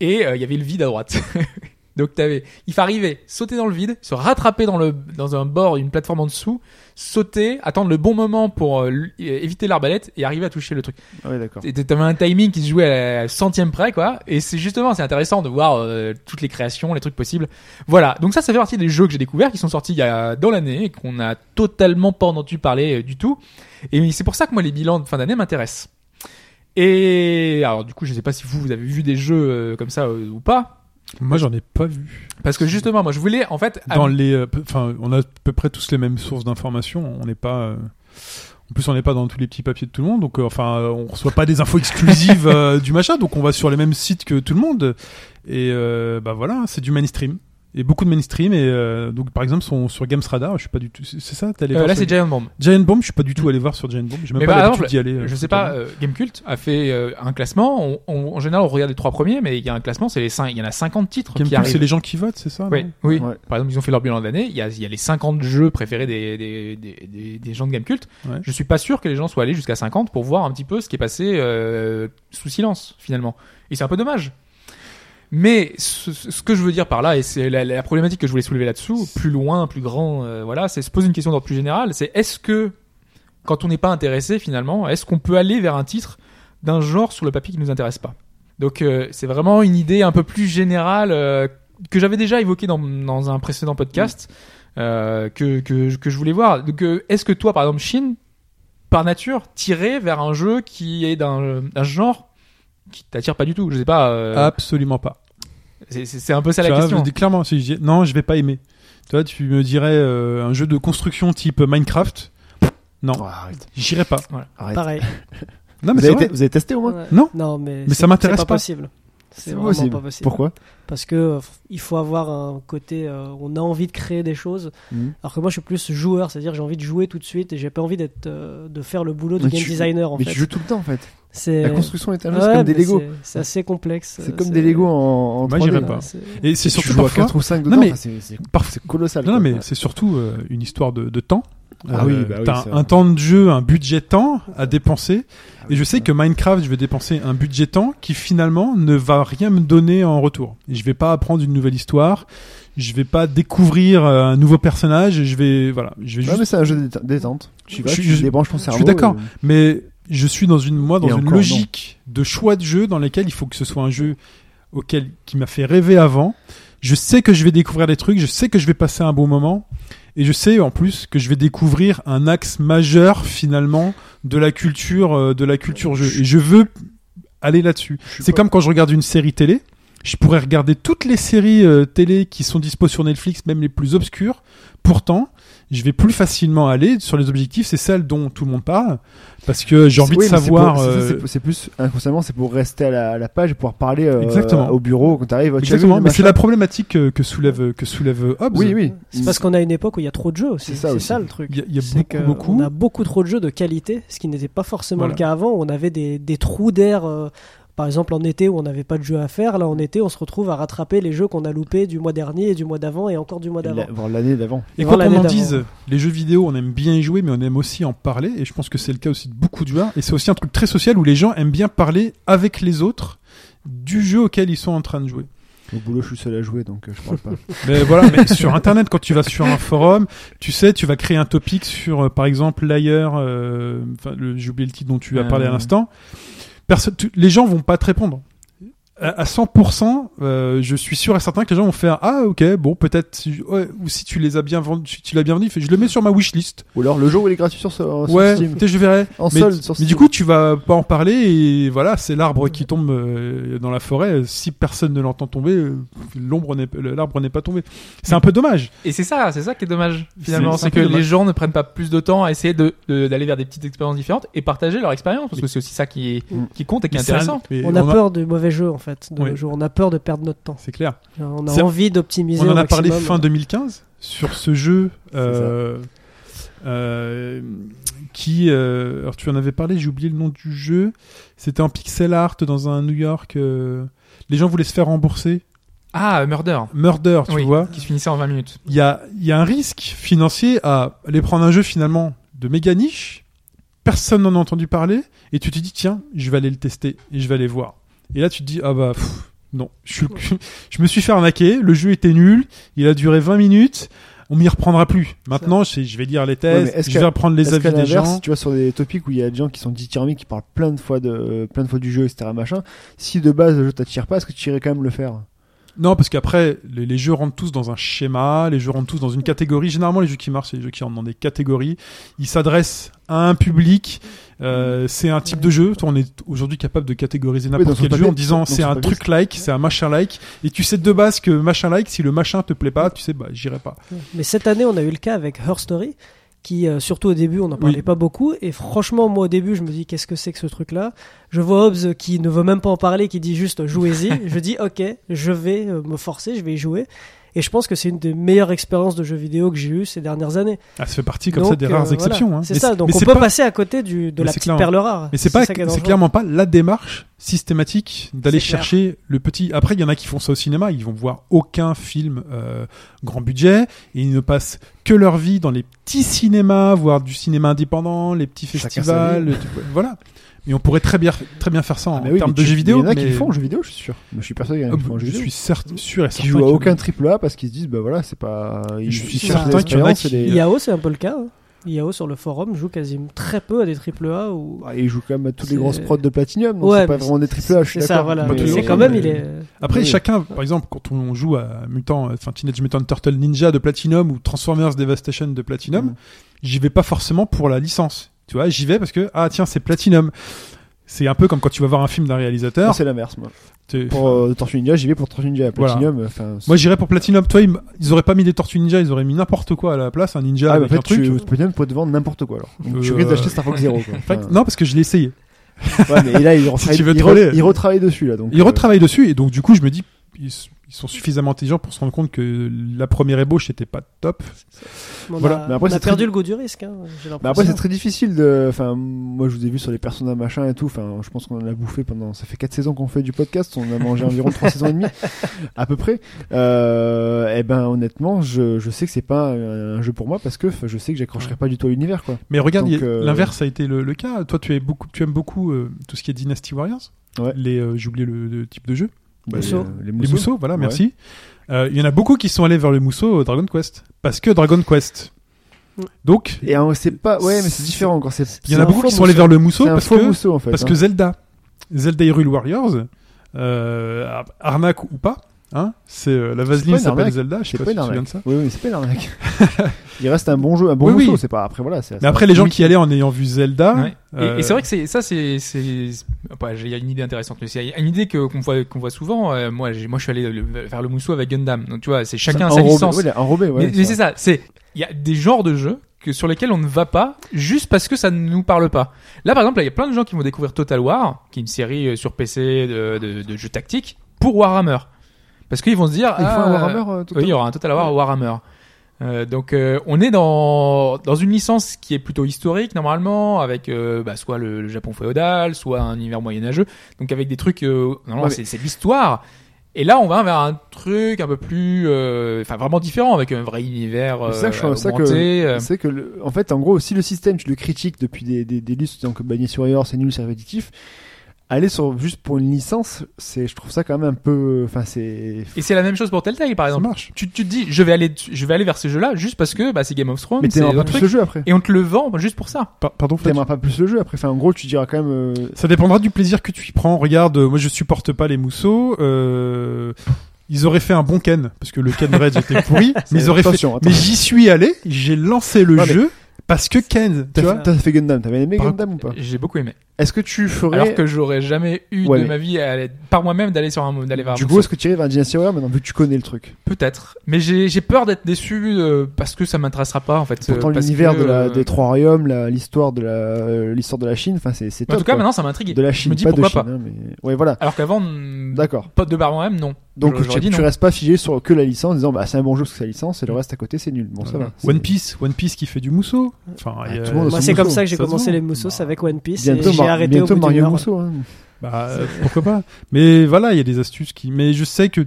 Speaker 4: et euh, il y avait le vide à droite donc t'avais il faut arriver sauter dans le vide se rattraper dans le dans un bord une plateforme en dessous sauter attendre le bon moment pour euh, l- éviter l'arbalète et arriver à toucher le truc
Speaker 5: Ah oui, d'accord.
Speaker 4: et T'avais un timing qui se jouait à la centième près, quoi. Et c'est justement, c'est intéressant de voir euh, toutes les créations, les trucs possibles. Voilà. Donc ça, ça fait partie des jeux que j'ai découverts, qui sont sortis il y a, dans l'année, et qu'on a totalement pas entendu parler euh, du tout. Et c'est pour ça que moi, les bilans de fin d'année m'intéressent. Et alors, du coup, je sais pas si vous, vous avez vu des jeux euh, comme ça euh, ou pas.
Speaker 3: Moi, j'en ai pas vu.
Speaker 4: Parce que justement, moi, je voulais, en fait,
Speaker 3: Dans
Speaker 4: am-
Speaker 3: les, euh, peu- enfin, on a à peu près tous les mêmes sources d'informations. On n'est pas. euh, En plus, on n'est pas dans tous les petits papiers de tout le monde, donc euh, enfin, euh, on reçoit pas des infos exclusives euh, du machin. Donc, on va sur les mêmes sites que tout le monde. Et euh, bah voilà, c'est du mainstream et beaucoup de mainstream. Et euh, donc, par exemple, sont sur Games Radar, je suis pas du tout. C'est c'est ça t'es allé
Speaker 4: euh,
Speaker 3: voir
Speaker 4: là,
Speaker 3: sur-
Speaker 4: c'est Giant Bomb.
Speaker 3: Giant Bomb. Je suis pas du tout allé voir sur Giant Bomb. J'ai même
Speaker 4: Mais
Speaker 3: pas
Speaker 4: par
Speaker 3: l'habitude
Speaker 4: exemple,
Speaker 3: d'y aller. euh,
Speaker 4: Je sais
Speaker 3: totalement.
Speaker 4: pas, euh, Gamecult a fait euh, un classement. On- on- en général, on regarde les trois premiers, mais il y a un classement, c'est les cinq, il y en a 50 titres
Speaker 3: Gamecube,
Speaker 4: qui arrivent.
Speaker 3: c'est les gens qui votent, c'est ça
Speaker 4: Oui,
Speaker 3: non
Speaker 4: oui.
Speaker 5: Ouais.
Speaker 4: Par exemple, ils ont fait leur bilan de l'année. Il y a, il y a les 50 jeux préférés des, des, des, des, des gens de Gamecult.
Speaker 3: Ouais.
Speaker 4: Je suis pas sûr que les gens soient allés jusqu'à 50 pour voir un petit peu ce qui est passé euh, sous silence, finalement. Et c'est un peu dommage. Mais ce, ce que je veux dire par là, et c'est la, la problématique que je voulais soulever là-dessous, plus loin, plus grand, euh, voilà, c'est se poser une question d'ordre plus général. C'est est-ce que, quand on n'est pas intéressé finalement, est-ce qu'on peut aller vers un titre d'un genre sur le papier qui nous intéresse pas Donc euh, c'est vraiment une idée un peu plus générale euh, que j'avais déjà évoquée dans, dans un précédent podcast euh, que, que, que je voulais voir. Donc euh, est-ce que toi, par exemple, Shin, par nature, tirer vers un jeu qui est d'un d'un genre qui t'attire pas du tout Je sais pas. euh,
Speaker 3: Absolument pas.
Speaker 4: c'est- C'est c'est un peu ça
Speaker 3: Tu
Speaker 4: la
Speaker 3: vois,
Speaker 4: question. hein.
Speaker 3: je dis clairement, si je dis, non, je vais pas aimer. Tu vois, tu me dirais euh, un jeu de construction type Minecraft,
Speaker 5: Oh,
Speaker 3: non,
Speaker 5: arrête.
Speaker 3: j'irai pas.
Speaker 5: arrête. Ah,
Speaker 6: Pareil.
Speaker 3: Non,
Speaker 4: Ah,
Speaker 3: mais
Speaker 5: Vous
Speaker 3: c'est
Speaker 5: avez,
Speaker 3: vrai.
Speaker 5: te- vous avez testé au moins
Speaker 6: Ouais.
Speaker 3: Non.
Speaker 6: Non, mais,
Speaker 3: Mais ça
Speaker 6: c'est-
Speaker 3: m'intéresse
Speaker 6: c'est
Speaker 3: pas.
Speaker 6: possible. C'est vraiment pas possible.
Speaker 5: Pourquoi
Speaker 6: Parce que euh, f- il faut avoir un côté, euh, on a envie de créer des choses.
Speaker 5: Mhm.
Speaker 6: Alors que moi, je suis plus joueur, c'est-à-dire j'ai envie de jouer tout de suite et j'ai pas envie d'être, euh, de faire le boulot de
Speaker 5: Mais
Speaker 6: game
Speaker 5: tu-
Speaker 6: designer en
Speaker 5: Mais
Speaker 6: fait.
Speaker 5: tu joues tout le temps en fait.
Speaker 6: C'est
Speaker 5: La construction est un jeu, c'est
Speaker 6: Ouais,
Speaker 5: comme des
Speaker 6: mais
Speaker 5: Lego.
Speaker 6: c'est- C'est assez complexe.
Speaker 5: C'est
Speaker 6: euh,
Speaker 5: comme des Lego en, hein. en
Speaker 3: Moi,
Speaker 5: 3D.
Speaker 3: j'irais
Speaker 6: Ouais,
Speaker 3: pas.
Speaker 6: c'est-
Speaker 3: Et c'est
Speaker 5: Tu
Speaker 3: surtout
Speaker 5: joues à
Speaker 3: parfois.
Speaker 5: 4 ou 5
Speaker 3: Non,
Speaker 5: dedans.
Speaker 3: mais-
Speaker 5: enfin, c'est- c'est
Speaker 3: parf-
Speaker 5: colossal.
Speaker 3: Non,
Speaker 5: quoi.
Speaker 3: mais c'est surtout euh, une histoire de, de temps. Euh,
Speaker 5: Ah oui, bah oui,
Speaker 3: t'as
Speaker 5: c'est
Speaker 3: un
Speaker 5: vrai.
Speaker 3: temps de jeu, un budget temps à dépenser.
Speaker 5: Ah
Speaker 3: Et
Speaker 5: oui,
Speaker 3: je sais que Minecraft, je vais dépenser un budget temps qui finalement ne va rien me donner en retour. Je vais pas apprendre une nouvelle histoire. Je vais pas découvrir euh, un nouveau personnage. Je vais, voilà, je vais
Speaker 5: Ouais,
Speaker 3: juste
Speaker 5: mais c'est un jeu de déte- détente. Tu vas,
Speaker 3: Je-
Speaker 5: tu
Speaker 3: je-
Speaker 5: débranches ton cerveau.
Speaker 3: d'accord.
Speaker 5: et-
Speaker 3: mais je suis dans une moi dans
Speaker 5: Et
Speaker 3: une
Speaker 5: encore,
Speaker 3: logique de choix de jeu dans lesquels il faut que ce soit un jeu auquel qui m'a fait rêver avant. Je sais que je vais découvrir des trucs, je sais que je vais passer un bon moment et je sais en plus que je vais découvrir un axe majeur finalement de la culture euh, de la culture jeu et je veux aller là-dessus.
Speaker 5: je sais
Speaker 3: C'est
Speaker 5: pas.
Speaker 3: comme quand je regarde une série télé, je pourrais regarder toutes les séries euh, télé qui sont dispo sur Netflix, même les plus obscures. Pourtant, je vais plus facilement aller sur les objectifs, c'est celles dont tout le monde parle, parce que j'ai envie
Speaker 5: Oui,
Speaker 3: de
Speaker 5: mais c'est
Speaker 3: savoir.
Speaker 5: pour- c'est-
Speaker 3: euh,
Speaker 5: c'est- c'est- C'est plus inconsciemment, c'est pour rester à la, à la page et pouvoir parler euh,
Speaker 3: Exactement.
Speaker 5: au bureau quand t'arrives. tu as vu
Speaker 3: Exactement,
Speaker 5: le
Speaker 3: mais c'est
Speaker 5: machin
Speaker 3: la problématique euh, que soulève que soulève euh, Hobbes.
Speaker 5: Oui, oui.
Speaker 6: C'est parce qu'on a une époque où il y a trop de jeux aussi.
Speaker 5: C'est ça
Speaker 6: C'est
Speaker 5: aussi.
Speaker 6: ça le truc.
Speaker 3: Il y a, il y a
Speaker 6: C'est que
Speaker 3: beaucoup, beaucoup.
Speaker 6: On a beaucoup trop de jeux de qualité, ce qui n'était pas forcément
Speaker 3: Voilà.
Speaker 6: le cas avant. On avait des, des trous d'air. euh, par exemple, en été où on n'avait pas de jeu à faire, là en été, on se retrouve à rattraper les jeux qu'on a loupés du mois dernier et du mois d'avant et encore du mois
Speaker 5: La-
Speaker 6: d'avant.
Speaker 5: voir l'année d'avant.
Speaker 3: Et
Speaker 6: Voir
Speaker 3: quand on
Speaker 6: l'année
Speaker 3: en
Speaker 6: d'avant.
Speaker 3: dise, les jeux vidéo, on aime bien y jouer, mais on aime aussi en parler. Et je pense que c'est le cas aussi de beaucoup de joueurs. Et c'est aussi un truc très social où les gens aiment bien parler avec les autres du jeu auquel ils sont en train de jouer.
Speaker 5: Au boulot, je suis seul à jouer, donc euh, je parle pas.
Speaker 3: Mais voilà, mais sur Internet, quand tu vas sur un forum, tu sais, tu vas créer un topic sur, euh, par exemple, l'ailleurs, euh, enfin, le- j'ai oublié le titre dont tu as
Speaker 4: Euh,
Speaker 3: parlé à
Speaker 4: ouais.
Speaker 3: l'instant. Personne, tu- les gens vont pas te répondre. à à 100%, euh, je suis sûr et certain que les gens vont faire ah ok bon peut-être si- ouais, ou si tu les as bien vendus, si tu l'as bien vendu, fais- je le mets sur ma wishlist.
Speaker 5: Ou alors le jour où il est gratuit sur, sur
Speaker 3: Ouais,
Speaker 5: Steam.
Speaker 3: peut-être je verrai.
Speaker 5: En
Speaker 3: mais,
Speaker 5: solde sur
Speaker 3: mais du
Speaker 5: Steam.
Speaker 3: coup tu vas pas en parler et voilà c'est l'arbre qui tombe euh, dans la forêt. Si personne ne l'entend tomber, euh, l'ombre n'est l'arbre n'est pas tombé. C'est un peu dommage.
Speaker 4: Et c'est ça, c'est ça qui est dommage finalement,
Speaker 3: C'est-
Speaker 4: c'est
Speaker 3: c'est
Speaker 4: que
Speaker 3: un peu
Speaker 4: les
Speaker 3: dommage.
Speaker 4: gens ne prennent pas plus de temps à essayer de de- d'aller vers des petites expériences différentes et partager leur expérience parce que c'est aussi ça qui est-
Speaker 5: Mm.
Speaker 4: qui compte et qui est
Speaker 3: Mais c'est un-
Speaker 4: intéressant.
Speaker 3: mais
Speaker 6: On a
Speaker 3: on a-
Speaker 6: peur de mauvais jeux en fait, de
Speaker 3: Oui.
Speaker 6: nos jours. On a peur de perdre notre temps.
Speaker 3: C'est clair.
Speaker 6: On
Speaker 3: C'est-
Speaker 6: a envie d'optimiser.
Speaker 3: On en
Speaker 6: au
Speaker 3: a parlé
Speaker 6: maximum.
Speaker 3: fin 2015 sur ce jeu euh, euh, qui. euh, alors tu en avais parlé, j'ai oublié le nom du jeu. C'était en pixel art dans un New York. euh, les gens voulaient se faire rembourser.
Speaker 4: Ah, Murder.
Speaker 3: Murder, tu
Speaker 4: Oui,
Speaker 3: vois.
Speaker 4: qui se finissait en 20 minutes.
Speaker 3: Il y a, il y a un risque financier à aller prendre un jeu finalement de méga niche. Personne n'en a entendu parler. Et tu te dis, tiens, je vais aller le tester et je vais aller voir. Et là, tu te dis, ah bah, pff, non, je, suis le- je me suis fait arnaquer. Le jeu était nul. Il a duré 20 minutes. On m'y reprendra plus. Maintenant, je, sais- je vais lire les
Speaker 5: Ouais,
Speaker 3: tests.
Speaker 5: mais est-ce
Speaker 3: je
Speaker 5: qu'à-
Speaker 3: vais reprendre les
Speaker 5: Parce qu'à
Speaker 3: avis des
Speaker 5: l'inverse,
Speaker 3: gens.
Speaker 5: Tu vois, sur des topics où il y a des gens qui sont déterminés, qui parlent plein de fois de, plein de fois du jeu, etc., machin. Si de base le jeu t'attire pas, est-ce que tu irais quand même le faire?
Speaker 3: Non, parce qu'après, les, les jeux rentrent tous dans un schéma, les jeux rentrent tous dans une catégorie. Généralement, les jeux qui marchent, c'est les jeux qui rentrent dans des catégories. Ils s'adressent à un public. Euh, c'est un type de jeu. Toi, on est aujourd'hui capable de catégoriser
Speaker 5: dans
Speaker 3: n'importe
Speaker 5: son
Speaker 3: quel
Speaker 5: papier,
Speaker 3: jeu en disant
Speaker 5: dans
Speaker 3: c'est
Speaker 5: son
Speaker 3: un
Speaker 5: papier.
Speaker 3: truc like, c'est un machin like. Et tu sais de base que machin like, si le machin te plaît pas, tu sais, bah, j'irai pas.
Speaker 6: Mais cette année, on a eu le cas avec Her Story, qui, euh, surtout au début, on n'en parlait
Speaker 3: Oui.
Speaker 6: pas beaucoup. Et franchement, moi, au début, je me dis, qu'est-ce que c'est que ce truc-là Je vois Hobbs euh, qui ne veut même pas en parler, qui dit juste, jouez-y. je dis, ok, je vais euh, me forcer, je vais y jouer. Et je pense que c'est une des meilleures expériences de jeux vidéo que j'ai eues ces dernières années.
Speaker 3: Ah, ça fait partie comme ça
Speaker 6: Donc,
Speaker 3: des
Speaker 6: euh,
Speaker 3: rares
Speaker 6: voilà.
Speaker 3: exceptions. hein.
Speaker 6: C'est
Speaker 3: Mais
Speaker 6: ça, donc
Speaker 3: mais
Speaker 6: on
Speaker 3: c'est
Speaker 6: peut
Speaker 3: pas-
Speaker 6: passer à côté du, de
Speaker 3: Mais
Speaker 6: la
Speaker 3: c'est
Speaker 6: petite
Speaker 3: clair. hein.
Speaker 6: perle rare.
Speaker 3: Mais c'est pas,
Speaker 6: ça qui est
Speaker 3: c'est
Speaker 6: dangereux.
Speaker 3: clairement pas la démarche systématique d'aller
Speaker 6: C'est clair.
Speaker 3: chercher le petit. Après, il y en a qui font ça au cinéma, ils vont voir aucun film euh, grand budget et ils ne passent que leur vie dans les petits cinémas, voire du cinéma indépendant, les petits
Speaker 5: Chacun sa
Speaker 3: festivals,
Speaker 5: vie. Ah,
Speaker 3: tu- voilà. Et on pourrait très bien, très bien faire ça Ah, en
Speaker 5: Mais oui,
Speaker 3: termes
Speaker 5: mais
Speaker 3: de
Speaker 5: tu-
Speaker 3: jeux vidéo.
Speaker 5: Il y en a qui
Speaker 3: mais-
Speaker 5: le font en jeu vidéo, je suis sûr. Mais je suis persuadé qu'il y en a
Speaker 3: Ah,
Speaker 5: qui le font en jeu
Speaker 3: je
Speaker 5: vidéo.
Speaker 3: suis certain- sûr et certain.
Speaker 5: Qui jouent à
Speaker 3: qu'il y en a.
Speaker 5: aucun triple A parce qu'ils se disent, bah voilà, c'est pas, ils,
Speaker 3: Je suis
Speaker 5: ils cherchent
Speaker 6: certain
Speaker 5: des
Speaker 3: qu'il y en a
Speaker 5: expériences et
Speaker 3: qui-
Speaker 5: des-
Speaker 6: IAO, c'est un peu le cas. hein. IAO sur le forum joue quasiment très peu à des triple A ou.
Speaker 5: Bah, ils jouent quand même à toutes les
Speaker 6: C'est-
Speaker 5: grosses prods de Platinum, donc
Speaker 6: Ouais,
Speaker 5: c'est pas
Speaker 6: mais
Speaker 5: vraiment des triple A, je suis
Speaker 6: C'est ça,
Speaker 5: d'accord. hein,
Speaker 6: voilà.
Speaker 3: Pas
Speaker 6: Mais
Speaker 3: toujours,
Speaker 6: C'est quand même,
Speaker 3: mais-
Speaker 6: il est.
Speaker 3: Après,
Speaker 5: Oui.
Speaker 3: chacun, par exemple, quand on joue à Mutant, euh, enfin Teenage Mutant Turtle Ninja de Platinum ou Transformers Devastation de Platinum,
Speaker 5: Mm.
Speaker 3: j'y vais pas forcément pour la licence. Tu vois, j'y vais parce que, ah tiens, c'est Platinum. C'est un peu comme quand tu vas voir un film d'un
Speaker 5: Moi,
Speaker 3: réalisateur.
Speaker 5: C'est l'inverse, moi.
Speaker 3: t'es-
Speaker 5: Pour euh, Tortue Ninja, j'y vais pour Tortue Ninja.
Speaker 3: Voilà.
Speaker 5: Platinum, enfin. c'est-
Speaker 3: Moi, j'irais pour Platinum. Toi, ils, m- ils auraient pas mis des tortues ninja, ils auraient mis n'importe quoi à la place, un ninja
Speaker 5: Ah, mais en
Speaker 3: avec
Speaker 5: fait,
Speaker 3: un truc.
Speaker 5: tu, Platinum pourrait te vendre n'importe quoi alors. Donc, tu
Speaker 3: Euh,
Speaker 5: risques d'acheter Star Fox Zero. Quoi.
Speaker 3: En fait,
Speaker 5: Enfin,
Speaker 3: Non, parce que je l'ai essayé.
Speaker 5: ouais, mais là, ils retravaillent,
Speaker 3: tu veux
Speaker 5: ils,
Speaker 3: troller.
Speaker 5: re- ils retravaillent dessus là. Donc,
Speaker 3: Ils
Speaker 5: euh,
Speaker 3: retravaillent dessus et donc du coup je me dis ils, ils sont suffisamment intelligents pour se rendre compte que la première ébauche était pas top.
Speaker 6: On
Speaker 5: Voilà.
Speaker 6: a,
Speaker 5: Mais après,
Speaker 6: on a
Speaker 5: c'est
Speaker 6: perdu
Speaker 5: très-
Speaker 6: le goût du risque. hein, j'ai
Speaker 5: Mais Bah, après, c'est
Speaker 6: l'impression.
Speaker 5: très difficile de. Enfin, moi, je vous ai vu sur les personnages machin et tout. Enfin, je pense qu'on en a bouffé pendant. Ça fait 4 saisons qu'on fait du podcast. On a mangé environ 3 saisons et demie, à peu près. Euh, et ben, honnêtement, je, je sais que c'est pas un, un jeu pour moi parce que enfin, je sais que j'accrocherai pas du tout à l'univers, quoi.
Speaker 3: Mais regarde,
Speaker 5: Donc,
Speaker 3: il y a-
Speaker 5: euh,
Speaker 3: l'inverse a été le, le cas. Toi, tu, es beaucoup, tu aimes beaucoup euh, tout ce qui est Dynasty Warriors.
Speaker 5: Ouais.
Speaker 3: Les, euh, j'ai oublié le, le type de jeu.
Speaker 5: Bah,
Speaker 6: Mousseau.
Speaker 5: euh, les
Speaker 3: Les mousseaux, voilà,
Speaker 5: Ouais.
Speaker 3: merci. Euh, Il y en a beaucoup qui sont allés vers le mousseau euh, Dragon Quest. Parce que Dragon Quest.
Speaker 6: Mm.
Speaker 3: Donc,
Speaker 5: Et euh, c'est pas. Ouais, mais c'est différent encore. C'est.
Speaker 3: il y
Speaker 5: c'est
Speaker 3: en a
Speaker 5: un
Speaker 3: beaucoup
Speaker 5: faux
Speaker 3: qui sont allés vers le mousseau
Speaker 5: C'est un
Speaker 3: parce
Speaker 5: faux
Speaker 3: que,
Speaker 5: mousseau en fait.
Speaker 3: parce
Speaker 5: hein.
Speaker 3: que Zelda. Zelda Hyrule Warriors, euh, ar- arnaque ou pas, hein, c'est euh, la vaseline
Speaker 5: C'est pas une
Speaker 3: s'appelle
Speaker 5: arnaque.
Speaker 3: Zelda, je sais
Speaker 5: C'est
Speaker 3: pas,
Speaker 5: pas
Speaker 3: si
Speaker 5: une
Speaker 3: tu te souviens
Speaker 5: arnaque.
Speaker 3: de ça.
Speaker 5: Oui, oui, mais c'est pas une arnaque. Il reste un bon jeu, un bon
Speaker 3: Oui, oui.
Speaker 5: mousseau, C'est pas après voilà. c'est-
Speaker 3: Mais après, les gens qui allaient en ayant vu Zelda.
Speaker 4: Ouais. Et- Et,
Speaker 3: euh,
Speaker 4: c'est vrai que c'est ça, c'est, c'est, bah, j'ai il y a une idée intéressante, mais c'est une idée que, qu'on voit, qu'on voit souvent. Euh, moi, j'ai, moi, je suis allé le- faire le mousseau avec Gundam. Donc, tu vois, c'est chacun sa
Speaker 5: enrobé,
Speaker 4: licence.
Speaker 5: ouais, enrobé, ouais,
Speaker 4: mais mais c'est ça, c'est il y a des genres de jeux que sur lesquels on ne va pas juste parce que ça ne nous parle pas. Là par exemple, là, il y a plein de gens qui vont découvrir Total War, qui est une série euh, sur PC de, de, de jeux tactiques pour Warhammer. Parce qu'ils vont se dire
Speaker 5: Il faut
Speaker 4: ah,
Speaker 5: un Warhammer. euh, tout
Speaker 4: oui, il y aura un Total War à Warhammer. Euh, donc euh, on est dans dans une licence qui est plutôt historique normalement avec euh, bah, soit le, le Japon féodal soit un univers moyenâgeux donc avec des trucs euh, normalement,
Speaker 5: Ouais,
Speaker 4: c'est c'est de l'histoire et là on va vers un truc un peu plus euh, enfin vraiment différent avec un vrai univers euh,
Speaker 5: Mais ça, je trouve ça que-
Speaker 4: augmenté, euh,
Speaker 5: C'est que, le- en fait, en gros, si le système, tu le critiques depuis des, des, des listes, donc Bagné sur Ayor, c'est nul, c'est répétitif, aller sur juste pour une licence, c'est je trouve ça quand même un peu enfin c'est
Speaker 4: Et c'est la même chose pour Telltale, par
Speaker 3: Ça
Speaker 4: exemple.
Speaker 3: marche.
Speaker 4: Tu, tu te dis, je vais aller, je vais aller vers ces jeux-là juste parce que bah, c'est Game of Thrones,
Speaker 5: mais
Speaker 4: c'est
Speaker 5: t'aimeras pas
Speaker 4: un
Speaker 5: plus
Speaker 4: truc,
Speaker 5: le jeu après.
Speaker 4: et on te le vend juste pour ça.
Speaker 3: Par- pardon, Fred,
Speaker 5: T'aimeras pas plus le jeu après. Enfin en gros, tu diras quand même euh,
Speaker 3: Ça dépendra du plaisir que tu y prends. Regarde, euh, moi je supporte pas les mousseaux. euh, ils auraient fait un bon Ken, parce que le Ken Rage était pourri. mais ils auraient fait.
Speaker 5: attention,
Speaker 3: Mais j'y suis allé, j'ai lancé le
Speaker 5: Ouais, mais-
Speaker 3: jeu parce que Ken. Tu
Speaker 5: T'as
Speaker 3: vois
Speaker 5: fait, t'as fait Gundam, t'avais aimé
Speaker 3: Par-
Speaker 5: Gundam ou pas
Speaker 4: J'ai beaucoup aimé.
Speaker 5: Est-ce que tu ferais
Speaker 4: Alors que j'aurais jamais eu
Speaker 5: Ouais,
Speaker 4: de
Speaker 5: mais-
Speaker 4: ma vie à aller- par moi-même d'aller sur un d'aller vers un
Speaker 5: du
Speaker 4: monstre.
Speaker 5: coup, est-ce que tu irais vers Dynasty Warrior maintenant vu que tu connais le truc
Speaker 4: peut-être. Mais j'ai j'ai peur d'être déçu euh, parce que ça m'intéressera pas en fait. euh,
Speaker 5: Pourtant,
Speaker 4: parce
Speaker 5: l'univers
Speaker 4: que,
Speaker 5: de la,
Speaker 4: euh,
Speaker 5: des trois royaumes, la- l'histoire de la euh, l'histoire de la Chine, enfin c'est c'est
Speaker 4: En
Speaker 5: top.
Speaker 4: tout cas,
Speaker 5: quoi.
Speaker 4: maintenant, ça m'intrigue.
Speaker 5: de la
Speaker 4: je
Speaker 5: Chine,
Speaker 4: me dis
Speaker 5: pas de
Speaker 4: pourquoi
Speaker 5: Chine.
Speaker 4: pas.
Speaker 5: hein, mais... Ouais, voilà.
Speaker 4: Alors qu'avant, hmm,
Speaker 5: D'accord.
Speaker 4: pas de par moi-même, non.
Speaker 5: Donc
Speaker 4: Je- j'aurais
Speaker 5: tu,
Speaker 4: dit
Speaker 5: tu
Speaker 4: non.
Speaker 5: restes pas figé sur que la licence en disant bah c'est un bon jeu parce que c'est la licence et le reste à côté c'est nul. Bon ça
Speaker 4: Voilà.
Speaker 5: va.
Speaker 3: Euh, One
Speaker 5: C'est-
Speaker 3: Piece, One Piece qui fait du mousseau. Enfin,
Speaker 5: Ah,
Speaker 3: il y a-
Speaker 5: tout le monde a
Speaker 6: Moi,
Speaker 5: son
Speaker 6: c'est comme
Speaker 5: mousseau,
Speaker 6: ça que j'ai
Speaker 3: ça se
Speaker 6: commencé
Speaker 3: voit.
Speaker 6: les moussos c'est avec One Piece.
Speaker 5: Bientôt,
Speaker 6: et j'ai
Speaker 5: Mar-
Speaker 6: arrêté
Speaker 5: bientôt
Speaker 6: au bout d'une
Speaker 5: Mario
Speaker 6: heure.
Speaker 5: Mousseau. hein.
Speaker 3: Bah, euh, pourquoi pas Mais voilà, il y a des astuces qui. Mais je sais que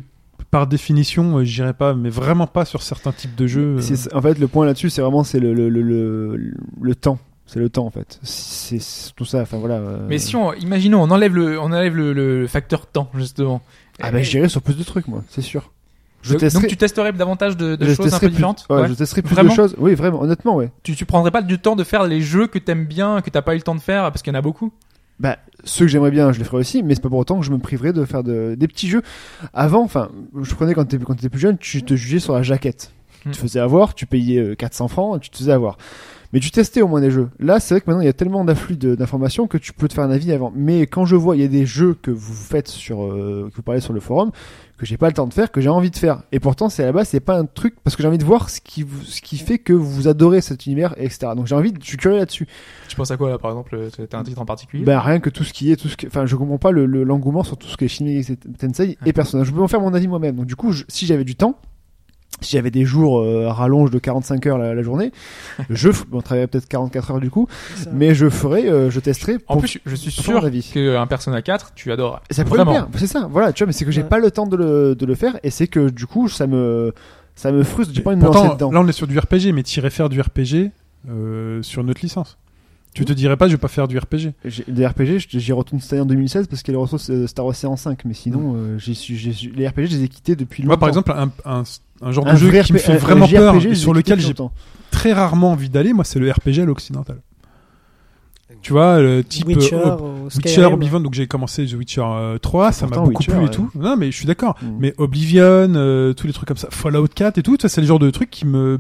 Speaker 3: par définition, euh, j'irai pas, mais vraiment pas sur certains types de jeux. euh,
Speaker 5: C'est ça- en fait le point là-dessus c'est vraiment c'est le le, le, le le temps. C'est le temps en fait. C'est c'est tout ça. Enfin voilà. euh,
Speaker 4: Mais si on, imaginons, on enlève le, on enlève le, le facteur temps justement.
Speaker 5: ah
Speaker 4: Et-
Speaker 5: bah j'irai sur plus de trucs moi, c'est sûr. Je
Speaker 4: Donc,
Speaker 5: testerai-
Speaker 4: donc tu testerais davantage de, de
Speaker 5: je
Speaker 4: choses un
Speaker 5: testerai
Speaker 4: peu
Speaker 5: plus-
Speaker 4: différentes.
Speaker 5: ouais,
Speaker 4: ouais.
Speaker 5: Je testerai plus
Speaker 4: Vraiment
Speaker 5: de choses. Oui vraiment honnêtement ouais.
Speaker 4: Tu, tu prendrais pas du temps de faire les jeux que t'aimes bien, que t'as pas eu le temps de faire, parce qu'il y en a beaucoup.
Speaker 5: bah, ceux que j'aimerais bien, je les ferais aussi, mais c'est pas pour autant que je me priverais de faire de- des petits jeux. Avant, enfin, je prenais quand t'étais quand t'étais plus jeune, tu te jugeais sur la jaquette.
Speaker 4: Hmm.
Speaker 5: Tu te faisais avoir, tu payais euh, 400 francs, tu te faisais avoir. Mais tu testais au moins des jeux. Là, c'est vrai que maintenant, il y a tellement d'afflux de- d'informations que tu peux te faire un avis avant. Mais quand je vois, il y a des jeux que vous faites sur, euh, que vous parlez sur le forum, que j'ai pas le temps de faire, que j'ai envie de faire. Et pourtant, c'est à la base, c'est pas un truc, parce que j'ai envie de voir ce qui, vous- ce qui fait que vous adorez cet univers, etc. Donc j'ai envie, de- je suis curieux là-dessus.
Speaker 4: Tu penses à quoi là, par exemple euh, T'as un titre en particulier
Speaker 5: Ben rien que tout ce qui est tout ce que enfin je comprends pas le le- l'engouement sur tout ce qui est Shin Megami Tensei et personnage. Je peux en faire mon avis moi-même. Donc du coup, je- si j'avais du temps, si j'avais des jours euh, à rallonge de 45 heures la, la journée, je f- bon, on travaillerait peut-être 44 heures du coup,
Speaker 6: Ça.
Speaker 5: mais je ferais euh, je testerais
Speaker 4: En
Speaker 5: pour-
Speaker 4: plus, je suis
Speaker 5: pour mon
Speaker 4: sûr
Speaker 5: avis.
Speaker 4: qu'un Persona 4, tu adores.
Speaker 5: Et ça pourrait
Speaker 4: Vraiment.
Speaker 5: me plaire. C'est ça. Voilà, tu vois mais c'est que j'ai
Speaker 6: Ouais.
Speaker 5: pas le temps de le de le faire et c'est que du coup, ça me ça me frustre, j'ai pas envie de me lancer
Speaker 3: Pourtant,
Speaker 5: dedans.
Speaker 3: là on est sur du RPG, mais t'irais faire du RPG euh, sur notre licence. Tu te dirais pas, je vais pas faire du RPG.
Speaker 5: J'ai- Des RPG, j- j'y retourne cette année en 2016 parce qu'il y a les ressources euh, Star Ocean 5, mais sinon, euh, j'ai su- j'ai su- les RPG, je les ai quittés depuis
Speaker 3: Moi, par
Speaker 5: longtemps.
Speaker 3: exemple, un, un- un genre
Speaker 5: Un
Speaker 3: de jeu
Speaker 5: vrai
Speaker 3: qui me
Speaker 5: RP-
Speaker 3: fait
Speaker 5: un
Speaker 3: vraiment
Speaker 5: JRPG,
Speaker 3: peur
Speaker 5: je
Speaker 3: et
Speaker 5: l'ai
Speaker 3: sur
Speaker 5: quitté
Speaker 3: lequel
Speaker 5: depuis
Speaker 3: j'ai
Speaker 5: longtemps.
Speaker 3: très rarement envie d'aller, moi, c'est le RPG à l'occidental. Tu vois, le type euh,
Speaker 6: Witcher,
Speaker 3: Ob-
Speaker 6: ou
Speaker 3: Witcher,
Speaker 6: Skyrim.
Speaker 3: Oblivion, donc j'ai commencé The Witcher euh, 3, ça m'a
Speaker 5: Pourtant,
Speaker 3: beaucoup
Speaker 5: Witcher,
Speaker 3: plu et
Speaker 5: ouais.
Speaker 3: tout. Non, mais je suis d'accord.
Speaker 5: Mm.
Speaker 3: Mais Oblivion, euh, tous les trucs comme ça, Fallout 4 et tout, ça c'est le genre de truc qui me.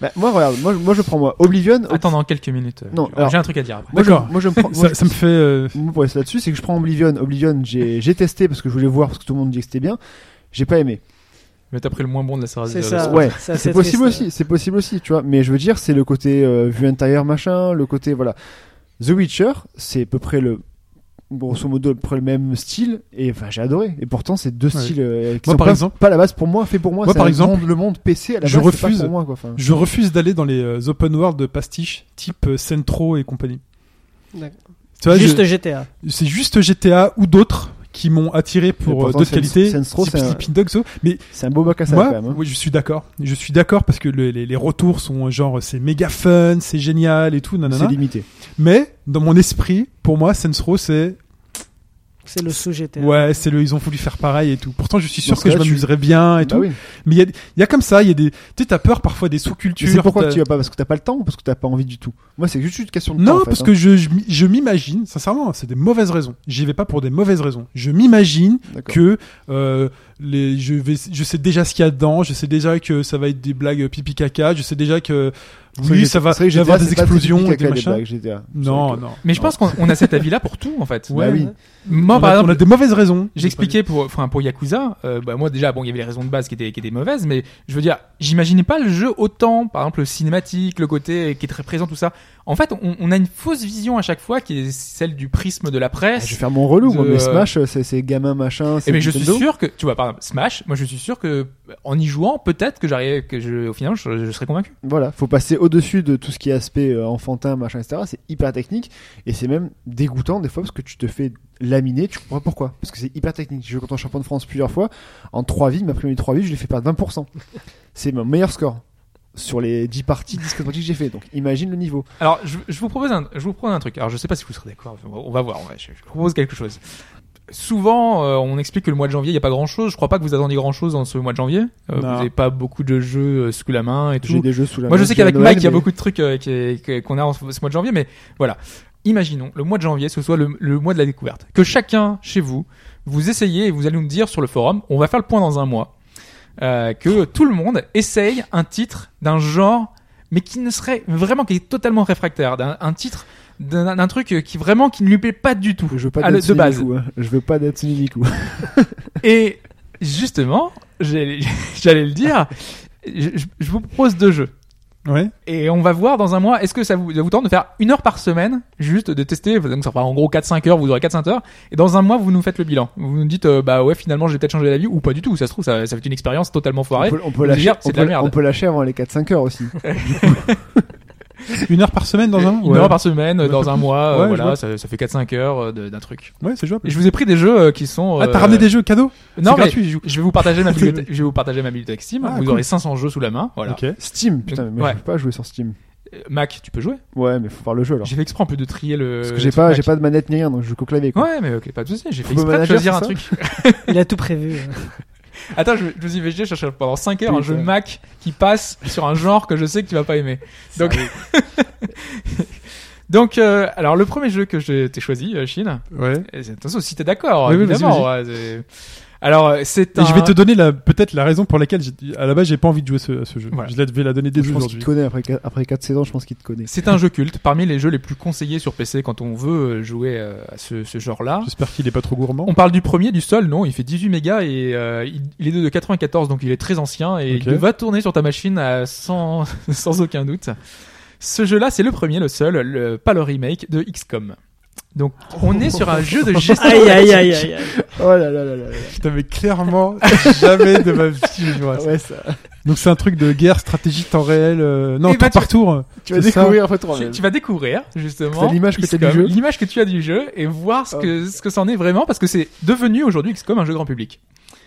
Speaker 5: Bah, moi, regarde, moi, je- moi je prends moi Oblivion. Ob-
Speaker 4: Attends dans quelques minutes. euh,
Speaker 5: Non,
Speaker 4: j'ai-
Speaker 5: alors-
Speaker 4: J'ai un truc à dire après.
Speaker 5: moi, je,
Speaker 3: D'accord.
Speaker 5: moi, je me prends. moi,
Speaker 3: Ça,
Speaker 5: je-
Speaker 3: ça me fait. euh,
Speaker 5: moi, pour rester là-dessus, c'est que je prends Oblivion. Oblivion, j'ai j'ai testé parce que je voulais voir parce que tout le monde dit que c'était bien. J'ai pas aimé.
Speaker 4: Mais t'as pris le moins bon de la série.
Speaker 6: C'est
Speaker 4: de-
Speaker 6: ça.
Speaker 5: Ouais,
Speaker 6: ça, euh,
Speaker 5: c'est
Speaker 6: c'est
Speaker 5: possible
Speaker 6: triste.
Speaker 5: aussi, c'est possible aussi, tu vois. Mais je veux dire, c'est le côté euh, vue intérieure machin, le côté voilà. The Witcher, c'est à peu près le grosso modo à peu près le même style et enfin j'ai adoré. Et pourtant, c'est deux
Speaker 3: Ouais.
Speaker 5: styles euh, qui
Speaker 3: Moi,
Speaker 5: sont
Speaker 3: par
Speaker 5: pas,
Speaker 3: exemple-
Speaker 5: pas la base pour moi, fait pour moi.
Speaker 3: Moi,
Speaker 5: c'est
Speaker 3: par
Speaker 5: un
Speaker 3: exemple,
Speaker 5: monde- le monde PC à la
Speaker 3: je
Speaker 5: base, c'est pas
Speaker 3: refuse.
Speaker 5: pour moi quoi. Enfin,
Speaker 3: Je refuse d'aller dans les euh, open world de pastiche, type euh, Centro et compagnie.
Speaker 6: D'accord.
Speaker 3: Tu vois, je-
Speaker 6: Juste GTA.
Speaker 3: c'est juste GTA ou d'autres qui m'ont attiré
Speaker 5: Et
Speaker 3: pour euh,
Speaker 5: pourtant,
Speaker 3: d'autres
Speaker 5: Sans-
Speaker 3: qualités.
Speaker 5: Saints Row,
Speaker 3: type
Speaker 5: c'est un-
Speaker 3: Sleeping Dogs, oh. mais
Speaker 5: C'est un beau bac à sable
Speaker 3: Moi,
Speaker 5: quand même. hein.
Speaker 3: oui, je suis d'accord. Je suis d'accord parce que le- les, les retours sont euh, genre c'est méga fun, c'est génial et tout,
Speaker 5: C'est
Speaker 3: nanana.
Speaker 5: limité.
Speaker 3: Mais dans mon esprit, pour moi, Saints Row, c'est
Speaker 6: C'est le sous GTA.
Speaker 3: ouais, c'est le ils ont voulu faire pareil et tout. Pourtant, je suis sûr
Speaker 5: Dans ce
Speaker 3: que je
Speaker 5: cas-là, tu-
Speaker 3: m'amuserais bien Ah, et
Speaker 5: Bah
Speaker 3: tout.
Speaker 5: oui.
Speaker 3: Mais il y a, il y a comme ça, il y a des, tu sais, t'as peur parfois des
Speaker 5: Tu
Speaker 3: sous-cultures.
Speaker 5: sais pourquoi
Speaker 3: t'as-
Speaker 5: tu y vas pas Parce que t'as pas le temps ou parce que t'as pas envie du tout Moi, c'est juste une question de temps.
Speaker 3: Non,
Speaker 5: en fait,
Speaker 3: parce
Speaker 5: hein.
Speaker 3: que je, je m'y- je m'imagine, sincèrement, c'est des mauvaises raisons. J'y vais pas pour des mauvaises raisons. Je m'imagine
Speaker 5: hein. D'accord.
Speaker 3: que euh, les, je, vais, je sais déjà ce qu'il y a dedans, je sais déjà que ça va être des blagues pipi caca, je sais déjà que
Speaker 5: C'est vrai
Speaker 3: oui,
Speaker 5: que
Speaker 3: ça va
Speaker 5: c'est vrai
Speaker 3: il
Speaker 5: que
Speaker 3: va y avoir
Speaker 5: GTA,
Speaker 3: des
Speaker 5: c'est pas
Speaker 3: explosions,
Speaker 5: typique
Speaker 3: et
Speaker 5: avec
Speaker 3: des
Speaker 5: les
Speaker 3: machins.
Speaker 5: blagues GTA. ah, C'est
Speaker 3: Non,
Speaker 5: vrai que-
Speaker 3: non.
Speaker 4: Mais je pense qu'on on a cet avis-là pour tout en fait.
Speaker 5: Ouais, Bah oui.
Speaker 4: Moi
Speaker 3: on,
Speaker 4: par
Speaker 3: a, on
Speaker 4: exemple,
Speaker 3: a des mauvaises raisons.
Speaker 4: J'expliquais pour, enfin pour Yakuza, euh, bah moi déjà bon il y avait les raisons de base qui étaient qui étaient mauvaises, mais je veux dire j'imaginais pas le jeu autant, par exemple le cinématique, le côté qui est très présent tout ça. En fait on, on a une fausse vision à chaque fois qui est celle du prisme de la
Speaker 5: Ah, je vais
Speaker 4: presse.
Speaker 5: faire mon relou, moi,
Speaker 4: De-
Speaker 5: mais Smash, euh, c'est c'est gamin
Speaker 3: Eh,
Speaker 5: machin.
Speaker 4: Et
Speaker 5: c'est
Speaker 4: mais je suis
Speaker 5: Nintendo.
Speaker 4: sûr que tu vois par exemple Smash, moi je suis sûr que en y jouant peut-être que j'arrive que je au final je, je serais convaincu.
Speaker 5: Voilà, faut passer au-dessus de tout ce qui est aspect euh, enfantin, machin, etc. C'est hyper technique et c'est même dégoûtant des fois parce que tu te fais laminer, tu comprends pas pourquoi. Parce que c'est hyper technique. J'ai joué contre un champion de France plusieurs fois. En 3 vies, ma première 3 vies, je l'ai fait perdre 20%. C'est mon meilleur score. sur les 10 parties, 10 parties que j'ai fait. Donc imagine le niveau.
Speaker 4: Alors, je, je vous propose un, je vous propose un truc. Alors, je sais pas si vous serez d'accord. Enfin, On va voir. on va- je, je propose quelque chose. Souvent, euh, on explique que le mois de janvier, il n'y a pas grand chose. Je crois pas que vous attendiez grand chose dans ce mois de janvier. Euh, vous
Speaker 3: Non.
Speaker 4: n'avez pas beaucoup de jeux euh, sous la main et tout.
Speaker 5: J'ai des jeux sous la
Speaker 4: Moi,
Speaker 5: main
Speaker 4: je sais
Speaker 5: depuis
Speaker 4: qu'avec
Speaker 5: Bah, Noël,
Speaker 4: Mike, il y a
Speaker 5: mais-
Speaker 4: beaucoup de trucs euh, qui- qui- qu'on a en ce ce mois de janvier, mais voilà. Imaginons le mois de janvier, ce soit le, le mois de la découverte. Que chacun chez vous, vous essayez et vous allez nous dire sur le forum, on va faire le point dans un mois, euh, que tout le monde essaye un titre d'un genre, mais qui ne serait vraiment, qui est totalement réfractaire, d'un un titre, d'un d'un truc qui vraiment, qui ne lui plaît pas du tout.
Speaker 5: Je veux pas
Speaker 4: Ah, le-
Speaker 5: d'être
Speaker 4: de base.
Speaker 5: Suminiku, hein. Je veux pas d'être Suminiku.
Speaker 4: Et justement, j'allais j'allais le dire, je- je- je vous propose deux jeux.
Speaker 3: Ouais.
Speaker 4: Et on va voir dans un mois, est-ce que ça vous, ça vous tente de faire une heure par semaine, juste de tester, donc ça fera en gros 4-5 heures, vous aurez 4-5 heures, et dans un mois, vous nous faites le bilan. Vous nous dites, euh, bah ouais, finalement, j'ai peut-être changé d'avis, ou pas du tout, ça se trouve, ça, ça va être une expérience totalement
Speaker 5: On
Speaker 4: foirée.
Speaker 5: peut, on peut
Speaker 4: Vous
Speaker 5: lâcher,
Speaker 4: dire, c'est
Speaker 5: on
Speaker 4: de la
Speaker 5: peut,
Speaker 4: merde.
Speaker 5: on peut lâcher avant les 4-5 heures aussi.
Speaker 3: Une heure par semaine dans un mois
Speaker 4: Une heure par semaine,
Speaker 3: Ouais,
Speaker 4: dans
Speaker 3: pas
Speaker 4: un
Speaker 3: plus.
Speaker 4: mois, euh,
Speaker 3: Ouais, je
Speaker 4: voilà,
Speaker 3: vois.
Speaker 4: ça, ça fait 4-5 heures euh, de- d'un truc.
Speaker 3: Ouais, c'est jouable.
Speaker 4: Et je vous ai pris des jeux euh, qui sont...
Speaker 3: Ah, t'as
Speaker 4: euh,
Speaker 3: ramené des jeux cadeaux
Speaker 4: Non,
Speaker 3: C'est
Speaker 4: mais
Speaker 3: gratuit, j'y joue.
Speaker 4: je vais vous partager ma bibliothèque, je vais vous partager ma bibliothèque Steam,
Speaker 3: Ah,
Speaker 4: vous
Speaker 3: cool.
Speaker 4: aurez 500 jeux sous la main, voilà.
Speaker 3: Ok.
Speaker 5: Steam, putain, mais moi,
Speaker 4: Ouais.
Speaker 5: je peux pas jouer sur Steam.
Speaker 4: Euh, Mac, tu peux jouer
Speaker 5: Ouais, mais faut faire le jeu alors.
Speaker 4: J'ai fait exprès en plus de trier le...
Speaker 3: Euh,
Speaker 5: Parce que
Speaker 4: le
Speaker 5: j'ai
Speaker 4: truc
Speaker 5: pas,
Speaker 4: Mac.
Speaker 5: j'ai pas de manette ni rien, donc je joue qu'au clavier. Quoi.
Speaker 4: Ouais, mais ok, pas de soucis, j'ai fait
Speaker 5: Football
Speaker 4: exprès de
Speaker 5: Manager,
Speaker 4: choisir un
Speaker 5: c'est ça
Speaker 4: truc.
Speaker 6: Il a tout prévu. euh.
Speaker 4: Attends, je, je vous y vais, je cherche pendant 5 heures un jeu
Speaker 5: Putain.
Speaker 4: Mac qui passe sur un genre que je sais que tu vas pas aimer. Donc, donc euh, alors le premier jeu que j'ai t'ai choisi, euh, Shin,
Speaker 3: Ouais.
Speaker 4: et c'est- attention si t'es d'accord,
Speaker 3: Oui, oui,
Speaker 4: évidemment. ouais, c'est- alors euh, c'est
Speaker 3: Et
Speaker 4: un...
Speaker 3: je vais te donner la, peut-être la raison pour laquelle, j'ai- à la base, j'ai pas envie de jouer ce- à ce jeu.
Speaker 4: Voilà.
Speaker 3: Je devais la donner dès
Speaker 5: Je pense qu'il
Speaker 3: aujourd'hui.
Speaker 5: te connaît après, qua- après 4 saisons, je pense qu'il te connaît.
Speaker 4: C'est un jeu culte, parmi les jeux les plus conseillés sur PC quand on veut euh, jouer euh, à ce, ce genre-là.
Speaker 3: J'espère qu'il est pas trop gourmand.
Speaker 4: On parle du premier, du seul, non Il fait 18 mégas et euh, il, il est de 94, donc il est très ancien et
Speaker 3: Ok.
Speaker 4: il va tourner sur ta machine à- sans, sans aucun doute. Ce jeu-là, c'est le premier, le seul, le, pas le remake de XCOM. Donc, on est sur un jeu de gestion.
Speaker 6: Aïe, aïe, aïe, aïe, aïe.
Speaker 5: Oh là là là là.
Speaker 3: Putain, mais clairement, jamais de ma vie je jouerai à ça.
Speaker 5: Ouais, ça.
Speaker 3: Donc c'est un truc de guerre, stratégie, temps réel, euh, non,
Speaker 4: Eh ben,
Speaker 3: tour
Speaker 4: tu-
Speaker 3: par tour.
Speaker 5: Tu vas
Speaker 3: C'est ça.
Speaker 5: découvrir après
Speaker 4: Tu,
Speaker 5: toi-même.
Speaker 4: tu vas découvrir justement
Speaker 5: C'est l'image que t'as du
Speaker 4: XCOM,
Speaker 5: jeu. Ah.
Speaker 4: l'image que tu as du jeu et voir ce que ce que c'en est vraiment parce que c'est devenu aujourd'hui XCOM un jeu grand public.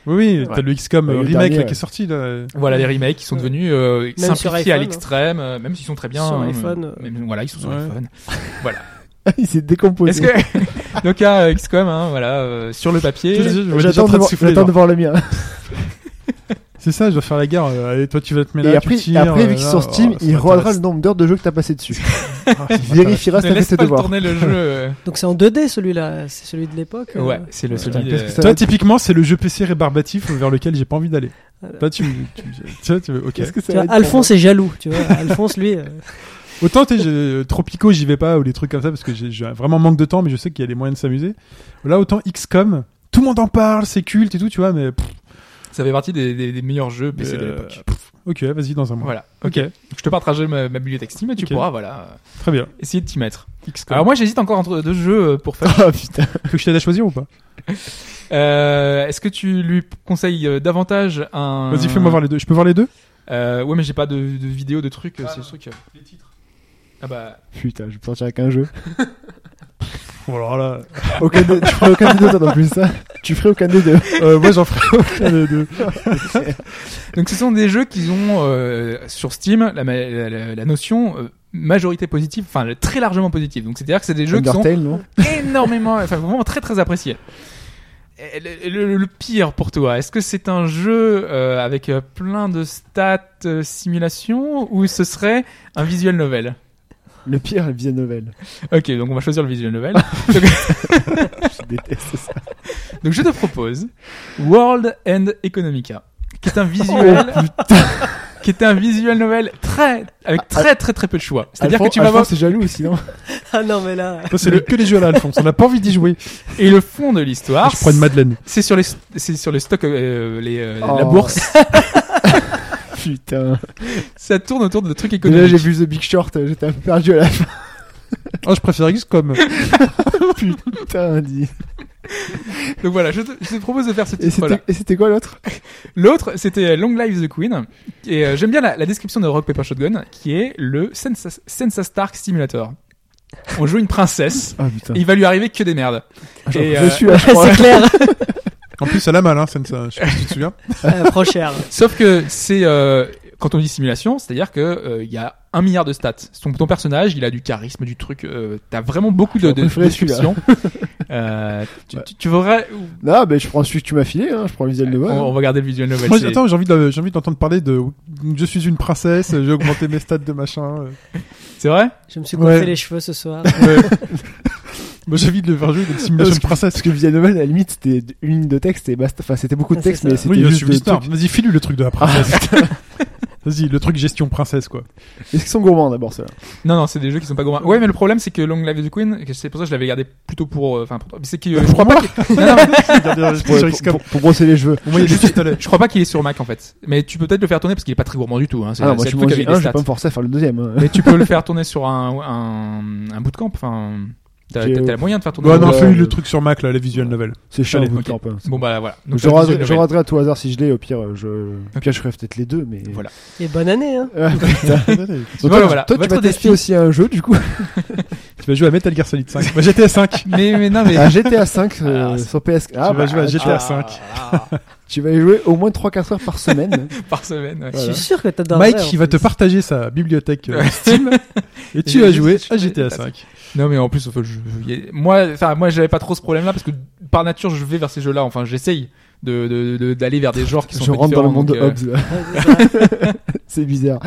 Speaker 3: Oui, oui, t'as
Speaker 5: Ouais.
Speaker 3: le XCOM euh,
Speaker 5: Ouais, le
Speaker 3: remake
Speaker 5: dernier,
Speaker 3: là,
Speaker 5: ouais.
Speaker 3: qui est sorti là.
Speaker 4: Voilà les remakes qui sont
Speaker 6: Ouais.
Speaker 4: devenus euh,
Speaker 6: Même sur
Speaker 4: simplifiés à
Speaker 6: iPhone, hein.
Speaker 4: l'extrême, euh, même s'ils sont très bien.
Speaker 6: Sur
Speaker 4: hein,
Speaker 6: iPhone, euh.
Speaker 4: même- voilà, ils sont sur
Speaker 3: Ouais.
Speaker 4: iPhone.
Speaker 5: Il s'est décomposé.
Speaker 4: Est-ce que donc à euh, XCOM, hein, voilà, euh, sur le papier.
Speaker 3: Je vois déjà en
Speaker 5: J'attends
Speaker 3: train
Speaker 5: de,
Speaker 3: de
Speaker 5: voir-
Speaker 3: souffler,
Speaker 5: j'attends
Speaker 3: genre.
Speaker 5: de voir le mien.
Speaker 3: C'est ça, je dois faire la guerre. euh, Allez, toi tu vas te
Speaker 5: Et
Speaker 3: mêler.
Speaker 5: après,
Speaker 3: tu
Speaker 5: et
Speaker 3: tires,
Speaker 5: après, vu
Speaker 3: euh,
Speaker 5: qu'ils
Speaker 3: là,
Speaker 5: sont Steam,
Speaker 3: oh, ça
Speaker 5: il rôlera
Speaker 3: m'intéresse.
Speaker 5: le nombre d'heures de jeu que t'as passé dessus.
Speaker 3: Ah, ça
Speaker 5: Il
Speaker 3: m'intéresse.
Speaker 5: vérifiera si
Speaker 4: Ne
Speaker 5: t'as fait
Speaker 4: laisse
Speaker 5: tes
Speaker 4: pas le
Speaker 5: devoirs.
Speaker 4: tourner le jeu. euh.
Speaker 6: Donc c'est en 2D celui-là, c'est celui de l'époque. euh.
Speaker 4: Ouais, c'est le
Speaker 5: Putain,
Speaker 4: celui.
Speaker 5: qu'est-ce que
Speaker 4: euh,
Speaker 5: ça va
Speaker 3: Toi,
Speaker 5: être-
Speaker 3: typiquement, c'est le jeu PC rébarbatif vers lequel j'ai pas envie d'aller. Toi, tu me. Tu, me- tu vois, tu veux- ok.
Speaker 5: qu'est-ce que
Speaker 6: Tu
Speaker 5: ça va
Speaker 6: vois,
Speaker 5: être pour
Speaker 6: Alphonse est jaloux, tu vois. Alphonse, lui, euh,
Speaker 3: Autant, tu sais, je- Tropico, j'y vais pas, ou des trucs comme ça, parce que j'ai j'ai vraiment manque de temps, mais je sais qu'il y a les moyens de s'amuser. Là, autant XCOM, tout le monde en parle, c'est culte et tout, tu vois, mais. pff,
Speaker 4: Ça fait partie des, des- des meilleurs jeux PC de
Speaker 3: euh,
Speaker 4: l'époque.
Speaker 3: pff, Ok, vas-y, dans un mois.
Speaker 4: Voilà. Ok. Je te partagerai ma, ma bibliothèque Steam et tu
Speaker 3: Ok.
Speaker 4: pourras voilà euh,
Speaker 3: Très bien.
Speaker 4: essayer de t'y mettre.
Speaker 3: XCOM.
Speaker 4: Alors moi j'hésite encore entre deux jeux euh, pour faire.
Speaker 5: Ah putain.
Speaker 3: que je t'aide à choisir ou pas
Speaker 4: Euh, Est-ce que tu lui conseilles euh, davantage un
Speaker 3: Vas-y, fais-moi voir les deux. Je peux voir les deux
Speaker 4: Euh, ouais mais j'ai pas de, de vidéo de trucs. euh, c'est le truc. euh. Ah bah
Speaker 5: Putain, je vais sortir avec un jeu.
Speaker 3: Oh là là.
Speaker 5: Aucun des- tu ferais aucun des deux, toi, non plus, ça. Tu ferais aucun des deux.
Speaker 3: Euh, moi, j'en ferai aucun des deux.
Speaker 4: Donc ce sont des jeux qui ont euh, sur Steam la, ma- la- la- la notion euh, majorité positive, enfin le- très largement positive. Donc c'est-à-dire que c'est des jeux
Speaker 5: Undertale, non
Speaker 4: qui sont énormément, enfin vraiment très très appréciés. Et Le, le- le pire pour toi, est-ce que c'est un jeu euh, avec euh, plein de stats, euh, simulation, ou ce serait un visual novel
Speaker 5: Le pire, la vieille nouvelle.
Speaker 4: Ok, donc on va choisir le visual novel.
Speaker 5: Je déteste ça.
Speaker 4: donc je te propose World End Economica, qui
Speaker 5: Oh.
Speaker 4: est un visuel, qui est un visual novel très avec très très très peu de choix. C'est-à-dire que
Speaker 5: Alphonse-
Speaker 4: tu vas voir
Speaker 5: Ah, Alphonse, c'est jaloux, sinon.
Speaker 6: ah non mais là,
Speaker 3: Toi, c'est le- que les jeux là, Alphonse. On n'a pas envie d'y jouer.
Speaker 4: Et le fond de
Speaker 5: Ah,
Speaker 4: l'histoire,
Speaker 3: je prends une Madeleine.
Speaker 4: Ah, c'est sur les, c'est sur les stocks, euh, les, euh, la
Speaker 5: Oh.
Speaker 4: bourse.
Speaker 5: Putain.
Speaker 4: Ça tourne autour de trucs
Speaker 5: Déjà,
Speaker 4: économiques.
Speaker 5: j'ai vu The Big Short, euh, j'étais un peu perdu à la fin.
Speaker 3: Oh, je préfère XCOM.
Speaker 5: Putain, dis.
Speaker 4: Donc voilà, je te, je te propose de faire ce
Speaker 5: Et
Speaker 4: titre là.
Speaker 5: c'était- et c'était quoi l'autre
Speaker 4: L'autre, c'était euh, Long Live the Queen. Et euh, j'aime bien la, la description de Rock Paper Shotgun, qui est le Sensa, Sensa Stark Simulator. On joue une princesse.
Speaker 5: Ah putain. Ah,
Speaker 4: et il va lui arriver que des merdes. Et,
Speaker 5: je
Speaker 4: euh,
Speaker 5: suis là, je crois.
Speaker 6: c'est clair.
Speaker 3: En plus, elle a mal, hein, Sensa. Je sais pas si tu te souviens.
Speaker 6: Euh, prends cher.
Speaker 4: Sauf que c'est euh, Quand on dit simulation, c'est-à-dire que euh, il y a un milliard de stats. Ton, ton personnage, il a du charisme, du truc. euh, T'as vraiment beaucoup de,
Speaker 5: J'aurais
Speaker 4: de
Speaker 5: préféré celui-là.
Speaker 4: descriptions. euh, tu, tu, tu verrais-
Speaker 5: Non, mais je prends celui que tu m'as filé, hein, je prends le visuel de
Speaker 4: on, on va regarder le visual novel.
Speaker 3: Moi,
Speaker 4: c'est-
Speaker 3: attends, j'ai envie de- j'ai envie d'entendre parler de je suis une princesse, j'ai augmenté mes stats de machin. euh.
Speaker 4: c'est vrai
Speaker 6: Je me suis coupé
Speaker 3: Ouais.
Speaker 6: les cheveux ce soir.
Speaker 3: Moi, j'ai envie de le faire jouer d'une simulation
Speaker 5: Parce
Speaker 3: de
Speaker 5: que-
Speaker 3: princesse.
Speaker 5: Parce Euh, que visuel novel, à la limite, c'était une ligne de texte et basta. Enfin, c'était beaucoup de
Speaker 6: Ah, c'est
Speaker 5: texte,
Speaker 6: ça.
Speaker 5: mais c'était
Speaker 3: Oui, je
Speaker 5: juste
Speaker 3: suis
Speaker 5: des
Speaker 3: l'histoire.
Speaker 5: trucs. Ah,
Speaker 3: Vas-y, filu le truc de la princesse. Vas-y, le truc gestion princesse, quoi.
Speaker 5: Est-ce qu'ils sont gourmands d'abord, ceux-là
Speaker 4: Non, non, c'est des jeux qui sont pas gourmands. Ouais, mais le problème, c'est que Long Live the Queen, que c'est pour ça que je l'avais gardé plutôt pour. euh, Enfin, pour toi. Mais c'est que, euh, je crois pas. qu'il- Non, non,
Speaker 5: pour,
Speaker 3: Sur
Speaker 5: pour,
Speaker 3: XCOM.
Speaker 5: pour- pour brosser les cheveux.
Speaker 3: Au moins, il y a des pistolets.
Speaker 4: Je crois pas qu'il est sur Mac en fait. Mais tu peux peut-être le faire tourner parce qu'il est pas très gourmand du tout. Hein. C'est
Speaker 5: Ah non,
Speaker 4: c'est
Speaker 5: moi,
Speaker 4: le
Speaker 5: tu m'en
Speaker 4: truc
Speaker 5: dis
Speaker 4: avec
Speaker 5: un,
Speaker 4: les
Speaker 5: je vais
Speaker 4: stats.
Speaker 5: pas me forcer à faire le deuxième. hein.
Speaker 4: Mais tu peux le faire tourner sur un, un, un bootcamp. Enfin, t'as
Speaker 5: J'ai-
Speaker 4: t'as- t'as le moyen de faire tourner.
Speaker 3: Ouais,
Speaker 4: sur-
Speaker 3: non,
Speaker 5: Euh,
Speaker 3: filu le truc sur Mac, là, les visual novel.
Speaker 5: C'est chiant,
Speaker 4: Allez,
Speaker 5: vous
Speaker 4: ok.
Speaker 5: le temps, hein.
Speaker 4: Bon bah voilà. Donc,
Speaker 5: Je
Speaker 4: la
Speaker 5: raterai-
Speaker 4: visual
Speaker 5: je
Speaker 4: novel.
Speaker 5: raterai à tout hasard si je l'ai, au pire, euh, je, au pire, je ferai peut-être les deux, mais.
Speaker 4: Voilà.
Speaker 6: Et banané, hein.
Speaker 5: Ah, putain. Donc,
Speaker 4: Voilà,
Speaker 5: toi,
Speaker 4: voilà.
Speaker 5: toi, tu
Speaker 4: Votre
Speaker 5: vas
Speaker 4: défi.
Speaker 5: tester aussi un jeu, du coup.
Speaker 3: Tu vas jouer à Metal Gear Solid 5. Bah, j'étais à 5.
Speaker 4: Mais, mais non mais.
Speaker 5: À GTA 5
Speaker 4: Ah, c'est-
Speaker 5: sur PS. Ah,
Speaker 3: tu vas
Speaker 5: bah,
Speaker 3: jouer à GTA 5.
Speaker 4: Ah,
Speaker 5: tu vas y jouer au moins 3-4 heures par semaine.
Speaker 4: par semaine. ouais.
Speaker 6: Je suis sûr que t'adorerais.
Speaker 3: Mike,
Speaker 6: en
Speaker 3: il va
Speaker 6: plus.
Speaker 3: te partager sa bibliothèque euh,
Speaker 4: Ouais.
Speaker 3: Steam et
Speaker 4: Et
Speaker 3: tu vas
Speaker 4: je-
Speaker 3: jouer
Speaker 4: je-
Speaker 3: à
Speaker 4: je-
Speaker 3: GTA
Speaker 4: je-
Speaker 3: 5.
Speaker 4: Non mais en plus, enfin, je- je- y a- moi, enfin moi, j'avais pas trop ce problème-là parce que par nature, je vais vers ces jeux-là. Enfin, j'essaye de de- de- d'aller vers des genres qui sont.
Speaker 5: Je
Speaker 4: un peu
Speaker 5: rentre dans le
Speaker 4: différents,
Speaker 5: monde de
Speaker 4: donc,
Speaker 5: Hobbes,
Speaker 4: euh,
Speaker 5: là.
Speaker 6: Ouais, c'est ça.
Speaker 5: C'est bizarre.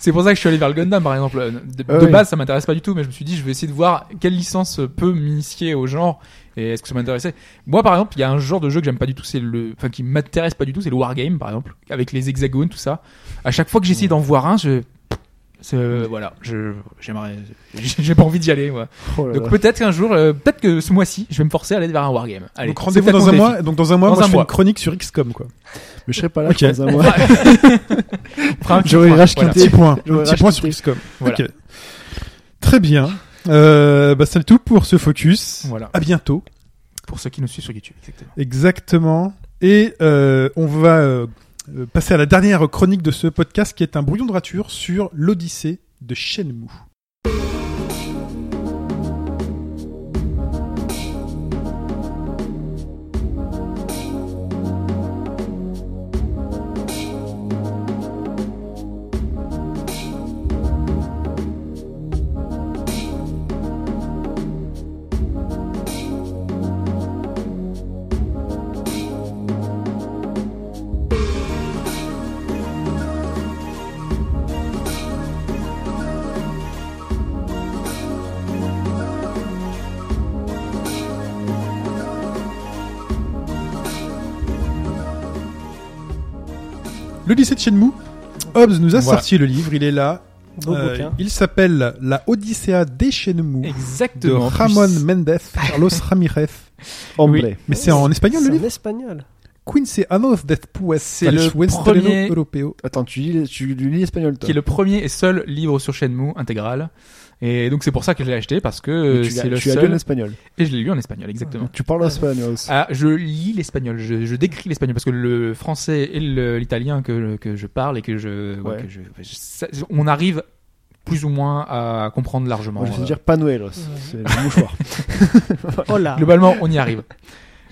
Speaker 4: C'est pour ça que je suis allé vers le Gundam par exemple. Euh, De,
Speaker 5: Ah
Speaker 4: de
Speaker 5: oui.
Speaker 4: base, ça m'intéresse pas du tout, mais je me suis dit, je vais essayer de voir quelle licence peut m'initier au genre et est-ce que ça m'intéressait. Moi, par exemple, il y a un genre de jeu que j'aime pas du tout, c'est le, enfin qui m'intéresse pas du tout, c'est le wargame par exemple, avec les hexagones, tout ça. À chaque fois que j'essaie d'en voir un, je c'est- euh, voilà, je j'aimerais, j'ai pas envie d'y aller moi.
Speaker 5: Oh là
Speaker 4: Donc
Speaker 5: là.
Speaker 4: peut-être qu'un jour, euh, peut-être que ce mois-ci, je vais me forcer à aller vers un wargame. Allez,
Speaker 3: Donc rendez-vous
Speaker 4: c'est
Speaker 3: dans
Speaker 4: ça
Speaker 3: un
Speaker 4: qu'on
Speaker 3: mois. Donc dans un mois,
Speaker 4: Dans
Speaker 3: moi,
Speaker 4: un
Speaker 3: je fais
Speaker 4: mois.
Speaker 3: une chronique sur XCOM, quoi.
Speaker 5: Mais je serai pas là
Speaker 3: Ok.
Speaker 5: je pense, dans un mois.
Speaker 4: défie. On fera un petit
Speaker 5: J'aurais
Speaker 4: point,
Speaker 5: racheté
Speaker 3: Un
Speaker 4: voilà.
Speaker 3: petit point.
Speaker 5: J'aurais
Speaker 3: Un petit point sur
Speaker 5: racheté.
Speaker 3: XCOM.
Speaker 4: Voilà.
Speaker 3: Ok. Très bien. Euh, bah, c'est tout pour ce focus.
Speaker 4: Voilà.
Speaker 3: À bientôt.
Speaker 4: Pour ceux qui nous suivent sur YouTube, exactement.
Speaker 3: Exactement. Et euh, on va euh, euh, passer à la dernière chronique de ce podcast qui est un brouillon de rature sur l'Odyssée de Shenmue. L'Odyssée de Shenmue. Hobbes nous a
Speaker 4: Voilà.
Speaker 3: sorti le livre. Il est là.
Speaker 6: Beau
Speaker 3: Euh,
Speaker 6: bouquin.
Speaker 3: il s'appelle La Odyssea des Shenmue. de
Speaker 4: Exactement.
Speaker 3: Ramon Mendez, Carlos Ramirez.
Speaker 5: Emblée.
Speaker 3: Mais c'est en espagnol le
Speaker 6: C'est en
Speaker 3: livre
Speaker 6: espagnol.
Speaker 3: Quince anos de pues
Speaker 4: C'est le premier-
Speaker 3: europeo.
Speaker 5: Attends, tu lis, tu lis espagnol, toi.
Speaker 4: qui est le premier et seul livre sur Shenmue intégral. Et donc c'est pour ça que je l'ai acheté parce
Speaker 5: Mais
Speaker 4: que
Speaker 5: tu l'as-
Speaker 4: euh, c'est le
Speaker 5: tu as lu en
Speaker 4: seul
Speaker 5: espagnol.
Speaker 4: et je l'ai lu en espagnol exactement.
Speaker 5: Tu parles en espagnol aussi.
Speaker 4: Ah, je lis l'espagnol, je, je décris l'espagnol parce que le français et le- l'italien que, que je parle et que je, ouais,
Speaker 5: Ouais.
Speaker 4: que je- je- ça- on arrive plus ou moins à comprendre largement.
Speaker 5: Moi, je vais
Speaker 4: Euh,
Speaker 5: dire panuelos. C'est le mouchoir.
Speaker 6: Oh là.
Speaker 4: Globalement, on y arrive.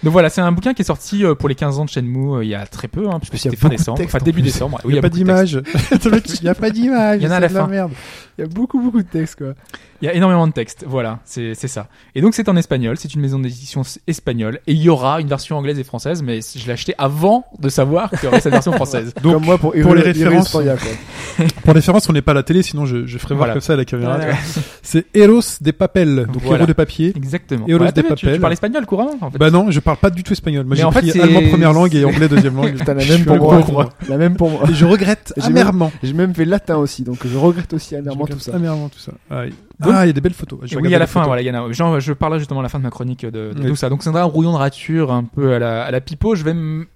Speaker 4: Donc voilà, c'est un bouquin qui est sorti euh, pour les 15 ans de Shenmue euh, il y a très peu, hein, puisque
Speaker 5: Parce qu'il y a
Speaker 4: c'était fin
Speaker 5: beaucoup de
Speaker 4: décembre,
Speaker 5: textes,
Speaker 4: enfin
Speaker 5: en
Speaker 4: début
Speaker 5: plus.
Speaker 4: décembre.
Speaker 3: Il n'y a pas d'image. Le mec, Il n'y a pas d'image.
Speaker 4: Il y en a à
Speaker 3: c'est
Speaker 4: la
Speaker 3: de
Speaker 4: fin.
Speaker 3: merde.
Speaker 5: Il y a beaucoup, beaucoup de textes, quoi.
Speaker 4: Il y a énormément de textes, voilà, c'est c'est ça. Et donc c'est en espagnol, c'est une maison d'édition s- espagnole, et il y aura une version anglaise et française, mais je l'ai acheté avant de savoir qu'il y aurait cette version française.
Speaker 3: Donc,
Speaker 5: Comme moi pour,
Speaker 3: pour les
Speaker 5: Irul- Irul
Speaker 3: références-
Speaker 5: Sporia, quoi.
Speaker 3: Pour référence, on n'est pas à la télé, sinon je, je ferai voir
Speaker 4: Voilà.
Speaker 3: comme ça à la caméra.
Speaker 6: Voilà.
Speaker 3: C'est Eros des Papels, donc
Speaker 4: Voilà.
Speaker 3: héros de papier.
Speaker 4: Exactement.
Speaker 3: Et au lieu
Speaker 4: Voilà,
Speaker 3: des
Speaker 4: t'as vu, tu,
Speaker 3: papels.
Speaker 4: tu parles espagnol couramment en fait.
Speaker 3: Bah non, je parle pas du tout espagnol. Moi,
Speaker 4: Mais
Speaker 3: j'ai
Speaker 4: en fait,
Speaker 3: pris
Speaker 4: c'est-
Speaker 3: allemand première langue et anglais deuxième langue.
Speaker 5: Putain, la
Speaker 3: Je
Speaker 5: même
Speaker 3: suis
Speaker 5: pour
Speaker 3: le
Speaker 5: moi.
Speaker 3: pauvre.
Speaker 5: La même pour moi.
Speaker 3: Et je regrette
Speaker 5: J'ai même-
Speaker 3: amèrement.
Speaker 5: J'ai même fait latin aussi, donc je regrette aussi
Speaker 3: Je
Speaker 5: amèrement
Speaker 3: regrette
Speaker 5: tout ça.
Speaker 3: Amèrement tout ça. Ah, il
Speaker 4: Donc-
Speaker 3: ah, il y a des belles photos. J'ai
Speaker 4: Et oui,
Speaker 3: regardé
Speaker 4: à la
Speaker 3: les
Speaker 4: fin,
Speaker 3: photos.
Speaker 4: voilà, il y en a. Genre, je parle justement à la fin de ma chronique de, de
Speaker 3: Oui.
Speaker 4: tout ça. Donc, c'est un rouillon de rature un peu à la, à la pipeau. Je vais me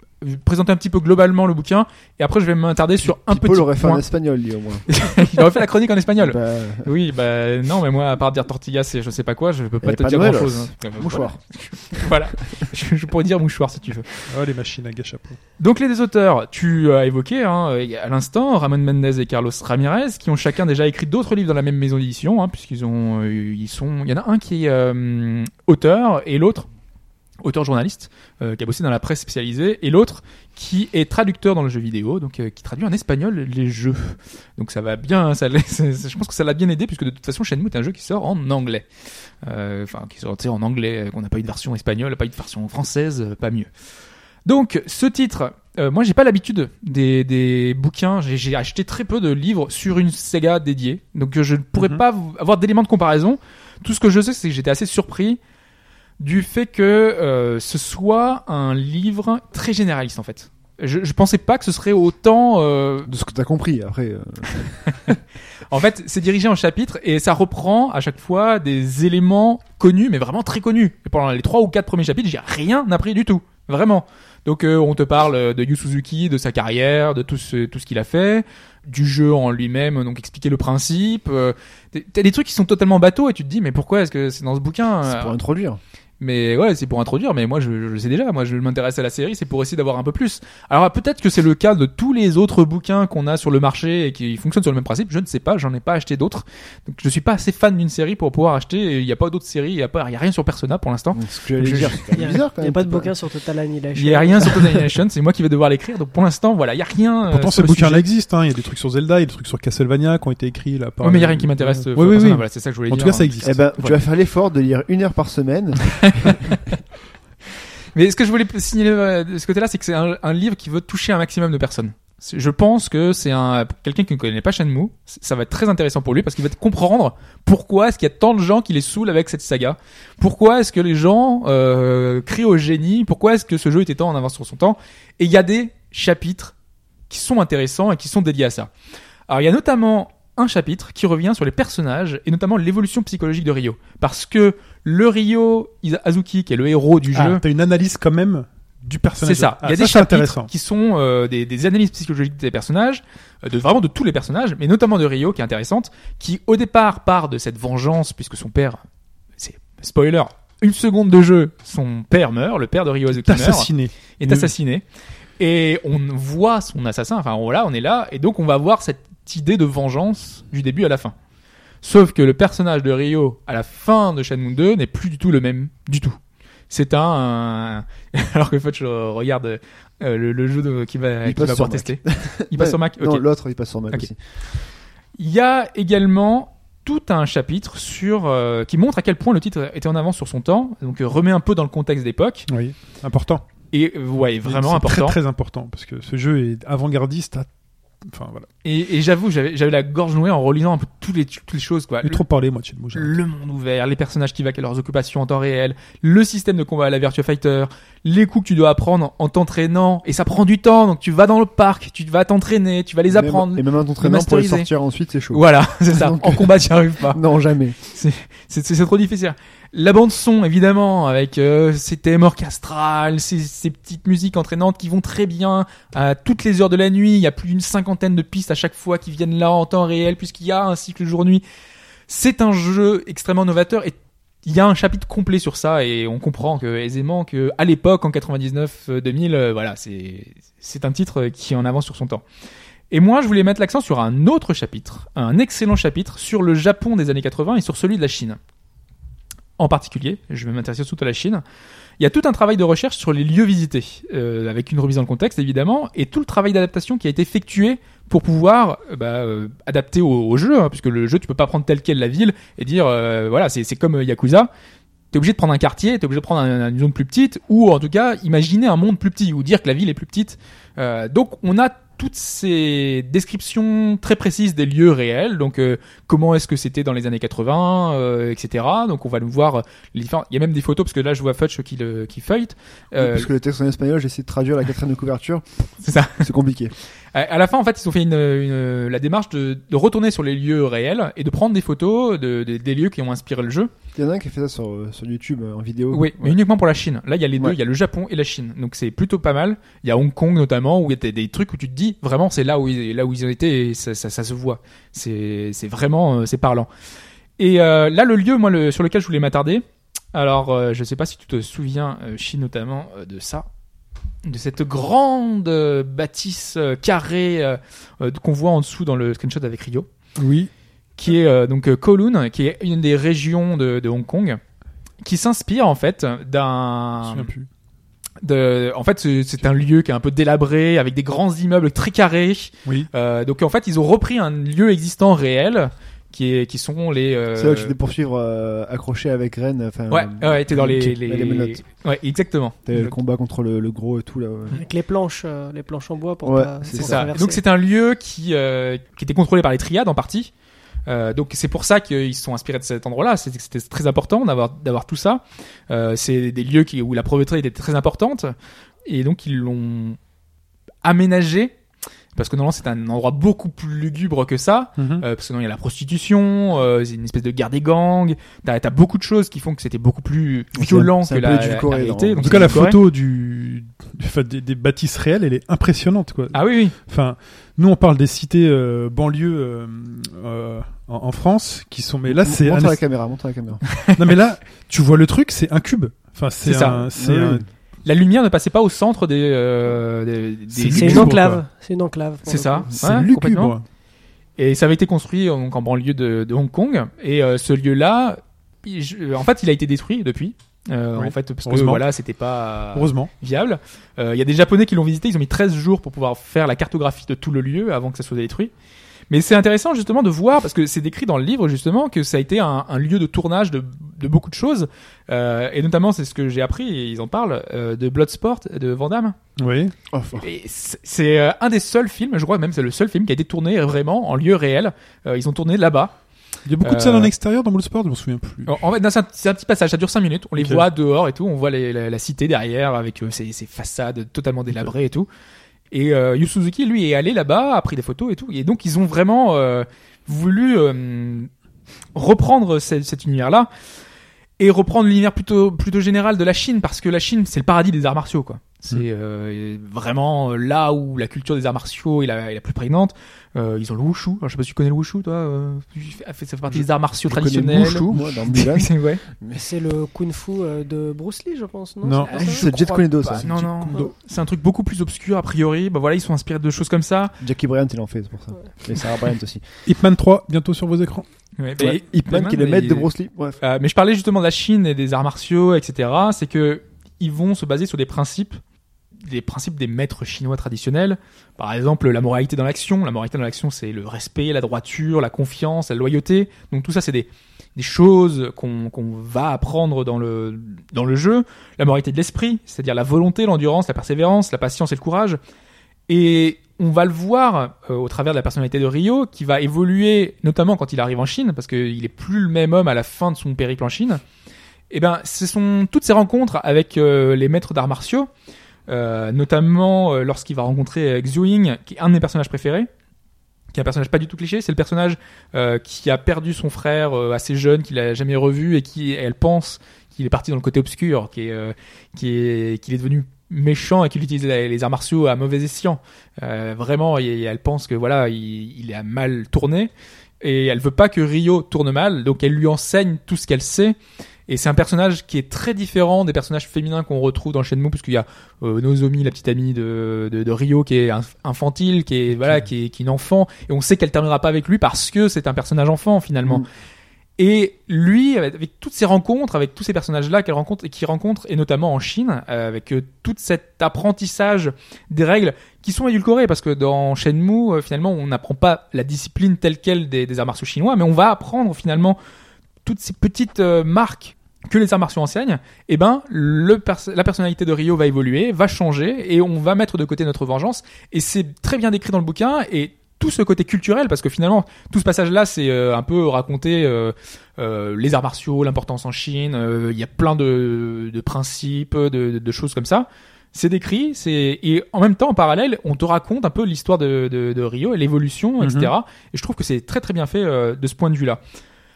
Speaker 4: présenter un petit peu globalement le bouquin, et après, je vais m'attarder sur un
Speaker 5: Paul
Speaker 4: petit
Speaker 5: aurait fait
Speaker 4: point.
Speaker 5: en espagnol, lui, au moins.
Speaker 4: Il aurait fait la chronique en espagnol.
Speaker 5: Bah,
Speaker 4: Oui, bah non, mais moi, à part dire tortillas et je sais pas quoi, je peux pas
Speaker 5: Et
Speaker 4: te
Speaker 5: pas
Speaker 4: dire
Speaker 5: Noël,
Speaker 4: grand chose.
Speaker 5: mouchoir.
Speaker 4: Voilà, je, je pourrais dire mouchoir si tu veux.
Speaker 3: Oh, les machines à gâchapon.
Speaker 4: Donc les deux auteurs, tu as évoqué hein, euh, à l'instant Ramon Mendez et Carlos Ramirez, qui ont chacun déjà écrit d'autres livres dans la même maison d'édition, hein, puisqu'ils ont, euh, ils sont, il y en a un qui est euh, auteur et l'autre auteur journaliste, euh, qui a bossé dans la presse spécialisée, et l'autre qui est traducteur dans le jeu vidéo, donc euh, qui traduit en espagnol les jeux. Donc ça va bien, hein, ça, l'a- c'est- c'est- je pense que ça l'a bien aidé, puisque de toute façon Shenmue est un jeu qui sort en anglais. Euh, Enfin, qui sort tu sais, en anglais, euh, qu'on n'a pas eu de version espagnole, pas eu de version française, euh, pas mieux. Donc ce titre, euh, moi j'ai pas l'habitude des, des bouquins, j'ai- j'ai acheté très peu de livres sur une Sega dédiée, donc euh, je ne pourrais
Speaker 5: Mhm.
Speaker 4: pas vous- avoir d'éléments de comparaison. Tout ce que je sais, c'est que j'étais assez surpris du fait que euh, ce soit un livre très généraliste en fait. Je, je pensais pas que ce serait autant. euh,
Speaker 5: De ce que t'as compris, après. euh,
Speaker 4: En fait, c'est dirigé en chapitres et ça reprend à chaque fois des éléments connus, mais vraiment très connus. Et pendant les trois ou quatre premiers chapitres, j'ai rien appris du tout, vraiment. Donc euh, on te parle de Yu Suzuki, de sa carrière, de tout ce tout ce qu'il a fait, du jeu en lui-même, donc expliquer le principe. euh, t'es- T'as des trucs qui sont totalement bateaux et tu te dis mais pourquoi est-ce que c'est dans ce bouquin
Speaker 5: C'est pour
Speaker 4: euh,
Speaker 5: introduire.
Speaker 4: mais ouais, c'est pour introduire, mais moi je, je le sais déjà, moi je m'intéresse à la série, c'est pour essayer d'avoir un peu plus. Alors ah, peut-être que c'est le cas de tous les autres bouquins qu'on a sur le marché et qui fonctionnent sur le même principe, je ne sais pas, j'en ai pas acheté d'autres. Donc je suis pas assez fan d'une série pour pouvoir acheter, et il n'y a pas d'autres séries, il n'y a, pas- il y a rien sur Persona pour l'instant.
Speaker 5: Ce que j'allais
Speaker 4: Oh. Je-
Speaker 5: dire, c'est quand
Speaker 6: Il y
Speaker 5: même
Speaker 6: a,
Speaker 5: bizarre quand
Speaker 6: il y a
Speaker 5: même.
Speaker 6: pas de
Speaker 5: C'est
Speaker 6: bouquin sur Total Annihilation.
Speaker 4: Il n'y a rien sur Total Annihilation, c'est moi qui vais devoir l'écrire, donc pour l'instant voilà, il n'y a rien. euh,
Speaker 3: Pourtant,
Speaker 4: sur
Speaker 3: ces
Speaker 4: le
Speaker 3: bouquins-là
Speaker 4: sujet.
Speaker 3: existent. hein. Il y a des trucs sur Zelda, il y a des trucs sur Castlevania qui ont été écrits là. Par...
Speaker 4: Ouais, mais il n'y a rien qui m'intéresse. euh,
Speaker 3: Oui, oui,
Speaker 4: Persona,
Speaker 3: oui.
Speaker 4: voilà, c'est ça que je voulais
Speaker 3: En
Speaker 4: dire. hein.
Speaker 3: tout cas, ça existe.
Speaker 5: Eh ben, tu
Speaker 4: Voilà.
Speaker 5: vas faire l'effort de lire une heure par semaine.
Speaker 4: Mais ce que je voulais signaler euh, de ce côté-là, c'est que c'est un, un livre qui veut toucher un maximum de personnes. C'est- Je pense que c'est un quelqu'un qui ne connaît pas Shenmue, c- ça va être très intéressant pour lui parce qu'il va comprendre pourquoi est-ce qu'il y a tant de gens qui les saoulent avec cette saga, pourquoi est-ce que les gens euh, crient au génie, pourquoi est-ce que ce jeu était tant en avance sur son temps. Et il y a des chapitres qui sont intéressants et qui sont dédiés à ça. Alors il y a notamment un chapitre qui revient sur les personnages et notamment l'évolution psychologique de Ryo, parce que le Ryo Isa- Azuki, qui est le héros du
Speaker 3: Ah,
Speaker 4: jeu,
Speaker 3: T'as une analyse quand même du personnage.
Speaker 4: c'est ça.
Speaker 3: Ah,
Speaker 4: Il y a des
Speaker 3: c'est
Speaker 4: chapitres
Speaker 3: intéressant.
Speaker 4: qui sont euh, des, des analyses psychologiques des personnages, euh, de vraiment de tous les personnages, mais notamment de Rio qui est intéressante, qui au départ part de cette vengeance puisque son père, c'est spoiler, une seconde de jeu, son père meurt, le père de Rio Azuki
Speaker 3: T'as
Speaker 4: meurt,
Speaker 3: assassiné.
Speaker 5: Mm.
Speaker 4: est assassiné, et on voit son assassin. Enfin voilà, on est là, et donc on va voir cette idée de vengeance du début à la fin. Sauf que le personnage de Rio à la fin de Shenmue 2 n'est plus du tout le même, du tout. C'est un, alors que Fudge euh, regarde euh, le, le jeu de- qui va,
Speaker 5: Il
Speaker 4: qui
Speaker 5: passe
Speaker 4: va
Speaker 5: sur
Speaker 4: pouvoir
Speaker 5: Mac.
Speaker 4: tester. Il passe sur Mac.
Speaker 5: Non,
Speaker 4: ok.
Speaker 5: l'autre, il passe sur Mac
Speaker 4: Ok.
Speaker 5: aussi.
Speaker 4: Il y a également tout un chapitre sur euh, qui montre à quel point le titre était en avance sur son temps. Donc euh, remet un peu dans le contexte d'époque
Speaker 3: Oui, important.
Speaker 4: et euh, ouais vraiment
Speaker 3: C'est
Speaker 4: important.
Speaker 3: Très, très important parce que ce jeu est avant-gardiste. à- Enfin voilà.
Speaker 4: Et, et j'avoue, j'avais j'avais la gorge nouée en relisant un peu tous les, toutes les choses, quoi.
Speaker 3: J'ai trop parlé moi de chez
Speaker 4: Euh, Le, le monde ouvert, les personnages qui vaquent à leurs occupations en temps réel, le système de combat à la Virtua Fighter, les coups que tu dois apprendre en t'entraînant, et ça prend du temps, donc tu vas dans le parc, tu vas t'entraîner, tu vas les
Speaker 5: Même-
Speaker 4: apprendre.
Speaker 5: Et même un entraînant pour les
Speaker 4: masteriser.
Speaker 5: sortir ensuite, c'est chaud.
Speaker 4: Voilà, c'est ça.
Speaker 5: Donc-
Speaker 4: En combat, tu n'y arrives pas.
Speaker 5: Non, jamais.
Speaker 4: C'est c'est- c'est trop difficile. La bande son, évidemment, avec euh, ses thèmes orchestrales, ses, ses petites musiques entraînantes qui vont très bien à toutes les heures de la nuit. Il y a plus d'une cinquantaine de pistes à chaque fois qui viennent là en temps réel, puisqu'il y a un cycle jour-nuit. C'est un jeu extrêmement novateur et il y a un chapitre complet sur ça et on comprend que aisément que à l'époque en 99 euh, 2000 euh, voilà c'est c'est un titre qui est en avance sur son temps. Et moi je voulais mettre l'accent sur un autre chapitre, un excellent chapitre sur le Japon des années 80 et sur celui de la Chine. En particulier, je vais m'intéresser surtout à la Chine. Il y a tout un travail de recherche sur les lieux visités, euh, avec une remise dans le contexte évidemment, et tout le travail d'adaptation qui a été effectué pour pouvoir euh, bah, euh, adapter au, au jeu, hein, puisque le jeu tu peux pas prendre tel quel la ville et dire euh, voilà c'est c'est comme euh, Yakuza, t'es obligé de prendre un quartier, t'es obligé de prendre un- une zone plus petite, ou en tout cas imaginer un monde plus petit, ou dire que la ville est plus petite. Euh, donc on a toutes ces descriptions très précises des lieux réels, donc euh, comment est-ce que c'était dans les années 80, euh, etc. Donc on va nous voir euh, les différents. Il y a même des photos parce que là je vois Fudge qui, le, qui feuillette. Euh,
Speaker 5: Parce que le texte en espagnol, j'essaie de traduire la quatrième de couverture.
Speaker 4: C'est ça.
Speaker 5: C'est compliqué.
Speaker 4: À- Euh, À la fin, en fait, ils ont fait une, une- la démarche de, de retourner sur les lieux réels et de prendre des photos de, de- des lieux qui ont inspiré le jeu.
Speaker 5: Il y en a un qui a fait ça sur, euh, sur YouTube euh, en vidéo.
Speaker 4: Oui, mais uniquement pour la Chine. Là, il y a les deux,
Speaker 5: Ouais.
Speaker 4: il y a le Japon et la Chine. Donc c'est plutôt pas mal. Il y a Hong Kong notamment où il y a des- des trucs où tu te dis vraiment c'est là où ils, là où ils ont été et ça, ça, ça se voit. C'est c'est vraiment euh, c'est parlant. Et euh, là, le lieu moi le, sur lequel je voulais m'attarder. Alors, euh, je sais pas si tu te souviens, euh, Chine notamment, euh, de ça, de cette grande euh, bâtisse euh, carrée euh, euh, qu'on voit en dessous dans le screenshot avec Rio
Speaker 3: Oui.
Speaker 4: qui est euh, donc euh, Kowloon, qui est une des régions de, de Hong Kong. qui s'inspire en fait
Speaker 3: Je me
Speaker 4: d'un
Speaker 3: souviens plus.
Speaker 4: de- en fait c'est c'est un lieu qui est un peu délabré avec des grands immeubles très carrés.
Speaker 3: Oui.
Speaker 4: Euh, donc en fait ils ont repris un lieu existant réel qui est qui sont les euh,
Speaker 5: C'est là que je vais poursuivre euh, accroché avec Rennes. Enfin,
Speaker 4: Ouais, ouais, t'es dans les,
Speaker 5: les,
Speaker 4: les...
Speaker 5: menottes.
Speaker 4: Ouais, exactement.
Speaker 5: T'as le combat contre le, le gros et tout là. ouais.
Speaker 6: Avec les planches, euh, les planches en bois pour
Speaker 5: Ouais,
Speaker 6: pas.
Speaker 5: c'est
Speaker 4: C'est
Speaker 6: pour
Speaker 4: ça.
Speaker 6: traverser.
Speaker 4: Donc c'est un lieu qui euh, qui était contrôlé par les triades en partie. Euh, donc c'est pour ça qu'ils se sont inspirés de cet endroit-là. C'est- C'était très important d'avoir d'avoir tout ça. Euh, c'est des lieux qui, où la pauvreté était très importante et donc ils l'ont aménagé parce que normalement c'est un endroit beaucoup plus lugubre que ça. Euh, parce que non, il y a la prostitution, euh, c'est une espèce de guerre des gangs. T'as t'as beaucoup de choses qui font que c'était beaucoup plus
Speaker 5: un-
Speaker 4: violent
Speaker 5: c'est
Speaker 4: que
Speaker 5: un peu
Speaker 4: la, la,
Speaker 5: édulcoré,
Speaker 4: réalité.
Speaker 5: non.
Speaker 4: Donc,
Speaker 3: En tout cas, la
Speaker 4: édulcoré.
Speaker 3: photo du, enfin, des, des bâtisses réelles, elle est impressionnante, quoi.
Speaker 4: Ah oui, oui.
Speaker 3: Enfin, nous, on parle des cités euh, banlieues euh, euh, en, en France, qui sont, mais là, c'est,
Speaker 5: Montre
Speaker 3: un-
Speaker 5: à la caméra, montre à la caméra.
Speaker 3: non, mais là, tu vois le truc, c'est un cube. Enfin, c'est,
Speaker 4: C'est ça.
Speaker 3: un- c'est
Speaker 5: Oui.
Speaker 3: un-
Speaker 4: La lumière ne passait pas au centre des. euh, des- des-
Speaker 3: C'est
Speaker 6: C'est une
Speaker 3: lugubre,
Speaker 6: enclave. C'est une enclave. pour
Speaker 4: C'est
Speaker 6: le
Speaker 4: ça.
Speaker 6: coup.
Speaker 3: c'est
Speaker 4: Ouais, complètement.
Speaker 3: lugubre.
Speaker 4: Et ça avait été construit euh, donc, en banlieue de, de Hong Kong. Et euh, ce lieu-là, il- je- euh, en fait, il a été détruit depuis. Euh,
Speaker 3: Oui.
Speaker 4: En fait, parce que
Speaker 3: Heureusement.
Speaker 4: voilà, c'était pas
Speaker 3: Heureusement.
Speaker 4: viable. Euh, Il y a des Japonais qui l'ont visité, ils ont mis 13 jours pour pouvoir faire la cartographie de tout le lieu avant que ça soit détruit. Mais c'est intéressant justement de voir, parce que c'est décrit dans le livre justement, que ça a été un, un lieu de tournage de, de beaucoup de choses, Euh, et notamment c'est ce que j'ai appris, et ils en parlent, euh, de Bloodsport de Van Damme.
Speaker 3: Oui.
Speaker 4: Et c'est- C'est euh, un des seuls films, je crois même c'est le seul film qui a été tourné vraiment en lieu réel, Euh, ils ont tourné là-bas.
Speaker 3: Il y a beaucoup
Speaker 4: Euh, oh.
Speaker 3: de salles en extérieur dans Moulsport, je m'en souviens plus.
Speaker 4: En en fait, non, c'est un, c'est un petit passage, ça dure 5 minutes. On les
Speaker 3: Ok.
Speaker 4: voit dehors et tout, on voit les- la, la cité derrière avec euh, ses, ses façades totalement délabrées et tout. Et euh, Yu Suzuki, lui, est allé là-bas, a pris des photos et tout. Et donc, ils ont vraiment euh, voulu euh, reprendre ce- cet univers-là et reprendre l'univers plutôt plutôt général de la Chine parce que la Chine, c'est le paradis des arts martiaux, quoi.
Speaker 5: Mm.
Speaker 4: C'est euh, vraiment euh, là où la culture des arts martiaux est la, est la plus prégnante. Euh, ils ont le wushu. Alors, je sais pas si tu connais le wushu, toi. euh, tu fais- ça fait partie des arts martiaux
Speaker 5: Je connais
Speaker 4: traditionnels.
Speaker 5: Mouchou, moi, dans Mulan.
Speaker 4: C'est- ouais.
Speaker 6: C'est le kung fu euh, de Bruce Lee, je pense. Non. Ah,
Speaker 3: Non.
Speaker 6: c'est pas ça
Speaker 5: Ah, C'est Jet
Speaker 4: Ah, crois
Speaker 5: Konedo
Speaker 4: pas.
Speaker 5: ça.
Speaker 4: Non, non.
Speaker 6: Kondo.
Speaker 4: C'est un truc beaucoup plus obscur a priori. Bah voilà, ils sont inspirés de choses comme ça.
Speaker 5: Jackie Bryant il en fait, c'est pour ça. Et Sarah Bryant aussi.
Speaker 3: Ip Man 3, bientôt sur vos écrans.
Speaker 4: Ouais,
Speaker 5: Ouais.
Speaker 4: bah,
Speaker 5: Ip Man qui est le
Speaker 4: mais-
Speaker 5: maître de Bruce Lee. Bref.
Speaker 4: Euh, mais je parlais justement de la Chine et des arts martiaux, etc. C'est que ils vont se baser sur des principes, des principes des maîtres chinois traditionnels. Par exemple, la moralité dans l'action. La moralité dans l'action, c'est le respect, la droiture, la confiance, la loyauté. Donc tout ça, c'est des des choses qu'on qu'on va apprendre dans le dans le jeu. La moralité de l'esprit, c'est-à-dire la volonté, l'endurance, la persévérance, la patience et le courage. Et on va le voir euh, au travers de la personnalité de Rio, qui va évoluer notamment quand il arrive en Chine, parce qu'il est plus le même homme à la fin de son périple en Chine. Et ben, ce sont toutes ces rencontres avec euh, les maîtres d'arts martiaux, euh, notamment euh, lorsqu'il va rencontrer euh, Xiu Ying, qui est un de mes personnages préférés, qui est un personnage pas du tout cliché. C'est le personnage euh, qui a perdu son frère euh, assez jeune, qu'il a jamais revu et qui, elle pense qu'il est parti dans le côté obscur, qui est, euh, qui est, qu'il est devenu méchant et qu'il utilise la- les arts martiaux à mauvais escient. Euh, vraiment, et- et elle pense que voilà, il, il a mal tourné et elle veut pas que Rio tourne mal, donc elle lui enseigne tout ce qu'elle sait. Et c'est un personnage qui est très différent des personnages féminins qu'on retrouve dans Shenmue, parce qu'il y a euh, Nozomi, la petite amie de, de, de Rio, qui est inf- infantile, qui est voilà, qui est, qui est une enfant, et on sait qu'elle terminera pas avec lui parce que c'est un personnage enfant finalement.
Speaker 5: Mm.
Speaker 4: Et lui, avec avec toutes ces rencontres, avec tous ces personnages-là qu'elle rencontre et qu'il rencontre, et notamment en Chine, euh, avec euh, tout cet apprentissage des règles qui sont édulcorées parce que dans Shenmue euh, finalement on n'apprend pas la discipline telle quelle des, des arts martiaux chinois mais on va apprendre finalement toutes ces petites euh, marques que les arts martiaux enseignent et ben le pers- la personnalité de Ryo va évoluer va changer et on va mettre de côté notre vengeance et c'est très bien décrit dans le bouquin et tout ce côté culturel parce que finalement tout ce passage là c'est euh, un peu raconter euh, euh, les arts martiaux l'importance en Chine euh, il y a plein de, de principes de- de- de choses comme ça c'est décrit, c'est et en même temps en parallèle, on te raconte un peu l'histoire de, de, de Rio et l'évolution, etc. Et je trouve que c'est très très bien fait euh, de ce point de vue-là.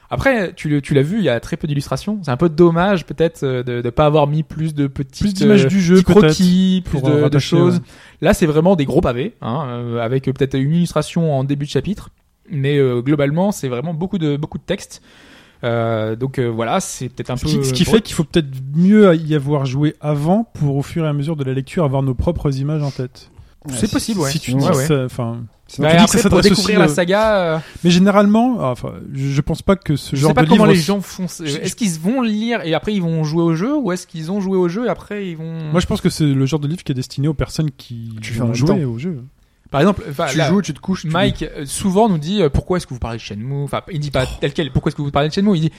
Speaker 4: Après, tu, le- tu l'as vu, il y a très peu d'illustrations. C'est un peu dommage peut-être euh, de ne pas avoir mis plus de petites
Speaker 3: Plus d'images
Speaker 4: euh,
Speaker 3: du jeu,
Speaker 4: petits
Speaker 3: peut-être,
Speaker 4: croquis, plus
Speaker 3: pour,
Speaker 4: de-
Speaker 3: euh,
Speaker 4: de,
Speaker 3: rattacher,
Speaker 4: choses.
Speaker 3: ouais.
Speaker 4: Là, c'est vraiment des gros pavés, hein, euh, avec euh, peut-être une illustration en début de chapitre, mais euh, globalement, c'est vraiment beaucoup de beaucoup de textes. Euh, donc euh, voilà, c'est peut-être un
Speaker 3: Ce
Speaker 4: peu euh,
Speaker 3: qui, ce qui fait qu'il faut peut-être mieux y avoir joué avant pour, au fur et à mesure de la lecture, avoir nos propres images en tête.
Speaker 4: c'est possible, ouais.
Speaker 3: Si tu
Speaker 5: Ouais,
Speaker 3: dis
Speaker 4: ouais.
Speaker 3: ça, enfin. sinon
Speaker 4: Bah,
Speaker 3: tu dis que
Speaker 4: après,
Speaker 3: ça
Speaker 4: pour
Speaker 3: s'adresse aussi,
Speaker 4: découvrir la
Speaker 3: euh,
Speaker 4: saga, euh,
Speaker 3: Mais généralement, ah, enfin, je je pense pas que ce
Speaker 4: je
Speaker 3: genre
Speaker 4: sais pas
Speaker 3: de
Speaker 4: comment
Speaker 3: livre.
Speaker 4: les gens font. ce-
Speaker 3: Je-
Speaker 4: Est-ce qu'ils vont lire et après ils vont jouer au jeu ou est-ce qu'ils ont joué au jeu et après ils vont.
Speaker 3: Moi, je pense que c'est le genre de livre qui est destiné aux personnes qui
Speaker 5: Tu fais en
Speaker 3: vont
Speaker 5: même
Speaker 3: jouer
Speaker 5: temps.
Speaker 3: au jeu.
Speaker 4: Par exemple, enfin,
Speaker 5: tu
Speaker 4: bah, là,
Speaker 5: joues, tu te couches. tu
Speaker 4: Mike euh, souvent nous dit euh, pourquoi est-ce que vous parlez de Shenmue enfin il dit pas
Speaker 3: Oh.
Speaker 4: tel quel pourquoi est-ce que vous parlez de Shenmue il dit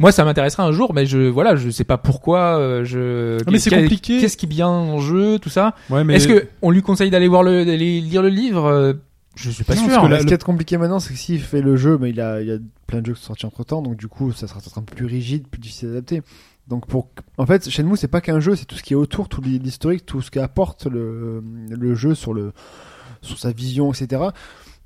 Speaker 4: moi ça m'intéressera un jour mais je voilà je sais pas pourquoi euh, je
Speaker 3: Ah, mais c'est
Speaker 4: quel-
Speaker 3: compliqué.
Speaker 4: qu'est-ce qui est bien en jeu tout ça
Speaker 3: Ouais, mais
Speaker 4: est-ce que on lui conseille d'aller voir le d'aller lire le livre euh, je suis pas
Speaker 5: Bah Non,
Speaker 4: sûr
Speaker 5: parce que
Speaker 3: là,
Speaker 5: ce
Speaker 3: le-
Speaker 5: qui est compliqué maintenant, c'est que s'il fait le jeu, mais il a, il y a plein de jeux qui sont sortis entre temps, donc du coup, ça sera peut-être un peu plus rigide, plus difficile à adapter. Donc pour, en fait, Shenmue, c'est pas qu'un jeu, c'est tout ce qui est autour, tout l'hi- l'historique, tout ce qu'apporte le, le jeu sur le, sur sa vision, etc.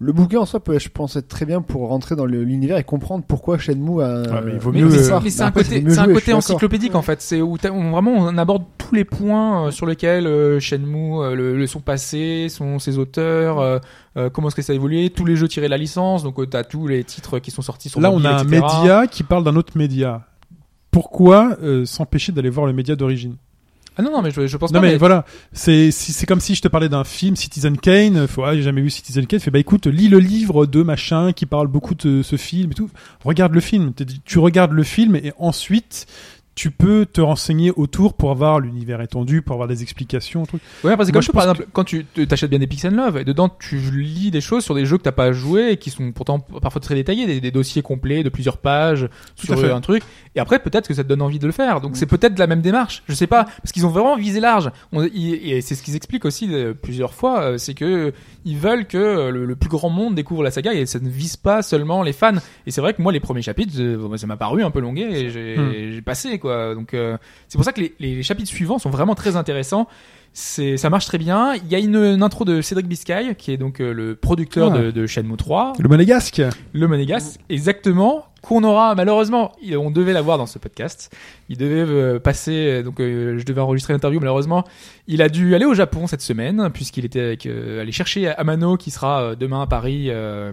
Speaker 5: Le bouquin en soi peut, je pense, être très bien pour rentrer dans le- l'univers et comprendre pourquoi Shenmue a.
Speaker 3: Ouais, mais il vaut
Speaker 4: mais,
Speaker 3: mieux,
Speaker 4: mais
Speaker 3: euh,
Speaker 4: c'est-
Speaker 5: ça.
Speaker 4: mais c'est un
Speaker 5: Après,
Speaker 4: côté,
Speaker 5: vaut mieux
Speaker 4: c'est
Speaker 5: jouer,
Speaker 4: un
Speaker 5: je
Speaker 4: côdé
Speaker 5: suis d'accord.
Speaker 4: encyclopédique en fait. C'est où t'as- on- vraiment on aborde tous les points euh, sur lesquels euh, Shenmue, euh, le, le- son passé, son, ses auteurs, euh, euh, comment est-ce que ça a évolué, tous les jeux tirés de la licence. Donc euh, t'as tous les titres qui sont sortis sur
Speaker 3: là, on
Speaker 4: mobile,
Speaker 3: a un
Speaker 4: etc..
Speaker 3: média qui parle d'un autre média. Pourquoi euh, s'empêcher d'aller voir le média d'origine
Speaker 4: Ah non non mais je, je pense
Speaker 3: Non
Speaker 4: pas.
Speaker 3: mais,
Speaker 4: mais-
Speaker 3: voilà, c'est si- c'est comme si je te parlais d'un film Citizen Kane, faut ah, j'ai jamais vu Citizen Kane, fait bah écoute, lis le livre de machin qui parle beaucoup de ce film et tout. Regarde le film, T'es dit, tu regardes le film et ensuite tu peux te renseigner autour pour avoir l'univers étendu, pour avoir des explications, truc.
Speaker 4: Ouais, parce que comme
Speaker 3: Moi, je
Speaker 4: tout, par
Speaker 3: pense
Speaker 4: exemple, quand tu te- t'achètes bien des Pixel Love, et dedans tu lis des choses sur des jeux que t'as pas joué et qui sont pourtant parfois très détaillés, des, des dossiers complets de plusieurs pages
Speaker 3: à
Speaker 4: sur
Speaker 3: fait.
Speaker 4: euh, un truc. Et après, peut-être que ça te donne envie de le faire. Donc c'est peut-être la même démarche. Je sais pas, parce qu'ils ont vraiment visé large. On- ils- et c'est ce qu'ils expliquent aussi euh, plusieurs fois, euh, c'est que euh, ils veulent que euh, le, le plus grand monde découvre la saga et ça ne vise pas seulement les fans. Et c'est vrai que moi, les premiers chapitres, euh, ça m'a paru un peu longué et j'ai
Speaker 3: Hmm.
Speaker 4: j'ai passé quoi. Donc euh, c'est pour ça que les, les chapitres suivants sont vraiment très intéressants. C'est, ça marche très bien. Il y a une, une intro de Cédric Biscay, qui est donc euh, le producteur
Speaker 3: Ah.
Speaker 4: de, de Shenmue 3,
Speaker 3: Le monégasque.
Speaker 4: le Monégas, exactement, qu'on aura malheureusement, il- on devait l'avoir dans ce podcast. Il devait euh, passer, euh, donc euh, je devais enregistrer l'interview malheureusement. Il a dû aller au Japon cette semaine, puisqu'il était avec, euh, allé chercher Amano, qui sera euh, demain à Paris euh,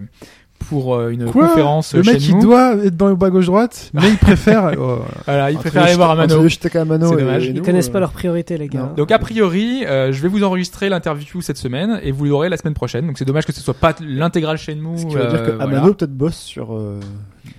Speaker 4: pour euh, une
Speaker 3: Quoi
Speaker 4: conférence
Speaker 3: Le mec il
Speaker 4: Shenmue.
Speaker 3: doit être dans le bas gauche droite, mais il préfère oh,
Speaker 4: Voilà, il
Speaker 5: Entre
Speaker 4: préfère
Speaker 5: les
Speaker 4: aller
Speaker 5: Shitaka-
Speaker 4: voir Amano.
Speaker 5: entre les Shitaka Amano
Speaker 4: C'est
Speaker 5: et-
Speaker 4: dommage.
Speaker 5: et
Speaker 4: Ils
Speaker 6: Ils
Speaker 5: nous,
Speaker 6: connaissent
Speaker 5: euh,
Speaker 6: pas leurs priorités, les gars.
Speaker 5: non.
Speaker 4: Donc a priori, euh, je vais vous enregistrer l'interview cette semaine et vous l'aurez la semaine prochaine. Donc c'est dommage que ce soit pas l'intégrale Shenmue.
Speaker 5: Ce qui veut dire que
Speaker 4: euh, voilà.
Speaker 5: Amano peut-être bosse sur euh,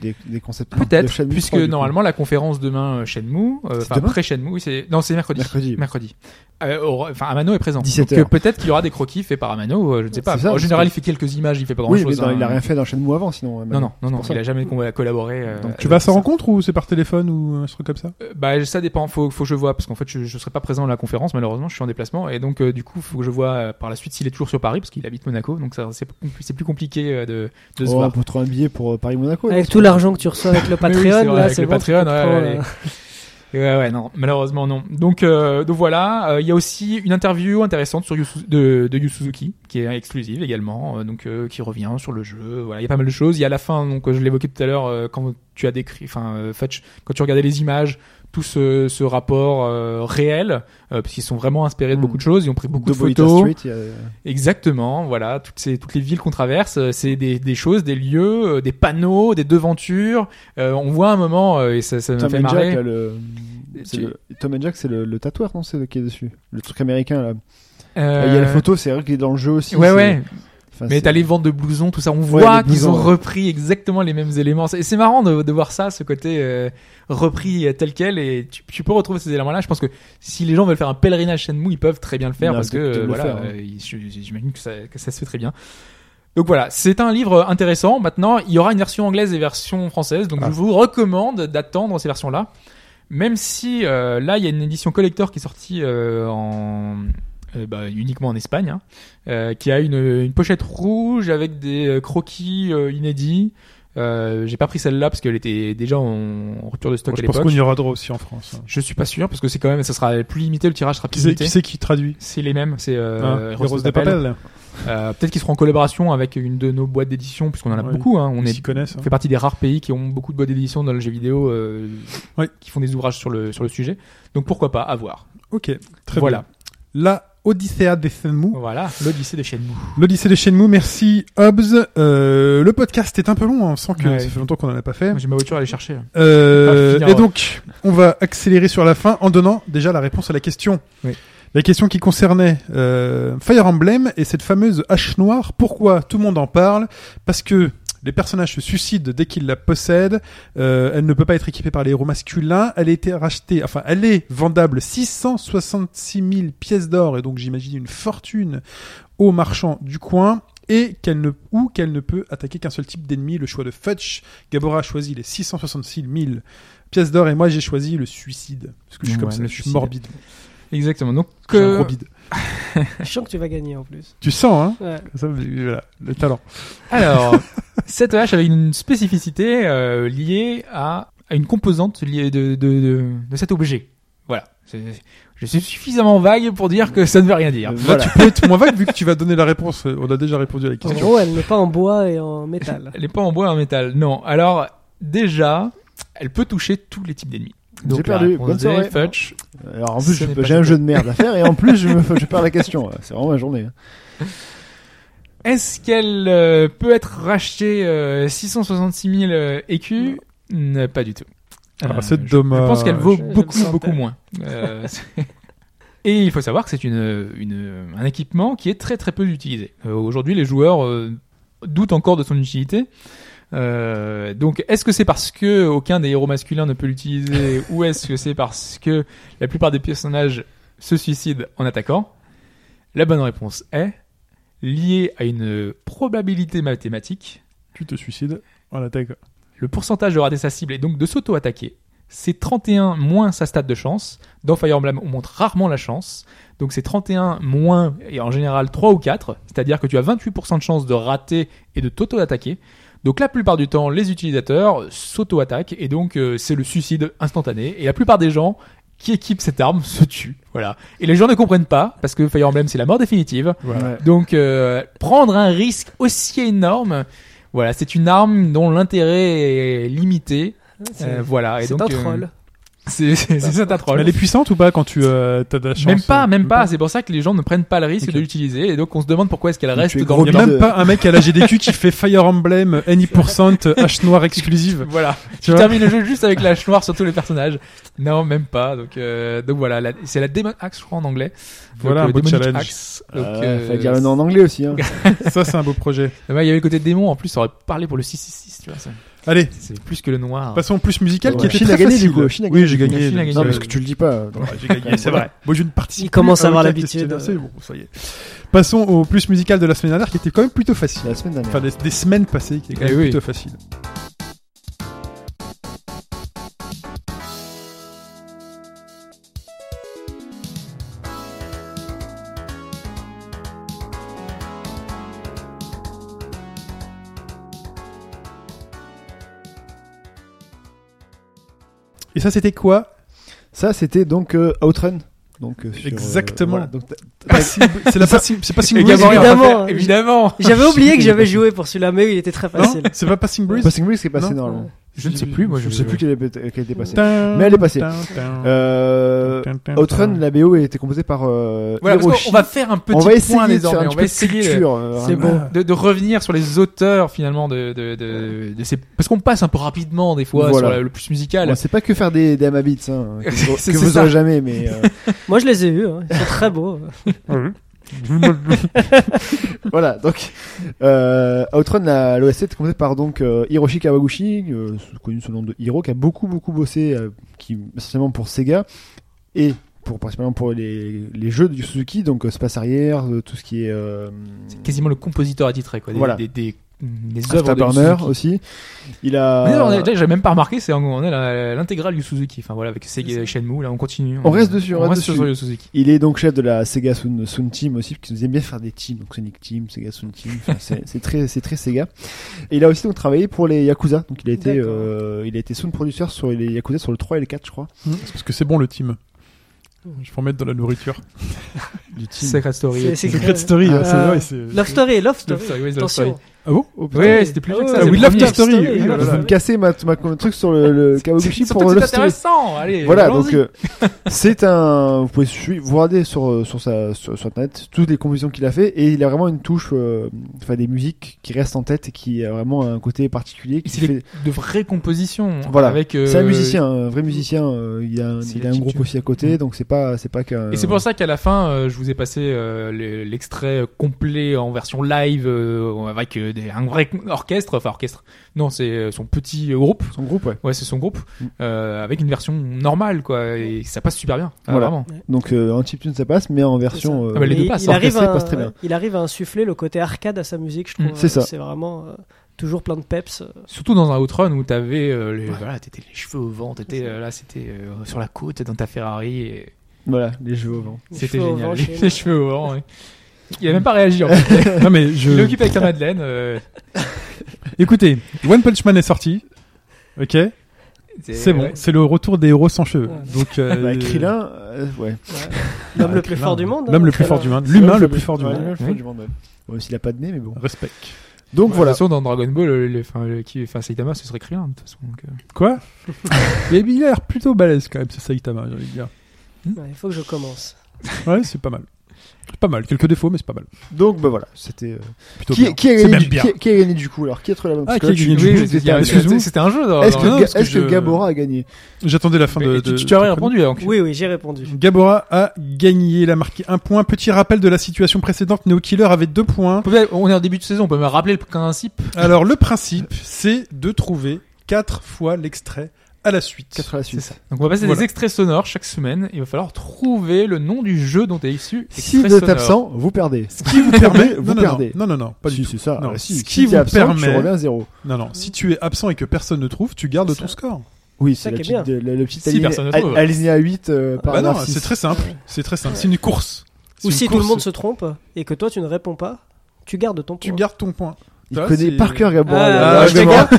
Speaker 5: des, des concepts. de
Speaker 4: Peut-être,
Speaker 5: Shenmue
Speaker 4: puisque
Speaker 5: 3, du coup.
Speaker 4: normalement la conférence demain euh, Shenmue, euh,
Speaker 5: C'est
Speaker 4: enfin
Speaker 5: demain
Speaker 4: après Shenmue, oui, c'est non c'est mercredi.
Speaker 5: Mercredi.
Speaker 4: Mercredi. Euh, aura- Enfin Amano est présent.
Speaker 5: 17
Speaker 4: Donc,
Speaker 5: heures.
Speaker 4: euh, peut-être qu'il y aura des croquis faits par Amano, euh, je ne sais pas.
Speaker 5: C'est ça,
Speaker 4: en
Speaker 5: parce
Speaker 4: général,
Speaker 5: que-
Speaker 4: il fait quelques images, il fait pas
Speaker 5: Oui,
Speaker 4: grand-chose.
Speaker 5: mais non,
Speaker 4: hein.
Speaker 5: il a rien fait dans Shenmue avant, sinon. Amano.
Speaker 4: Non non non non,
Speaker 5: pour ça.
Speaker 4: il a jamais con- collaboré. euh,
Speaker 5: Donc,
Speaker 3: Tu vas à sa
Speaker 4: avec ça.
Speaker 3: rencontre ou c'est par téléphone ou un truc comme ça
Speaker 4: Euh, Bah ça dépend, faut faut que je vois parce qu'en fait je, je serai pas présent à la conférence malheureusement, je suis en déplacement et donc euh, du coup faut que je vois euh, par la suite s'il est toujours sur Paris parce qu'il habite Monaco donc ça c'est c'est plus compliqué euh, de de se
Speaker 5: Oh,
Speaker 4: voir.
Speaker 5: pour trouver un billet pour euh, Paris-Monaco.
Speaker 6: Avec
Speaker 5: donc,
Speaker 6: tout l'argent que tu reçois avec le
Speaker 4: Mais oui,
Speaker 6: Patreon,
Speaker 4: c'est vrai,
Speaker 6: là,
Speaker 4: avec
Speaker 6: c'est
Speaker 4: le
Speaker 6: bon, tu
Speaker 4: Patreon,
Speaker 6: te
Speaker 4: ouais,
Speaker 6: prends,
Speaker 4: ouais,
Speaker 6: euh,
Speaker 4: Ouais, ouais, non, malheureusement non. Donc, euh, donc voilà, euh, il y a aussi une interview intéressante sur Yu Su- de, de Yu Suzuki, qui est exclusive également, euh, donc euh, qui revient sur le jeu. Voilà, il y a pas mal de choses. Il y a la fin, donc euh, je l'évoquais tout à l'heure euh, quand tu as décrit, enfin euh, Fetch, quand tu regardais les images, tout ce, ce rapport euh, réel, euh, parce qu'ils sont vraiment inspirés
Speaker 6: Hmm.
Speaker 4: de
Speaker 5: Mm.
Speaker 4: beaucoup de choses, ils ont pris beaucoup de
Speaker 5: Dobolita
Speaker 4: photos.
Speaker 5: Street, il y a-
Speaker 4: Exactement, voilà, toutes ces toutes les villes qu'on traverse, euh, c'est des, des choses, des lieux, euh, des panneaux, des devantures. Euh, on voit un moment euh, et ça, ça m'a
Speaker 5: Tom
Speaker 4: fait
Speaker 5: and
Speaker 4: marrer.
Speaker 5: Jack, là, le... c'est
Speaker 4: Tu-
Speaker 5: le- Tom and Jack, c'est le, le tatoueur, non C'est le- qui est dessus. Le truc américain, là.
Speaker 4: Euh,
Speaker 5: Il y a la photo, c'est vrai qu'il est dans le jeu aussi.
Speaker 4: Ouais
Speaker 5: c'est-
Speaker 4: ouais,
Speaker 5: enfin,
Speaker 4: mais
Speaker 5: c'est-
Speaker 4: t'as les ventes de blousons, tout ça. On voit
Speaker 5: les
Speaker 4: qu'ils
Speaker 5: blousons,
Speaker 4: ont
Speaker 5: ouais.
Speaker 4: repris exactement les mêmes éléments. C'est c'est marrant de, de voir ça, ce côté euh, repris euh, tel quel, et tu, tu peux retrouver ces éléments-là. Je pense que si les gens veulent faire un pèlerinage Shenmue, ils peuvent très bien le faire
Speaker 5: Non,
Speaker 4: parce que
Speaker 5: de- de
Speaker 4: euh,
Speaker 5: le
Speaker 4: voilà,
Speaker 5: faire, hein.
Speaker 4: euh, ils- je- j'imagine que ça, que ça se fait très bien. Donc voilà, c'est un livre intéressant. Maintenant, il y aura une version anglaise et version française, donc
Speaker 5: Ah.
Speaker 4: je vous recommande d'attendre ces versions-là. Même si euh, là, il y a une édition collector qui est sortie euh, en, euh, bah, uniquement en Espagne, hein, euh, qui a une, une pochette rouge avec des euh, croquis euh, inédits. Euh, J'ai pas pris celle-là parce qu'elle était déjà en, en rupture de stock
Speaker 3: Moi, Je
Speaker 4: à
Speaker 3: pense qu'on
Speaker 4: l'époque.
Speaker 3: y aura droit aussi en France. hein.
Speaker 4: Je suis pas sûr parce que c'est quand même, ça sera plus limité, le tirage sera
Speaker 3: Qui
Speaker 4: plus
Speaker 3: c'est
Speaker 4: limité.
Speaker 3: qui, c'est qui traduit
Speaker 4: C'est les mêmes, c'est euh,
Speaker 3: Hein,
Speaker 4: Heroes
Speaker 3: Les Roses
Speaker 4: de
Speaker 3: des
Speaker 4: Papel.
Speaker 3: Papel
Speaker 4: Euh, Peut-être qu'ils seront en collaboration avec une de nos boîtes d'édition puisqu'on en a
Speaker 3: Ouais,
Speaker 4: beaucoup. Hein. On
Speaker 3: On
Speaker 4: est
Speaker 3: s'y connaissent. hein.
Speaker 4: fait partie des rares pays qui ont beaucoup de bonnes éditions dans le jeu vidéo, euh,
Speaker 3: Ouais.
Speaker 4: qui font des ouvrages sur le, sur le sujet. Donc pourquoi pas, à voir.
Speaker 3: Ok, très
Speaker 4: voilà.
Speaker 3: bien. La Odyssée des Shenmue.
Speaker 4: Voilà, l'Odyssée des Shenmue.
Speaker 3: L'Odyssée des Shenmue, merci Hobbs. Euh, le podcast est un peu long, hein, on sent que
Speaker 4: Ouais.
Speaker 3: ça fait longtemps qu'on en a pas fait.
Speaker 4: J'ai ma voiture à aller chercher.
Speaker 3: Euh,
Speaker 4: Ah, finir,
Speaker 3: et
Speaker 4: ouais.
Speaker 3: donc, on va accélérer sur la fin en donnant déjà la réponse à la question.
Speaker 4: Oui.
Speaker 3: La question qui concernait euh, Fire Emblem et cette fameuse hache noire. Pourquoi tout le monde en parle Parce que les personnages se suicident dès qu'ils la possèdent. Euh, elle ne peut pas être équipée par les héros masculins. Elle a été rachetée, enfin, elle est vendable 666 000 pièces d'or et donc j'imagine une fortune aux marchands du coin. Et qu'elle ne, ou qu'elle ne peut attaquer qu'un seul type d'ennemi. Le choix de Fetch. Gabora a choisi les 666 000 pièces d'or et moi j'ai choisi le suicide. Parce que je suis comme
Speaker 4: Ouais,
Speaker 3: ça,
Speaker 4: le
Speaker 3: je suis
Speaker 4: suicide.
Speaker 3: morbide.
Speaker 4: Exactement. Donc,
Speaker 3: Je suis un
Speaker 4: euh,
Speaker 3: gros bide.
Speaker 6: Je sens que tu vas gagner en plus.
Speaker 3: Tu sens, hein
Speaker 6: Ouais.
Speaker 3: Ça, voilà, le talent.
Speaker 4: Alors, cette hache avait une spécificité euh, liée à, à une composante liée de, de, de, de cet objet. Voilà. C'est- Je suis suffisamment vague pour dire que ça ne veut rien dire.
Speaker 5: Euh, voilà.
Speaker 3: Tu peux être moins vague vu que tu vas donner la réponse. euh, On a déjà répondu à la
Speaker 6: En
Speaker 3: question.
Speaker 4: Oh.
Speaker 6: gros, elle n'est pas en bois et en métal.
Speaker 4: Elle n'est pas en bois et en métal. Non. Alors, déjà, elle peut toucher tous les types d'ennemis.
Speaker 5: J'ai
Speaker 4: Donc, là,
Speaker 5: perdu.
Speaker 4: on
Speaker 5: Bonne
Speaker 4: disait
Speaker 5: soirée.
Speaker 4: Fudge.
Speaker 5: Alors en plus,
Speaker 4: Ce n'est
Speaker 5: je-
Speaker 4: pas
Speaker 5: j'ai un
Speaker 4: une
Speaker 5: jeu de merde à faire et en plus, je, me, je perds la question. C'est vraiment ma journée. hein.
Speaker 4: Est-ce qu'elle euh, peut être rachetée euh, 666 000 euh, écus Non, Pas du tout.
Speaker 3: Ah,
Speaker 4: Euh,
Speaker 3: c'est
Speaker 4: je-
Speaker 3: dommage.
Speaker 4: Je pense qu'elle vaut
Speaker 6: Je- je me
Speaker 4: beaucoup,
Speaker 6: sentais.
Speaker 4: beaucoup moins. Euh, c'est- Et il faut savoir que c'est une, une- un équipement qui est très très peu utilisé. Euh, Aujourd'hui, les joueurs euh, doutent encore de son utilité. Euh, donc, est-ce que c'est parce que aucun des héros masculins ne peut l'utiliser, ou est-ce que c'est parce que la plupart des personnages se suicident en attaquant La bonne réponse est liée à une probabilité mathématique.
Speaker 3: Tu te suicides en attaque.
Speaker 4: Le pourcentage de rater sa cible et donc de s'auto-attaquer, c'est 31 moins sa stat de chance. Dans Fire Emblem, on montre rarement la chance. Donc c'est 31 moins, et en général 3 ou 4. C'est-à-dire que tu as 28% de chance de rater et de t'auto-attaquer. Donc la plupart du temps, les utilisateurs s'auto-attaquent et donc euh, c'est le suicide instantané. Et la plupart des gens qui équipent cette arme se tuent. Voilà. Et les gens ne comprennent pas parce que Fire Emblem, c'est la mort définitive.
Speaker 5: Ouais.
Speaker 4: Donc euh, prendre un risque aussi énorme, voilà, c'est une arme dont l'intérêt est limité. Euh,
Speaker 6: C'est
Speaker 4: voilà, et
Speaker 6: c'est
Speaker 4: donc
Speaker 6: un
Speaker 4: euh,
Speaker 6: troll.
Speaker 4: c'est c'est- c'est un troll.
Speaker 3: Mais elle est puissante ou pas quand tu euh, t'as de la chance
Speaker 4: Même pas,
Speaker 3: euh,
Speaker 4: même pas. C'est pour ça que les gens ne prennent pas le risque
Speaker 3: Ok.
Speaker 4: de l'utiliser, et donc on se demande pourquoi est-ce qu'elle
Speaker 5: Donc,
Speaker 4: reste
Speaker 5: tu es
Speaker 4: dans
Speaker 5: gros
Speaker 3: Il
Speaker 4: le
Speaker 3: y a
Speaker 5: bide.
Speaker 4: même.
Speaker 3: même pas un mec à la GDQ qui fait Fire Emblem, any percent, hache noire exclusive.
Speaker 4: Voilà,
Speaker 3: Tu
Speaker 4: tu
Speaker 3: vois
Speaker 4: termines le jeu juste avec la hache noire sur tous les personnages. Non, même pas. Donc, euh, donc voilà, la- c'est la Demon Axe, je crois, en anglais. Donc,
Speaker 3: Voilà un
Speaker 4: euh,
Speaker 3: beau
Speaker 4: Demonic
Speaker 3: challenge.
Speaker 4: Axe. Donc,
Speaker 5: Ah ouais,
Speaker 4: euh,
Speaker 5: fallait dire le nom en anglais aussi. Hein.
Speaker 3: Ça, c'est un beau projet.
Speaker 4: Il y avait le côté démon, en plus, ça aurait parlé pour le 666, tu vois. ça.
Speaker 3: Allez,
Speaker 4: C'est plus que le noir.
Speaker 3: passons au plus musical qui
Speaker 5: Ouais.
Speaker 3: était
Speaker 5: Chine
Speaker 3: très
Speaker 5: a gagné,
Speaker 3: facile.
Speaker 5: du coup, Chine a
Speaker 3: Oui,
Speaker 5: gagné.
Speaker 3: j'ai gagné.
Speaker 4: Chine a gagné.
Speaker 5: Non,
Speaker 4: Euh,
Speaker 5: parce que tu le dis pas.
Speaker 3: Ouais, j'ai gagné, c'est vrai. Moi, je ne participe
Speaker 6: Il commence
Speaker 3: plus
Speaker 6: à avoir
Speaker 3: Weekend
Speaker 6: l'habitude.
Speaker 3: Festival, C'est bon, ça y est. Passons au plus musical de la semaine dernière qui était quand même plutôt facile.
Speaker 5: La semaine dernière.
Speaker 3: Enfin, des, des semaines passées qui était quand
Speaker 4: Eh
Speaker 3: même
Speaker 4: oui.
Speaker 3: plutôt facile. Et ça, c'était quoi
Speaker 5: Ça, c'était donc euh, Outrun. Donc, euh, sur, euh,
Speaker 3: Exactement.
Speaker 5: voilà. Donc, t'as-
Speaker 3: Passible- c'est la passing, c'est passing
Speaker 4: Et
Speaker 3: breeze.
Speaker 4: Gabriel, on va
Speaker 6: évidemment,
Speaker 4: faire-
Speaker 6: hein.
Speaker 4: évidemment.
Speaker 6: J'avais oublié que j'avais joué pour celui-là, mais il était très
Speaker 3: Non,
Speaker 6: facile.
Speaker 3: c'est pas passing breeze.
Speaker 5: Passing Breeze qui est passé
Speaker 3: Non.
Speaker 5: normalement.
Speaker 4: Je ne sais plus, moi,
Speaker 5: Je ne sais plus quelle est- quelle était passée.
Speaker 3: Tin,
Speaker 5: Mais elle est passée.
Speaker 3: tin, tin,
Speaker 5: Euh,
Speaker 3: tin, tin,
Speaker 5: Outrun,
Speaker 3: tin.
Speaker 5: la BO était composée par euh,
Speaker 4: Voilà, parce qu'on-
Speaker 5: Hiroshi.
Speaker 4: on va faire un petit
Speaker 5: On va
Speaker 4: point
Speaker 5: essayer de faire
Speaker 4: désormais.
Speaker 5: un
Speaker 4: On
Speaker 5: petit
Speaker 4: va
Speaker 5: peu de
Speaker 4: essayer de-
Speaker 5: culture. euh,
Speaker 6: C'est
Speaker 5: vraiment.
Speaker 6: bon.
Speaker 4: de, de revenir sur les auteurs finalement de, de, de, de ces... parce qu'on passe un peu rapidement des fois
Speaker 5: Voilà.
Speaker 4: sur la- le plus musical.
Speaker 5: Bon, c'est pas que faire des, des Amabits, hein, que vous,
Speaker 4: C'est-
Speaker 5: que
Speaker 4: c'est
Speaker 5: vous
Speaker 4: ça.
Speaker 5: aurez jamais, mais euh,
Speaker 6: Moi, je les ai eus. hein. Ils sont très beaux.
Speaker 5: voilà. Donc, euh, Outrun, la- l'OST était composée par donc euh, Hiroshi Kawaguchi, euh, connu sous le nom de Hiro, qui a beaucoup beaucoup bossé, euh, qui essentiellement pour Sega et pour principalement pour les, les jeux du Suzuki, donc euh, Space Arrière, euh, tout ce qui est euh,
Speaker 4: C'est quasiment le compositeur attitré quoi. Des,
Speaker 5: Voilà.
Speaker 4: des, des, des
Speaker 5: After
Speaker 4: œuvres de
Speaker 5: Burner
Speaker 4: Suzuki.
Speaker 5: aussi. Il
Speaker 4: Mais non, on est-
Speaker 5: a.
Speaker 4: déjà, J'avais même pas remarqué, c'est on est la- l'intégrale du Suzuki. Enfin voilà, avec Sega et Shenmue, là on continue.
Speaker 5: On reste dessus, on
Speaker 4: on
Speaker 5: reste
Speaker 4: reste
Speaker 5: dessus.
Speaker 4: sur le Suzuki.
Speaker 5: Il est donc chef de la Sega Sound, Sound Team aussi, parce qu'ils aiment bien faire des teams, donc Sonic Team, Sega Sound Team, enfin, c'est c'est très, c'est très Sega. Et il a aussi donc travaillé pour les Yakuza, donc il a été,
Speaker 6: D'accord.
Speaker 5: euh, il a été sound producer sur les Yakuza sur le 3 et le 4, je crois.
Speaker 3: C'est parce que c'est bon le team. Je vais en mettre dans la nourriture.
Speaker 5: Du team.
Speaker 4: Secret Story.
Speaker 6: C'est- c'est-
Speaker 3: Secret Story.
Speaker 6: Ah,
Speaker 3: hein, c'est
Speaker 6: euh,
Speaker 3: vrai, c'est-
Speaker 6: Love Story, Love
Speaker 4: Love
Speaker 6: Story.
Speaker 4: Story, oui, Love Story.
Speaker 6: Attention.
Speaker 3: Ah bon
Speaker 5: Oh, putain.
Speaker 4: Ouais, c'était plus vieux que ça.
Speaker 3: Ah
Speaker 4: c'est
Speaker 3: oui,
Speaker 4: le
Speaker 3: Love
Speaker 4: premier.
Speaker 3: After Story.
Speaker 6: Story,
Speaker 3: oui,
Speaker 6: oui,
Speaker 3: voilà.
Speaker 5: Vous me cassez ma, ma- mon truc sur le, le Kawaguchi
Speaker 4: Surtout
Speaker 5: pour
Speaker 4: que
Speaker 5: Love
Speaker 4: c'est
Speaker 5: Story.
Speaker 4: intéressant. Allez,
Speaker 5: Voilà,
Speaker 4: allons-y.
Speaker 5: donc euh, c'est un. Vous pouvez suivre, vous regardez sur euh, sur sa sur, sur internet toutes les compositions qu'il a fait et il a vraiment une touche, euh, enfin des musiques qui restent en tête et qui a vraiment un côté particulier. Qui
Speaker 4: c'est
Speaker 5: fait...
Speaker 4: les- de vraies compositions.
Speaker 5: Voilà.
Speaker 4: Avec,
Speaker 5: C'est un
Speaker 4: euh,
Speaker 5: musicien, un vrai musicien. euh, il a un,
Speaker 4: c'est
Speaker 5: il
Speaker 4: la
Speaker 5: a un
Speaker 4: petite
Speaker 5: groupe
Speaker 4: tune.
Speaker 5: aussi à côté, donc c'est pas c'est pas qu'un.
Speaker 4: Et c'est pour ça qu'à la fin, euh, je vous ai passé euh, le- l'extrait complet en version live euh, avec euh, des, un vrai orchestre, enfin orchestre. Non, c'est euh, son petit groupe.
Speaker 5: son groupe, ouais.
Speaker 4: Ouais, c'est son groupe
Speaker 5: Mm.
Speaker 4: euh, avec une version normale, quoi. Et ça passe super bien. Ah,
Speaker 5: Voilà.
Speaker 4: Vraiment.
Speaker 5: Donc euh, en chiptune ça passe, mais en version. euh,
Speaker 4: Ah bah, les
Speaker 6: Mais
Speaker 4: deux
Speaker 6: il-
Speaker 4: passent,
Speaker 6: il,
Speaker 4: hein,
Speaker 6: arrive
Speaker 5: ça
Speaker 6: à,
Speaker 5: passe très bien.
Speaker 6: il arrive à insuffler le côté arcade à sa musique, je trouve.
Speaker 5: Mm, c'est ça.
Speaker 6: C'est vraiment euh, toujours plein de peps.
Speaker 4: Surtout dans un outrun où t'avais euh, les, voilà, t'étais les cheveux au vent, t'étais euh, là, c'était euh, sur la côte dans ta Ferrari. Et...
Speaker 5: Voilà, les jeux au vent.
Speaker 6: Les
Speaker 4: C'était
Speaker 6: cheveux au
Speaker 4: génial.
Speaker 6: vent
Speaker 4: les,
Speaker 6: chez-
Speaker 4: les cheveux au vent. ouais. Il a même pas réagi. En fait.
Speaker 3: Non mais je.
Speaker 4: Il est occupé avec la Madeleine. euh,
Speaker 3: Écoutez, One Punch Man est sorti. Ok, c'est bon.
Speaker 4: ouais.
Speaker 3: C'est le retour des héros sans cheveux.
Speaker 6: Ouais.
Speaker 3: Donc euh,
Speaker 5: Bah, Krillin, euh, ouais.
Speaker 6: L'homme le
Speaker 3: avec
Speaker 6: plus
Speaker 3: l'un.
Speaker 6: fort du monde. hein,
Speaker 3: L'homme le
Speaker 6: parce
Speaker 3: plus
Speaker 6: que
Speaker 3: fort
Speaker 6: là-
Speaker 3: du monde. L'humain
Speaker 5: Ouais,
Speaker 3: le plus fort du
Speaker 5: ouais,
Speaker 3: monde.
Speaker 5: l'humain le plus fort du monde, ouais. Même s'il a pas de nez, mais bon.
Speaker 3: Respect.
Speaker 5: Donc
Speaker 4: Ouais,
Speaker 5: voilà.
Speaker 4: Bah, De toute façon, dans Dragon Ball, euh, le- enfin, le- qui, enfin, Saitama, ce serait Krillin, de toute façon. donc, euh.
Speaker 3: Quoi Mais il a l'air plutôt balèze quand même, c'est Saitama, j'ai envie de dire.
Speaker 6: Ouais, Il faut que je commence.
Speaker 3: Ouais, c'est pas mal. C'est Pas mal, quelques défauts, mais c'est pas mal.
Speaker 5: Donc bah voilà, c'était. euh,
Speaker 3: Plutôt
Speaker 5: Qui,
Speaker 3: bien.
Speaker 5: qui a
Speaker 3: C'est
Speaker 5: gagné
Speaker 3: même
Speaker 5: du,
Speaker 3: bien.
Speaker 5: qui a- qui a gagné du coup alors Qui a trouvé la bonne Parce
Speaker 3: Ah,
Speaker 5: que
Speaker 3: qui a
Speaker 5: là, tu-
Speaker 3: gagné du
Speaker 5: tu-
Speaker 3: coup,
Speaker 5: tu-
Speaker 4: parce
Speaker 5: tu-
Speaker 4: qu'il y a-
Speaker 5: tu-
Speaker 4: parce que
Speaker 5: tu-
Speaker 4: C'était un jeu. dans-
Speaker 5: Est-ce
Speaker 4: dans-
Speaker 5: que,
Speaker 3: Oh, non,
Speaker 5: Ga-
Speaker 3: parce que
Speaker 5: est-ce que
Speaker 3: je-
Speaker 5: Gabora a gagné
Speaker 3: J'attendais la fin
Speaker 4: Mais
Speaker 3: de.
Speaker 4: tu,
Speaker 3: de-
Speaker 4: tu aurais
Speaker 3: de-
Speaker 4: répondu, hein, donc.
Speaker 6: Oui, oui, j'ai répondu.
Speaker 3: Gabora a gagné, il a marqué un point. Petit rappel de la situation précédente, Neo Killer avait deux points.
Speaker 4: On peut- On est en début de saison, on peut me rappeler le principe.
Speaker 3: Alors le principe, c'est de trouver quatre fois l'extrait à la suite.
Speaker 5: 4 à la suite.
Speaker 4: Donc on va passer
Speaker 3: Voilà.
Speaker 4: des extraits sonores chaque semaine. et Il va falloir trouver le nom du jeu dont est issu.
Speaker 5: Si
Speaker 4: extrait
Speaker 5: vous êtes
Speaker 4: sonore.
Speaker 5: absent, vous perdez.
Speaker 3: Ce qui vous
Speaker 5: Vous
Speaker 3: permet, non, non, non,
Speaker 5: perdez.
Speaker 3: Non, non, non, pas
Speaker 5: si,
Speaker 3: du tout.
Speaker 5: c'est ça.
Speaker 3: Non,
Speaker 5: Ah, si,
Speaker 3: ce qui
Speaker 5: si t'es
Speaker 3: vous
Speaker 5: absent, tu
Speaker 3: permet-
Speaker 5: reviens à zéro.
Speaker 3: Non, non. Si tu es absent et que personne ne trouve, tu gardes
Speaker 6: C'est
Speaker 3: ton
Speaker 6: ça.
Speaker 3: score.
Speaker 5: Oui,
Speaker 6: ça
Speaker 5: c'est la
Speaker 6: qui est
Speaker 5: petite, le, le petit
Speaker 4: Si
Speaker 5: alinéa,
Speaker 4: personne ne trouve.
Speaker 5: al- alinéa 8 euh, par
Speaker 3: Bah non,
Speaker 5: rapport à
Speaker 3: c'est
Speaker 5: six.
Speaker 3: très simple. C'est très simple. C'est une course. C'est
Speaker 6: Ou
Speaker 3: une
Speaker 6: si tout le
Speaker 3: course,
Speaker 6: monde se trompe et que toi tu ne réponds pas, tu gardes ton
Speaker 3: Tu
Speaker 6: point.
Speaker 3: gardes ton point.
Speaker 5: Il
Speaker 3: Toi,
Speaker 5: connaît
Speaker 3: c'est-
Speaker 5: par cœur euh, Gabora.
Speaker 6: Ah,
Speaker 5: là,
Speaker 6: ah,
Speaker 5: là,
Speaker 6: je
Speaker 5: Gabora.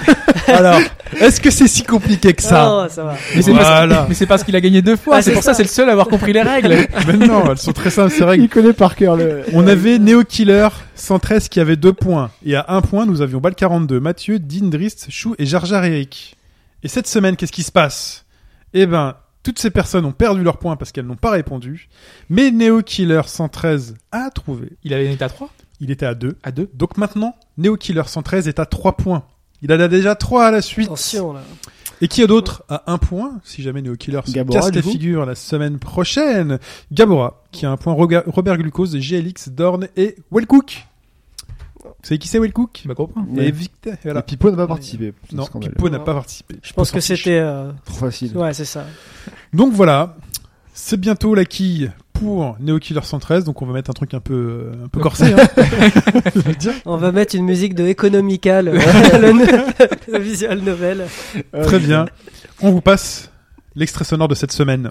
Speaker 3: Alors, est-ce que c'est si compliqué que ça
Speaker 6: Ah, ça va.
Speaker 4: Mais c'est
Speaker 3: Voilà.
Speaker 4: parce, mais c'est parce qu'il a gagné deux fois.
Speaker 6: Ah,
Speaker 4: c'est
Speaker 6: c'est
Speaker 4: pour ça,
Speaker 6: ça.
Speaker 4: c'est le seul à avoir compris les règles.
Speaker 3: Mais non, elles sont très simples, ces règles.
Speaker 5: Il connaît par cœur le.
Speaker 3: On avait Neo Killer 113 qui avait deux points. Et à un point, nous avions Bal 42, Mathieu, Dindrist, Chou et Jar Jar et Eric. Et cette semaine, qu'est-ce qui se passe Eh ben, toutes ces personnes ont perdu leurs points parce qu'elles n'ont pas répondu. Mais Neo Killer 113 a trouvé.
Speaker 4: Il avait été à 3
Speaker 3: Il était à 2.
Speaker 4: À 2
Speaker 3: Donc maintenant, Neo Killer 113 est à 3 points. Il en a déjà 3 à la suite.
Speaker 6: Attention là.
Speaker 3: Et qui a d'autre à un point, si jamais Neo Killer se
Speaker 5: Gabora,
Speaker 3: casse
Speaker 5: du
Speaker 3: la
Speaker 5: coup
Speaker 3: figure la semaine prochaine Gabora, qui a un point, Roga- Robert Glucose, GLX, Dorn et Wellcook. Vous savez qui c'est Wellcook
Speaker 4: Tu m'as compris
Speaker 3: Et
Speaker 5: Ouais.
Speaker 3: Victor,
Speaker 5: Et
Speaker 3: voilà.
Speaker 5: Pipo n'a pas participé. C'est
Speaker 3: Non,
Speaker 5: scandaleux.
Speaker 3: Pipo n'a
Speaker 6: Non.
Speaker 3: pas participé.
Speaker 6: Je pense
Speaker 3: Pipo
Speaker 6: que
Speaker 3: s'en fiche.
Speaker 6: c'était. euh,
Speaker 5: Trop facile.
Speaker 6: Ouais, c'est ça.
Speaker 3: Donc voilà, c'est bientôt la quille pour Neo Killer 113, donc on va mettre un truc un peu, un peu corsé. hein. Je veux dire.
Speaker 6: On va mettre une musique de Economical, euh, le, le visual novel.
Speaker 5: Euh,
Speaker 3: Très bien. On vous passe l'extrait sonore de cette semaine.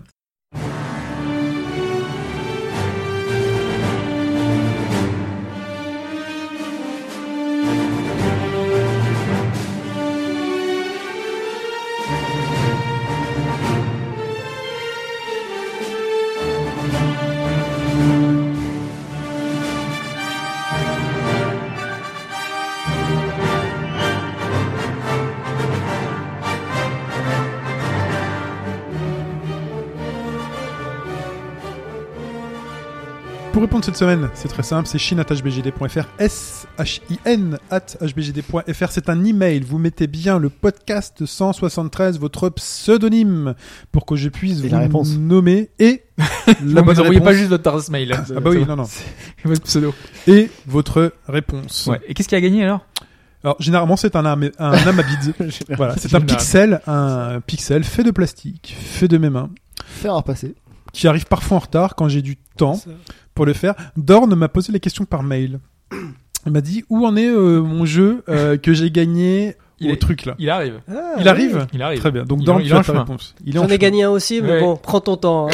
Speaker 3: Pour répondre cette semaine, c'est très simple, c'est shin.hbgd.fr, S-H-I-N at hbgd.fr, c'est un email, vous mettez bien le podcast 173, votre pseudonyme, pour que je puisse
Speaker 5: Et
Speaker 3: vous
Speaker 5: la réponse.
Speaker 3: nommer et la
Speaker 4: Vous
Speaker 3: bonne
Speaker 4: nous envoyez
Speaker 3: réponse.
Speaker 4: pas juste votre adresse mail. hein.
Speaker 3: Ah bah oui, non, non.
Speaker 4: Votre pseudo.
Speaker 3: Et votre réponse.
Speaker 4: Ouais. Et qu'est-ce qui a gagné alors
Speaker 3: Alors généralement c'est un, am- un amabide, voilà, c'est un
Speaker 4: Général.
Speaker 3: pixel, un pixel fait de plastique, fait de mes mains,
Speaker 5: Faire à passer.
Speaker 3: qui arrive parfois en retard quand j'ai du temps.
Speaker 6: Ça.
Speaker 3: pour le faire. Dorn m'a posé les questions par mail. Il m'a dit où en est euh, mon jeu euh, que j'ai gagné
Speaker 4: Il
Speaker 3: au
Speaker 4: est-
Speaker 3: truc là.
Speaker 4: Il arrive.
Speaker 6: Ah,
Speaker 3: Il
Speaker 6: oui.
Speaker 3: arrive
Speaker 4: Il arrive.
Speaker 3: Très bien. Donc
Speaker 4: Il
Speaker 3: Dorn,
Speaker 4: est en-
Speaker 3: tu
Speaker 4: il est
Speaker 3: as
Speaker 4: en
Speaker 3: ta
Speaker 4: chemin.
Speaker 3: réponse. Il est en
Speaker 6: J'en ai
Speaker 3: chemin.
Speaker 6: gagné un aussi, mais
Speaker 4: Ouais.
Speaker 6: bon, prends ton temps. hein.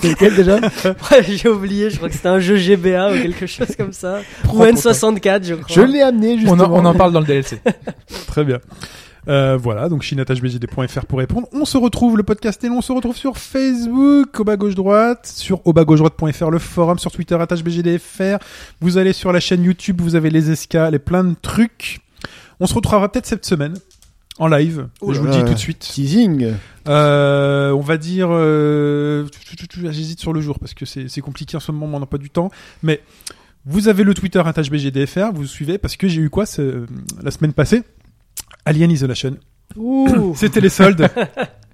Speaker 5: C'était lequel déjà
Speaker 6: Ouais, j'ai oublié, je crois que c'était un jeu GBA ou quelque chose comme ça. Ou
Speaker 3: ton temps.
Speaker 6: N64, je crois.
Speaker 5: Je l'ai amené
Speaker 4: On
Speaker 5: justement.
Speaker 4: en, on en parle dans le DLC.
Speaker 3: Très bien. Euh, voilà, donc chinatachbgd.fr pour répondre. On se retrouve, le podcast est long, on se retrouve sur Facebook, au bas gauche droite, sur au bas gauche droite.fr, le forum, sur Twitter, attachbgdfr. Vous allez sur la chaîne YouTube, vous avez les escales et plein de trucs. On se retrouvera peut-être cette semaine, en live,
Speaker 5: Oh
Speaker 3: je
Speaker 5: là
Speaker 3: vous le
Speaker 5: là.
Speaker 3: dis tout de suite.
Speaker 5: Teasing.
Speaker 3: Euh, on va dire, euh, tu- tu- tu- j'hésite sur le jour parce que c'est c'est compliqué en ce moment, on n'a pas du temps. Mais vous avez le Twitter @bgdfr, vous suivez parce que j'ai eu quoi ce- la semaine passée Alien Isolation.
Speaker 6: Ouh.
Speaker 3: C'était les soldes.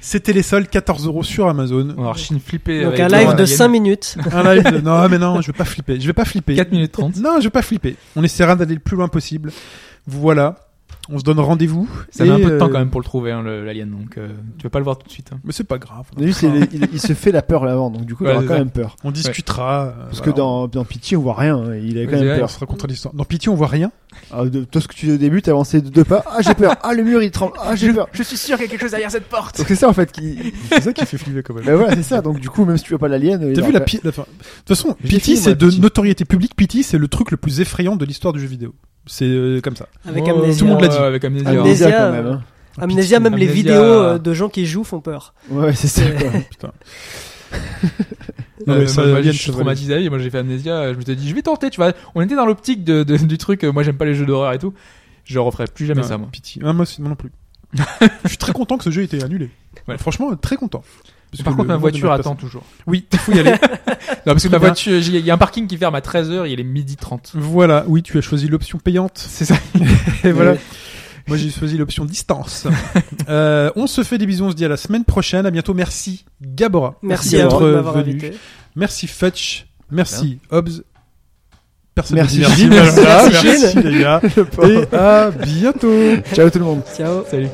Speaker 3: C'était les soldes 14 euros sur Amazon.
Speaker 4: Alors, Chine flippé.
Speaker 6: Donc
Speaker 4: avec
Speaker 6: un
Speaker 4: Laurent
Speaker 6: live de
Speaker 4: Alien.
Speaker 6: 5 minutes.
Speaker 3: Un live. de- Non, mais non, je vais pas flipper. Je vais pas flipper.
Speaker 4: 4 minutes 30.
Speaker 3: Non, je vais pas flipper. On essaiera d'aller le plus loin possible. Voilà. On se donne rendez-vous.
Speaker 4: Ça met
Speaker 3: Et,
Speaker 4: un peu de temps
Speaker 3: euh,
Speaker 4: quand même pour le trouver, hein, le- l'alien. Donc, euh, tu vas pas le voir tout de suite. hein.
Speaker 3: Mais c'est pas grave.
Speaker 5: On a vu, c'est- il, il- il se fait la peur là-avant, donc du coup,
Speaker 4: Ouais,
Speaker 5: il aura
Speaker 4: c'est
Speaker 5: quand
Speaker 4: ça.
Speaker 5: même peur.
Speaker 3: On discutera. euh,
Speaker 5: Parce
Speaker 3: voilà,
Speaker 5: que dans, dans Pitié, on voit rien. hein, Il a quand
Speaker 4: Ouais,
Speaker 5: même
Speaker 4: c'est
Speaker 3: on
Speaker 5: peur.
Speaker 3: se racontera l'histoire. Dans Pitié, on voit rien.
Speaker 5: Ah, de- toi, ce que tu dis au début, t'as avancé de deux pas. Ah, j'ai peur. Ah, le mur, il tremble. Ah, j'ai peur.
Speaker 4: Je suis sûr qu'il y a quelque chose derrière cette porte.
Speaker 5: Donc c'est ça en fait qui.
Speaker 3: C'est ça qui fait flipper quand même.
Speaker 6: Bah
Speaker 5: Ben voilà, c'est ça. Donc du coup, même si tu vois pas l'alien, il
Speaker 3: T'as
Speaker 5: aura
Speaker 3: vu la
Speaker 5: pas-
Speaker 3: pi... la fin- De toute façon,
Speaker 5: J'ai
Speaker 3: Pity,
Speaker 5: fini,
Speaker 3: c'est
Speaker 5: moi,
Speaker 3: de
Speaker 5: Pity.
Speaker 3: notoriété publique. Pity, c'est le truc le plus effrayant de l'histoire du jeu vidéo. C'est euh, comme ça.
Speaker 6: Avec
Speaker 4: Oh,
Speaker 6: Amnésia.
Speaker 3: Tout le monde l'a dit.
Speaker 4: Avec Amnésia.
Speaker 6: Amnésia.
Speaker 5: Amnésia quand même. hein.
Speaker 6: Amnésia, même les
Speaker 4: Amnésia.
Speaker 6: vidéos euh, de gens qui jouent font peur.
Speaker 5: Ouais, c'est ça. quoi.
Speaker 3: Non,
Speaker 4: Euh,
Speaker 3: mais ça,
Speaker 4: moi,
Speaker 3: Alien,
Speaker 4: je suis
Speaker 3: ça valait.
Speaker 4: traumatisé. à vie. Moi, j'ai fait Amnésia. Je me suis dit, je vais tenter. Tu vois, on était dans l'optique de, de- du truc. euh, Moi, j'aime pas les jeux d'horreur et tout. Je referai plus jamais
Speaker 3: Ouais,
Speaker 4: ça, moi.
Speaker 3: Pity. Ah, moi, aussi, moi non plus. Je suis très content que ce jeu ait été annulé.
Speaker 4: Ouais.
Speaker 3: Franchement, très content. Parce
Speaker 4: Par
Speaker 3: que
Speaker 4: contre, ma
Speaker 3: le mois de
Speaker 4: voiture
Speaker 3: mars
Speaker 4: attend toujours.
Speaker 3: passé- Oui, il faut y aller.
Speaker 4: Non, parce que ma
Speaker 3: Trop bien.
Speaker 4: voiture, il y a un parking qui ferme à 13h, il est midi 30.
Speaker 3: ben, voilà, oui, tu as choisi l'option payante.
Speaker 4: C'est ça.
Speaker 3: Et voilà. Moi, j'ai choisi l'option distance. Euh, on se fait des bisous, on se dit à la semaine prochaine. À bientôt. Merci, Gabora.
Speaker 6: Merci, à
Speaker 3: d'être
Speaker 6: vous de m'avoir
Speaker 3: venu.
Speaker 6: invité.
Speaker 3: Merci Fetch, merci Hobbs. Personne
Speaker 5: Merci,
Speaker 3: ne dit
Speaker 5: Gilles.
Speaker 3: Voilà,
Speaker 6: Merci, Gilles.
Speaker 3: merci les gars.
Speaker 5: Le pauvre.
Speaker 3: Et à bientôt.
Speaker 5: ah, Ciao tout le monde.
Speaker 6: Ciao.
Speaker 4: Salut.